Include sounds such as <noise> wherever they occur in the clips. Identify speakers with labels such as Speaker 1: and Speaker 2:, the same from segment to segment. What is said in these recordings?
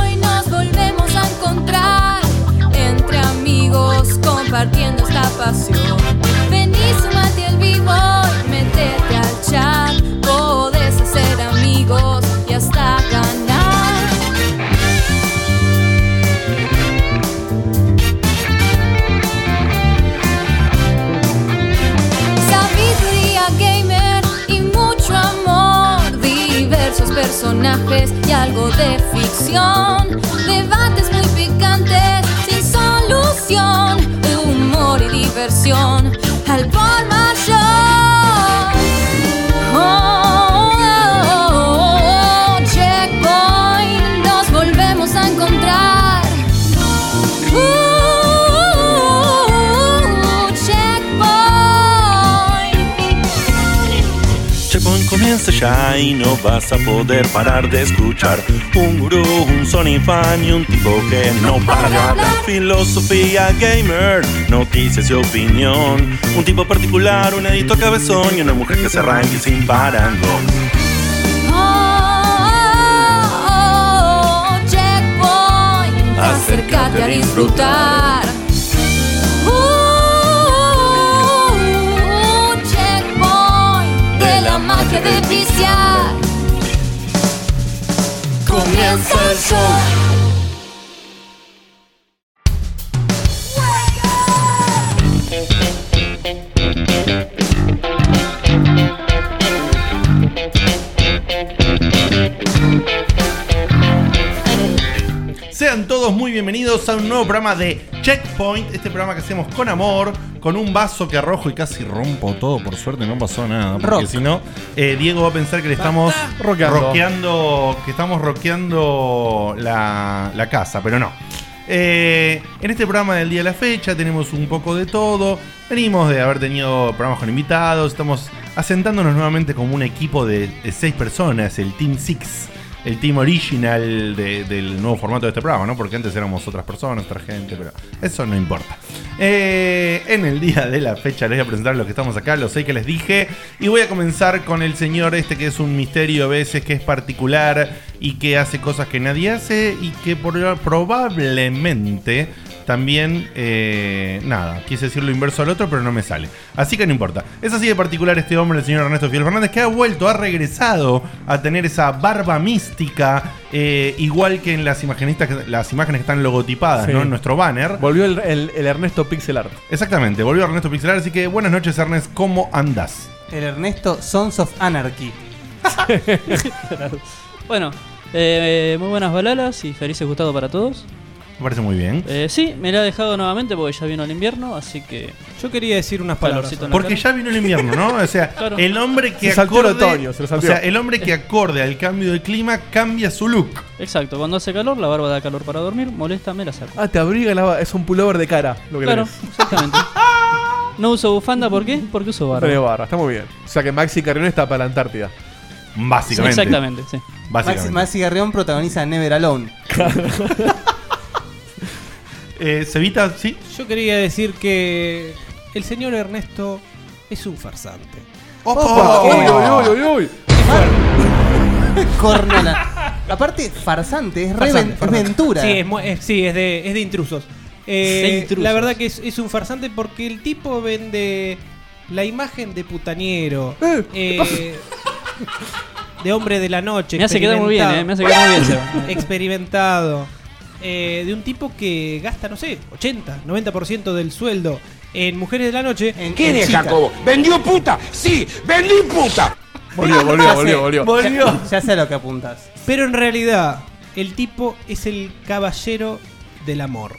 Speaker 1: Hoy nos volvemos a encontrar entre amigos compartiendo esta pasión. Vení, sumate al vivo y metete al chat. Podés hacer amigos y hasta ganar. Sabiduría gamer y mucho amor, diversos personajes y algo de ficción, debates muy picantes sin solución, humor y diversión al por mayor. Oh, oh, oh, oh, checkpoint, nos volvemos a encontrar. Uh, checkpoint.
Speaker 2: Checkpoint comienza ya y no vas a poder parar de escuchar Un gurú, un Sony fan y un tipo que no para de hablar Filosofía gamer, noticias y opinión Un tipo particular, un editor cabezón y una mujer que se arranque sin parangón
Speaker 1: Oh, oh, oh, checkpoint. Acércate a disfrutar. Uh, checkpoint. De la magia de viciar. Comienza el show.
Speaker 3: Sean todos muy bienvenidos a un nuevo programa de Checkpoint, este programa que hacemos con amor, con un vaso que arrojo y casi rompo todo, por suerte no pasó nada, porque
Speaker 4: Rock.
Speaker 3: si no, eh, Diego va a pensar que le estamos
Speaker 4: Rockeando.
Speaker 3: rockeando, que estamos rockeando la, la casa, pero no. Eh, en este programa del día de la fecha tenemos un poco de todo, venimos de haber tenido programas con invitados, estamos asentándonos nuevamente como un equipo de, de seis personas, el Team Six el team original de- del nuevo formato de este programa, ¿no? Porque antes éramos otras personas, otra gente, pero eso no importa. Eh, en el día de la fecha les voy a presentar los que estamos acá, los seis que les dije, y voy a comenzar con el señor este que es un misterio a veces, que es particular y que hace cosas que nadie hace y que por- probablemente también, eh, nada, quise decir lo inverso al otro, pero no me sale. Así que no importa. Es así de particular este hombre, el señor Ernesto Fidel Fernández, que ha vuelto, ha regresado a tener esa barba mística, eh, igual que en las, imagenistas, las imágenes que están logotipadas
Speaker 4: Sí.
Speaker 3: ¿no? en nuestro banner.
Speaker 4: Volvió el, el- el Ernesto Pixel Art.
Speaker 3: Exactamente, volvió Ernesto Pixelar, así que buenas noches Ernest, ¿cómo andás?
Speaker 5: El Ernesto Sons of Anarchy.
Speaker 6: <laughs> Bueno, eh, muy buenas balalas y felices gustados para todos.
Speaker 3: Me parece muy bien.
Speaker 6: Eh, sí, me la ha dejado nuevamente porque ya vino el invierno, así que.
Speaker 5: Yo quería decir unas palabras.
Speaker 6: Calorcito en la
Speaker 3: Porque
Speaker 6: cara.
Speaker 3: ya vino el invierno, ¿no? O sea,
Speaker 6: Claro.
Speaker 3: el hombre que
Speaker 4: Se saltó el
Speaker 3: acorde,
Speaker 4: otoño, se lo
Speaker 3: o
Speaker 4: salteó.
Speaker 3: sea, el hombre que acorde al cambio de clima cambia su look.
Speaker 6: Exacto, cuando hace calor, la barba da calor para dormir, molesta, me la saco.
Speaker 4: Ah, te abriga la ba- Es un pullover de cara, lo que
Speaker 6: claro,
Speaker 4: tenés. <laughs>
Speaker 6: exactamente. No uso bufanda, ¿por qué? Porque uso
Speaker 4: No tenés
Speaker 6: barba.
Speaker 4: barra, está muy bien. O sea que Maxi Carrión está para la Antártida.
Speaker 6: Sí,
Speaker 3: Básicamente.
Speaker 6: exactamente, sí.
Speaker 3: Básicamente.
Speaker 5: Maxi Garrión protagoniza Never
Speaker 4: <laughs>
Speaker 5: Alone.
Speaker 3: Eh, Cevita, sí.
Speaker 7: Yo quería decir que el señor Ernesto es un farsante.
Speaker 4: ¡Uy, uy, uy, uy, uy!
Speaker 5: <laughs> Cornala. Aparte, farsante, es, re
Speaker 7: Farsante,
Speaker 5: ven- es
Speaker 7: farsante.
Speaker 5: ventura.
Speaker 7: Sí, es, mu- es- sí, es de, es de intrusos. Eh,
Speaker 6: De intrusos.
Speaker 7: La verdad que es, es un farsante porque el tipo vende la imagen de putaniero,
Speaker 4: Eh,
Speaker 7: eh, de hombre de la noche.
Speaker 6: Me hace quedar muy bien, eh, me hace quedar muy bien, Seba.
Speaker 7: <laughs> experimentado. eh, de un tipo que gasta, no sé, 80, 90% del sueldo en mujeres de la noche.
Speaker 5: En-
Speaker 8: ¿Qué
Speaker 5: en
Speaker 8: de
Speaker 5: chica.
Speaker 8: Jacobo? ¿Vendió puta? Sí, vendí puta.
Speaker 5: <laughs>
Speaker 4: Volvió,
Speaker 7: <laughs>
Speaker 4: volvió,
Speaker 5: Ya
Speaker 4: volvió,
Speaker 5: sé.
Speaker 4: volvió.
Speaker 5: Ya, ya sé a lo que apuntas.
Speaker 7: Pero en realidad, el tipo es el caballero del amor.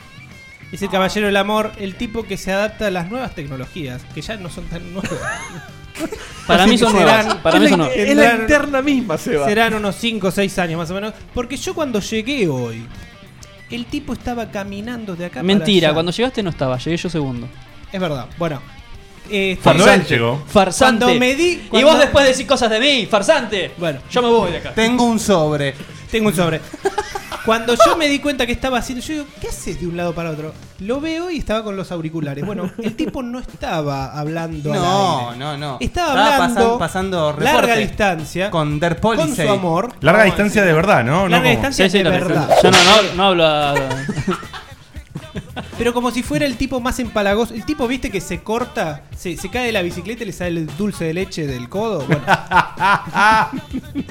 Speaker 7: Es el caballero del amor, el tipo que se adapta a las nuevas tecnologías, que ya no son tan nuevas.
Speaker 6: <laughs> Para mí son
Speaker 7: Serán-
Speaker 6: nuevas. Para mí son nuevas.
Speaker 4: Es la interna misma, Seba.
Speaker 7: Serán unos 5 o 6 años más o menos. Porque yo cuando llegué hoy, el tipo estaba caminando de acá
Speaker 6: Mentira,
Speaker 7: para allá.
Speaker 6: cuando llegaste no estaba, llegué yo segundo.
Speaker 7: Es verdad, bueno. eh, estoy-
Speaker 3: Cuando él llegó.
Speaker 6: Farsante.
Speaker 7: Cuando me di-
Speaker 6: Y
Speaker 7: cuando-
Speaker 6: vos después decís cosas de mí, farsante.
Speaker 7: Bueno.
Speaker 6: yo me voy de acá.
Speaker 5: Tengo un sobre.
Speaker 7: Tengo un sobre. Cuando yo me di cuenta que estaba haciendo, yo digo, ¿qué haces de un lado para otro? Lo veo y estaba con los auriculares. Bueno, el tipo no estaba hablando. al
Speaker 5: No,
Speaker 7: aire.
Speaker 5: no, no.
Speaker 7: Estaba
Speaker 5: pasan-
Speaker 7: hablando
Speaker 5: pasando
Speaker 7: larga
Speaker 5: reporte
Speaker 7: distancia
Speaker 5: con Der
Speaker 7: con
Speaker 5: Polisey.
Speaker 7: su amor.
Speaker 3: Larga distancia de verdad, ¿no?
Speaker 7: Larga
Speaker 3: no como-
Speaker 7: distancia de
Speaker 6: la-
Speaker 7: verdad.
Speaker 6: Yo no, no, no hablo a-
Speaker 7: <laughs> Pero como si fuera el tipo más empalagoso. El tipo, viste, que se corta, se, se cae de la bicicleta y le sale el dulce de leche del codo.
Speaker 3: <laughs>
Speaker 7: Bueno.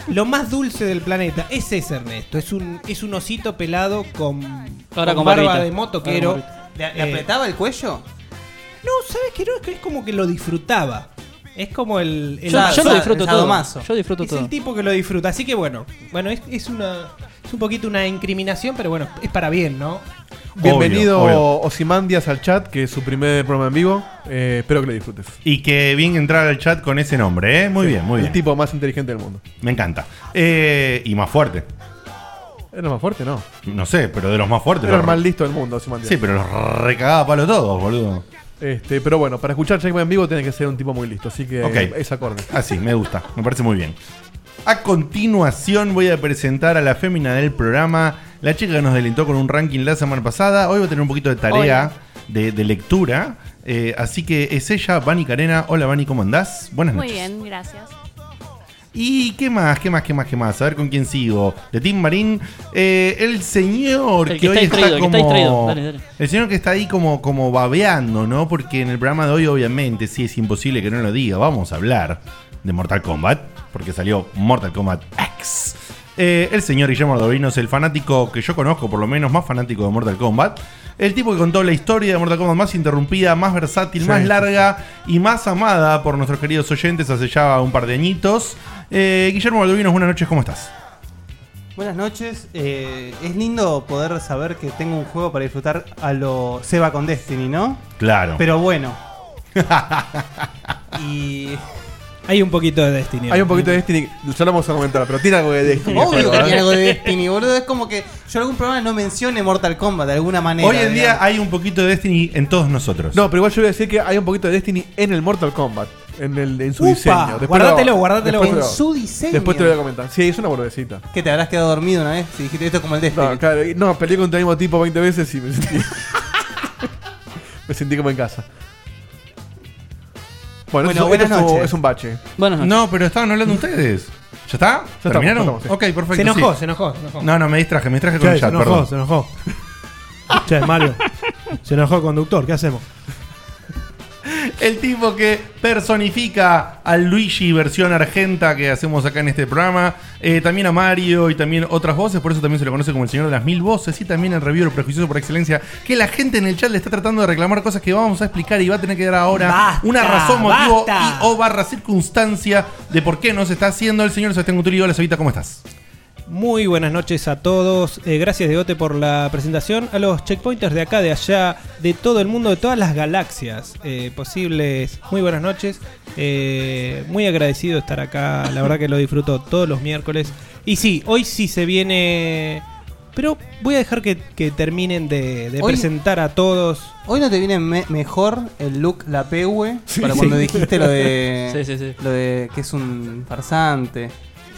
Speaker 7: Lo más dulce del planeta es ese Ernesto. Es un, es un osito pelado con,
Speaker 6: Ahora con
Speaker 7: barba
Speaker 6: barbita.
Speaker 7: de
Speaker 6: Ahora
Speaker 7: motoquero.
Speaker 6: con barbita.
Speaker 5: ¿Le, le
Speaker 7: Eh,
Speaker 5: apretaba el cuello?
Speaker 7: No, ¿sabes qué? No, es que es como que lo disfrutaba. Es como el... el
Speaker 6: Yo, yo lo
Speaker 5: el
Speaker 6: disfruto
Speaker 5: sadomaso.
Speaker 6: todo. Yo disfruto
Speaker 7: es
Speaker 6: todo.
Speaker 7: el tipo que lo disfruta. Así que bueno, bueno, es, es una... Es un poquito una incriminación, pero bueno, es para bien, ¿no?
Speaker 4: Bienvenido
Speaker 3: Obvio,
Speaker 4: Osimandias al chat, que es su primer programa en vivo. Eh, espero que lo disfrutes.
Speaker 3: Y que bien entrar al chat con ese nombre, ¿eh? Muy bien, muy
Speaker 4: El
Speaker 3: bien.
Speaker 4: tipo más inteligente del mundo.
Speaker 3: Me encanta. Eh, y más fuerte.
Speaker 4: Era más fuerte, ¿no?
Speaker 3: No sé, pero de los más fuertes.
Speaker 4: Era el
Speaker 3: los-
Speaker 4: más listo del mundo, Osimandias.
Speaker 3: Sí, pero los recagaba a palo todos, boludo.
Speaker 4: Este, pero bueno, para escuchar Checkmate en vivo tiene que ser un tipo muy listo, así que
Speaker 3: Ok.
Speaker 4: eh, es acorde.
Speaker 3: Así, me gusta, me parece muy bien. A continuación voy a presentar a la fémina del programa, la chica que nos delintó con un ranking la semana pasada. Hoy va a tener un poquito de tarea de, de lectura. eh, así que es ella, Vani Carena. Hola Vani, ¿cómo andás? Buenas
Speaker 9: Muy
Speaker 3: noches.
Speaker 9: bien, gracias.
Speaker 3: ¿Y qué más? ¿Qué más? ¿Qué más? ¿Qué más? A ver con quién sigo. De Tim Marín. eh, el señor
Speaker 6: El
Speaker 3: que,
Speaker 6: que está
Speaker 3: hoy está,
Speaker 6: distraído, el que está
Speaker 3: como.
Speaker 6: distraído. Dale, dale.
Speaker 3: El señor que está ahí como, como babeando, ¿no? Porque en el programa de hoy, obviamente, sí es imposible que no lo diga. Vamos a hablar de Mortal Kombat. Porque salió Mortal Kombat X. Eh, el señor Guillermo Ardovino es el fanático que yo conozco, por lo menos más fanático de Mortal Kombat. El tipo que contó la historia de Mortal Kombat más interrumpida, más versátil,
Speaker 4: Sí.
Speaker 3: más larga y más amada por nuestros queridos oyentes hace ya un par de añitos. Eh, Guillermo Baldovinos, buenas noches, ¿cómo estás?
Speaker 5: Buenas noches. eh, es lindo poder saber que tengo un juego para disfrutar a lo Seba con Destiny, ¿no?
Speaker 3: Claro.
Speaker 5: Pero bueno. y.
Speaker 7: Hay un poquito de Destiny.
Speaker 4: Hay un
Speaker 5: <laughs>
Speaker 4: poquito de Destiny, ya lo vamos a comentar, pero tiene algo de Destiny. el
Speaker 5: Obvio
Speaker 4: juego,
Speaker 5: que
Speaker 4: ¿eh?
Speaker 5: tiene algo de Destiny, boludo. Es como que yo en algún programa no mencione Mortal Kombat de alguna manera.
Speaker 3: Hoy en día
Speaker 5: digamos.
Speaker 3: hay un poquito de Destiny en todos nosotros.
Speaker 4: No, pero igual yo voy a decir que hay un poquito de Destiny en el Mortal Kombat, en, el, en su
Speaker 7: Upa,
Speaker 4: diseño.
Speaker 7: guárdatelo,
Speaker 4: lo-
Speaker 7: guárdatelo.
Speaker 4: después
Speaker 5: En
Speaker 4: te lo-
Speaker 5: su diseño.
Speaker 4: Después te lo voy a comentar. Sí, es una boludecita.
Speaker 5: Que te habrás quedado dormido una vez y dijiste esto es como el Destiny.
Speaker 4: No, claro, y- Eh, no, peleé contra el mismo tipo 20 veces y
Speaker 7: <laughs>
Speaker 4: me sentí. me sentí como en casa. Bueno,
Speaker 5: Bueno,
Speaker 4: eso-
Speaker 5: buenas
Speaker 4: esto es un-
Speaker 5: noches.
Speaker 4: es un bache.
Speaker 6: Buenas noches.
Speaker 3: No, pero estaban hablando ustedes. ¿Ya está?
Speaker 4: Ya
Speaker 3: ¿Terminaron?
Speaker 4: estamos, ya estamos,
Speaker 3: Ok, perfecto.
Speaker 7: se enojó,
Speaker 3: sí.
Speaker 7: se enojó, se enojó.
Speaker 3: No, no, me distraje, me distraje con el
Speaker 10: se
Speaker 3: chat,
Speaker 10: enojó,
Speaker 3: perdón.
Speaker 10: se
Speaker 3: <laughs>
Speaker 10: enojó. Che, Mario. Se enojó el conductor, ¿qué hacemos?
Speaker 3: El tipo que personifica al Luigi versión argenta que hacemos acá en este programa. eh, también a Mario y también otras voces. Por eso también se lo conoce como el señor de las mil voces. Y también el reviewer prejuicioso por excelencia. Que la gente en el chat le está tratando de reclamar cosas que vamos a explicar y va a tener que dar ahora
Speaker 7: Basta,
Speaker 3: una razón, motivo
Speaker 7: basta.
Speaker 3: y o barra circunstancia de por qué no se está haciendo. El señor Sebastián Gutulli. Hola, Sabita, ¿cómo estás?
Speaker 7: Muy buenas noches a todos. Eh, gracias, Deote, por la presentación. A los checkpointers de acá, de allá, de todo el mundo, de todas las galaxias eh, posibles. Muy buenas noches. Eh, muy agradecido de estar acá. La verdad que lo disfruto todos los miércoles. Y sí, hoy sí se viene. Pero voy a dejar que, que terminen de, de
Speaker 5: Hoy-
Speaker 7: presentar a todos.
Speaker 5: Hoy no te viene me- mejor el look la pegue para cuando dijiste lo de.
Speaker 6: <laughs> Sí, sí, sí.
Speaker 5: Lo de que es un farsante.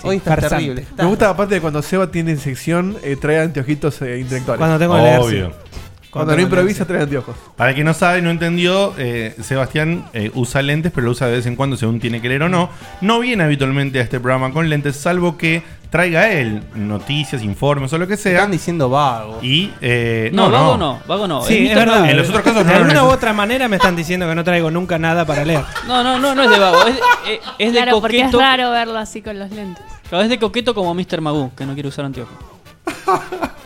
Speaker 5: Hoy está
Speaker 7: farsante.
Speaker 5: terrible.
Speaker 4: Me gusta, aparte de cuando Seba tiene sección, eh, trae anteojitos eh, intelectuales.
Speaker 7: Cuando
Speaker 4: Cuando,
Speaker 7: tengo que leer. sí.
Speaker 4: no
Speaker 7: tengo que leer,
Speaker 4: improvisa, trae anteojos.
Speaker 3: Para el que no sabe, no entendió, eh, Sebastián eh, usa lentes, pero lo usa de vez en cuando según tiene que leer o no. No viene habitualmente a este programa con lentes, salvo que traiga él noticias, informes o lo que sea.
Speaker 5: Están diciendo vago.
Speaker 3: Y. eh,
Speaker 6: No, vago no, vago no.
Speaker 7: Sí,
Speaker 6: mi
Speaker 7: es
Speaker 6: internet.
Speaker 7: verdad.
Speaker 3: En los otros
Speaker 7: de
Speaker 3: casos no lo
Speaker 7: alguna u
Speaker 3: necesito.
Speaker 7: otra manera me están diciendo que no traigo nunca nada para leer.
Speaker 6: No, no, no, no es de vago. Es, es- Eh, es de
Speaker 9: Claro, porque es
Speaker 6: coqueto.
Speaker 9: raro verlo así con
Speaker 6: <laughs>
Speaker 9: los lentes.
Speaker 6: Claro, es de coqueto como Mr. Magoo, que no quiere usar
Speaker 3: <laughs>
Speaker 6: anteojos.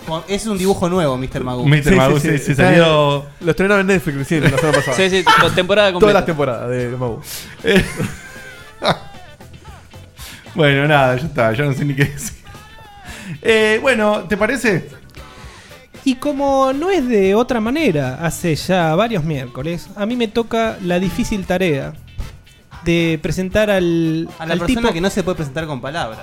Speaker 5: Como- Es un dibujo nuevo, Mr. Magoo.
Speaker 3: Mr. Magoo se, se
Speaker 4: Está-
Speaker 3: salió.
Speaker 4: Lo estrenaron en Netflix recién, la semana pasada.
Speaker 6: eh, <laughs> Sí, sí, to- temporada
Speaker 4: Todas las
Speaker 6: completa.
Speaker 4: temporadas de Mabu.
Speaker 3: Eh, Bueno, nada, ya está, ya no sé ni
Speaker 7: <laughs>
Speaker 3: qué decir. Eh, bueno, ¿te parece?
Speaker 7: Y como no es de otra manera, hace ya varios miércoles, a mí me toca la difícil tarea de presentar al,
Speaker 5: A la
Speaker 7: al
Speaker 5: persona que no se puede presentar con palabras.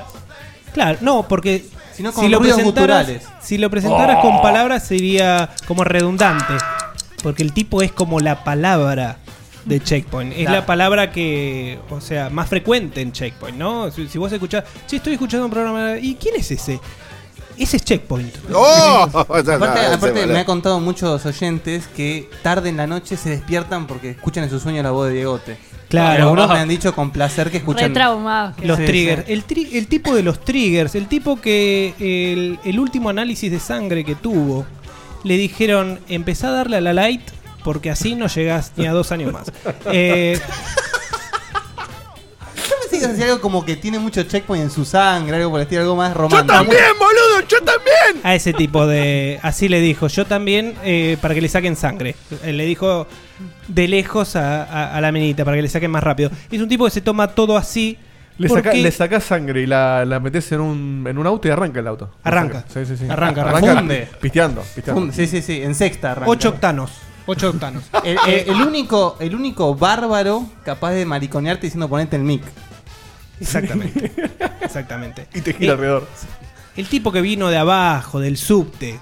Speaker 7: Claro, no, porque
Speaker 5: Sino con ruidos guturales.
Speaker 7: si lo presentaras
Speaker 3: Oh.
Speaker 7: con palabras sería como redundante, porque el tipo es como la palabra de Checkpoint, es
Speaker 5: Claro.
Speaker 7: la palabra que, o sea, más frecuente en Checkpoint, ¿no? Si, si vos escuchás, si estoy escuchando un programa, ¿y quién es ese? Ese es Checkpoint.
Speaker 6: ¡Oh!
Speaker 5: <laughs>
Speaker 6: <laughs>
Speaker 7: <laughs>
Speaker 3: Oh. <laughs>
Speaker 5: aparte, aparte me ha contado muchos oyentes que tarde en la noche se despiertan porque escuchan en su sueño la voz de Diegote.
Speaker 7: Claro,
Speaker 5: Y algunos
Speaker 7: no.
Speaker 5: me han dicho con placer que escuchan.
Speaker 9: Retraumados.
Speaker 7: Los
Speaker 5: Sí,
Speaker 7: triggers.
Speaker 5: sí.
Speaker 7: El, tri- el tipo de los triggers. El tipo que el, el último análisis de sangre que tuvo. Le dijeron, empezá a darle a la light porque así no llegás ni a dos Pues, años más. Eh,
Speaker 5: Yo pensé que iba a decir algo como que tiene mucho checkpoint en su sangre, algo por el estilo, algo más romántico.
Speaker 7: boludo! ¡Yo también! A ese tipo de... Así le dijo, yo también, eh, para que le saquen sangre. Eh, le dijo de lejos a, a- a la menita, para que le saquen más rápido. Es un tipo que se toma todo así.
Speaker 4: Le,
Speaker 7: porque-
Speaker 4: saca- le sacás sangre y la, la metes en un, en un auto y arranca el auto.
Speaker 7: Arranca.
Speaker 4: Sí, sí, sí.
Speaker 7: Arranca, funde.
Speaker 4: Pisteando, pisteando.
Speaker 5: Funde, Sí, sí, sí, en sexta arranca.
Speaker 7: Ocho octanos. Ocho octanos. <laughs>
Speaker 5: El, el- el único, el único bárbaro capaz de mariconearte diciendo ponete el mic.
Speaker 7: Exactamente. Exactamente.
Speaker 4: Y te
Speaker 7: Eh,
Speaker 4: gira alrededor.
Speaker 7: El tipo que vino de abajo, del subte,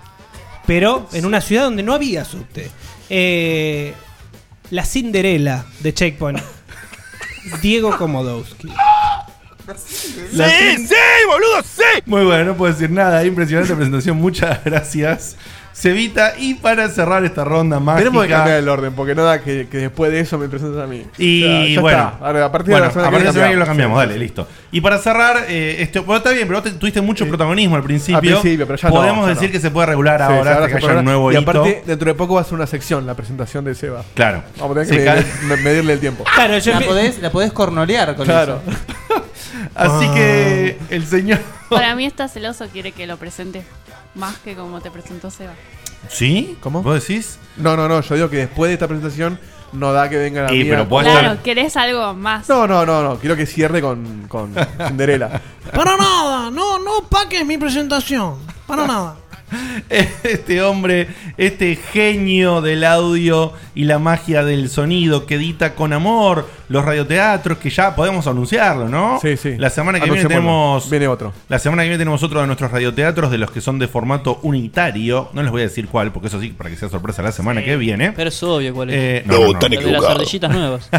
Speaker 7: pero en una ciudad donde no había subte. Eh, la Cinderela de
Speaker 4: <laughs>
Speaker 7: Checkpoint. Diego Komodowski.
Speaker 3: La-
Speaker 8: sí, boludo, sí.
Speaker 3: Muy bueno, no puedo decir nada. Impresionante presentación. Muchas <laughs> gracias, Cevita. Y para cerrar esta ronda mágica.
Speaker 4: Tenemos que cambiar el orden, porque no da que, que después de eso me presentes a mí.
Speaker 3: Y
Speaker 4: Ya- ya
Speaker 3: bueno,
Speaker 4: está. Ahora, a partir
Speaker 3: bueno,
Speaker 4: de la semana
Speaker 3: a partir de la semana que lo cambiamos,
Speaker 4: Sí,
Speaker 3: dale, listo. Y para cerrar, eh, este, bueno, está bien, pero vos te- tuviste mucho protagonismo al principio.
Speaker 4: Al principio, pero ya no,
Speaker 3: Podemos
Speaker 4: ya
Speaker 3: decir
Speaker 4: no.
Speaker 3: que se puede regular
Speaker 4: Sí,
Speaker 3: ahora, hasta
Speaker 4: se
Speaker 3: que haya
Speaker 4: podrá.
Speaker 3: un nuevo
Speaker 4: Y
Speaker 3: hito.
Speaker 4: aparte, dentro de poco va a ser una sección, la presentación de Seba.
Speaker 3: Claro.
Speaker 4: Vamos a
Speaker 3: Sí,
Speaker 4: tener que medir- <laughs> me- medirle el tiempo.
Speaker 7: Claro, yo
Speaker 5: la,
Speaker 7: me-
Speaker 5: podés, la podés cornolear con
Speaker 4: Claro.
Speaker 5: eso.
Speaker 4: <laughs>
Speaker 3: Así que el señor.
Speaker 9: Para mí está celoso, quiere que lo presentes más que como te presentó Seba.
Speaker 3: ¿Sí?
Speaker 4: ¿Cómo?
Speaker 3: ¿Vos decís?
Speaker 4: No, no, no, yo digo que después de esta presentación no da que venga la
Speaker 3: Y,
Speaker 4: mía.
Speaker 3: pero puede
Speaker 9: Claro,
Speaker 3: estar-
Speaker 9: querés algo más.
Speaker 4: No, no, no, no, quiero que cierre con,
Speaker 3: <laughs>
Speaker 4: con Cinderela.
Speaker 10: Para nada, no, no paques mi presentación.
Speaker 4: Ah.
Speaker 10: Para nada.
Speaker 3: <laughs> Este hombre, este genio del audio y la magia del sonido que edita con amor los radioteatros, que ya podemos anunciarlo, ¿no?
Speaker 4: Sí, sí.
Speaker 3: La semana que viene
Speaker 4: Anunciémoslo.
Speaker 3: tenemos.
Speaker 4: Viene otro.
Speaker 3: La semana que viene tenemos otro de nuestros radioteatros, de los que son de formato unitario. No les voy a decir cuál, porque eso sí, para que sea sorpresa la semana que viene.
Speaker 6: Pero es obvio cuál es.
Speaker 3: Eh, no, no, no.
Speaker 6: El de las ardillitas
Speaker 3: <laughs>
Speaker 6: nuevas.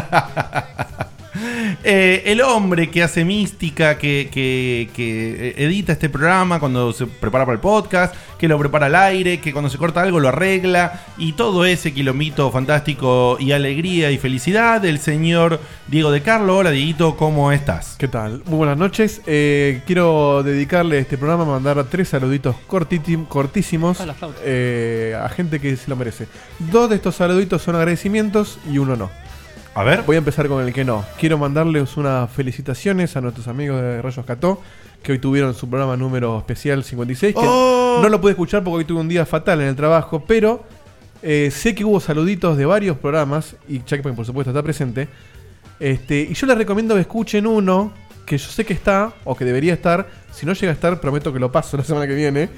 Speaker 3: Eh, el hombre que hace mística, que, que- que, eh, edita este programa cuando se prepara para el podcast, que lo prepara al aire, que cuando se corta algo lo arregla, y todo ese quilomito fantástico y alegría y felicidad, el señor Diego de Carlo. Hola, Dieguito, ¿cómo estás?
Speaker 4: ¿Qué tal? Muy buenas noches. Eh, quiero dedicarle este programa a mandar tres saluditos cortitim- cortísimos
Speaker 6: Ah, la flauta.
Speaker 4: eh, a gente que se lo merece. Dos de estos saluditos son agradecimientos y uno no.
Speaker 3: A ver.
Speaker 4: Voy a empezar con el que no. Quiero mandarles unas felicitaciones a nuestros amigos de Rayos Cató, que hoy tuvieron su programa número especial 56, que
Speaker 3: ¡Oh!
Speaker 4: no lo pude escuchar porque hoy tuve un día fatal en el trabajo, pero eh, sé que hubo saluditos de varios programas, y Checkpoint por supuesto está presente, este, y yo les recomiendo que escuchen uno que yo sé que está, o que debería estar, si no llega a estar, prometo que lo paso la semana que viene,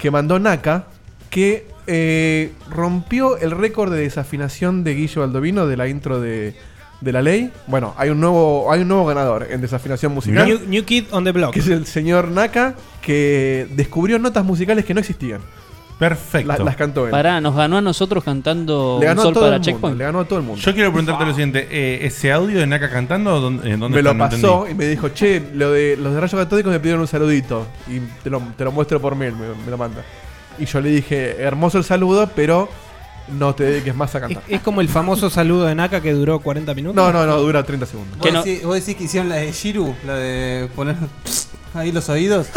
Speaker 4: que mandó Naka, que eh, rompió el récord de desafinación de Guillo Baldovino de la intro de, de La Ley. Bueno, hay un nuevo, hay un nuevo ganador en desafinación musical,
Speaker 7: New, New Kid on the Block.
Speaker 4: que es el señor Naka, que descubrió notas musicales que no existían. La-
Speaker 3: Perfecto.
Speaker 4: las cantó él.
Speaker 6: Pará, nos ganó a nosotros cantando
Speaker 4: le
Speaker 6: Un
Speaker 4: ganó a
Speaker 6: Sol
Speaker 4: todo el
Speaker 6: para
Speaker 4: mundo.
Speaker 6: Checkpoint.
Speaker 4: Le ganó a todo el mundo.
Speaker 3: Yo quiero preguntarte lo siguiente: eh, ¿ese audio de Naka cantando, dónde, en dónde
Speaker 4: me
Speaker 3: está?
Speaker 4: lo
Speaker 3: No
Speaker 4: pasó
Speaker 3: entendí.
Speaker 4: y me dijo, che, lo de, los de Rayos Catódicos me pidieron un saludito. Y te lo, te lo muestro por mail, me, me lo manda. Y yo le dije, hermoso el saludo, pero no te dediques más a
Speaker 7: Es,
Speaker 4: cantar.
Speaker 7: es como el famoso saludo de Naka que duró 40 minutos.
Speaker 4: No, no, no, dura 30 segundos.
Speaker 5: ¿Vos,
Speaker 6: Que no-
Speaker 5: decís, vos decís que hicieron la de Shiru, la de poner ahí los oídos.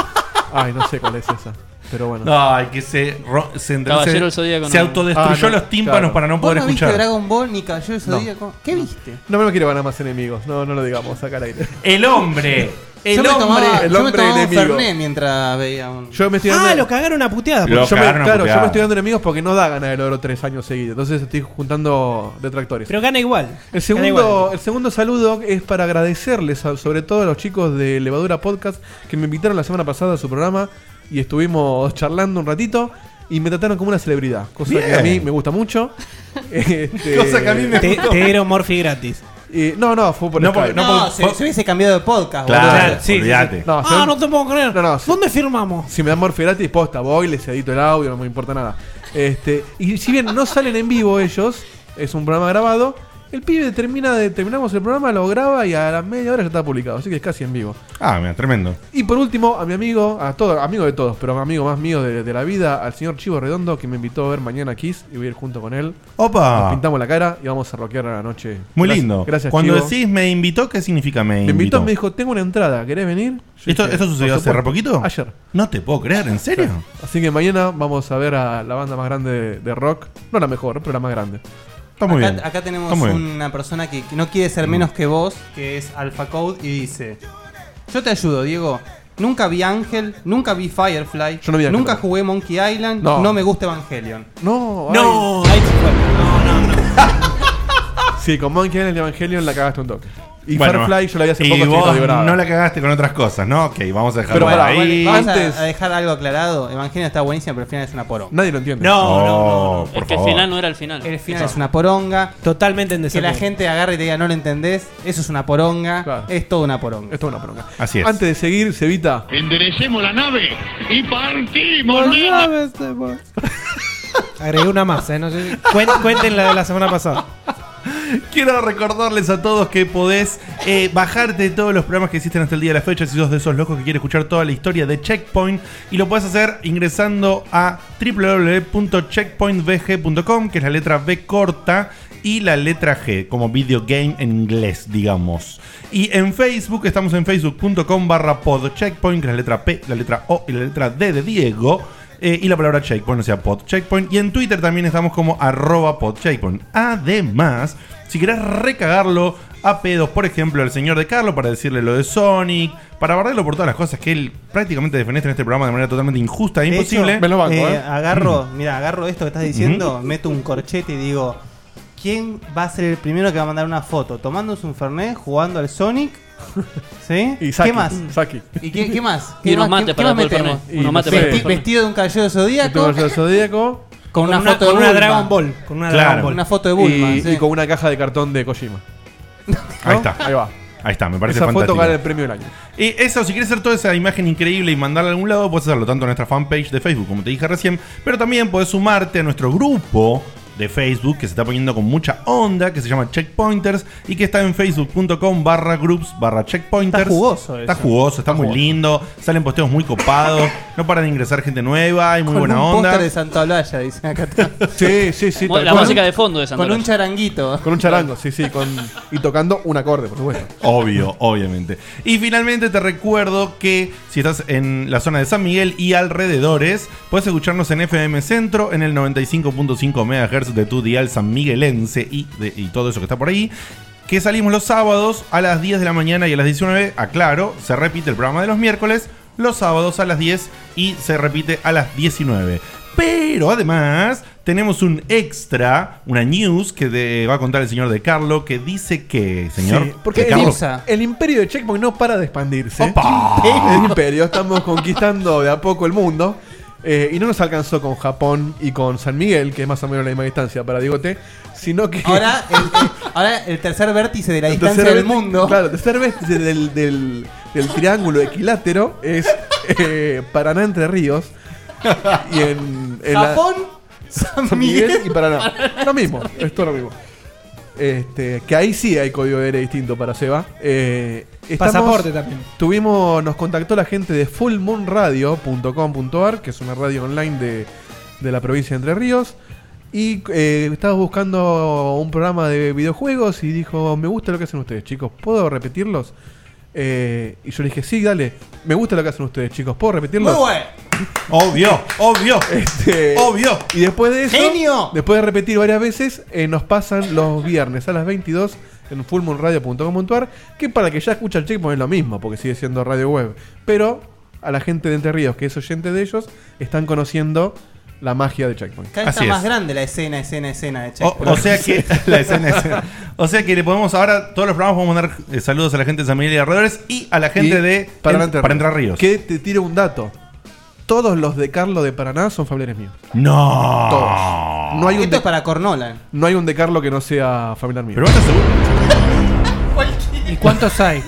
Speaker 4: Ay, no sé cuál es esa. Pero bueno.
Speaker 3: Ay, que se, ro- se, entre-
Speaker 6: Caballero
Speaker 3: se-
Speaker 6: del Zodíaco,
Speaker 3: se
Speaker 6: no.
Speaker 3: autodestruyó
Speaker 4: Ah, no,
Speaker 3: los tímpanos
Speaker 4: claro.
Speaker 3: para no
Speaker 5: ¿Vos
Speaker 3: poder
Speaker 5: no
Speaker 3: escuchar.
Speaker 5: viste Dragon Ball ni cayó el
Speaker 4: No.
Speaker 5: Zodíaco? ¿Qué viste?
Speaker 4: No me lo quiero ganar más enemigos. No, no lo digamos, saca al aire.
Speaker 3: El hombre. El
Speaker 5: yo me
Speaker 3: hombre.
Speaker 5: tomaba,
Speaker 4: el
Speaker 5: yo me
Speaker 4: hombre
Speaker 5: tomaba un
Speaker 4: enemigo.
Speaker 5: Fernet mientras veía un...
Speaker 4: Yo me estoy dando.
Speaker 7: Ah, lo cagaron a puteadas.
Speaker 3: Lo
Speaker 4: yo me,
Speaker 3: cagaron a
Speaker 4: claro, yo
Speaker 3: puteadas.
Speaker 4: me estoy dando enemigos porque no da ganar el oro tres años seguidos. Entonces estoy juntando detractores.
Speaker 7: Pero gana igual.
Speaker 4: El
Speaker 7: Gana igual.
Speaker 4: segundo, el segundo saludo es para agradecerles a- sobre todo a los chicos de Levadura Podcast que me invitaron la semana pasada a su programa y estuvimos charlando un ratito y me trataron como una celebridad, cosa que
Speaker 3: Bien.
Speaker 4: a mí me
Speaker 3: <laughs>
Speaker 4: gusta mucho. <laughs> <laughs> Este,
Speaker 3: Cosa que a mí me-
Speaker 7: Te, te dieron Morphy gratis.
Speaker 4: eh, no, no, fue por
Speaker 3: No,
Speaker 4: Skype.
Speaker 3: porque-
Speaker 5: No,
Speaker 3: no,
Speaker 5: se, se hubiese cambiado de podcast,
Speaker 3: Claro,
Speaker 5: boludo.
Speaker 7: sí, sí, sí.
Speaker 3: olvídate.
Speaker 4: No, si
Speaker 10: Ah,
Speaker 4: me-
Speaker 10: no te puedo creer.
Speaker 4: No, no, sí.
Speaker 10: ¿Dónde firmamos?
Speaker 4: si me dan morfe gratis, posta, voy, les edito el audio, no me importa nada. Este, y si bien no salen en vivo ellos, es un programa grabado, El pibe termina de, terminamos el programa, lo graba y a la media hora ya está publicado. Así que es casi en vivo.
Speaker 3: Ah, mira, tremendo.
Speaker 4: Y por último, a mi amigo, a todo, amigo de todos, pero amigo más mío de, de la vida, al señor Chivo Redondo, que me invitó a ver mañana Kiss y voy a ir junto con él.
Speaker 3: ¡Opa!
Speaker 4: Nos pintamos la cara y vamos a rockear a la noche.
Speaker 3: Muy
Speaker 4: Gracias-
Speaker 3: lindo.
Speaker 4: Gracias,
Speaker 3: Cuando
Speaker 4: Chivo.
Speaker 3: decís me invitó, ¿qué significa me
Speaker 4: Me invitó,
Speaker 3: invitó?
Speaker 4: me dijo, tengo una entrada, ¿querés venir? Yo
Speaker 3: ¿Esto-
Speaker 4: dije,
Speaker 3: esto sucedió
Speaker 4: "Por
Speaker 3: hace re
Speaker 4: supuesto".
Speaker 3: poquito?
Speaker 4: Ayer.
Speaker 3: No te puedo creer, ¿en serio?
Speaker 4: Claro. Así que mañana vamos a ver a la banda más grande de, de rock. No la mejor, pero la más grande.
Speaker 3: Está
Speaker 5: acá, acá tenemos una persona que, que no quiere ser menos que vos, que es Alpha Code, y dice: Yo te ayudo, Diego. Nunca vi Ángel, nunca vi Firefly,
Speaker 4: no vi Ángel,
Speaker 5: nunca
Speaker 4: pero-
Speaker 5: jugué Monkey Island,
Speaker 4: No.
Speaker 5: no, me gusta Evangelion.
Speaker 4: No,
Speaker 5: No.
Speaker 4: ay. Sí, con Monkey Island y Evangelion la cagaste un toque. Y
Speaker 3: Bueno,
Speaker 4: Firefly yo la vi hace
Speaker 3: y
Speaker 4: poco, así que
Speaker 3: vos
Speaker 4: no digo nada.
Speaker 3: No la cagaste con otras cosas, ¿no? Ok, vamos a dejarlo
Speaker 4: Pero pará,
Speaker 3: ahí.
Speaker 5: Vamos a- a, dejar algo aclarado: Evangelion está buenísimo, pero el final es una poronga.
Speaker 4: Nadie lo entiende. Oh,
Speaker 3: No,
Speaker 5: no,
Speaker 3: no, no. por
Speaker 6: que el
Speaker 3: favor.
Speaker 6: final no era el final.
Speaker 5: El final es una poronga.
Speaker 7: Totalmente en
Speaker 5: Que la
Speaker 7: desacuerdo.
Speaker 5: gente agarre y te diga, no lo entendés, eso es una poronga. Es toda una poronga.
Speaker 4: Es toda una poronga.
Speaker 3: Así es.
Speaker 4: Antes de seguir, Cevita.
Speaker 11: Enderecemos la nave y partimos.
Speaker 7: Agregué una más, ¿eh? No sé- Cuen- cuenten la de la semana pasada.
Speaker 3: Quiero recordarles a todos que podés eh, bajarte todos los programas que existen hasta el día de la fecha si sos de esos locos que quiere escuchar toda la historia de Checkpoint y lo podés hacer ingresando a www.checkpointvg.com que es la letra B corta y la letra G como video game en inglés digamos y en Facebook estamos en facebook.com barra podcheckpoint que es la letra P, la letra O y la letra D de Diego eh, y la palabra checkpoint, o sea, pod checkpoint. Y en Twitter también estamos como arroba pod checkpoint. Además, si querés recagarlo a pedos, por ejemplo, al señor de Carlo para decirle lo de Sonic, para barrerlo por todas las cosas que él prácticamente defendió en este programa de manera totalmente injusta e
Speaker 5: De
Speaker 3: imposible.
Speaker 5: hecho, eh,
Speaker 3: <clears throat>
Speaker 5: Agarro, mira, agarro esto que estás diciendo, meto un corchete y digo, ¿quién va a ser el primero que va a mandar una foto? Tomándose un Fernet, jugando al Sonic. ¿Sí?
Speaker 4: Y Saki,
Speaker 5: ¿Qué más?
Speaker 4: Saki.
Speaker 5: ¿Y qué, qué más?
Speaker 4: Y
Speaker 5: ¿Qué
Speaker 4: unos
Speaker 5: más-
Speaker 4: mates
Speaker 5: qué-
Speaker 4: para
Speaker 5: qué más
Speaker 4: el Fernet.
Speaker 5: metemos?
Speaker 4: Y unos mates
Speaker 5: Vesti-
Speaker 4: para el Fernet.
Speaker 5: Vestido de un caballero
Speaker 4: Este
Speaker 5: zodíaco.
Speaker 4: caballero zodíaco.
Speaker 5: <laughs> Con una foto de
Speaker 7: con una
Speaker 5: Bulma.
Speaker 7: Dragon Ball, con una
Speaker 3: Claro. Dragon Ball.
Speaker 5: Una foto de Bulma,
Speaker 4: Y,
Speaker 5: sí.
Speaker 4: y con una caja de cartón de
Speaker 5: <laughs>
Speaker 4: Kojima.
Speaker 3: Ahí está.
Speaker 4: Ahí va.
Speaker 3: Ahí está, me parece
Speaker 4: Esa
Speaker 3: fantástico.
Speaker 4: foto gana el premio del año.
Speaker 3: Y eso, si quieres hacer toda esa imagen increíble y mandarla a algún lado, puedes hacerlo tanto en nuestra fanpage de Facebook, como te dije recién, pero también puedes sumarte a nuestro grupo de Facebook que se está poniendo con mucha onda, que se llama Checkpointers y que está en facebook.com barra groups barra checkpointers.
Speaker 5: Está jugoso
Speaker 3: Está
Speaker 5: eso.
Speaker 3: jugoso, está, muy lindo, salen posteos muy copados, no para de ingresar gente nueva, hay muy
Speaker 5: Con
Speaker 3: buena
Speaker 5: un
Speaker 3: onda.
Speaker 5: póster de Santa Olalla, dicen acá.
Speaker 4: Sí, sí, sí.
Speaker 5: Bueno,
Speaker 4: tal
Speaker 5: la
Speaker 4: cual.
Speaker 5: música de fondo de Santa Con un Olalla. charanguito.
Speaker 4: Con un charango, sí, sí. Con, y tocando un acorde, por supuesto.
Speaker 3: Obvio, obviamente. Y finalmente te recuerdo que si estás en la zona de San Miguel y alrededores, puedes escucharnos en FM Centro en el 95.5 MHz de tu dial san miguelense y, de- y todo eso que está por ahí. Que salimos los sábados a las 10 de la mañana y a las 19, aclaro, se repite el programa de los miércoles, los sábados a las 10 y se repite a las 19. Pero además tenemos un extra, una news que de- va a contar el señor de Carlo, que dice que, señor...
Speaker 4: Sí, porque
Speaker 3: de
Speaker 4: el,
Speaker 3: Carlo-
Speaker 4: el imperio de Checkpoint no para de expandirse.
Speaker 3: ¡Opa!
Speaker 4: El imperio, estamos conquistando de a poco el mundo. eh, y no nos alcanzó con Japón y con San Miguel, que es más o menos la misma distancia para Digote, sino que.
Speaker 5: <laughs> Ahora el, el- ahora el tercer vértice de la
Speaker 4: el
Speaker 5: distancia
Speaker 4: tercer
Speaker 5: del
Speaker 4: vértice-
Speaker 5: mundo.
Speaker 4: Claro, el tercer vértice del, del- del triángulo equilátero es eh, Paraná Entre Ríos. Y en, en la-
Speaker 5: Japón, San,
Speaker 4: San
Speaker 5: Miguel.
Speaker 4: Miguel
Speaker 5: <laughs>
Speaker 4: y Paraná. Lo mismo, es todo lo mismo. Este, que ahí sí hay código de área distinto para Seba. Eh,
Speaker 7: Pasaporte también.
Speaker 4: Tuvimos, nos contactó la gente de fullmoonradio.com.ar, que es una radio online de, de la provincia de Entre Ríos. Y eh, estaba buscando un programa de videojuegos y dijo, me gusta lo que hacen ustedes, chicos, ¿puedo repetirlos? Eh, y yo le dije, sí, dale, me gusta lo que hacen ustedes, chicos, ¿puedo repetirlos?
Speaker 5: Muy bueno.
Speaker 3: Obvio,
Speaker 5: <laughs>
Speaker 3: obvio,
Speaker 4: Este,
Speaker 3: obvio.
Speaker 4: Y después de eso,
Speaker 5: Genio.
Speaker 4: después de repetir varias veces, eh, nos pasan los viernes a las 22 en fullmoonradio.com.ar, que para el que ya escucha el checkpoint es lo mismo, porque sigue siendo radio web. Pero a la gente de Entre Ríos, que es oyente de ellos, están conociendo la magia de checkpoint.
Speaker 5: Cada vez está más grande la escena, escena, escena de
Speaker 3: O,
Speaker 5: Checkpoint.
Speaker 3: o sea
Speaker 5: <laughs>
Speaker 3: que la escena, escena. O sea que le podemos ahora todos los programas vamos a mandar eh, saludos a la gente de San Miguel y alrededores y a la gente
Speaker 4: Y
Speaker 3: de
Speaker 4: Paraná
Speaker 3: en-
Speaker 4: Entre
Speaker 3: Paraná Ríos.
Speaker 4: Que te tiro un dato. Todos los de Carlos de Paraná son familiares míos.
Speaker 3: No.
Speaker 4: Todos. No hay un
Speaker 5: Esto
Speaker 4: de,
Speaker 5: es para Cornola.
Speaker 4: no hay un de Carlos que no sea familiar mío.
Speaker 3: Pero vos estás seguro.
Speaker 7: ¿Y cuántos hay?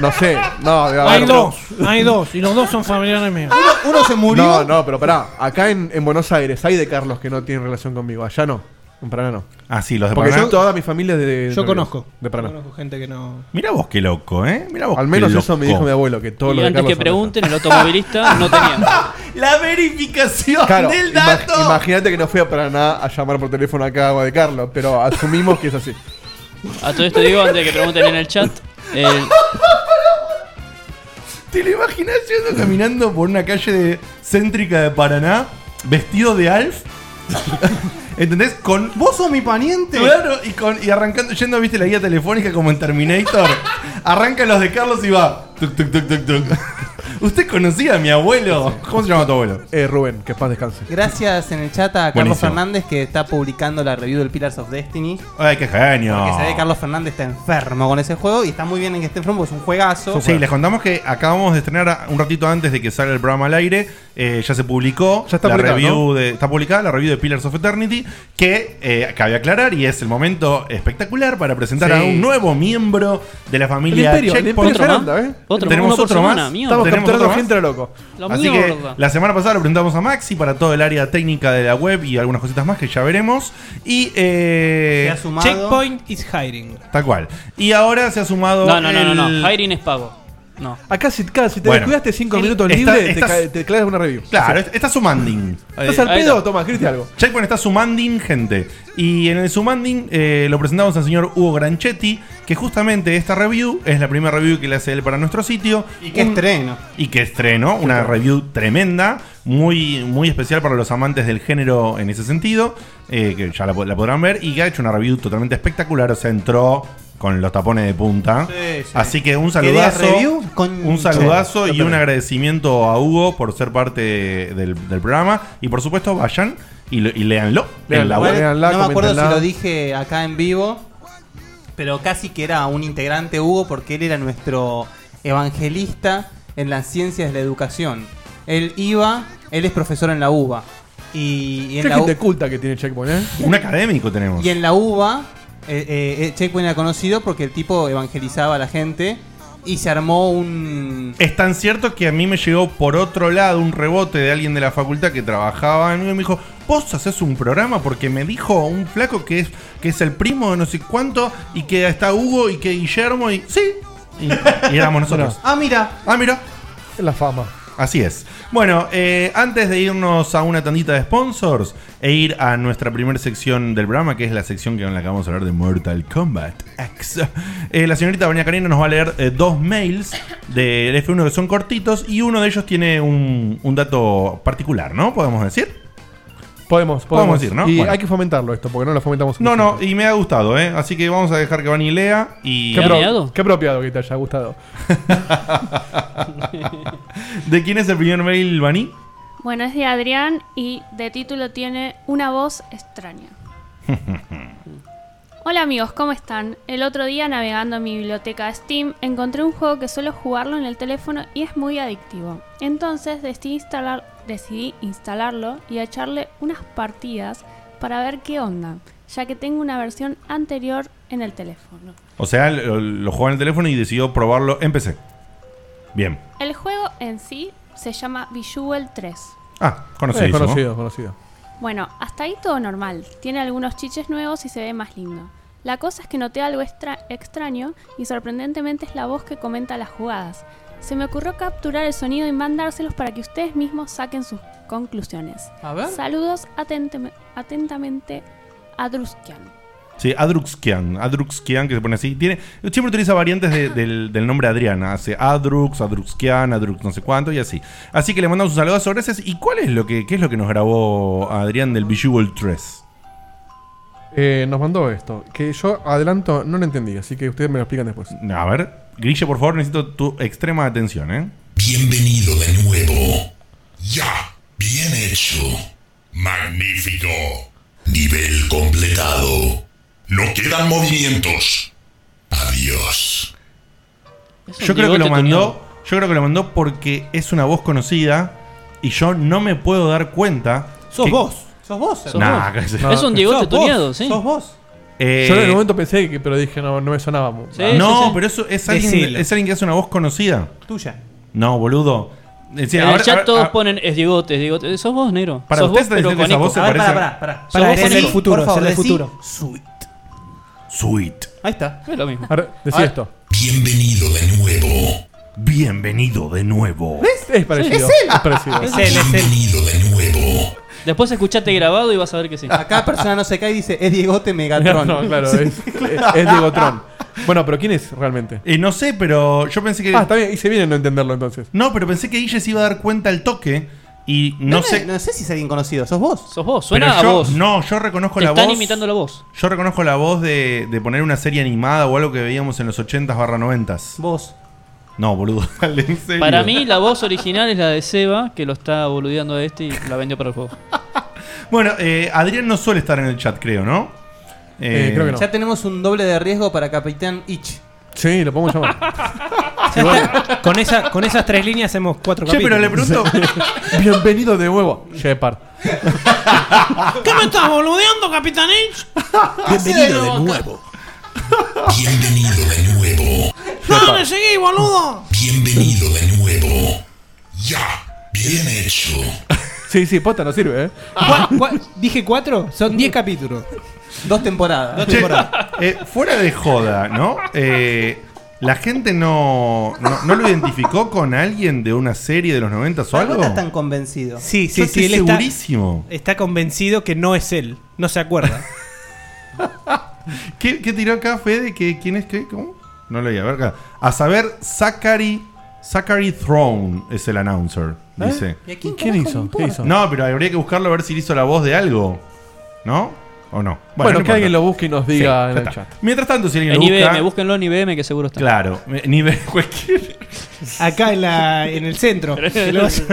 Speaker 4: No sé. No, debe
Speaker 10: Hay
Speaker 4: haber-
Speaker 10: dos, hay dos, y los dos son familiares míos.
Speaker 5: Uno se murió.
Speaker 4: No, no, pero pará. Acá en, en Buenos Aires hay de Carlos que no tienen relación conmigo. Allá no. En Paraná no.
Speaker 3: Ah, sí, los de
Speaker 4: Porque
Speaker 3: Paraná.
Speaker 4: yo toda mi familia es de.
Speaker 7: Yo
Speaker 4: de-
Speaker 7: conozco.
Speaker 4: De Paraná.
Speaker 7: Conozco gente que no.
Speaker 3: Mira vos qué loco, ¿eh? Mira vos
Speaker 4: Al menos
Speaker 3: qué
Speaker 4: eso me
Speaker 3: loco.
Speaker 4: dijo mi abuelo, que todo
Speaker 6: Y
Speaker 4: lo de
Speaker 6: antes
Speaker 4: Carlos
Speaker 6: que pregunten, el automovilista no tenía.
Speaker 3: <laughs> La verificación
Speaker 4: Claro,
Speaker 3: del
Speaker 4: ima-
Speaker 3: dato.
Speaker 4: imagínate que no fui a Paraná a llamar por teléfono acá a Agua de Carlos, pero asumimos que es así.
Speaker 6: A todo esto digo, antes de que pregunten en el
Speaker 3: <laughs>
Speaker 6: chat, el-
Speaker 3: ¿Te lo imaginas yendo caminando por una calle de- céntrica de Paraná, vestido de Alf? <laughs> ¿Entendés? Con.
Speaker 5: ¿Vos sos mi pariente?
Speaker 3: Claro, y, con, y arrancando, yendo, viste, la guía telefónica como en Terminator. Arranca los de Carlos y va. Tuc, tuc, tuc, tuc, tuc. ¿Usted conocía a mi abuelo? ¿Cómo se llama tu abuelo?
Speaker 4: Eh, Rubén, que paz descanse.
Speaker 5: Gracias en el chat a Carlos
Speaker 3: Buenísimo.
Speaker 5: Fernández que está publicando la review del Pillars of Destiny.
Speaker 3: Ay, qué genio.
Speaker 5: Porque se ve que Carlos Fernández está enfermo con ese juego y está muy bien en que esté enfermo porque es un juegazo.
Speaker 3: Sí, les contamos que acabamos de estrenar a- un ratito antes de que salga el programa al aire. eh, ya se publicó
Speaker 4: Ya está
Speaker 3: la
Speaker 4: publicado,
Speaker 3: review
Speaker 4: ¿no?
Speaker 3: de, está publicada la review de Pillars of Eternity que eh, cabe aclarar y es el momento espectacular para presentar
Speaker 4: Sí.
Speaker 3: a un nuevo miembro de la familia
Speaker 4: El imperio, el
Speaker 3: Checkpoint.
Speaker 4: imperio Otro Ferranda, más. ¿eh? Otro,
Speaker 3: Tenemos
Speaker 4: uno por
Speaker 3: otro
Speaker 4: semana,
Speaker 3: más.
Speaker 4: mierda. Estamos
Speaker 3: Tenemos
Speaker 4: capturando
Speaker 3: otro más.
Speaker 4: gente a lo loco. La
Speaker 3: Así que
Speaker 4: mierda.
Speaker 3: la semana pasada lo preguntamos a Maxi para todo el área técnica de la web y algunas cositas más que ya veremos. Y eh,
Speaker 7: Checkpoint is hiring.
Speaker 3: Tal cual. Y ahora se ha sumado.
Speaker 6: No, no, no, no,
Speaker 3: el- Ah,
Speaker 6: no. Hiring es pago. No.
Speaker 4: Acá si, acá, si te
Speaker 3: Bueno.
Speaker 4: descuidaste 5
Speaker 6: El-
Speaker 4: minutos
Speaker 3: Está-
Speaker 4: libres,
Speaker 3: estás-
Speaker 4: te, ca- te clavas una review.
Speaker 3: Claro,
Speaker 4: Sí.
Speaker 3: est- está sumanding.
Speaker 4: ¿Estás al pedo? Toma, escribiste algo.
Speaker 3: Checkpoint está sumanding, gente. Y en el sumanding eh, lo presentamos al señor Hugo Granchetti, que justamente esta review es la primera review que le hace él para nuestro sitio.
Speaker 5: Y qué estreno.
Speaker 3: Y que estreno, una review tremenda, muy, muy especial para los amantes del género en ese sentido, eh, que ya la, po- la podrán ver, y que ha hecho una review totalmente espectacular, o sea, entró con los tapones de punta. Así que un
Speaker 5: ¿Qué día
Speaker 3: saludazo.
Speaker 5: review? Con-
Speaker 3: Un saludazo
Speaker 5: Sí,
Speaker 3: y
Speaker 5: lo
Speaker 3: un
Speaker 5: perdí.
Speaker 3: agradecimiento a Hugo por ser parte del, del programa. Y por supuesto, vayan y, lo- y léanlo. en la
Speaker 5: Igual,
Speaker 3: web.
Speaker 5: no me acuerdo si lo dije acá en vivo, pero casi que era un integrante Hugo porque él era nuestro evangelista en las ciencias de la educación. Él iba, él es profesor en la UBA. Y, y en
Speaker 4: Qué
Speaker 5: la U-
Speaker 4: gente culta que tiene Checkpoint, ¿eh?
Speaker 3: Un académico tenemos.
Speaker 5: Y en la UBA, eh, eh, eh, Checkpoint era conocido porque el tipo evangelizaba a la gente y se armó un...
Speaker 3: Es tan cierto que a mí me llegó por otro lado un rebote de alguien de la facultad que trabajaba en mí y me dijo, vos haces un programa porque me dijo un flaco que es, que es el primo de no sé cuánto y que está Hugo y que Guillermo y... Sí. Y, y éramos nosotros.
Speaker 5: Ah, mira.
Speaker 3: Ah, mira.
Speaker 4: La fama.
Speaker 3: Así es. Bueno, eh, antes de irnos a una tandita de sponsors e ir a nuestra primera sección del programa, que es la sección que en la que vamos a hablar de Mortal Kombat X, <laughs> eh, la señorita Baña Carino nos va a leer eh, dos mails del F1 que son cortitos y uno de ellos tiene un, un dato particular, ¿no? Podemos decir.
Speaker 4: Podemos, podemos.
Speaker 3: Podemos decir, ¿no?
Speaker 4: Y
Speaker 3: Bueno.
Speaker 4: hay que fomentarlo esto, porque no lo fomentamos.
Speaker 3: No, no, y me ha gustado, ¿eh? Así que vamos a dejar que Bani lea y...
Speaker 4: Qué, pro- qué apropiado que te haya gustado.
Speaker 3: <laughs>
Speaker 4: <laughs>
Speaker 3: ¿De quién es el primer mail, Bani?
Speaker 12: Bueno, es de Adrián y de título tiene Una voz extraña. Hola amigos, ¿cómo están? El otro día navegando en mi biblioteca de Steam encontré un juego que suelo jugarlo en el teléfono y es muy adictivo. Entonces decidí, instalar, decidí instalarlo y echarle unas partidas para ver qué onda, ya que tengo una versión anterior en el teléfono.
Speaker 3: O sea, lo, lo jugó en el teléfono y decidió probarlo en PC. Bien.
Speaker 12: El juego en sí se llama Visual 3.
Speaker 3: Ah,
Speaker 4: Eh,
Speaker 3: conocidísimo.
Speaker 4: conocido, conocido.
Speaker 12: Bueno, hasta ahí todo normal. Tiene algunos chiches nuevos y se ve más lindo. La cosa es que noté algo extra- extraño y sorprendentemente es la voz que comenta las jugadas. Se me ocurrió capturar el sonido y mandárselos para que ustedes mismos saquen sus conclusiones.
Speaker 5: A ver.
Speaker 12: Saludos atentem- atentamente a Druskian.
Speaker 3: Sí, Adruxkian. Adruxkian, que se pone así. Tiene, siempre utiliza variantes de- del, del nombre Adriana. Hace Adrux, Adruxkian, Adrux no sé cuánto y así. Así que le mandamos un saludo a gracias. ¿Y cuál es lo que, qué es lo que nos grabó Adrián del Visual 3?
Speaker 4: Eh, nos mandó esto, que yo adelanto, no lo entendí, así que ustedes me lo explican después.
Speaker 3: A ver, Grille, por favor, necesito tu extrema atención, ¿eh?
Speaker 13: Bienvenido de nuevo. Ya, bien hecho. Magnífico. Nivel completado. No quedan movimientos. Adiós.
Speaker 3: Yo creo que lo mandó. Yo creo que lo mandó porque es una voz conocida y yo no me puedo dar cuenta.
Speaker 5: Sos
Speaker 3: que-
Speaker 5: vos. Sos vos.
Speaker 3: Sos
Speaker 5: hermano.
Speaker 3: Nah, vos. que- Es un Diegote
Speaker 5: Sos vos,
Speaker 3: tuneado, sí.
Speaker 5: Sos vos.
Speaker 3: Eh,
Speaker 4: Yo en el momento pensé que, pero dije, no, no me sonaba mucho.
Speaker 3: no, pero eso es alguien, es alguien que hace una voz conocida.
Speaker 5: Tuya.
Speaker 3: No, boludo. Decía,
Speaker 6: en
Speaker 3: ahora-
Speaker 6: el chat
Speaker 3: ahora- ah,
Speaker 6: todos
Speaker 3: ahora-
Speaker 6: ponen es Diegote, es Diegote. Sos vos, negro.
Speaker 3: Para
Speaker 6: Sos
Speaker 3: ustedes está
Speaker 6: vos,
Speaker 3: diciendo esa
Speaker 6: con
Speaker 3: voz se
Speaker 6: eco.
Speaker 3: parece-
Speaker 5: Pará, pará.
Speaker 6: Sos vos
Speaker 5: Pará,
Speaker 6: con
Speaker 5: decí,
Speaker 6: eco.
Speaker 5: por favor,
Speaker 6: es el
Speaker 5: decí
Speaker 6: futuro.
Speaker 5: Sweet.
Speaker 3: Sweet.
Speaker 5: Ahí está.
Speaker 6: Es lo mismo.
Speaker 4: Ahora, decí
Speaker 6: Ahora-
Speaker 4: esto.
Speaker 13: Bienvenido de nuevo.
Speaker 3: Bienvenido de nuevo.
Speaker 5: ¿Ves?
Speaker 4: Es
Speaker 6: parecido,
Speaker 4: parecido.
Speaker 6: Sí. es
Speaker 4: Es
Speaker 6: parecido.
Speaker 4: parecido.
Speaker 6: Es él, es él.
Speaker 13: Bienvenido de nuevo.
Speaker 6: Después escuchate grabado y vas a ver que sí.
Speaker 5: Acá persona no se cae y dice, es Diegote Megatron.
Speaker 4: <laughs> No, claro,
Speaker 5: Sí,
Speaker 4: es,
Speaker 5: <laughs> claro.
Speaker 4: es Diegotron. Bueno, Ah, pero ¿quién es realmente?
Speaker 3: Eh, no sé, pero yo pensé que.
Speaker 4: Ah, está bien, hice bien en no entenderlo entonces.
Speaker 3: No, pero pensé que Guille se iba a dar cuenta al toque. Y no,
Speaker 5: No me-
Speaker 3: sé.
Speaker 5: No sé si es alguien conocido, sos vos.
Speaker 6: Sos vos,
Speaker 3: Pero yo- No, yo reconozco
Speaker 6: Te
Speaker 3: la
Speaker 6: están
Speaker 3: voz.
Speaker 6: imitando la voz.
Speaker 3: Yo reconozco la voz de, de poner una serie animada o algo que veíamos en los 80s barra 90s.
Speaker 5: Vos.
Speaker 3: No, boludo. <laughs> dale, en serio.
Speaker 6: Para mí, la voz original es la de Seba, que lo está boludeando a este y la vendió para el juego.
Speaker 3: Bueno, eh, Adrián no suele estar en el chat, creo, ¿no? Eh,
Speaker 5: Ya tenemos un doble de riesgo para Capitán Itch.
Speaker 4: Sí, lo podemos llamar.
Speaker 7: con, esa, con esas tres líneas hacemos cuatro
Speaker 4: Che,
Speaker 7: capítulos.
Speaker 4: pero le pregunto- <laughs> Bienvenido de nuevo, Shepard.
Speaker 7: ¿Qué me estás boludeando, Capitán Inch?
Speaker 13: Bienvenido Ah, de nuevo. Bienvenido de nuevo.
Speaker 7: Dale, seguí, boludo.
Speaker 13: Bienvenido de nuevo. Ya, bien hecho.
Speaker 4: Sí, sí, posta no sirve, ¿eh?
Speaker 7: Dije cuatro, son diez capítulos.
Speaker 5: Dos temporadas.
Speaker 7: Dos
Speaker 3: Che,
Speaker 7: temporadas.
Speaker 3: <laughs> eh, fuera de joda, ¿no? Eh, la gente no, no, no lo identificó con alguien de una serie de los 90 o
Speaker 5: ¿Por qué
Speaker 3: algo.
Speaker 5: estás tan convencido?
Speaker 7: Sí, sí,
Speaker 3: Yo
Speaker 7: sí,
Speaker 3: estoy
Speaker 7: él está,
Speaker 3: segurísimo.
Speaker 7: está convencido que no es él, no se acuerda.
Speaker 3: <laughs> ¿Qué, qué tiró acá, Fede? ¿Qué, ¿Quién es qué? ¿Cómo? No leí, a ver acá. A saber, Zachary, Zachary Throne es el announcer,
Speaker 4: ¿Eh?
Speaker 3: dice.
Speaker 4: ¿Y a quién ¿Y quién carajo hizo? le importa? ¿Qué hizo?
Speaker 3: No, pero habría que buscarlo a ver si hizo la voz de algo. ¿No? ¿O no?
Speaker 4: Bueno,
Speaker 3: no
Speaker 4: que
Speaker 3: importa.
Speaker 4: alguien lo busque y nos diga
Speaker 3: Sí,
Speaker 4: en
Speaker 3: ya
Speaker 4: el
Speaker 3: está.
Speaker 4: chat.
Speaker 3: Mientras tanto, si alguien
Speaker 6: En
Speaker 3: lo busca...
Speaker 6: IBM, búsquenlo en IBM que seguro está.
Speaker 3: Claro, me- ni
Speaker 4: <laughs>
Speaker 3: ve cualquier.
Speaker 7: Acá en, la, en el centro. El oso.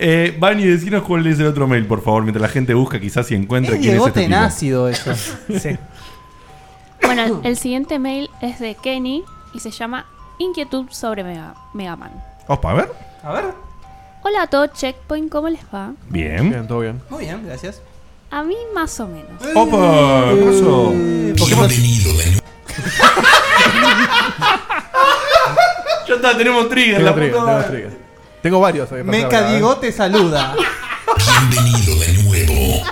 Speaker 3: Eh, Van y decinos cuál es el otro mail, por favor, mientras la gente busca, quizás si encuentra
Speaker 5: Es
Speaker 3: quién es
Speaker 5: Diegote
Speaker 3: este
Speaker 5: en
Speaker 3: tipo.
Speaker 5: ácido
Speaker 3: <laughs>
Speaker 5: eso.
Speaker 7: Sí.
Speaker 12: Bueno, el siguiente mail es de Kenny y se llama Inquietud sobre Mega, Mega Man.
Speaker 3: Opa, a ver.
Speaker 5: A ver.
Speaker 12: Hola a todos, Checkpoint, ¿cómo les va?
Speaker 3: Bien.
Speaker 4: Bien, todo bien.
Speaker 5: Muy bien, gracias.
Speaker 12: A mí más o menos.
Speaker 3: Opa, ¿qué pasó?
Speaker 13: Bienvenido de nuevo.
Speaker 3: <laughs> Ya está, tenemos trigger.
Speaker 4: Tengo
Speaker 3: la
Speaker 4: trigger,
Speaker 3: puta
Speaker 4: tengo
Speaker 3: madre.
Speaker 4: trigger. Tengo varios. ahí para
Speaker 5: Meca
Speaker 4: hacer ahora, ¿eh?
Speaker 5: Diegote saluda.
Speaker 13: Bienvenido de nuevo.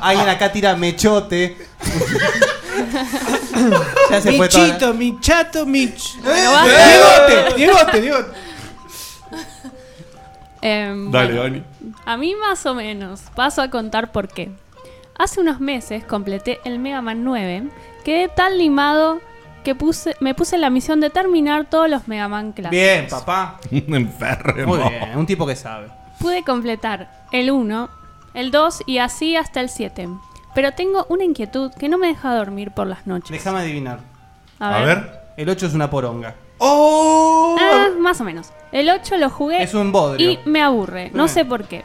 Speaker 5: Alguien acá tira mechote. <laughs> ya se
Speaker 7: mi
Speaker 5: fue toda la-
Speaker 7: chito, mi chato, Eh, mi... ch-
Speaker 5: Diegote, Diegote, Diegote.
Speaker 12: Em,
Speaker 3: Dale,
Speaker 12: bueno,
Speaker 3: Dani.
Speaker 12: A mí más o menos. Paso a contar por qué. Hace unos meses completé el Mega Man 9. Quedé tan limado que puse, me puse la misión de terminar todos los Mega Man clásicos.
Speaker 5: Bien, papá.
Speaker 3: Enfermo.
Speaker 5: Muy bien, un tipo que sabe.
Speaker 12: Pude completar el 1, el 2 y así hasta el 7. Pero tengo una inquietud que no me deja dormir por las noches.
Speaker 5: Déjame adivinar.
Speaker 12: A ver.
Speaker 5: El 8 es una poronga.
Speaker 12: Ah, más o menos. El 8 lo jugué
Speaker 5: ¡Oh! Es un bodrio.
Speaker 12: y me aburre. No sé por qué.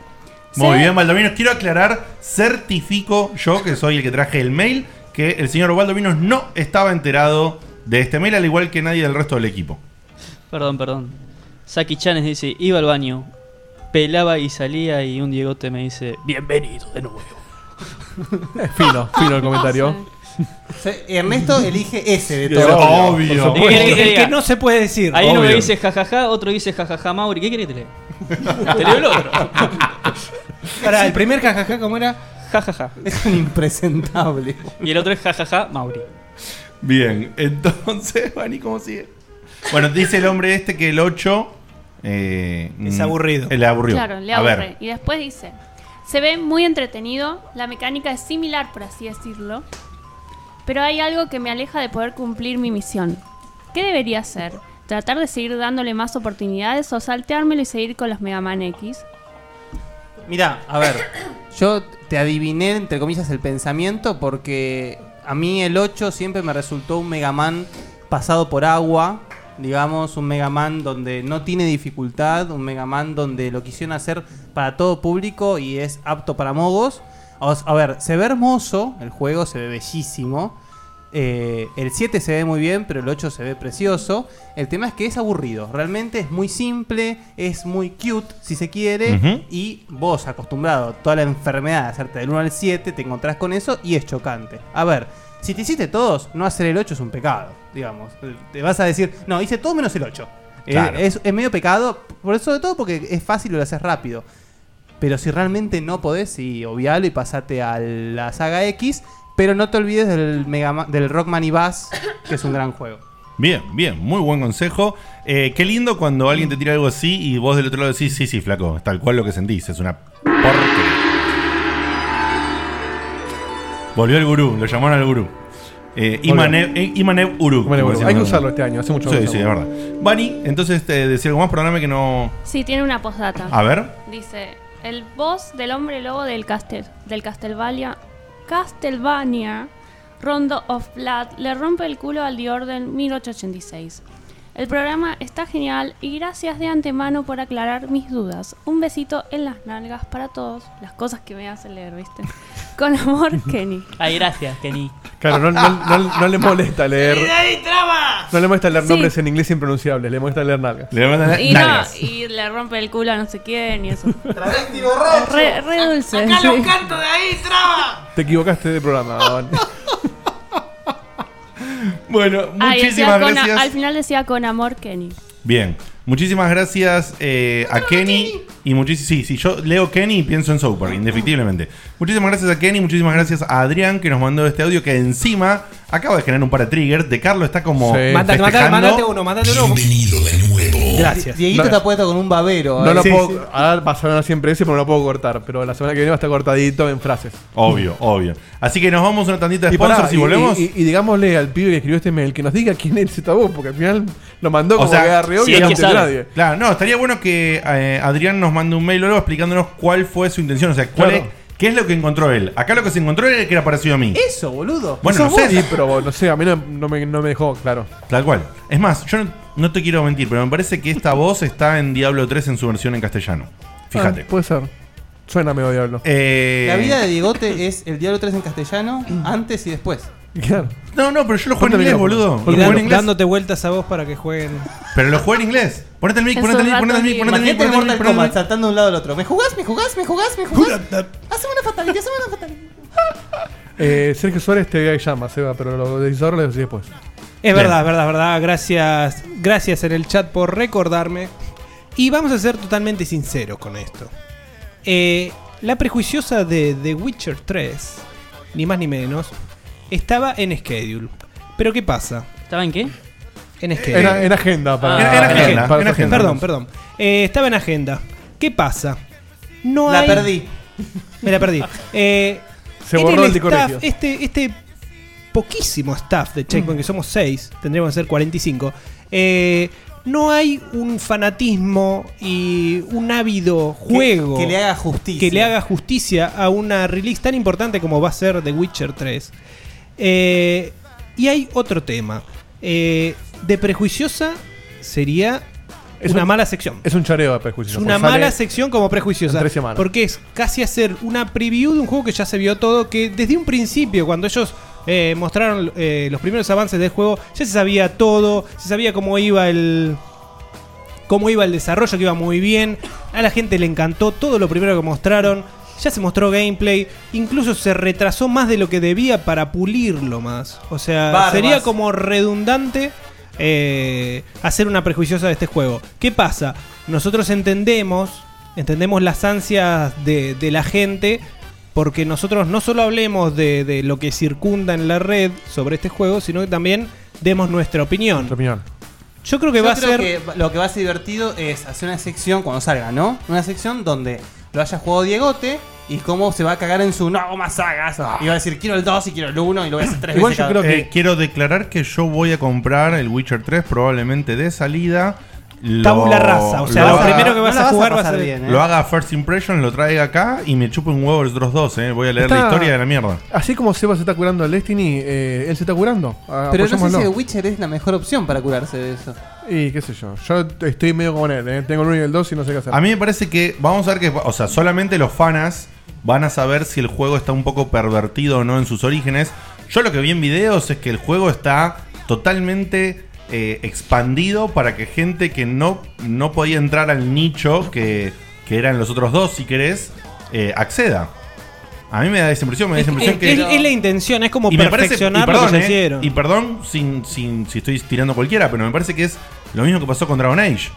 Speaker 12: Sé-
Speaker 3: Muy bien, Valdominos. Quiero aclarar, certifico yo, que soy el que traje el mail, que el señor Valdominos no estaba enterado de este mail, al igual que nadie del resto del equipo.
Speaker 6: Perdón, perdón. Saki Chanes dice, iba al baño, pelaba y salía y un Diegote me dice, bienvenido de nuevo.
Speaker 4: Fino, fino eh,
Speaker 12: <laughs>
Speaker 4: el comentario.
Speaker 5: Se- Ernesto elige ese de
Speaker 4: Bien,
Speaker 5: todos.
Speaker 4: obvio.
Speaker 5: Por
Speaker 4: Bueno,
Speaker 6: ¿Qué
Speaker 5: supuesto.
Speaker 6: querés
Speaker 7: el
Speaker 6: diga?
Speaker 7: que no se puede decir.
Speaker 6: Ahí uno me
Speaker 7: Obvio.
Speaker 6: dice jajaja, otro dice jajaja Mauri. ¿Qué querés que te lea?
Speaker 7: <laughs>
Speaker 6: te leo el otro.
Speaker 7: Pará, el primer jajaja, ¿cómo era?
Speaker 6: Jajaja.
Speaker 5: Es un impresentable.
Speaker 6: Y el otro es jajaja Mauri.
Speaker 3: Bien, entonces, Vani, ¿cómo sigue? Bueno, dice el hombre este que el 8 eh,
Speaker 7: Es
Speaker 3: mm,
Speaker 7: aburrido.
Speaker 3: Le aburrió.
Speaker 12: Claro, le
Speaker 3: A
Speaker 12: aburre.
Speaker 3: ver,
Speaker 12: Y después dice, se ve muy entretenido, la mecánica es similar, por así decirlo, pero hay algo que me aleja de poder cumplir mi misión. ¿Qué debería hacer? ¿Tratar de seguir dándole más oportunidades o salteármelo y seguir con los Mega Man X?
Speaker 5: Mira, a ver, <coughs> yo te adiviné, entre comillas, el pensamiento porque a mí el 8 siempre me resultó un Mega Man pasado por agua, digamos, un Mega Man donde no tiene dificultad, un Mega Man donde lo quisieron hacer para todo público y es apto para mogos. O s- A ver, se ve hermoso, el juego se ve bellísimo. Eh, el 7 se ve muy bien, pero el 8 se ve precioso. El tema es que es aburrido. Realmente es muy simple, es muy cute, si se quiere.
Speaker 3: Ujú.
Speaker 5: Y vos, acostumbrado a toda la enfermedad de hacerte del 1 al 7, te encontrás con eso y es chocante. A ver, si te hiciste todos, no hacer el 8 es un pecado, digamos. Te vas a decir, no, hice todo menos el 8. Eh,
Speaker 3: Claro.
Speaker 5: Es, es medio pecado, por sobre todo porque es fácil y lo haces rápido. Pero si realmente no podés, sí, obvialo y pasate a la saga X. Pero no te olvides del, Mega Ma- del Rockman y Bass, que es un gran juego.
Speaker 3: Bien, bien, muy buen consejo. Eh, qué lindo cuando alguien te tira algo así y vos del otro lado decís, sí, sí, flaco, es tal cual lo que sentís, es una porquería. Volvió el gurú, lo llamaron al gurú. Eh,
Speaker 4: Volvió.
Speaker 3: Imanev, eh, Imanev Uru.
Speaker 4: Imanev
Speaker 3: como
Speaker 4: Uru.
Speaker 3: decían
Speaker 4: Hay que
Speaker 3: los-
Speaker 4: usarlo este año, hace mucho que
Speaker 3: Sí,
Speaker 4: no
Speaker 3: sí, es
Speaker 4: usamos.
Speaker 3: verdad. Bani, entonces te decía algo más, programa que no.
Speaker 12: Sí, tiene una postdata.
Speaker 3: A ver.
Speaker 12: Dice, el boss del hombre lobo del castel, del Castelvania, Castelvania, Rondo of Blood, le rompe el culo al The Order 1886. El programa está genial y gracias de antemano por aclarar mis dudas. Un besito en las nalgas para todos. Las cosas que me hacen leer,
Speaker 3: <laughs>
Speaker 12: ¿viste? Con amor, Kenny.
Speaker 6: Ay, gracias, Kenny.
Speaker 4: Claro, no, no- no- no le molesta leer.
Speaker 12: traba!
Speaker 4: No le molesta leer
Speaker 12: Sí.
Speaker 4: nombres en inglés impronunciables, le molesta leer nalgas.
Speaker 3: Le molesta
Speaker 12: Y no, y le rompe el culo a no sé quién y eso. Re, re dulce.
Speaker 4: Sacá los
Speaker 12: sí.
Speaker 4: cantos Te equivocaste de programa, Van.
Speaker 3: <laughs> Bueno,
Speaker 12: Ah, y decía
Speaker 3: muchísimas
Speaker 12: con-
Speaker 3: gracias.
Speaker 12: al final decía con amor Kenny.
Speaker 3: Bien, muchísimas gracias eh, a Kenny. Y muchísimas. Sí, sí, yo leo Kenny y pienso en South Park, indefectiblemente. Muchísimas gracias a Kenny, muchísimas gracias a Adrián que nos mandó este audio que encima acaba de generar un par de triggers. De Carlos está como.
Speaker 7: Sí. Mándate,
Speaker 3: festejando.
Speaker 7: mándate uno, mándate uno.
Speaker 13: Bienvenido de nuevo.
Speaker 7: Gracias.
Speaker 5: Dieguito
Speaker 4: No.
Speaker 5: está puesto con un babero.
Speaker 4: No
Speaker 5: eh.
Speaker 4: lo puedo. Ahora va a sonar siempre ese, pero no lo puedo cortar. Pero la semana que viene va a estar cortadito en frases.
Speaker 3: Obvio, obvio. Así que nos vamos a una tandita de
Speaker 4: Y pará,
Speaker 3: sponsors y
Speaker 4: y-
Speaker 3: volvemos.
Speaker 4: Y, y digámosle al pibe que escribió este mail que nos diga quién es ese tabú, porque al final lo mandó como que agarreó y no entendió nadie. Ah,
Speaker 3: Claro, no, estaría bueno que eh, Adrián nos mande un mail o algo explicándonos cuál fue su intención. O sea, cuál
Speaker 4: Claro.
Speaker 3: es- qué es lo que encontró él. Acá lo que se encontró era el que era parecido a mí.
Speaker 5: Eso, boludo.
Speaker 3: Bueno, no sé.
Speaker 4: Sí, pero no sé, a mí no, no me, no me dejó claro.
Speaker 3: Tal cual. Es más, yo no, no te quiero mentir, pero me parece que esta voz está en Diablo 3 en su versión en castellano. Fíjate.
Speaker 4: Ah, puede ser. Suena medio diablo.
Speaker 3: Eh,
Speaker 5: La vida de Diegote es el Diablo 3 en castellano, antes y después.
Speaker 3: No, no, pero yo lo juego en inglés, boludo. Lo
Speaker 7: Y
Speaker 3: juego
Speaker 7: dan-
Speaker 3: en inglés.
Speaker 7: dándote vueltas a vos para que jueguen.
Speaker 3: Pero lo juego en inglés. Ponete el mic, ponete el mic, ponete el mic, ponete el mic,
Speaker 5: Imagínate
Speaker 3: ponete el mic,
Speaker 5: Mortal
Speaker 3: ponete el
Speaker 5: Kombat
Speaker 3: mic.
Speaker 5: saltando de un lado al otro. ¿Me jugás? ¿Me jugás? ¿Me jugás? ¿Me jugás? Haceme una fatalidad, haceme una fatalidad.
Speaker 4: Eh, Sergio Suárez te llama, Seba, pero lo de Isidoro lo decís después.
Speaker 7: Es verdad, es verdad, es verdad. Gracias, gracias en el chat por recordarme. Y vamos a ser totalmente sinceros con esto. Eh, la prejuiciosa de The Witcher 3, ni más ni menos, estaba en schedule. Pero ¿qué pasa?
Speaker 6: ¿Estaba en qué?
Speaker 7: En schedule.
Speaker 4: Era- en agenda para-
Speaker 7: Era-
Speaker 4: para-
Speaker 7: era agenda,
Speaker 4: para-
Speaker 7: en agenda.
Speaker 4: para-
Speaker 7: Perdón, perdón. Eh, estaba en agenda. ¿Qué pasa? No
Speaker 5: La
Speaker 7: hay-
Speaker 5: perdí.
Speaker 7: Me la perdí. Eh,
Speaker 4: <laughs> Se
Speaker 7: en
Speaker 4: borró el de
Speaker 7: staff,
Speaker 4: colegio.
Speaker 7: Este, este poquísimo staff de
Speaker 5: Mm.
Speaker 7: Checkpoint, que somos 6, tendríamos que ser 45, eh, no hay un fanatismo y un ávido juego
Speaker 5: que le haga justicia.
Speaker 7: que le haga justicia a una release tan importante como va a ser The Witcher 3. Eh, y hay otro tema. Eh, de prejuiciosa sería
Speaker 4: Es
Speaker 7: una
Speaker 4: un-
Speaker 7: mala sección.
Speaker 4: Es un chareo de prejuicios.
Speaker 7: Es una
Speaker 4: porque
Speaker 7: mala
Speaker 4: sale-
Speaker 7: sección como prejuiciosa.
Speaker 4: en tres semanas.
Speaker 7: Porque es casi hacer una preview de un juego que ya se vio todo, que desde un principio, cuando ellos eh, mostraron eh, los primeros avances del juego, ya se sabía todo, se sabía cómo iba el. cómo iba el desarrollo, que iba muy bien. A la gente le encantó todo lo primero que mostraron. Ya se mostró gameplay, incluso se retrasó más de lo que debía para pulirlo más. O sea,
Speaker 5: Barbas.
Speaker 7: sería como redundante eh, hacer una prejuiciosa de este juego. ¿Qué pasa? Nosotros entendemos, entendemos las ansias de, de la gente, porque nosotros no solo hablemos de, de lo que circunda en la red sobre este juego, sino que también demos nuestra opinión. Yo creo que
Speaker 5: Yo
Speaker 7: va
Speaker 5: creo
Speaker 7: a ser...
Speaker 5: que lo que va a ser divertido es hacer una sección cuando salga, ¿no? Una sección donde lo haya jugado Diegote y cómo se va a cagar en su no hago más sagas.
Speaker 3: Ah.
Speaker 5: Y va a decir quiero el 2 y quiero el 1 y lo voy a hacer tres veces. cada-
Speaker 3: Eh, quiero declarar que yo voy a comprar el Witcher 3 probablemente de salida. Lo-
Speaker 7: Tabula rasa, o sea,
Speaker 3: lo
Speaker 7: lo
Speaker 3: haga-
Speaker 7: primero que vas
Speaker 5: no la
Speaker 7: a
Speaker 5: vas a
Speaker 7: jugar va a
Speaker 5: pasar
Speaker 7: ser...
Speaker 5: bien, ¿eh?
Speaker 3: Lo haga First Impression, lo traiga acá y me chupe un huevo los otros dos, eh. Voy a leer la
Speaker 4: Está-
Speaker 3: historia de la mierda.
Speaker 4: Así como Seba se está curando al Destiny, eh, él se está curando. Ah,
Speaker 5: Pero no sé si
Speaker 4: apoyémoslo.
Speaker 5: The Witcher es la mejor opción para curarse de eso.
Speaker 4: Y qué sé yo. Yo estoy medio con él. eh. Tengo el 1 y el 2 y no sé qué hacer.
Speaker 3: A mí me parece que vamos a ver que, o sea, solamente los fanas van a saber si el juego está un poco pervertido o no en sus orígenes. Yo lo que vi en videos es que el juego está totalmente eh, expandido para que gente que no, no podía entrar al nicho que, que eran los otros dos, si querés, eh, acceda. A mí me da esa impresión, me da esa
Speaker 7: Es,
Speaker 3: impresión que...
Speaker 7: es- es la intención, es como
Speaker 3: Y me parece-
Speaker 7: perfeccionar
Speaker 3: y perdón,
Speaker 7: lo que
Speaker 3: eh,
Speaker 7: ya hicieron.
Speaker 3: y perdón sin, sin, si estoy tirando cualquiera, pero me parece que es Lo mismo que pasó con Dragon Age.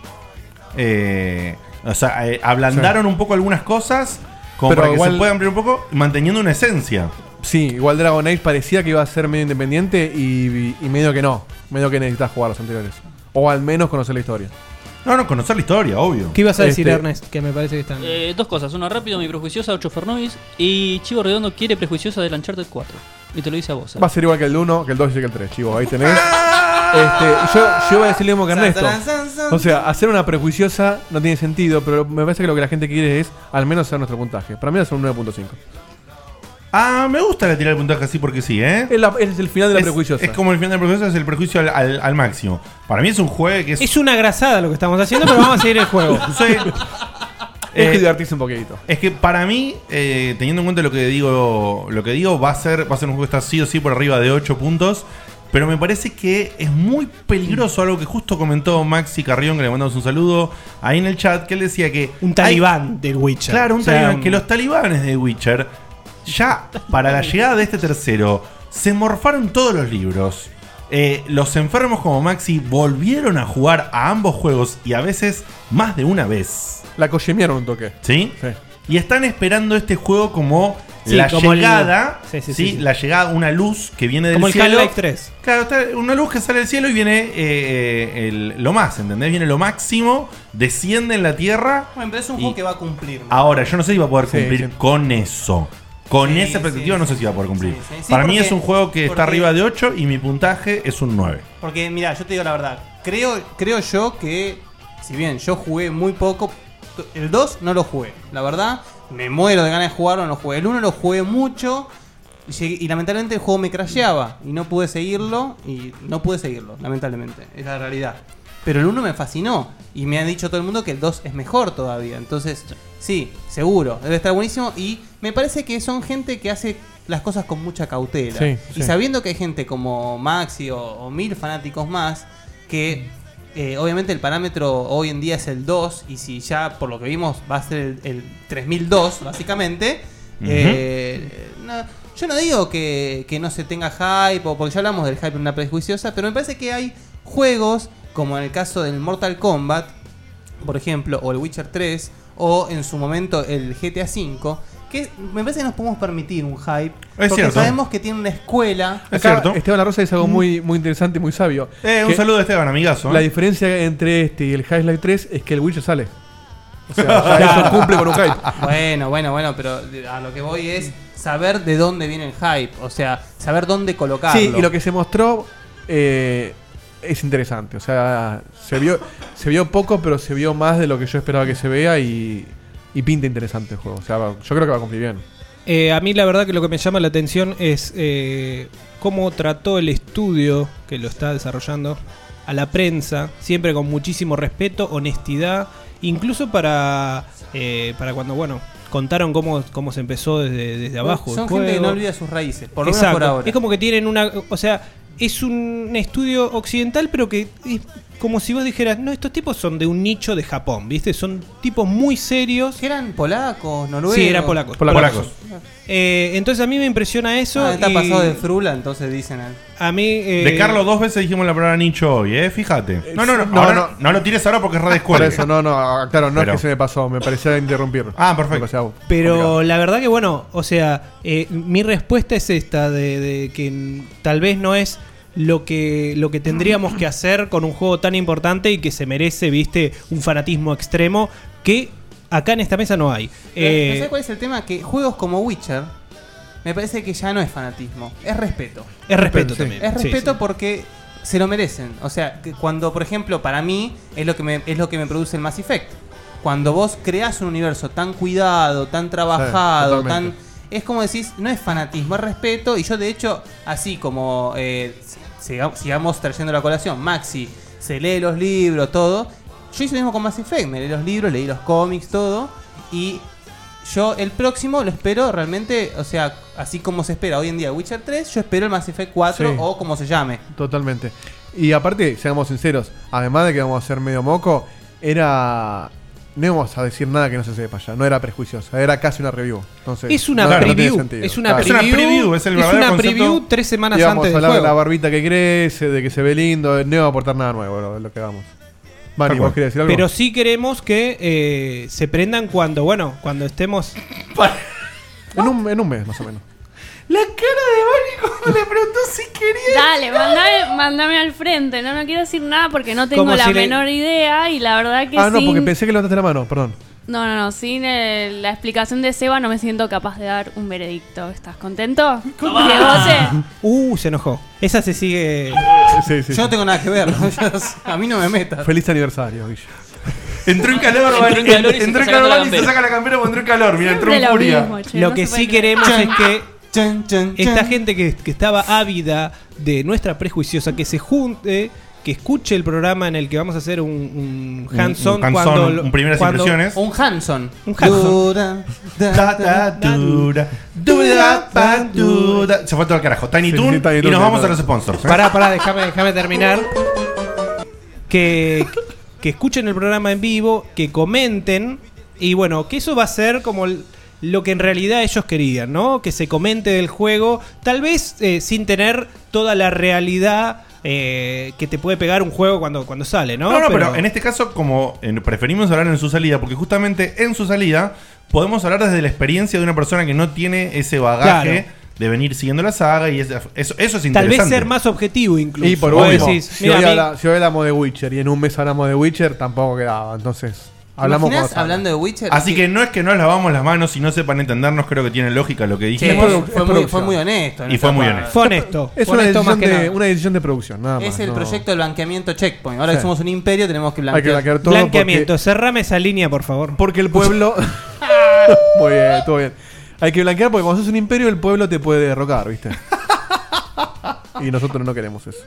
Speaker 3: Eh, o sea, eh, ablandaron un poco algunas cosas como
Speaker 4: Pero
Speaker 3: para que
Speaker 4: igual-
Speaker 3: se pueda ampliar un poco, manteniendo una esencia.
Speaker 4: Sí, igual Dragon Age parecía que iba a ser medio independiente y, y medio que no. Medio que necesitas jugar los anteriores. O al menos conocer la historia.
Speaker 3: No, no, conocer la historia, obvio.
Speaker 7: ¿Qué ibas a decir,
Speaker 4: Este,
Speaker 7: Ernest? Que me parece que están.
Speaker 6: Eh, dos cosas, una rápido, mi prejuiciosa 8 Fernovis y Chivo Redondo quiere prejuiciosa del Uncharted 4. Y te lo dice a vos. ¿eh?
Speaker 4: Va a ser igual que el 1, que el 2 y que el 3, chivo.
Speaker 3: <laughs>
Speaker 4: Ahí tenés. Este, yo, yo voy a decir lo mismo que
Speaker 5: San,
Speaker 4: Ernesto.
Speaker 5: san, san, san.
Speaker 4: O sea, hacer una prejuiciosa no tiene sentido, pero me parece que lo que la gente quiere es al menos hacer nuestro puntaje. Para mí va a ser un 9.5.
Speaker 3: Ah, me gusta la tirada de puntaje así porque sí, ¿eh?
Speaker 4: Es, el final de la prejuiciosa.
Speaker 3: Es como el final de la prejuiciosa, es el prejuicio al, al- al máximo. Para mí es un juego que es.
Speaker 7: Es una grasada lo que estamos haciendo, pero vamos a seguir el
Speaker 3: <laughs>
Speaker 7: juego.
Speaker 4: Es que divertirse un poquitito.
Speaker 3: Eh, Es que para mí, eh, teniendo en cuenta lo que digo, lo que digo, va a ser, va a ser un juego que está sí o sí por arriba de 8 puntos. Pero me parece que es muy peligroso algo que justo comentó Maxi Carrión, que le mandamos un saludo ahí en el chat, que él decía que. Un
Speaker 7: talibán del Witcher.
Speaker 3: Claro, un
Speaker 7: O sea,
Speaker 3: talibán.
Speaker 7: un-
Speaker 3: Que los talibanes de Witcher, ya para la llegada de este tercero, se morfaron todos los libros. Eh, los enfermos como Maxi volvieron a jugar a ambos juegos y a veces más de una vez.
Speaker 4: La cochemearon un toque.
Speaker 3: ¿Sí? Y están esperando este juego como
Speaker 7: Sí,
Speaker 3: la
Speaker 7: como el-
Speaker 3: llegada.
Speaker 7: Sí, sí,
Speaker 3: ¿sí?
Speaker 7: sí, sí.
Speaker 3: La llegada, una luz que viene del
Speaker 7: Como el
Speaker 3: cielo.
Speaker 7: Half-Life 3.
Speaker 3: Claro, está una luz que sale del cielo y viene eh, eh, el- lo más, ¿entendés? Viene lo máximo, desciende en la tierra.
Speaker 5: Bueno, pero es un
Speaker 3: Y-
Speaker 5: juego que va a cumplir.
Speaker 3: Ahora, yo no sé si va a poder
Speaker 5: Sí,
Speaker 3: cumplir
Speaker 5: sí.
Speaker 3: con eso. Con
Speaker 5: Sí,
Speaker 3: esa perspectiva
Speaker 5: sí,
Speaker 3: no sé
Speaker 5: sí.
Speaker 3: si va a poder cumplir.
Speaker 5: Sí, sí, sí,
Speaker 3: Para mí
Speaker 5: porque-
Speaker 3: es un juego que
Speaker 5: porque-
Speaker 3: está arriba de 8 y mi puntaje es un 9.
Speaker 5: Porque, mira, yo te digo la verdad. Creo, creo yo que, si bien yo jugué muy poco, el 2 no lo jugué. La verdad, me muero de ganas de jugarlo, no lo jugué. El 1 lo jugué mucho. Y, llegué- y lamentablemente el juego me crasheaba. Y no pude seguirlo. Y no pude seguirlo, lamentablemente. Es la realidad. Pero el 1 me fascinó. Y me ha dicho todo el mundo que el 2 es mejor todavía. Entonces, sí, seguro. Debe estar buenísimo. Y me parece que son gente que hace las cosas con mucha cautela.
Speaker 4: Sí,
Speaker 5: y
Speaker 4: sí.
Speaker 5: sabiendo que hay gente como Maxi o, o mil fanáticos más, que eh, obviamente el parámetro hoy en día es el 2, y si ya por lo que vimos va a ser el, el 3002, básicamente,
Speaker 14: Ujú.
Speaker 5: eh, no- yo no digo que, que no se tenga hype, o porque ya hablamos del hype en una prejuiciosa, pero me parece que hay juegos, como en el caso del Mortal Kombat, por ejemplo, o el Witcher 3, o en su momento el GTA 5, que me parece que nos podemos permitir un hype. porque
Speaker 4: cierto.
Speaker 5: sabemos que tiene una escuela.
Speaker 4: Acá, Esteban La Rosa dice algo muy, muy interesante y muy sabio.
Speaker 5: Eh, un
Speaker 4: Que
Speaker 5: saludo
Speaker 3: a Esteban, amigazo, ¿eh?
Speaker 4: La diferencia entre este y el Half-Life 3 es que el Witcher sale. <laughs> O
Speaker 5: <laughs>
Speaker 4: sea, ya eso cumple con un hype.
Speaker 5: Ah, Bueno, bueno, bueno, pero a lo que voy es saber de dónde viene el hype. O sea, saber dónde colocarlo.
Speaker 4: Sí, y lo que se mostró eh, es interesante. O sea, se vio, se vio poco, pero se vio más de lo que yo esperaba que se vea y, y pinta interesante el juego. O sea, va- yo creo que va a cumplir bien.
Speaker 7: Eh, a mí la verdad que lo que me llama la atención es eh, cómo trató el estudio que lo está desarrollando a la prensa, siempre con muchísimo respeto, honestidad, incluso para, eh, para cuando, bueno, contaron cómo, cómo se empezó desde, desde abajo.
Speaker 5: Son
Speaker 7: el
Speaker 5: gente que
Speaker 7: juego.
Speaker 5: no olvida sus raíces, por lo menos
Speaker 7: Exacto.
Speaker 5: por ahora.
Speaker 7: Es como que tienen una. O sea, es un estudio occidental, pero que es como si vos dijeras, no, estos tipos son de un nicho de Japón, ¿viste? Son tipos muy serios.
Speaker 5: ¿Eran polacos, noruegos?
Speaker 7: Sí, eran polacos.
Speaker 5: Polacos.
Speaker 7: Eh, entonces a mí me impresiona eso.
Speaker 5: Ah, está
Speaker 7: y
Speaker 5: pasado de frula, entonces dicen. eh.
Speaker 7: A mí. eh,
Speaker 3: De Carlos dos veces dijimos la palabra nicho hoy, ¿eh? Fíjate. No, no, no.
Speaker 4: no,
Speaker 3: ahora
Speaker 4: no.
Speaker 3: no, no lo tires ahora porque es red escuela.
Speaker 4: Por eso, no, no, ah, claro, no
Speaker 3: Pero-
Speaker 4: es que se me pasó, me parecía interrumpir.
Speaker 3: Ah, perfecto.
Speaker 7: Pero la verdad que bueno, o sea, eh, mi respuesta es esta, de, de que mm, tal vez no es lo que, lo que tendríamos que hacer con un juego tan importante y que se merece, viste, un fanatismo extremo que acá en esta mesa no hay.
Speaker 5: Pero,
Speaker 7: Eh,
Speaker 5: ¿Sabes cuál es el tema? Que juegos como Witcher me parece que ya no es fanatismo, es respeto.
Speaker 7: Es respeto Sí. también,
Speaker 5: Es
Speaker 7: sí,
Speaker 5: respeto porque se lo merecen. O sea, que cuando, por ejemplo, para mí es lo que me, es lo que me produce el Mass Effect. Cuando vos creás un universo tan cuidado, tan trabajado, tan.
Speaker 14: totalmente.
Speaker 5: Es como decís, no es fanatismo, es respeto. Y yo, de hecho, así como eh, siga- sigamos trayendo la colación, Maxi se lee los libros, todo. Yo hice lo mismo con Mass Effect, me leí los libros, leí los cómics, todo. Y yo el próximo lo espero realmente, o sea, así como se espera hoy en día Witcher 3, yo espero el Mass Effect 4
Speaker 4: Sí.
Speaker 5: o como se llame.
Speaker 4: Totalmente. Y aparte, seamos sinceros, además de que vamos a ser medio moco, era. No íbamos a decir nada que no se sepa ya, no era prejuiciosa, era casi una review. Entonces,
Speaker 7: Es una
Speaker 4: no- no tiene
Speaker 7: preview,
Speaker 4: sentido.
Speaker 7: es una preview, es una preview tres semanas
Speaker 4: Íbamos
Speaker 7: antes del
Speaker 4: a hablar de
Speaker 7: juego.
Speaker 4: la barbita que crece, de que se ve lindo, no iba a aportar nada nuevo lo, lo que hagamos. Vani,
Speaker 7: Tal
Speaker 4: ¿vos
Speaker 7: cual.
Speaker 4: querés decir algo?
Speaker 7: Pero sí queremos que eh, se prendan cuando, bueno, cuando estemos.
Speaker 4: <laughs> En un, en un mes, más o menos.
Speaker 7: La cara de
Speaker 5: Bani cuando le preguntó si quería.
Speaker 12: Dale, mandame, mandame al frente. No, no quiero decir nada porque no tengo
Speaker 4: Como
Speaker 12: la
Speaker 4: si le-
Speaker 12: menor idea y la verdad que
Speaker 4: Ah, no,
Speaker 12: sin-
Speaker 4: porque pensé que levantaste la mano, perdón.
Speaker 12: No, no, no, sin eh, la explicación de Seba no me siento capaz de dar un veredicto. ¿Estás contento? Diegote.
Speaker 7: <laughs> Uh, se enojó. Esa se
Speaker 4: <laughs>
Speaker 7: sigue.
Speaker 4: sí,
Speaker 5: Yo no tengo nada que
Speaker 4: <laughs>
Speaker 5: ver. <laughs> a mí no me metas.
Speaker 4: Feliz aniversario, Guille.
Speaker 11: Entró en calor, Bani. Entró en calor, Bani, se saca la campera o entró en calor. Mira, entró en furia.
Speaker 7: Lo que sí queremos es que esta
Speaker 11: chan.
Speaker 7: gente que, que estaba ávida de nuestra prejuiciosa, que se junte, que escuche el programa en el que vamos a hacer un, un
Speaker 11: Un-
Speaker 7: hands-on.
Speaker 11: un hands-on,
Speaker 7: cuando lo-
Speaker 11: un primeras
Speaker 7: cuando-
Speaker 11: impresiones.
Speaker 5: Un Hanson.
Speaker 7: Un Hanson.
Speaker 5: Dura,
Speaker 11: Da, da, dura, dura, pa, dura. Se fue todo al carajo. Tiny
Speaker 7: Sí,
Speaker 11: Toon
Speaker 7: sí, Tiny
Speaker 11: y
Speaker 7: Toon,
Speaker 11: nos
Speaker 7: Tiny
Speaker 11: vamos a
Speaker 7: Toon.
Speaker 11: los sponsors. ¿eh?
Speaker 7: Pará, pará, déjame, déjame terminar. Que, que escuchen el programa en vivo, que comenten. Y bueno, que eso va a ser como el- lo que en realidad ellos querían, ¿no? Que se comente del juego, tal vez eh, sin tener toda la realidad eh, que te puede pegar un juego cuando, cuando sale, ¿no?
Speaker 11: No, no, pero, en este caso, como eh, preferimos hablar en su salida, porque justamente en su salida podemos hablar desde la experiencia de una persona que no tiene ese bagaje
Speaker 7: Claro.
Speaker 11: de venir siguiendo la saga y es- eso, eso es interesante.
Speaker 7: Tal vez ser más objetivo incluso.
Speaker 4: Y por
Speaker 7: Vos
Speaker 4: último,
Speaker 7: decís,
Speaker 4: si,
Speaker 7: mira,
Speaker 4: hoy
Speaker 7: a mí-
Speaker 4: habla- si hoy hablamos de Witcher y en un mes hablamos de Witcher, tampoco quedaba. Entonces, hablamos
Speaker 5: imaginas
Speaker 4: cuando salga.
Speaker 5: hablando de Witcher?
Speaker 11: Así que no es que no nos lavamos las manos y no sepan entendernos, creo que tiene lógica lo que
Speaker 5: Sí,
Speaker 11: dijimos.
Speaker 5: fue, muy, fue muy honesto. en
Speaker 11: Y fue
Speaker 5: esta
Speaker 11: muy
Speaker 5: parte.
Speaker 11: honesto.
Speaker 4: Es una decisión, de, una decisión de producción, nada más.
Speaker 5: Es el
Speaker 4: no.
Speaker 5: proyecto del blanqueamiento checkpoint. Ahora
Speaker 4: Sí.
Speaker 5: que somos un imperio tenemos que
Speaker 4: Hay
Speaker 5: blanquear.
Speaker 4: que blanquear todo.
Speaker 7: Blanqueamiento, cerrame esa línea, por favor.
Speaker 4: Porque el <laughs> pueblo. Muy bien, todo bien. Hay que blanquear porque cuando sos un imperio, el pueblo te puede derrocar, <laughs> ¿viste? y nosotros no queremos eso.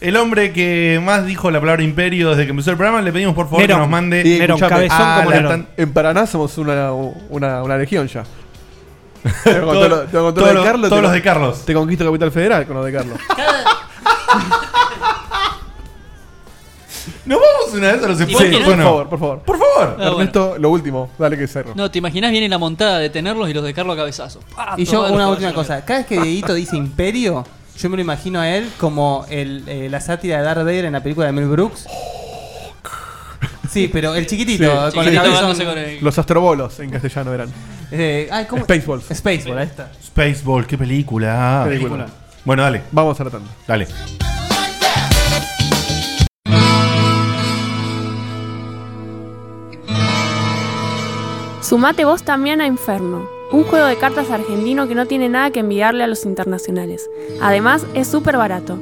Speaker 11: El hombre que más dijo la palabra imperio desde que empezó el programa, le pedimos por favor
Speaker 4: Nerón.
Speaker 11: que nos mande
Speaker 4: Y escuchame, ah, la
Speaker 11: la
Speaker 4: tan- En Paraná somos una, una, una legión <laughs> ya.
Speaker 11: Todo- todos los- todos los de Carlos.
Speaker 4: Te conquisto Capital Federal con los
Speaker 11: <laughs>
Speaker 4: de Carlos.
Speaker 11: ¿Nos vamos una vez a los
Speaker 4: Sí,
Speaker 11: sponsors o
Speaker 4: por
Speaker 11: no?
Speaker 4: favor, por favor.
Speaker 11: Por favor.
Speaker 15: Ah, bueno.
Speaker 4: Ernesto, lo último. Dale que cerro.
Speaker 15: No, te imaginas bien en la montada de tenerlos y los de Carlos a cabezazo. Pa,
Speaker 5: Y yo
Speaker 15: todos
Speaker 5: una
Speaker 15: los
Speaker 5: última
Speaker 15: caballos.
Speaker 5: cosa. Cada vez que Dieguito dice imperio, yo me lo imagino a él como el, eh, la sátira de Darth Vader en la película de Mel Brooks. Sí, pero el chiquitito,
Speaker 4: Sí,
Speaker 5: con
Speaker 4: sí,
Speaker 5: el
Speaker 4: sí. Los astrobolos en castellano eran.
Speaker 5: Eh, ay, ¿cómo?
Speaker 4: Spaceballs.
Speaker 5: Spaceball, ahí está.
Speaker 11: Spaceball, qué película.
Speaker 4: Película.
Speaker 11: Bueno, dale.
Speaker 4: Vamos a la tanda.
Speaker 11: Dale.
Speaker 12: Sumate vos también a Inferno, un juego de cartas argentino que no tiene nada que envidiarle a los internacionales. Además, es súper barato.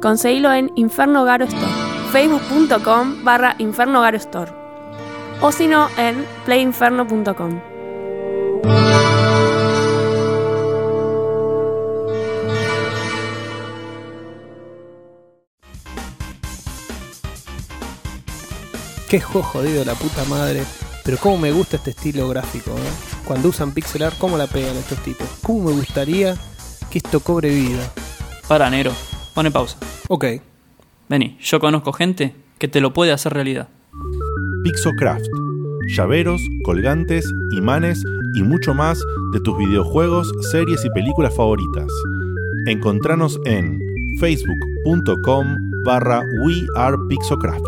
Speaker 12: Conseguilo en Inferno Garo Store, facebook.com barra Inferno Garo Store o si no en playinferno.com.
Speaker 16: Qué juego jodido la puta madre. Pero cómo me gusta este estilo gráfico, ¿eh? Cuando usan pixel art, cómo la pegan estos tipos. Cómo me gustaría que este esto cobre vida.
Speaker 15: Para, negro. Pone pausa.
Speaker 16: Ok.
Speaker 15: Vení, yo conozco gente que te lo puede hacer realidad.
Speaker 3: Pixocraft. Llaveros, colgantes, imanes y mucho más de tus videojuegos, series y películas favoritas. Encontranos en facebook.com barra we are Pixocraft.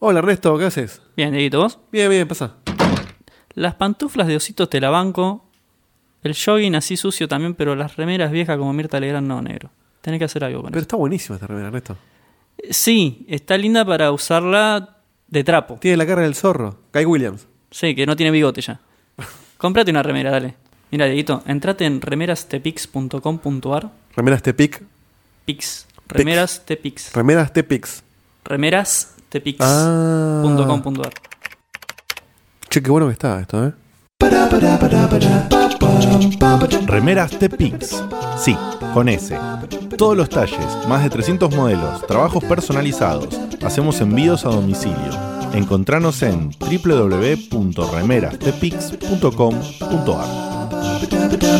Speaker 4: Hola, Ernesto, ¿qué haces?
Speaker 15: Bien, Dieguito, ¿vos?
Speaker 4: Bien, bien, pasa.
Speaker 15: Las pantuflas de ositos te la banco. El jogging así sucio también, pero las remeras viejas como Mirta Legrand no, negro. Tenés que hacer algo con
Speaker 4: Pero está buenísima esta remera, Ernesto.
Speaker 15: eso. Sí, está linda para usarla de trapo.
Speaker 4: Tiene la cara del zorro. Kai Williams.
Speaker 15: Sí, que no tiene bigote
Speaker 4: <laughs>
Speaker 15: ya. Cómprate una remera, dale. Mira, Dieguito, entrate en remerastepix.com.ar.
Speaker 4: Remeras Tepic.
Speaker 15: Pix. Remeras Tepix.
Speaker 4: Remeras Tepix.
Speaker 15: Remeras
Speaker 4: Ah. Che, qué bueno que está esto, ¿eh?
Speaker 3: Remeras Tepix. Sí, con S. Todos los talles, más de 300 modelos, trabajos personalizados. Hacemos envíos a domicilio. Encontranos en www.remerastepix.com.ar.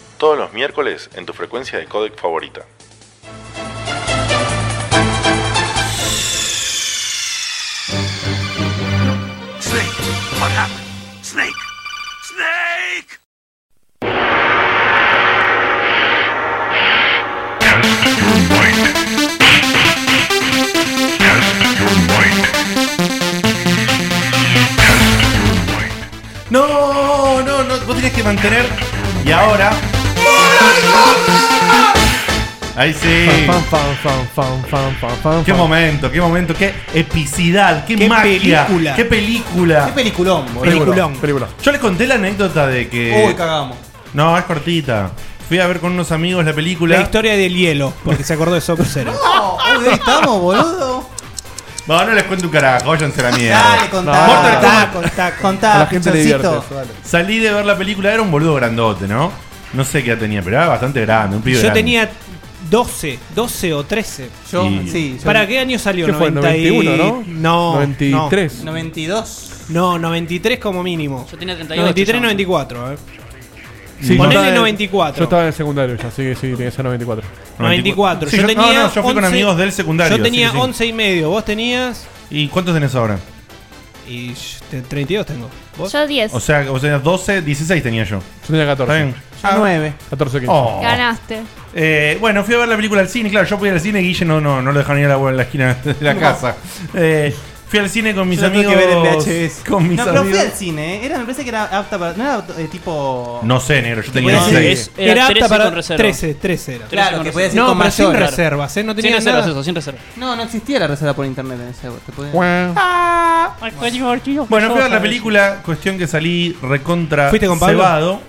Speaker 2: todos los miércoles en tu frecuencia de codec favorita.
Speaker 11: Snake, what happened? Snake, Snake!
Speaker 3: No, no, no, vos tenés que mantener. Y ahora. Ahí sí.
Speaker 4: Fan, fan, fan, fan, fan, fan, fan,
Speaker 3: Qué
Speaker 4: fan.
Speaker 3: momento, qué momento, qué epicidad, qué,
Speaker 4: Qué
Speaker 3: magia.
Speaker 4: película.
Speaker 3: Qué película.
Speaker 4: Qué peliculón, boludo.
Speaker 3: Peliculón.
Speaker 4: Peliculón.
Speaker 3: Yo les conté la anécdota de que.
Speaker 7: Uy, cagamos.
Speaker 3: No, es cortita. Fui a ver con unos amigos la película.
Speaker 7: La historia del hielo, porque se acordó de Soccer
Speaker 3: <laughs>
Speaker 7: Zero.
Speaker 5: ahí estamos, boludo.
Speaker 3: No, no les cuento un carajo, váyanse a la mierda.
Speaker 5: Dale, contá,
Speaker 3: No, Mortal
Speaker 5: contá,
Speaker 3: Kombat.
Speaker 5: contá, contá, A la gente le Chorcito. divierte eso, dale.
Speaker 3: Salí de ver la película, era un boludo grandote, ¿no? No sé qué edad tenía, pero era bastante grande, un pibe
Speaker 7: Yo
Speaker 3: grande.
Speaker 7: tenía 12, 12 o 13.
Speaker 3: Yo- Y- sí, yo-
Speaker 7: ¿Para qué año salió?
Speaker 4: ¿Qué fue, 91, no?
Speaker 7: No.
Speaker 4: 93.
Speaker 7: No. 92. No, 93 como mínimo. Yo
Speaker 6: tenía
Speaker 7: 38. 93, 94. Eh.
Speaker 4: Sí, yo
Speaker 3: eh,
Speaker 4: estaba
Speaker 7: Ponele
Speaker 4: en-
Speaker 7: 94.
Speaker 4: Yo estaba en el secundario ya, así que sí, tenía que ser 94.
Speaker 7: 94.
Speaker 3: Sí, yo- no, Ah, no, yo fui con amigos del secundario,
Speaker 7: Yo tenía
Speaker 3: sí, sí.
Speaker 7: 11 y medio. Vos
Speaker 3: <laughs>
Speaker 7: tenías.
Speaker 3: ¿Y cuántos tenés ahora?
Speaker 7: Y yo te- 32 tengo. ¿Vos?
Speaker 12: Yo 10.
Speaker 3: O sea, o sea, 12, 16 tenía yo. Yo
Speaker 4: tenía 14.
Speaker 3: ¿Está bien?
Speaker 7: Yo 9.
Speaker 4: 14, 15.
Speaker 3: Oh.
Speaker 12: Ganaste.
Speaker 3: Eh, bueno, fui a ver la película al cine, claro, yo fui al cine, Guille no, no, no lo dejaron ir a la, en la esquina de la
Speaker 5: No.
Speaker 3: casa. Eh, fui al cine con mis
Speaker 5: Yo la tuve
Speaker 3: amigos.
Speaker 5: que ver en VHS.
Speaker 3: Con mis
Speaker 5: no, pero
Speaker 3: amigos.
Speaker 5: fui al cine, ¿eh? Era, me parece que era apta para. No era eh, tipo.
Speaker 3: No sé, negro, yo tenía
Speaker 7: Era-
Speaker 3: 16.
Speaker 7: es- era Era apta 13 para- con reserva. 13, 13 era. Claro, que podías ir No, con pero sin mayor. reservas, ¿eh? No tenía Sin reservas, nada. eso, sin reservas.
Speaker 5: No, no existía la reserva por internet en ese te podías- Ah.
Speaker 3: Bueno, fui a ver la película, cuestión que salí recontra
Speaker 7: ¿Fuiste con Pablo?
Speaker 3: cebado.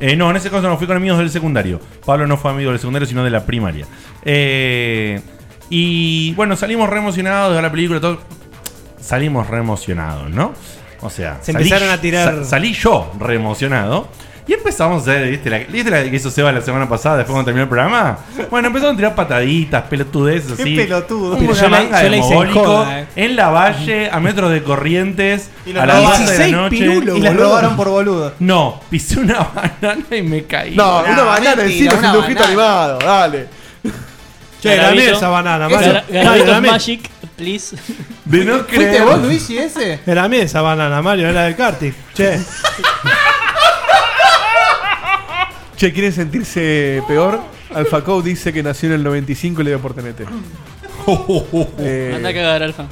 Speaker 3: Eh, no, en ese caso no fui con amigos del secundario. Pablo no fue amigo del secundario, sino de la primaria. Eh, y bueno, salimos re emocionados de ver la película. Todo. Salimos re emocionados, ¿no? O sea,
Speaker 7: Se empezaron a tirar-
Speaker 3: sa- salí yo re emocionado. Y empezamos a hacer, ¿viste? La, ¿Viste la que hizo Seba la semana pasada después cuando terminó el programa? Bueno, empezaron a tirar pataditas, pelotudeces
Speaker 5: Qué
Speaker 3: así.
Speaker 5: pelotudo.
Speaker 3: Pero
Speaker 5: Yo
Speaker 3: ya
Speaker 5: la-
Speaker 3: manga
Speaker 5: yo
Speaker 3: de
Speaker 5: la hice en
Speaker 3: mogólico,
Speaker 5: joda, eh.
Speaker 3: en la valle, a metros de corrientes,
Speaker 5: Y los
Speaker 3: a las
Speaker 5: robaron.
Speaker 3: 12 de la
Speaker 5: 16
Speaker 3: noche.
Speaker 5: pirulos, Y las boludo. robaron por boludo.
Speaker 3: No, pisé una <laughs> banana y me caí.
Speaker 14: No, una banana encima es un dibujito animado,
Speaker 15: <laughs>
Speaker 14: dale.
Speaker 3: Che, la mesa esa banana, Mario. Dale, dame.
Speaker 6: Magic, please.
Speaker 3: De no
Speaker 5: ¿Fuiste
Speaker 7: creer.
Speaker 5: vos, Luigi, ese?
Speaker 7: Era mía esa banana, Mario, era del karting. Che.
Speaker 4: Che, ¿quieren sentirse peor? AlphaCo dice que nació en el 95 y le dio por TNT.
Speaker 11: <laughs>
Speaker 4: Eh,
Speaker 6: Anda a cagar, Alfa.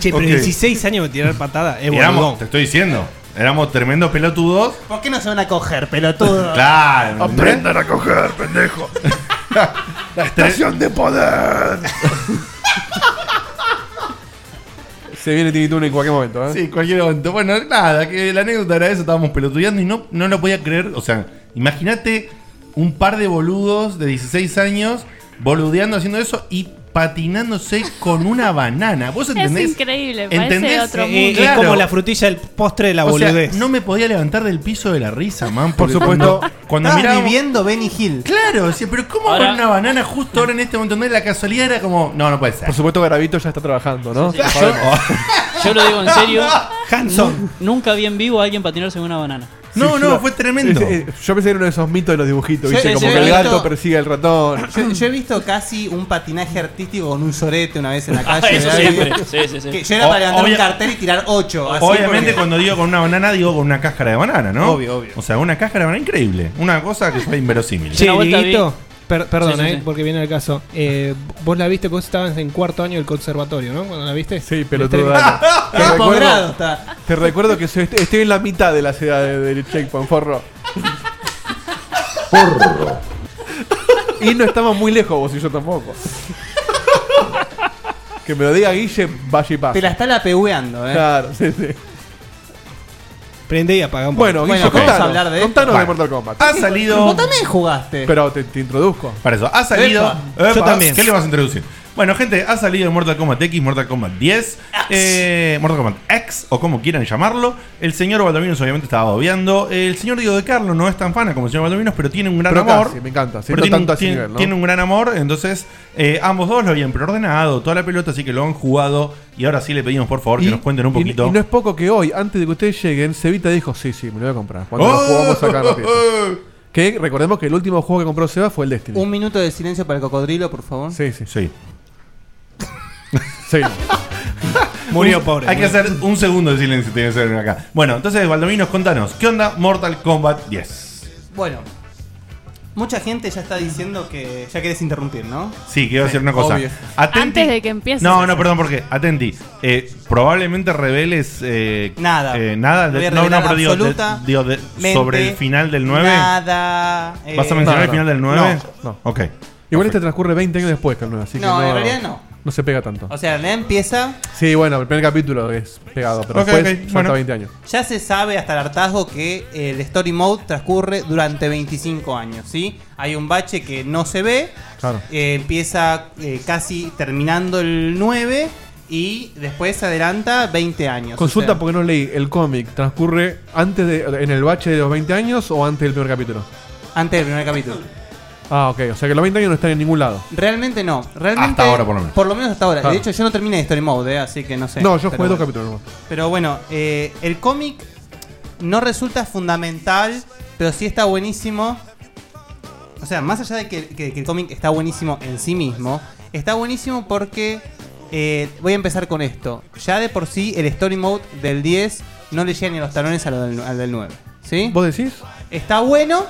Speaker 7: Che, pero
Speaker 3: Ok.
Speaker 7: 16 años de tirar patada. Es
Speaker 3: Éramos,
Speaker 7: boludón.
Speaker 3: te estoy diciendo, éramos tremendos pelotudos.
Speaker 5: ¿Por qué no se van a coger,
Speaker 3: <laughs>
Speaker 5: pelotudo?
Speaker 3: Claro.
Speaker 11: Aprendan a coger, pendejo.
Speaker 3: Este,
Speaker 11: La estación de poder.
Speaker 4: Se viene Tibitune en cualquier momento, ¿eh?
Speaker 3: Sí, cualquier momento. Bueno, nada, que la anécdota era eso, estábamos pelotudeando y no, no lo podía creer. O sea, imagínate un par de boludos de 16 años boludeando haciendo eso y patinándose con una banana. ¿Vos entendés?
Speaker 12: Es increíble,
Speaker 3: ¿Entendés?
Speaker 12: parece otro
Speaker 3: Eh,
Speaker 12: mundo.
Speaker 7: Es
Speaker 3: Claro.
Speaker 7: como la frutilla del postre de la
Speaker 3: O sea,
Speaker 7: boludez.
Speaker 3: no me podía levantar del piso de la risa, man.
Speaker 7: Por
Speaker 3: porque
Speaker 7: supuesto.
Speaker 3: Cuando, cuando
Speaker 5: Estabas
Speaker 3: mirábamos-
Speaker 5: viviendo Benny Hill.
Speaker 3: Claro, decía, pero ¿cómo
Speaker 5: Ahora-
Speaker 3: con una banana justo ahora en este montón de la casualidad era como. No, no puede ser.
Speaker 4: Por supuesto, Garavito ya está trabajando, ¿no?
Speaker 6: sí.
Speaker 5: Oh.
Speaker 4: <laughs>
Speaker 6: Yo lo digo en serio. Hanson. Nunca vi en vivo a alguien patinarse con una banana.
Speaker 4: Sí, yo- Ese- eh, yo pensé que era uno de esos mitos de los dibujitos,
Speaker 5: Sí,
Speaker 4: ¿viste?
Speaker 5: sí,
Speaker 4: Como
Speaker 5: sí,
Speaker 4: que el
Speaker 5: visto.
Speaker 4: gato persigue al ratón.
Speaker 5: <coughs> Yo, yo he visto casi un patinaje artístico con un sorete una vez en
Speaker 6: <laughs>
Speaker 5: la
Speaker 6: Ah,
Speaker 5: calle.
Speaker 6: eso
Speaker 5: ¿verdad?
Speaker 6: siempre.
Speaker 5: <laughs>
Speaker 6: Sí, sí, sí.
Speaker 5: Que yo era para
Speaker 6: O-
Speaker 5: levantar un
Speaker 6: obvia-
Speaker 5: cartel y tirar 8.
Speaker 3: Obviamente, cuando digo con una banana, digo con una cáscara de banana, ¿no?
Speaker 5: Obvio, obvio.
Speaker 3: O sea, una cáscara de banana increíble. Una cosa que fue inverosímil.
Speaker 7: Che, Dieguito, Per- perdón,
Speaker 6: Sí, sí,
Speaker 7: eh,
Speaker 6: sí.
Speaker 7: porque viene al caso. Eh, vos la viste, vos estabas en cuarto año del conservatorio, ¿no? Cuando la viste. Sí,
Speaker 4: pelotudo,
Speaker 5: <laughs>
Speaker 4: dale. Te recuerdo- Te recuerdo que soy- estoy en la mitad de la ciudad de- del checkpoint, forro. Forro. Y no estamos muy lejos vos y yo tampoco. Que me lo diga Guille, vaya y pasa.
Speaker 5: Te la está lapegueando, eh.
Speaker 4: Claro, sí, sí.
Speaker 7: Prende y apaga un poco.
Speaker 4: Bueno, Guille,
Speaker 5: Bueno, vamos a
Speaker 4: contanos,
Speaker 5: hablar de
Speaker 4: contanos
Speaker 5: esto.
Speaker 4: de Mortal Kombat.
Speaker 3: Ha salido- Vos también
Speaker 5: jugaste.
Speaker 4: Pero te, te introduzco.
Speaker 3: Para eso, ha salido.
Speaker 4: Epa.
Speaker 3: Epa,
Speaker 4: Yo también.
Speaker 3: ¿Qué le vas a introducir? Bueno, gente, ha salido Mortal Kombat X, Mortal Kombat 10, eh, Mortal Kombat X, o como quieran llamarlo. El señor Baldovinos obviamente estaba obviando. El señor Diego de Carlo no es tan fan como el señor Baldovinos, pero tiene un gran
Speaker 4: Pero
Speaker 3: amor.
Speaker 4: casi, me encanta, sí,
Speaker 3: Pero
Speaker 4: no
Speaker 3: tiene,
Speaker 4: tanto a
Speaker 3: un,
Speaker 4: ese
Speaker 3: tiene-
Speaker 4: nivel, ¿no?
Speaker 3: tiene un gran amor, entonces eh, ambos dos lo habían preordenado, toda la pelota, así que lo han jugado. Y ahora sí le pedimos, por favor, que nos cuenten un
Speaker 4: Y-
Speaker 3: poquito.
Speaker 4: Y, no es poco que hoy, antes de que ustedes lleguen, Cevita dijo, sí, sí, me lo voy a comprar. Cuando lo
Speaker 5: ¡Oh!
Speaker 4: jugamos acá rápido. Que recordemos que el último juego que compró Seba fue el Destiny.
Speaker 5: Un minuto de silencio para el cocodrilo, por favor. <laughs>
Speaker 4: Sí, sí.
Speaker 3: Sí. <laughs>
Speaker 4: Sí. <laughs>
Speaker 3: Un- Hay que hacer un segundo de silencio, tiene que ser acá. Bueno, entonces, Baldovinos, contanos, ¿qué onda Mortal Kombat 10?
Speaker 5: Bueno, mucha gente ya está diciendo que ya querés interrumpir, ¿no?
Speaker 3: Sí, quiero decir una cosa.
Speaker 5: obvio.
Speaker 3: Atenti-
Speaker 9: Antes de que empieces.
Speaker 3: No, no, perdón, porque, atenti. Eh, probablemente reveles eh,
Speaker 5: Nada.
Speaker 3: eh, nada.
Speaker 5: No voy
Speaker 3: de-
Speaker 5: a
Speaker 3: no, no,
Speaker 5: revelar
Speaker 3: pero digo, de-
Speaker 5: absolutamente
Speaker 3: digo, de- sobre el final del 9.
Speaker 5: Nada. eh,
Speaker 3: ¿Vas a mencionar el final del 9?
Speaker 4: No, no.
Speaker 3: Ok.
Speaker 4: Igual este transcurre 20 años después que el 9, así que
Speaker 5: No, en realidad no.
Speaker 4: No se pega tanto.
Speaker 5: O sea, en realidad empieza.
Speaker 4: Sí, bueno, el primer capítulo es pegado, pero
Speaker 5: Ok,
Speaker 4: después
Speaker 5: ok,
Speaker 4: ya está
Speaker 5: bueno.
Speaker 4: 20 años.
Speaker 5: Ya se sabe hasta el hartazgo que eh, el story mode transcurre durante 25 años, ¿sí? Hay un bache que no se ve,
Speaker 4: Claro.
Speaker 5: eh, empieza eh, casi terminando el 9 y después se adelanta 20 años.
Speaker 4: Consulta
Speaker 5: o sea,
Speaker 4: porque no leí, ¿el cómic transcurre antes de, en el bache de los 20 años o antes del primer capítulo?
Speaker 5: antes del primer capítulo.
Speaker 4: Ah, ok, o sea que los 20 años no están en ningún lado.
Speaker 5: Realmente no, realmente
Speaker 4: Hasta ahora, por lo menos.
Speaker 5: hasta ahora.
Speaker 4: Claro.
Speaker 5: De hecho, yo no terminé de story mode, ¿eh? así que no sé.
Speaker 4: no, yo
Speaker 5: Pero
Speaker 4: jugué
Speaker 5: bueno.
Speaker 4: dos capítulos. nomás.
Speaker 5: Pero bueno, eh, el cómic no resulta fundamental, pero sí está buenísimo. O sea, más allá de que, que- que el cómic está buenísimo en sí mismo, está buenísimo porque. eh, voy a empezar con esto. Ya de por sí, el story mode del 10 no le llega ni a los talones a lo del- al del 9. ¿Sí?
Speaker 4: ¿Vos decís?
Speaker 5: Está bueno.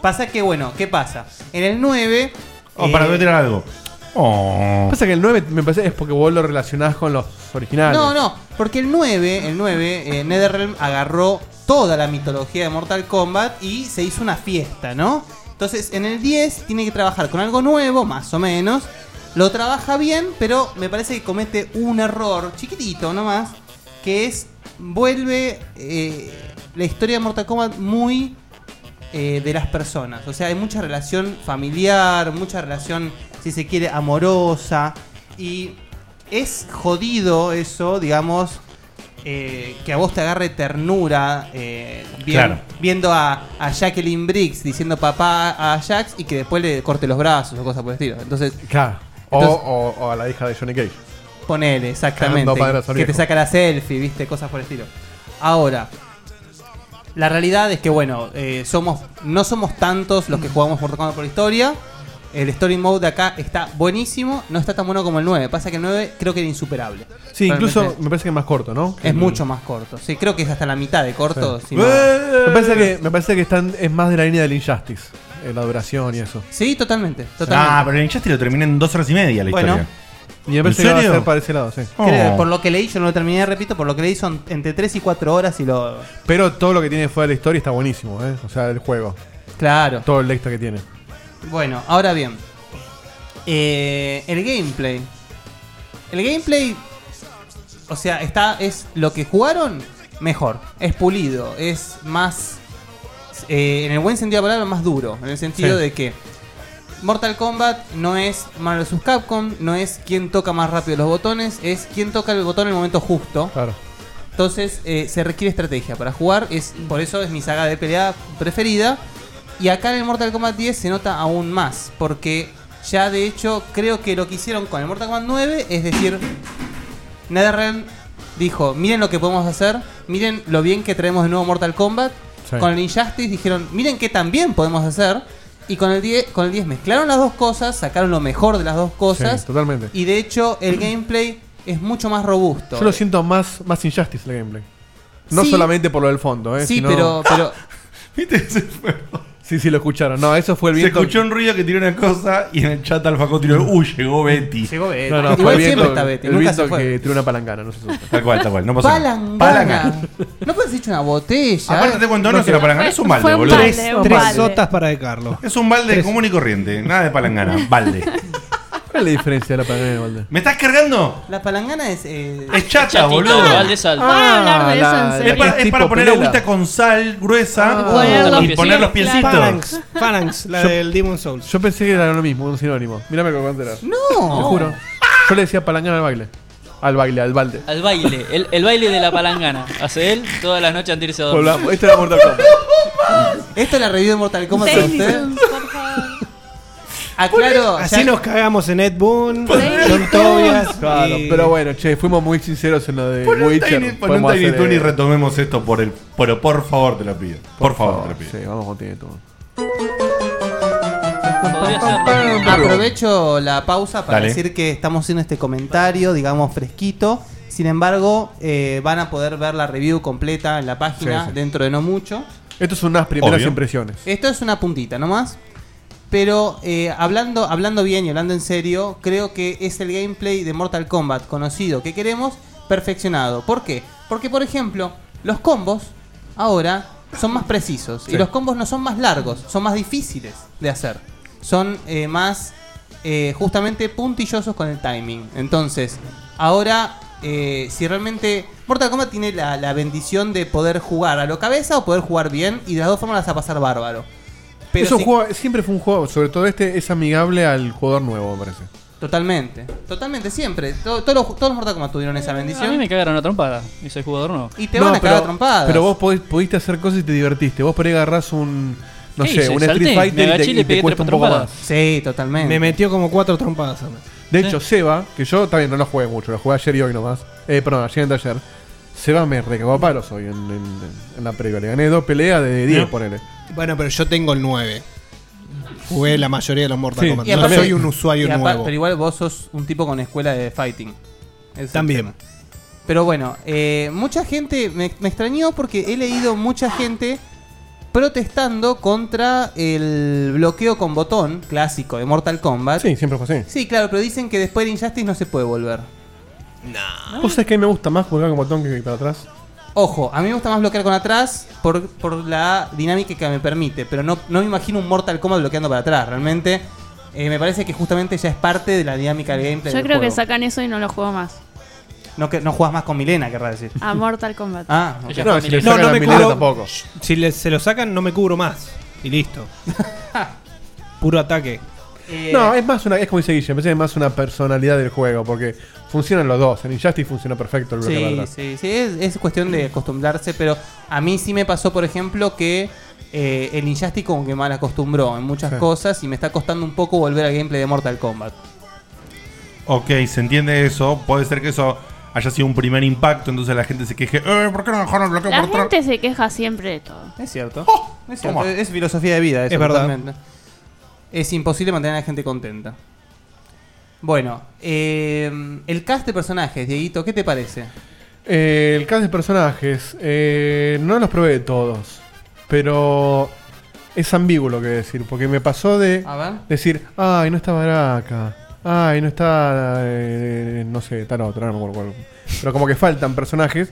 Speaker 5: Pasa que, bueno, ¿qué pasa? En el 9.
Speaker 3: Oh,
Speaker 4: Ah,
Speaker 5: eh,
Speaker 3: para meter algo. Oh.
Speaker 4: Pasa que el 9 me parece es porque vos lo relacionás con los originales.
Speaker 5: No, no, porque el 9, el 9, eh, NetherRealm agarró toda la mitología de Mortal Kombat y se hizo una fiesta, ¿no? Entonces, en el 10 tiene que trabajar con algo nuevo, más o menos. Lo trabaja bien, pero me parece que comete un error chiquitito nomás, que es vuelve eh, la historia de Mortal Kombat muy eh, de las personas. O sea, hay mucha relación familiar, mucha relación, si se quiere, amorosa. Y es jodido eso, digamos, eh, que a vos te agarre ternura eh, bien-
Speaker 3: Claro.
Speaker 5: viendo a, a Jacqueline Briggs diciendo papá a Jax y que después le corte los brazos o cosas por el estilo. Entonces,
Speaker 4: Claro. O,
Speaker 5: Entonces-
Speaker 4: o- o a la hija de Johnny Cage.
Speaker 5: Ponele, exactamente.
Speaker 4: Cagando a padres a
Speaker 5: Que te
Speaker 4: viejo.
Speaker 5: saca la selfie, viste, cosas por el estilo. Ahora, la realidad es que, bueno, eh, somos no somos tantos los que jugamos Mortal Kombat por historia. El story mode de acá está buenísimo, no está tan bueno como el 9. Pasa que el 9 creo que era insuperable.
Speaker 4: Sí, incluso
Speaker 5: Realmente
Speaker 4: me parece que es más corto, ¿no?
Speaker 5: es mucho más corto. Sí, creo que es hasta la mitad de corto. si
Speaker 4: Sí. Eh.
Speaker 5: no-
Speaker 4: Me parece que, me parece que están, es más de la línea del Injustice, eh, la duración y eso.
Speaker 5: Sí, totalmente. totalmente.
Speaker 3: Ah, pero el Injustice lo terminé en dos horas y media la
Speaker 5: Bueno.
Speaker 3: historia.
Speaker 4: Y me parece que va a ser para ese lado, sí.
Speaker 5: Creo-
Speaker 4: Oh.
Speaker 5: Por lo que leí, yo no lo terminé, repito, por lo que leí son entre 3 y 4 horas y lo...
Speaker 4: Pero todo lo que tiene fuera de la historia está buenísimo, ¿eh? O sea, el juego.
Speaker 5: Claro.
Speaker 4: Todo el extra que tiene.
Speaker 5: Bueno, ahora bien. Eh, el gameplay. El gameplay. O sea, está. Es lo que jugaron mejor. Es pulido. Es más. eh, en el buen sentido de la palabra, más duro. En el sentido
Speaker 10: Sí.
Speaker 5: de que. Mortal Kombat no es Marvel vs. Capcom, no es quien toca más rápido los botones, es quien toca el botón en el momento justo.
Speaker 4: Claro.
Speaker 5: Entonces eh, se requiere estrategia para jugar, es, por eso es mi saga de pelea preferida. Y acá en el Mortal Kombat 10 se nota aún más, porque ya de hecho creo que lo que hicieron con el Mortal Kombat 9 es decir, NetherRealm dijo, miren lo que podemos hacer, miren lo bien que traemos de nuevo Mortal Kombat.
Speaker 10: Sí.
Speaker 5: Con el Injustice dijeron, miren qué tan bien podemos hacer. Y con el 10, con el 10 mezclaron las dos cosas, sacaron lo mejor de las dos cosas.
Speaker 4: Sí, totalmente.
Speaker 5: Y de hecho el gameplay es mucho más robusto.
Speaker 4: Yo lo siento más, más Injustice el gameplay. No
Speaker 5: Sí.
Speaker 4: <laughs> solamente por lo del fondo, ¿eh?
Speaker 5: Sí,
Speaker 4: sino-
Speaker 5: pero, pero.
Speaker 4: Sí, sí, lo escucharon. No, eso fue el
Speaker 3: Se
Speaker 4: viento. Mm.
Speaker 3: escuchó un ruido que tiró una cosa y en el chat Alfaco tiró, uy, llegó Betty.
Speaker 5: Llegó Betty.
Speaker 4: No, no,
Speaker 5: Igual
Speaker 4: fue el
Speaker 5: siempre
Speaker 4: viento,
Speaker 5: está Betty,
Speaker 4: el
Speaker 5: nunca
Speaker 4: viento
Speaker 5: se fue.
Speaker 4: que tiró una palangana, no se asusten.
Speaker 3: Tal cual, tal cual, no pasa nada.
Speaker 5: Palangana. No puedes decir una botella.
Speaker 3: Aparte te cuento, no, es una palangana, es un balde,
Speaker 5: Fue
Speaker 3: boludo.
Speaker 5: balde, un balde.
Speaker 7: para de Carlos.
Speaker 3: Es un balde común y corriente, nada de
Speaker 5: <laughs>
Speaker 3: palangana, balde.
Speaker 4: ¿Cuál es la diferencia de la palangana y el balde?
Speaker 3: ¿Me estás cargando?
Speaker 5: La palangana es. eh,
Speaker 3: Es chata, boludo.
Speaker 5: Ah, la-
Speaker 3: Es para, es para poner agüita con sal gruesa y Ah. poner los piecitos.
Speaker 7: Phalanx, Phalanx, la
Speaker 4: Yo-
Speaker 7: del Demon Souls.
Speaker 4: Yo pensé que era lo mismo, un sinónimo. Mírame cómo era.
Speaker 5: No.
Speaker 4: Te juro. Yo le decía palangana al baile. Al baile, al balde.
Speaker 15: Al baile, el, el baile de la palangana. Hace él todas las noches antes de irse a dormir.
Speaker 4: Volvamos. Esto era Mortal
Speaker 5: <laughs>
Speaker 4: Kombat.
Speaker 5: Esto es la review de Mortal Kombat.
Speaker 15: Denison,
Speaker 5: ¿usted? Aclaro.
Speaker 7: Así
Speaker 5: Ah, ya-
Speaker 7: nos cagamos en Ed Boon,
Speaker 5: Denison.
Speaker 7: John Tobias.
Speaker 4: Claro,
Speaker 7: y-
Speaker 4: pero bueno, che, fuimos muy sinceros en lo de
Speaker 3: Pon un
Speaker 4: Witcher.
Speaker 3: Tiny, pon un
Speaker 4: Podemos
Speaker 3: Tiny
Speaker 4: hacer,
Speaker 3: Toon y
Speaker 4: eh,
Speaker 3: retomemos esto por el. Pero por favor te lo pido. Por, favor, te lo pido.
Speaker 4: Sí, vamos con Tiny Toon.
Speaker 5: Aprovecho la pausa para
Speaker 3: Dale.
Speaker 5: decir que estamos haciendo este comentario, digamos, fresquito. Sin embargo, eh, van a poder ver la review completa en la página
Speaker 4: Sí, sí.
Speaker 5: dentro de no mucho.
Speaker 4: Esto es unas primeras
Speaker 5: Obvio.
Speaker 4: impresiones.
Speaker 5: Esto es una puntita nomás. Pero eh, hablando, hablando bien y hablando en serio, creo que es el gameplay de Mortal Kombat conocido que queremos, perfeccionado. ¿Por qué? Porque, por ejemplo, los combos ahora son más precisos
Speaker 10: Sí.
Speaker 5: y los combos no son más largos, son más difíciles de hacer. Son eh, más eh, justamente puntillosos con el timing. Entonces, ahora, eh, si realmente. Mortal Kombat tiene la, la bendición de poder jugar a lo cabeza o poder jugar bien, y de las dos formas las va a pasar bárbaro. Pero
Speaker 4: es un
Speaker 5: si-
Speaker 4: juego, siempre fue un juego, sobre todo este, es amigable al jugador nuevo, me parece.
Speaker 5: Totalmente, totalmente, siempre. To- todos, los, todos los Mortal Kombat tuvieron esa bendición.
Speaker 15: A mí me cagaron a trompada y soy jugador nuevo.
Speaker 5: Y te van a cagar a trompadas.
Speaker 4: Pero vos podés- pudiste hacer cosas y te divertiste. Vos por ahí agarrás un. No
Speaker 5: ¿Qué
Speaker 4: sé,
Speaker 5: hice?
Speaker 4: un
Speaker 5: Salté,
Speaker 4: Street
Speaker 5: me
Speaker 4: Fighter y
Speaker 5: agaché
Speaker 4: te,
Speaker 5: y le
Speaker 4: y te
Speaker 5: pegué
Speaker 4: cuesta un
Speaker 5: tres
Speaker 4: poco
Speaker 5: trompadas.
Speaker 4: más.
Speaker 5: Sí, totalmente.
Speaker 7: Me metió como cuatro trompadas a mí.
Speaker 4: De hecho, Seba, que yo también no lo jugué mucho, lo jugué ayer y hoy nomás. Eh, perdón, ayer y antes de ayer. Seba me recagó a palos hoy en, en- en la previa. Le gané dos peleas de 10,
Speaker 7: ¿No?
Speaker 4: ponele.
Speaker 7: Bueno, pero yo tengo el 9. Jugué la mayoría de los Mortal
Speaker 4: Sí,
Speaker 7: Kombat.
Speaker 4: y
Speaker 7: No
Speaker 4: aparte-
Speaker 7: soy un usuario
Speaker 5: Y apa-
Speaker 7: nuevo.
Speaker 5: Pero igual vos sos un tipo con escuela de fighting. Ese es el
Speaker 7: También.
Speaker 5: tema. Pero bueno, eh, mucha gente me, me extrañó porque he leído mucha gente protestando contra el bloqueo con botón clásico de Mortal Kombat. Sí,
Speaker 4: siempre fue así.
Speaker 5: Sí, claro, pero dicen que después de Injustice no se puede volver.
Speaker 4: ¿Vos sabés que a mí me gusta más jugar con botón que para atrás?
Speaker 5: Ojo, a mí me gusta más bloquear con atrás por, por la dinámica que me permite, pero no, no me imagino un Mortal Kombat bloqueando para atrás, realmente. eh, me parece que justamente ya es parte de la dinámica del gameplay.
Speaker 9: Yo
Speaker 5: del
Speaker 9: creo que
Speaker 5: juego.
Speaker 9: sacan eso y no lo juego más.
Speaker 5: No, que, no juegas más con Milena, querrá decir.
Speaker 7: <laughs>
Speaker 9: A Mortal Kombat.
Speaker 5: Ah, ok.
Speaker 7: No, si le sacan a Milena tampoco. Si le- se lo sacan, no me cubro más. Y
Speaker 5: <laughs>
Speaker 7: listo. Puro ataque.
Speaker 5: Eh,
Speaker 4: No, es más una, es como dice Guille, me parece que es más una personalidad del juego, porque funcionan los dos. En Injustice funciona perfecto el bloque para
Speaker 5: Eh, Sí,
Speaker 4: atrás.
Speaker 5: sí, sí, es, es cuestión de acostumbrarse, pero a mí sí me pasó, por ejemplo, que eh, el Injustice como que mal acostumbró en muchas
Speaker 3: Sí.
Speaker 5: cosas y me está costando un poco volver al gameplay de Mortal Kombat.
Speaker 3: Ok, se entiende eso. Puede ser que eso haya sido un primer impacto, entonces la gente se queje, eh, ¿por qué no dejaron el bloqueo
Speaker 9: La
Speaker 3: por atrás?
Speaker 9: gente se queja siempre de todo.
Speaker 5: Es cierto. Es,
Speaker 3: Toma.
Speaker 5: cierto, es filosofía de vida, eso,
Speaker 7: Es verdad.
Speaker 5: totalmente. Es imposible mantener a la gente contenta. Bueno, eh, el cast de personajes, Dieguito, ¿qué te parece?
Speaker 4: Eh, el cast de personajes, eh, no los probé todos, pero es ambiguo lo que voy a decir, porque me pasó de
Speaker 5: A ver.
Speaker 4: decir, ay, no está Baraka, ay, no está, eh, no sé, tal otra, no me acuerdo cuál". Pero como que faltan personajes,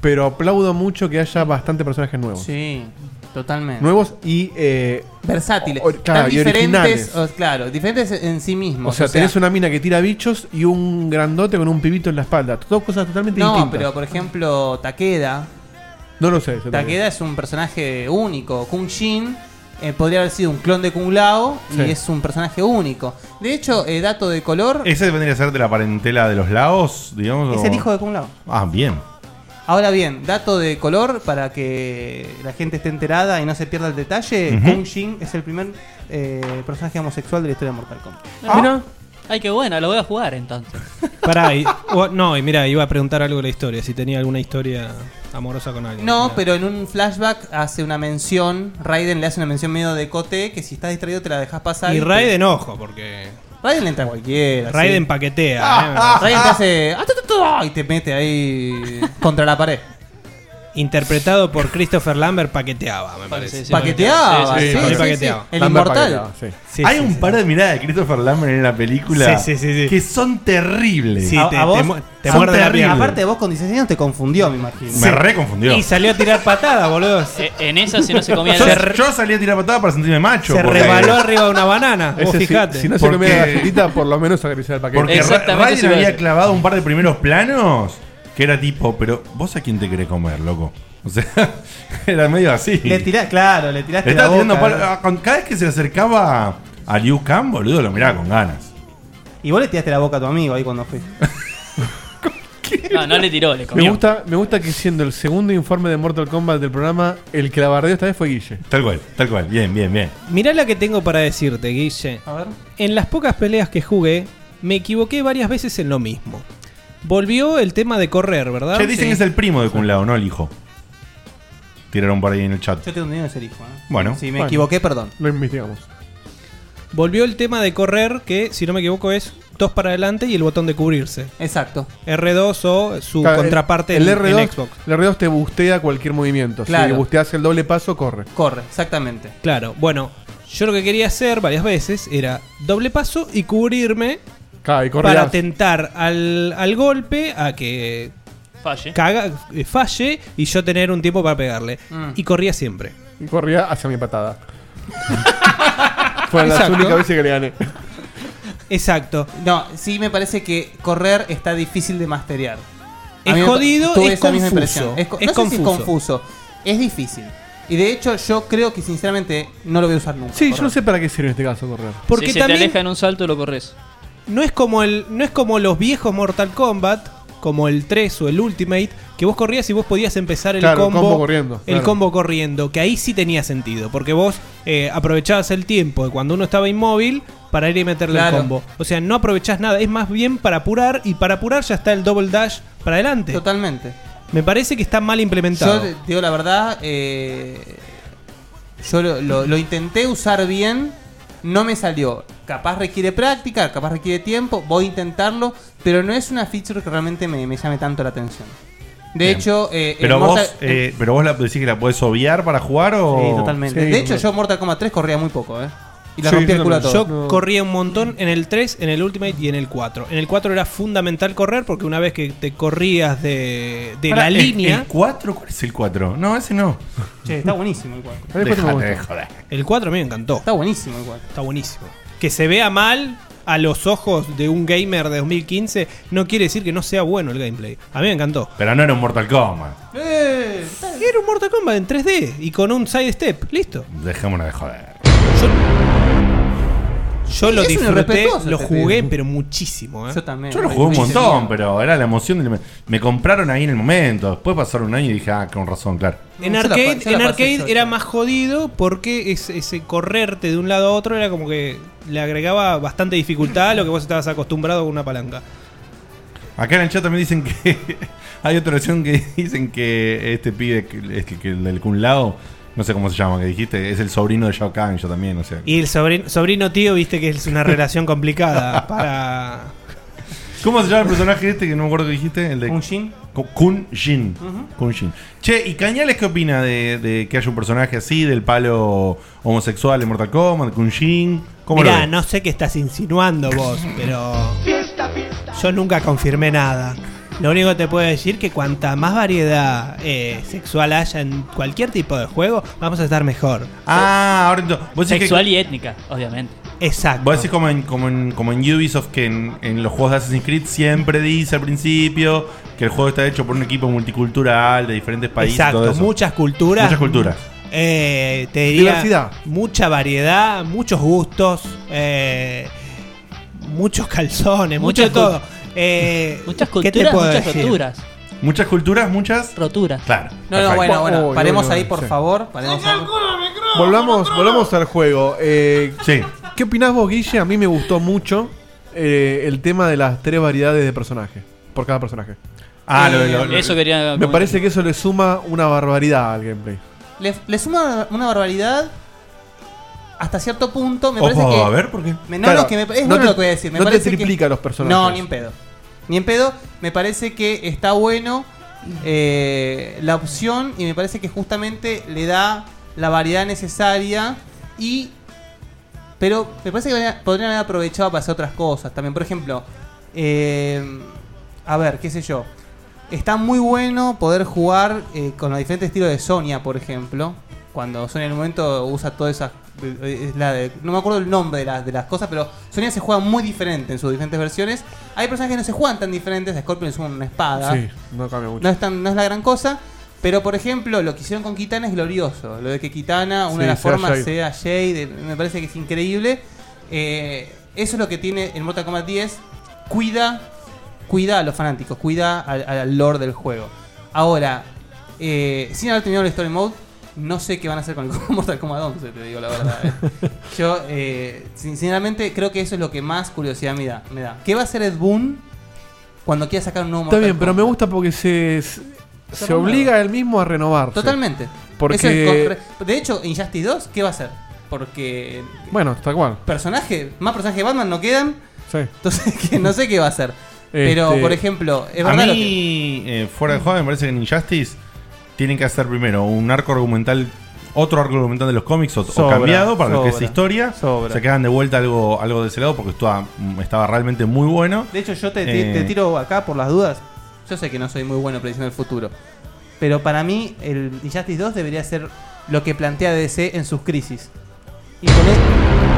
Speaker 4: pero aplaudo mucho que haya bastante personajes nuevos.
Speaker 5: Sí, totalmente.
Speaker 4: Nuevos y... eh,
Speaker 5: Versátiles.
Speaker 4: o- claro,
Speaker 5: Tan
Speaker 4: y originales.
Speaker 5: diferentes, o- claro, diferentes en sí mismos.
Speaker 4: O sea, tenés una mina que tira bichos y un grandote con un pibito en la espalda. Dos cosas totalmente
Speaker 5: No,
Speaker 4: distintas.
Speaker 5: pero por ejemplo, Takeda.
Speaker 4: No lo sé. yo también.
Speaker 5: Takeda es un personaje único. Kung Jin eh, podría haber sido un clon de Kung Lao y
Speaker 3: Sí.
Speaker 5: es un personaje único. De hecho, eh, dato de color,
Speaker 3: ¿Ese vendría a ser de la parentela de los laos, digamos?
Speaker 5: es
Speaker 3: o-
Speaker 5: el hijo de Kung Lao.
Speaker 3: Ah, bien.
Speaker 5: Ahora bien, dato de color para que la gente esté enterada y no se pierda el detalle.
Speaker 3: Ujú.
Speaker 5: Kung Jin es el primer eh, personaje homosexual de la historia de Mortal Kombat.
Speaker 15: Ah, Ay, qué buena, lo voy a jugar entonces.
Speaker 7: Pará,
Speaker 5: <laughs>
Speaker 7: y- o- no, y mira, iba a preguntar algo de la historia, si tenía alguna historia amorosa con alguien.
Speaker 5: No, pero en un flashback hace una mención, Raiden le hace una mención medio de cote que si estás distraído te la dejas pasar.
Speaker 7: Y
Speaker 5: te-
Speaker 7: Raiden, ojo, porque.
Speaker 5: Raiden le entra a cualquiera.
Speaker 7: Raiden
Speaker 5: sí.
Speaker 7: paquetea.
Speaker 5: Ah,
Speaker 7: eh.
Speaker 5: Raiden te hace. "Ah, tu, tu, tu", Y te mete ahí contra la pared.
Speaker 7: interpretado por Christopher Lambert, paqueteaba, me
Speaker 5: sí,
Speaker 7: parece.
Speaker 5: sí, Paqueteaba, sí, sí, sí, sí, sí, sí.
Speaker 7: paqueteaba.
Speaker 5: El Lambert inmortal. Ah, paqueteaba, sí.
Speaker 3: Hay un par de miradas de Christopher Lambert en la película
Speaker 5: Sí, sí, sí, sí.
Speaker 3: que son terribles.
Speaker 5: Sí, A- te- a vos- te mu- te
Speaker 3: son
Speaker 5: muerde la
Speaker 3: terribles.
Speaker 5: pierna. Aparte, vos con 16 años te confundió, me imagino.
Speaker 3: Me reconfundió.
Speaker 7: Y salió a tirar patadas, boludo.
Speaker 15: En
Speaker 3: <laughs>
Speaker 15: esa, si no se comía
Speaker 3: yo,
Speaker 15: el
Speaker 3: yo salí a tirar patadas para sentirme macho.
Speaker 7: Se
Speaker 3: porque-
Speaker 7: rebaló arriba de una banana. Vos
Speaker 3: Ese sí,
Speaker 7: fijate.
Speaker 3: si no se comía la galletita,
Speaker 4: por lo menos acariciar el paquete.
Speaker 3: Porque Ra-
Speaker 7: Exactamente,
Speaker 3: Ryan
Speaker 7: eso iba a
Speaker 3: había
Speaker 7: decir.
Speaker 3: clavado un par de primeros planos que era tipo, pero ¿vos a quién te querés comer, loco? O sea, <laughs> era medio así.
Speaker 5: Le tirás, claro, le
Speaker 3: Le
Speaker 5: tiraste
Speaker 3: estaba
Speaker 5: la
Speaker 3: tirando
Speaker 5: boca.
Speaker 3: palo- ah, con- cada vez que se acercaba a Liu Kang, boludo, lo miraba con ganas.
Speaker 5: Y vos le tiraste la boca a tu amigo ahí
Speaker 4: <laughs>
Speaker 5: cuando fui.
Speaker 15: No, no le tiró, le
Speaker 4: Me
Speaker 15: comió.
Speaker 4: gusta, me gusta que siendo el segundo informe de Mortal Kombat del programa, el que la bardeó esta vez fue Guille.
Speaker 3: Tal cual, tal cual. Bien, bien, bien.
Speaker 7: Mirá la que tengo para decirte, Guille. En las pocas peleas que jugué, me equivoqué varias veces en lo mismo. Volvió el tema de correr, ¿verdad?
Speaker 3: Che, dicen que es el primo de Kun Lao, no el hijo. Tiraron por ahí en el chat.
Speaker 5: Yo tengo entendido que es el hijo, ¿eh?
Speaker 3: Bueno.
Speaker 5: Si me
Speaker 3: Bueno.
Speaker 5: equivoqué, perdón.
Speaker 4: Lo investigamos.
Speaker 7: Volvió el tema de correr, que si no me equivoco es dos para adelante y el botón de cubrirse.
Speaker 5: Exacto.
Speaker 7: R2 o su
Speaker 4: Claro,
Speaker 7: contraparte
Speaker 4: el,
Speaker 7: en-
Speaker 4: R2,
Speaker 7: en Xbox.
Speaker 4: El R2 te bustea cualquier movimiento. Si
Speaker 7: Claro.
Speaker 4: busteas el doble paso, corre.
Speaker 5: Corre, exactamente.
Speaker 7: Claro, bueno, yo lo que quería hacer varias veces era doble paso y cubrirme
Speaker 4: Claro, y corrías.
Speaker 7: para tentar al, al golpe a que eh,
Speaker 15: falle.
Speaker 7: falle y yo tener un tiempo para pegarle.
Speaker 4: Mm.
Speaker 7: Y corría siempre.
Speaker 4: Y corría hacia mi patada. Fue la
Speaker 7: Exacto.
Speaker 4: única vez que le gané.
Speaker 7: Exacto.
Speaker 5: No, sí me parece que correr está difícil de masterear.
Speaker 7: Es
Speaker 5: A mí me-
Speaker 7: jodido,
Speaker 5: tuve
Speaker 7: es
Speaker 5: esa misma
Speaker 7: confuso.
Speaker 5: impresión. Es, co-
Speaker 7: Es
Speaker 5: no sé si
Speaker 7: confuso.
Speaker 5: es confuso. Es difícil. Y de hecho, yo creo que sinceramente no lo voy a usar nunca.
Speaker 4: Sí, yo no sé para qué sirve en este caso correr.
Speaker 7: Porque
Speaker 15: si se
Speaker 7: también-
Speaker 15: te aleja en un salto, lo corres.
Speaker 7: No es como el. No es como los viejos Mortal Kombat, como el 3 o el Ultimate, que vos corrías y vos podías empezar el
Speaker 4: Claro, el
Speaker 7: combo.
Speaker 4: combo corriendo,
Speaker 7: El
Speaker 4: claro.
Speaker 7: combo corriendo. Que ahí sí tenía sentido. Porque vos eh, aprovechabas el tiempo de cuando uno estaba inmóvil para ir y meterle
Speaker 5: Claro.
Speaker 7: el combo. O sea, no aprovechás nada. Es más bien para apurar. Y para apurar ya está el double dash para adelante.
Speaker 5: Totalmente.
Speaker 7: Me parece que está mal implementado.
Speaker 5: Yo te digo la verdad, eh, yo lo, lo- lo intenté usar bien, no me salió. Capaz requiere práctica, capaz requiere tiempo, voy a intentarlo, pero no es una feature que realmente me, me llame tanto la atención. De
Speaker 3: Bien.
Speaker 5: hecho, eh,
Speaker 3: pero
Speaker 5: el
Speaker 3: vos,
Speaker 5: Mortal-
Speaker 3: eh, pero vos la, decís que la podés obviar para jugar o.
Speaker 5: Sí, totalmente. de hecho, yo Mortal Kombat 3 corría muy poco, ¿eh? Y la rompí el culo a todo.
Speaker 7: Yo corría un montón en el 3, en el Ultimate y en el 4. En el 4 era fundamental correr porque una vez que te corrías de, de
Speaker 3: Pará,
Speaker 7: la
Speaker 3: ¿el-
Speaker 7: línea.
Speaker 3: ¿El 4? ¿Cuál es el 4? No, ese no.
Speaker 5: Che, está buenísimo el 4.
Speaker 3: Déjate de joder.
Speaker 7: El 4 a mí me encantó. Está
Speaker 5: buenísimo el 4.
Speaker 7: Está buenísimo. Que se vea mal a los ojos de un gamer de 2015 no quiere decir que no sea bueno el gameplay. A mí me encantó.
Speaker 3: Pero no era un Mortal Kombat. ¡Eh!
Speaker 7: Era un Mortal Kombat en 3D y con un side step. Listo.
Speaker 3: Dejémonos de joder.
Speaker 7: Yo lo
Speaker 5: Es un
Speaker 7: disfruté,
Speaker 5: irrespetuoso
Speaker 7: lo
Speaker 5: este
Speaker 7: jugué,
Speaker 5: pibe.
Speaker 7: pero muchísimo. ¿eh?
Speaker 5: Yo también.
Speaker 3: Yo lo jugué un montón, pero era la emoción. del- Me compraron ahí en el momento. Después pasaron un año y dije, ah, con razón, claro.
Speaker 7: En
Speaker 5: Yo la
Speaker 7: arcade,
Speaker 5: pa- yo la
Speaker 7: en
Speaker 5: pasé
Speaker 7: arcade
Speaker 5: chocho.
Speaker 7: era más jodido porque es- ese correrte de un lado a otro era como que le agregaba bastante dificultad a lo que vos estabas acostumbrado con una palanca.
Speaker 3: Acá en el chat también dicen que. <laughs> hay otra versión que <laughs> dicen que este pibe, que- este, que el del Kun Lao, no sé cómo se llama, que dijiste, es el sobrino de Shao Kahn, yo también, o sea.
Speaker 7: Y el sobrino, sobrino tío, viste que es
Speaker 3: <laughs>
Speaker 7: una relación complicada para...
Speaker 3: ¿Cómo se llama el personaje este que no me acuerdo que dijiste? El de
Speaker 7: Kun Jin.
Speaker 3: Ku- Kun Jin. Kun Jin. Che, ¿y Cañales qué opina de, de que haya un personaje así, del palo homosexual de Mortal Kombat, Kun Jin? ¿Cómo lo
Speaker 7: Mirá,
Speaker 3: ves?
Speaker 7: no sé qué estás insinuando vos, pero yo nunca confirmé nada. Lo único que te puedo decir que cuanta más variedad eh, sexual haya en cualquier tipo de juego, vamos a estar mejor.
Speaker 3: Ah, ahora ento- vos decís que-
Speaker 15: Sexual y étnica, obviamente.
Speaker 7: Exacto.
Speaker 3: Vos decís como en, como en, como en Ubisoft que en, en los juegos de Assassin's Creed siempre dice al principio que el juego está hecho por un equipo multicultural de diferentes países.
Speaker 7: Exacto,
Speaker 3: todo eso.
Speaker 7: muchas culturas.
Speaker 3: Muchas culturas.
Speaker 7: Eh, te diría
Speaker 3: Diversidad.
Speaker 7: mucha variedad, muchos gustos, eh, muchos calzones, mucho
Speaker 15: Muchas
Speaker 7: de todo.
Speaker 15: cul-
Speaker 7: Eh,
Speaker 15: Muchas
Speaker 7: ¿qué te
Speaker 15: culturas,
Speaker 7: puedo
Speaker 15: muchas
Speaker 7: decir?
Speaker 15: roturas.
Speaker 3: Muchas culturas, muchas
Speaker 15: roturas.
Speaker 3: Claro.
Speaker 5: No, no,
Speaker 4: Perfecto.
Speaker 5: bueno, bueno.
Speaker 4: Uy,
Speaker 5: paremos
Speaker 4: uy, uy,
Speaker 5: ahí, por
Speaker 4: sí.
Speaker 5: favor. Paremos ahí.
Speaker 4: Volvamos, volvamos al juego. Eh,
Speaker 3: sí.
Speaker 4: ¿Qué opinás vos, Guille? A mí me gustó mucho eh, el tema de las tres variedades de personajes. Por cada personaje.
Speaker 15: Ah, lo- Eh, lo- lo- eso quería
Speaker 4: Me
Speaker 15: comentar.
Speaker 4: parece que eso le suma una barbaridad al gameplay.
Speaker 5: Le, le suma una barbaridad hasta cierto punto. Me
Speaker 4: Ojo,
Speaker 5: parece que.
Speaker 4: a ver, ¿por qué?
Speaker 5: Me- no,
Speaker 4: Claro,
Speaker 5: no, que me, es
Speaker 4: no
Speaker 5: bueno
Speaker 4: te-
Speaker 5: lo que voy a decir. Me
Speaker 4: no te
Speaker 5: parece que-
Speaker 4: triplica los personajes.
Speaker 5: No, ni en pedo. Ni en pedo. Me parece que está bueno eh, la opción y me parece que justamente le da la variedad necesaria y pero me parece que podrían- podrían haber aprovechado para hacer otras cosas también. Por ejemplo, eh, a ver, qué sé yo. Está muy bueno poder jugar eh, con los diferentes estilos de Sonia, por ejemplo. Cuando Sonia en un momento usa todas esas... eh, es la de- no me acuerdo el nombre de, las de las cosas, pero Sonia se juega muy diferente en sus diferentes versiones. Hay personajes que no se juegan tan diferentes. Scorpion es una espada.
Speaker 4: Sí, no cambia mucho.
Speaker 5: No es, tan- no es la gran cosa. Pero, por ejemplo, lo que hicieron con Kitana es glorioso. Lo de que Kitana, una
Speaker 4: Sí,
Speaker 5: de las
Speaker 4: sea
Speaker 5: formas
Speaker 4: Jade.
Speaker 5: sea Jade, eh, me parece que es increíble. Eh, eso es lo que tiene en Mortal Kombat 10. Cuida, cuida a los fanáticos, cuida al, al lore del juego. Ahora, eh, sin haber terminado el Story Mode, no sé qué van a hacer con el <laughs> Mortal Kombat 11, te digo la verdad.
Speaker 4: <laughs>
Speaker 5: eh. Yo, eh, sinceramente, creo que eso es lo que más curiosidad me da. Me da. ¿Qué va a hacer Ed Boon cuando quiera sacar un nuevo
Speaker 4: Está
Speaker 5: Mortal
Speaker 4: bien, pero me gusta porque se, se- se obliga él mismo a renovarse.
Speaker 5: Totalmente. Eso
Speaker 4: Porque.
Speaker 5: es con- de hecho, Injustice 2, ¿qué va a hacer? Porque
Speaker 4: bueno, está igual.
Speaker 5: personaje, más personajes de Batman no quedan.
Speaker 4: Sí.
Speaker 5: Entonces, <laughs> que no sé qué va a hacer. Pero,
Speaker 3: Este,
Speaker 5: por ejemplo, es
Speaker 3: a
Speaker 5: verdad lo que-
Speaker 3: mí, eh, fuera de joda, me parece que en Injustice tienen que hacer primero un arco argumental, otro arco argumental de los cómics o, o
Speaker 2: Sobra,
Speaker 3: cambiado para lo que es
Speaker 2: sobra,
Speaker 3: historia.
Speaker 2: sobra.
Speaker 3: Se quedan de vuelta algo, algo de ese lado porque estaba, estaba realmente muy bueno.
Speaker 5: De hecho, yo te, te-
Speaker 3: Eh,
Speaker 5: te tiro acá por las dudas. Yo sé que no soy muy bueno prediciendo el futuro. Pero para mí, el Injustice 2 debería ser lo que plantea DC en sus crisis. Y con, e-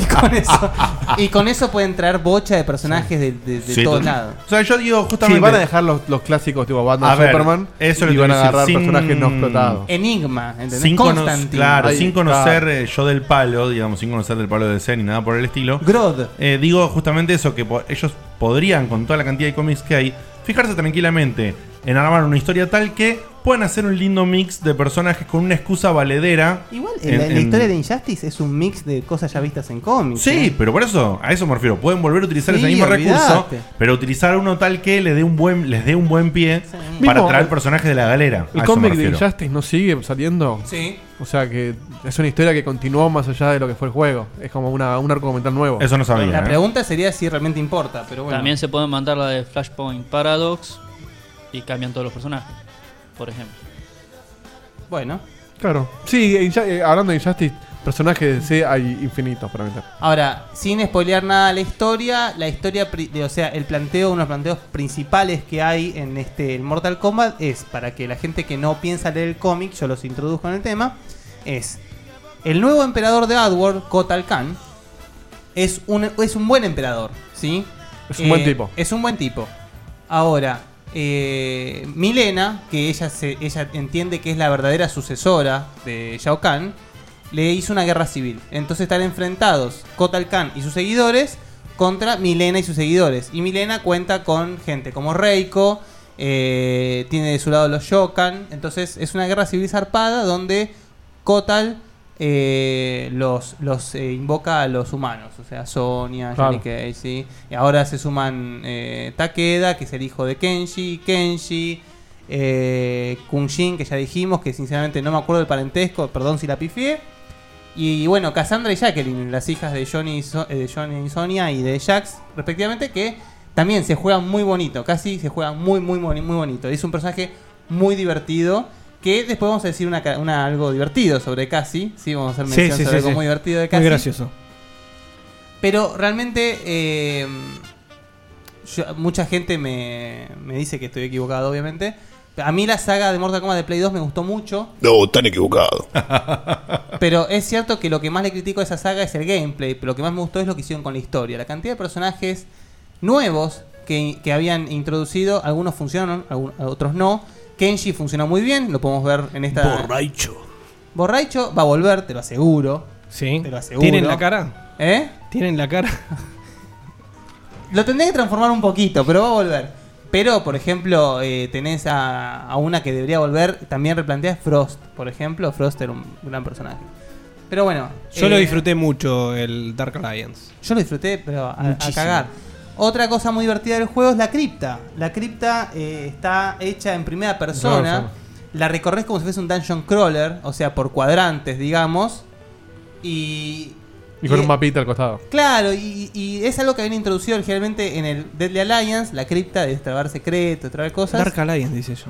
Speaker 5: <laughs> y con eso, y con eso pueden traer bocha de personajes de, de- de
Speaker 4: Sí,
Speaker 5: todos
Speaker 4: total.
Speaker 5: lados.
Speaker 3: O sea, yo digo
Speaker 4: Sí, van a dejar los, los clásicos tipo Batman,
Speaker 3: A ver,
Speaker 4: Superman.
Speaker 3: eso es lo
Speaker 4: y
Speaker 3: que
Speaker 4: van a
Speaker 3: te iba a
Speaker 4: agarrar
Speaker 3: decir, sin-
Speaker 4: personajes no explotados.
Speaker 5: Enigma, ¿entendés?
Speaker 3: sin cono-
Speaker 5: Constantine.
Speaker 3: claro,
Speaker 5: Ahí
Speaker 3: sin
Speaker 5: está.
Speaker 3: conocer eh, yo del palo, digamos, sin conocer del palo de DC ni nada por el estilo. Eh,
Speaker 5: Grod.
Speaker 3: digo justamente eso, que po- ellos podrían, con toda la cantidad de cómics que hay, fijarse tranquilamente en armar una historia tal que puedan hacer un lindo mix de personajes con una excusa valedera.
Speaker 5: Igual
Speaker 3: en-
Speaker 5: la, la
Speaker 3: en-
Speaker 5: historia de Injustice es un mix de cosas ya vistas en cómics. ¿eh?
Speaker 3: Sí, pero por eso, a eso me refiero. Pueden volver a utilizar
Speaker 5: Sí,
Speaker 3: ese mismo
Speaker 5: olvidate.
Speaker 3: recurso, pero utilizar uno tal que le dé un buen, les dé un buen pie para
Speaker 4: Mismo-
Speaker 3: traer personajes de la galera.
Speaker 4: ¿El
Speaker 3: A eso me
Speaker 4: cómic de
Speaker 3: refiero.
Speaker 4: Injustice no sigue saliendo?
Speaker 5: Sí.
Speaker 4: O sea que es una historia que continuó más allá de lo que fue el juego. Es como una, un arco mental nuevo.
Speaker 5: La pregunta sería si realmente importa, pero bueno.
Speaker 15: También se pueden mandar la de Flashpoint Paradox y cambian todos los personajes, por ejemplo.
Speaker 5: Bueno.
Speaker 4: Claro. Sí, Inju- eh, hablando de Injustice, personajes de DC hay infinitos para meter.
Speaker 5: Ahora, sin spoilear nada la historia, la historia, pri- de- o sea, el planteo, uno de los planteos principales que hay en este el Mortal Kombat es para que la gente que no piensa leer el cómic, yo los introduzco en el tema, es el nuevo emperador de AdWords, Kotal Khan, es un, es un buen emperador, ¿sí? Eh,
Speaker 4: Es un buen tipo.
Speaker 5: Es un buen tipo. Ahora, eh, Milena, que ella, se, ella entiende que es la verdadera sucesora de Shao Kahn, le hizo una guerra civil. Entonces están enfrentados Kotal Khan y sus seguidores contra Milena y sus seguidores. Y Milena cuenta con gente como Reiko, eh, tiene de su lado los Shokan. Entonces es una guerra civil zarpada donde Kotal eh, los, los eh, invoca a los humanos. O sea, Sonia,
Speaker 4: Claro.
Speaker 5: Johnny Cage, ¿sí? Y ahora se suman eh, Takeda, que es el hijo de Kenshi, Kenshi. Eh, Kunshin, que ya dijimos, que sinceramente no me acuerdo del parentesco, perdón si la pifié. Y bueno, Cassandra y Jacqueline, las hijas de Johnny, y So- eh, de Johnny y Sonia y de Jax, respectivamente, que también se juega muy bonito, casi se juega muy, muy, muy, muy bonito. Es un personaje muy divertido, que después vamos a decir una, ca- una- algo divertido sobre Cassie, sí, vamos a hacer mención sobre algo muy divertido de Cassie.
Speaker 7: Muy gracioso.
Speaker 5: Pero realmente eh, yo- mucha gente me, me dice que estoy equivocado, obviamente. A mí la saga de Mortal Kombat de Play 2 me gustó mucho.
Speaker 11: No, tan equivocado.
Speaker 5: Pero es cierto que lo que más le critico a esa saga es el gameplay. Pero lo que más me gustó es lo que hicieron con la historia. La cantidad de personajes nuevos que, que habían introducido. Algunos funcionaron, algun- otros no. Kenshi funcionó muy bien. Lo podemos ver en esta...
Speaker 10: Borracho.
Speaker 5: Borracho va a volver, te lo aseguro.
Speaker 7: Sí.
Speaker 5: Te lo aseguro.
Speaker 7: ¿Tienen la cara?
Speaker 5: ¿Eh?
Speaker 7: ¿Tienen la cara?
Speaker 5: <laughs> Lo tendría que transformar un poquito, pero va a volver. Pero, por ejemplo, eh, tenés a, a una que debería volver, también replantea Frost, por ejemplo. Frost era un gran personaje. Pero bueno.
Speaker 7: Yo
Speaker 5: eh,
Speaker 7: lo disfruté mucho el Dark Alliance.
Speaker 5: Yo lo disfruté, pero a, a
Speaker 7: Muchísimo.
Speaker 5: cagar. Otra cosa muy divertida del juego es la cripta. La cripta eh, está hecha en primera persona.
Speaker 7: Claro,
Speaker 5: La recorres como si fuese un dungeon crawler, o sea, por cuadrantes, digamos. Y
Speaker 4: Y con
Speaker 5: Y-
Speaker 4: un mapita al costado.
Speaker 5: Claro, y, y es algo que habían introducido originalmente en el Deadly Alliance, la cripta de destrabar secretos, destrabar cosas.
Speaker 7: Dark Alliance, dice yo.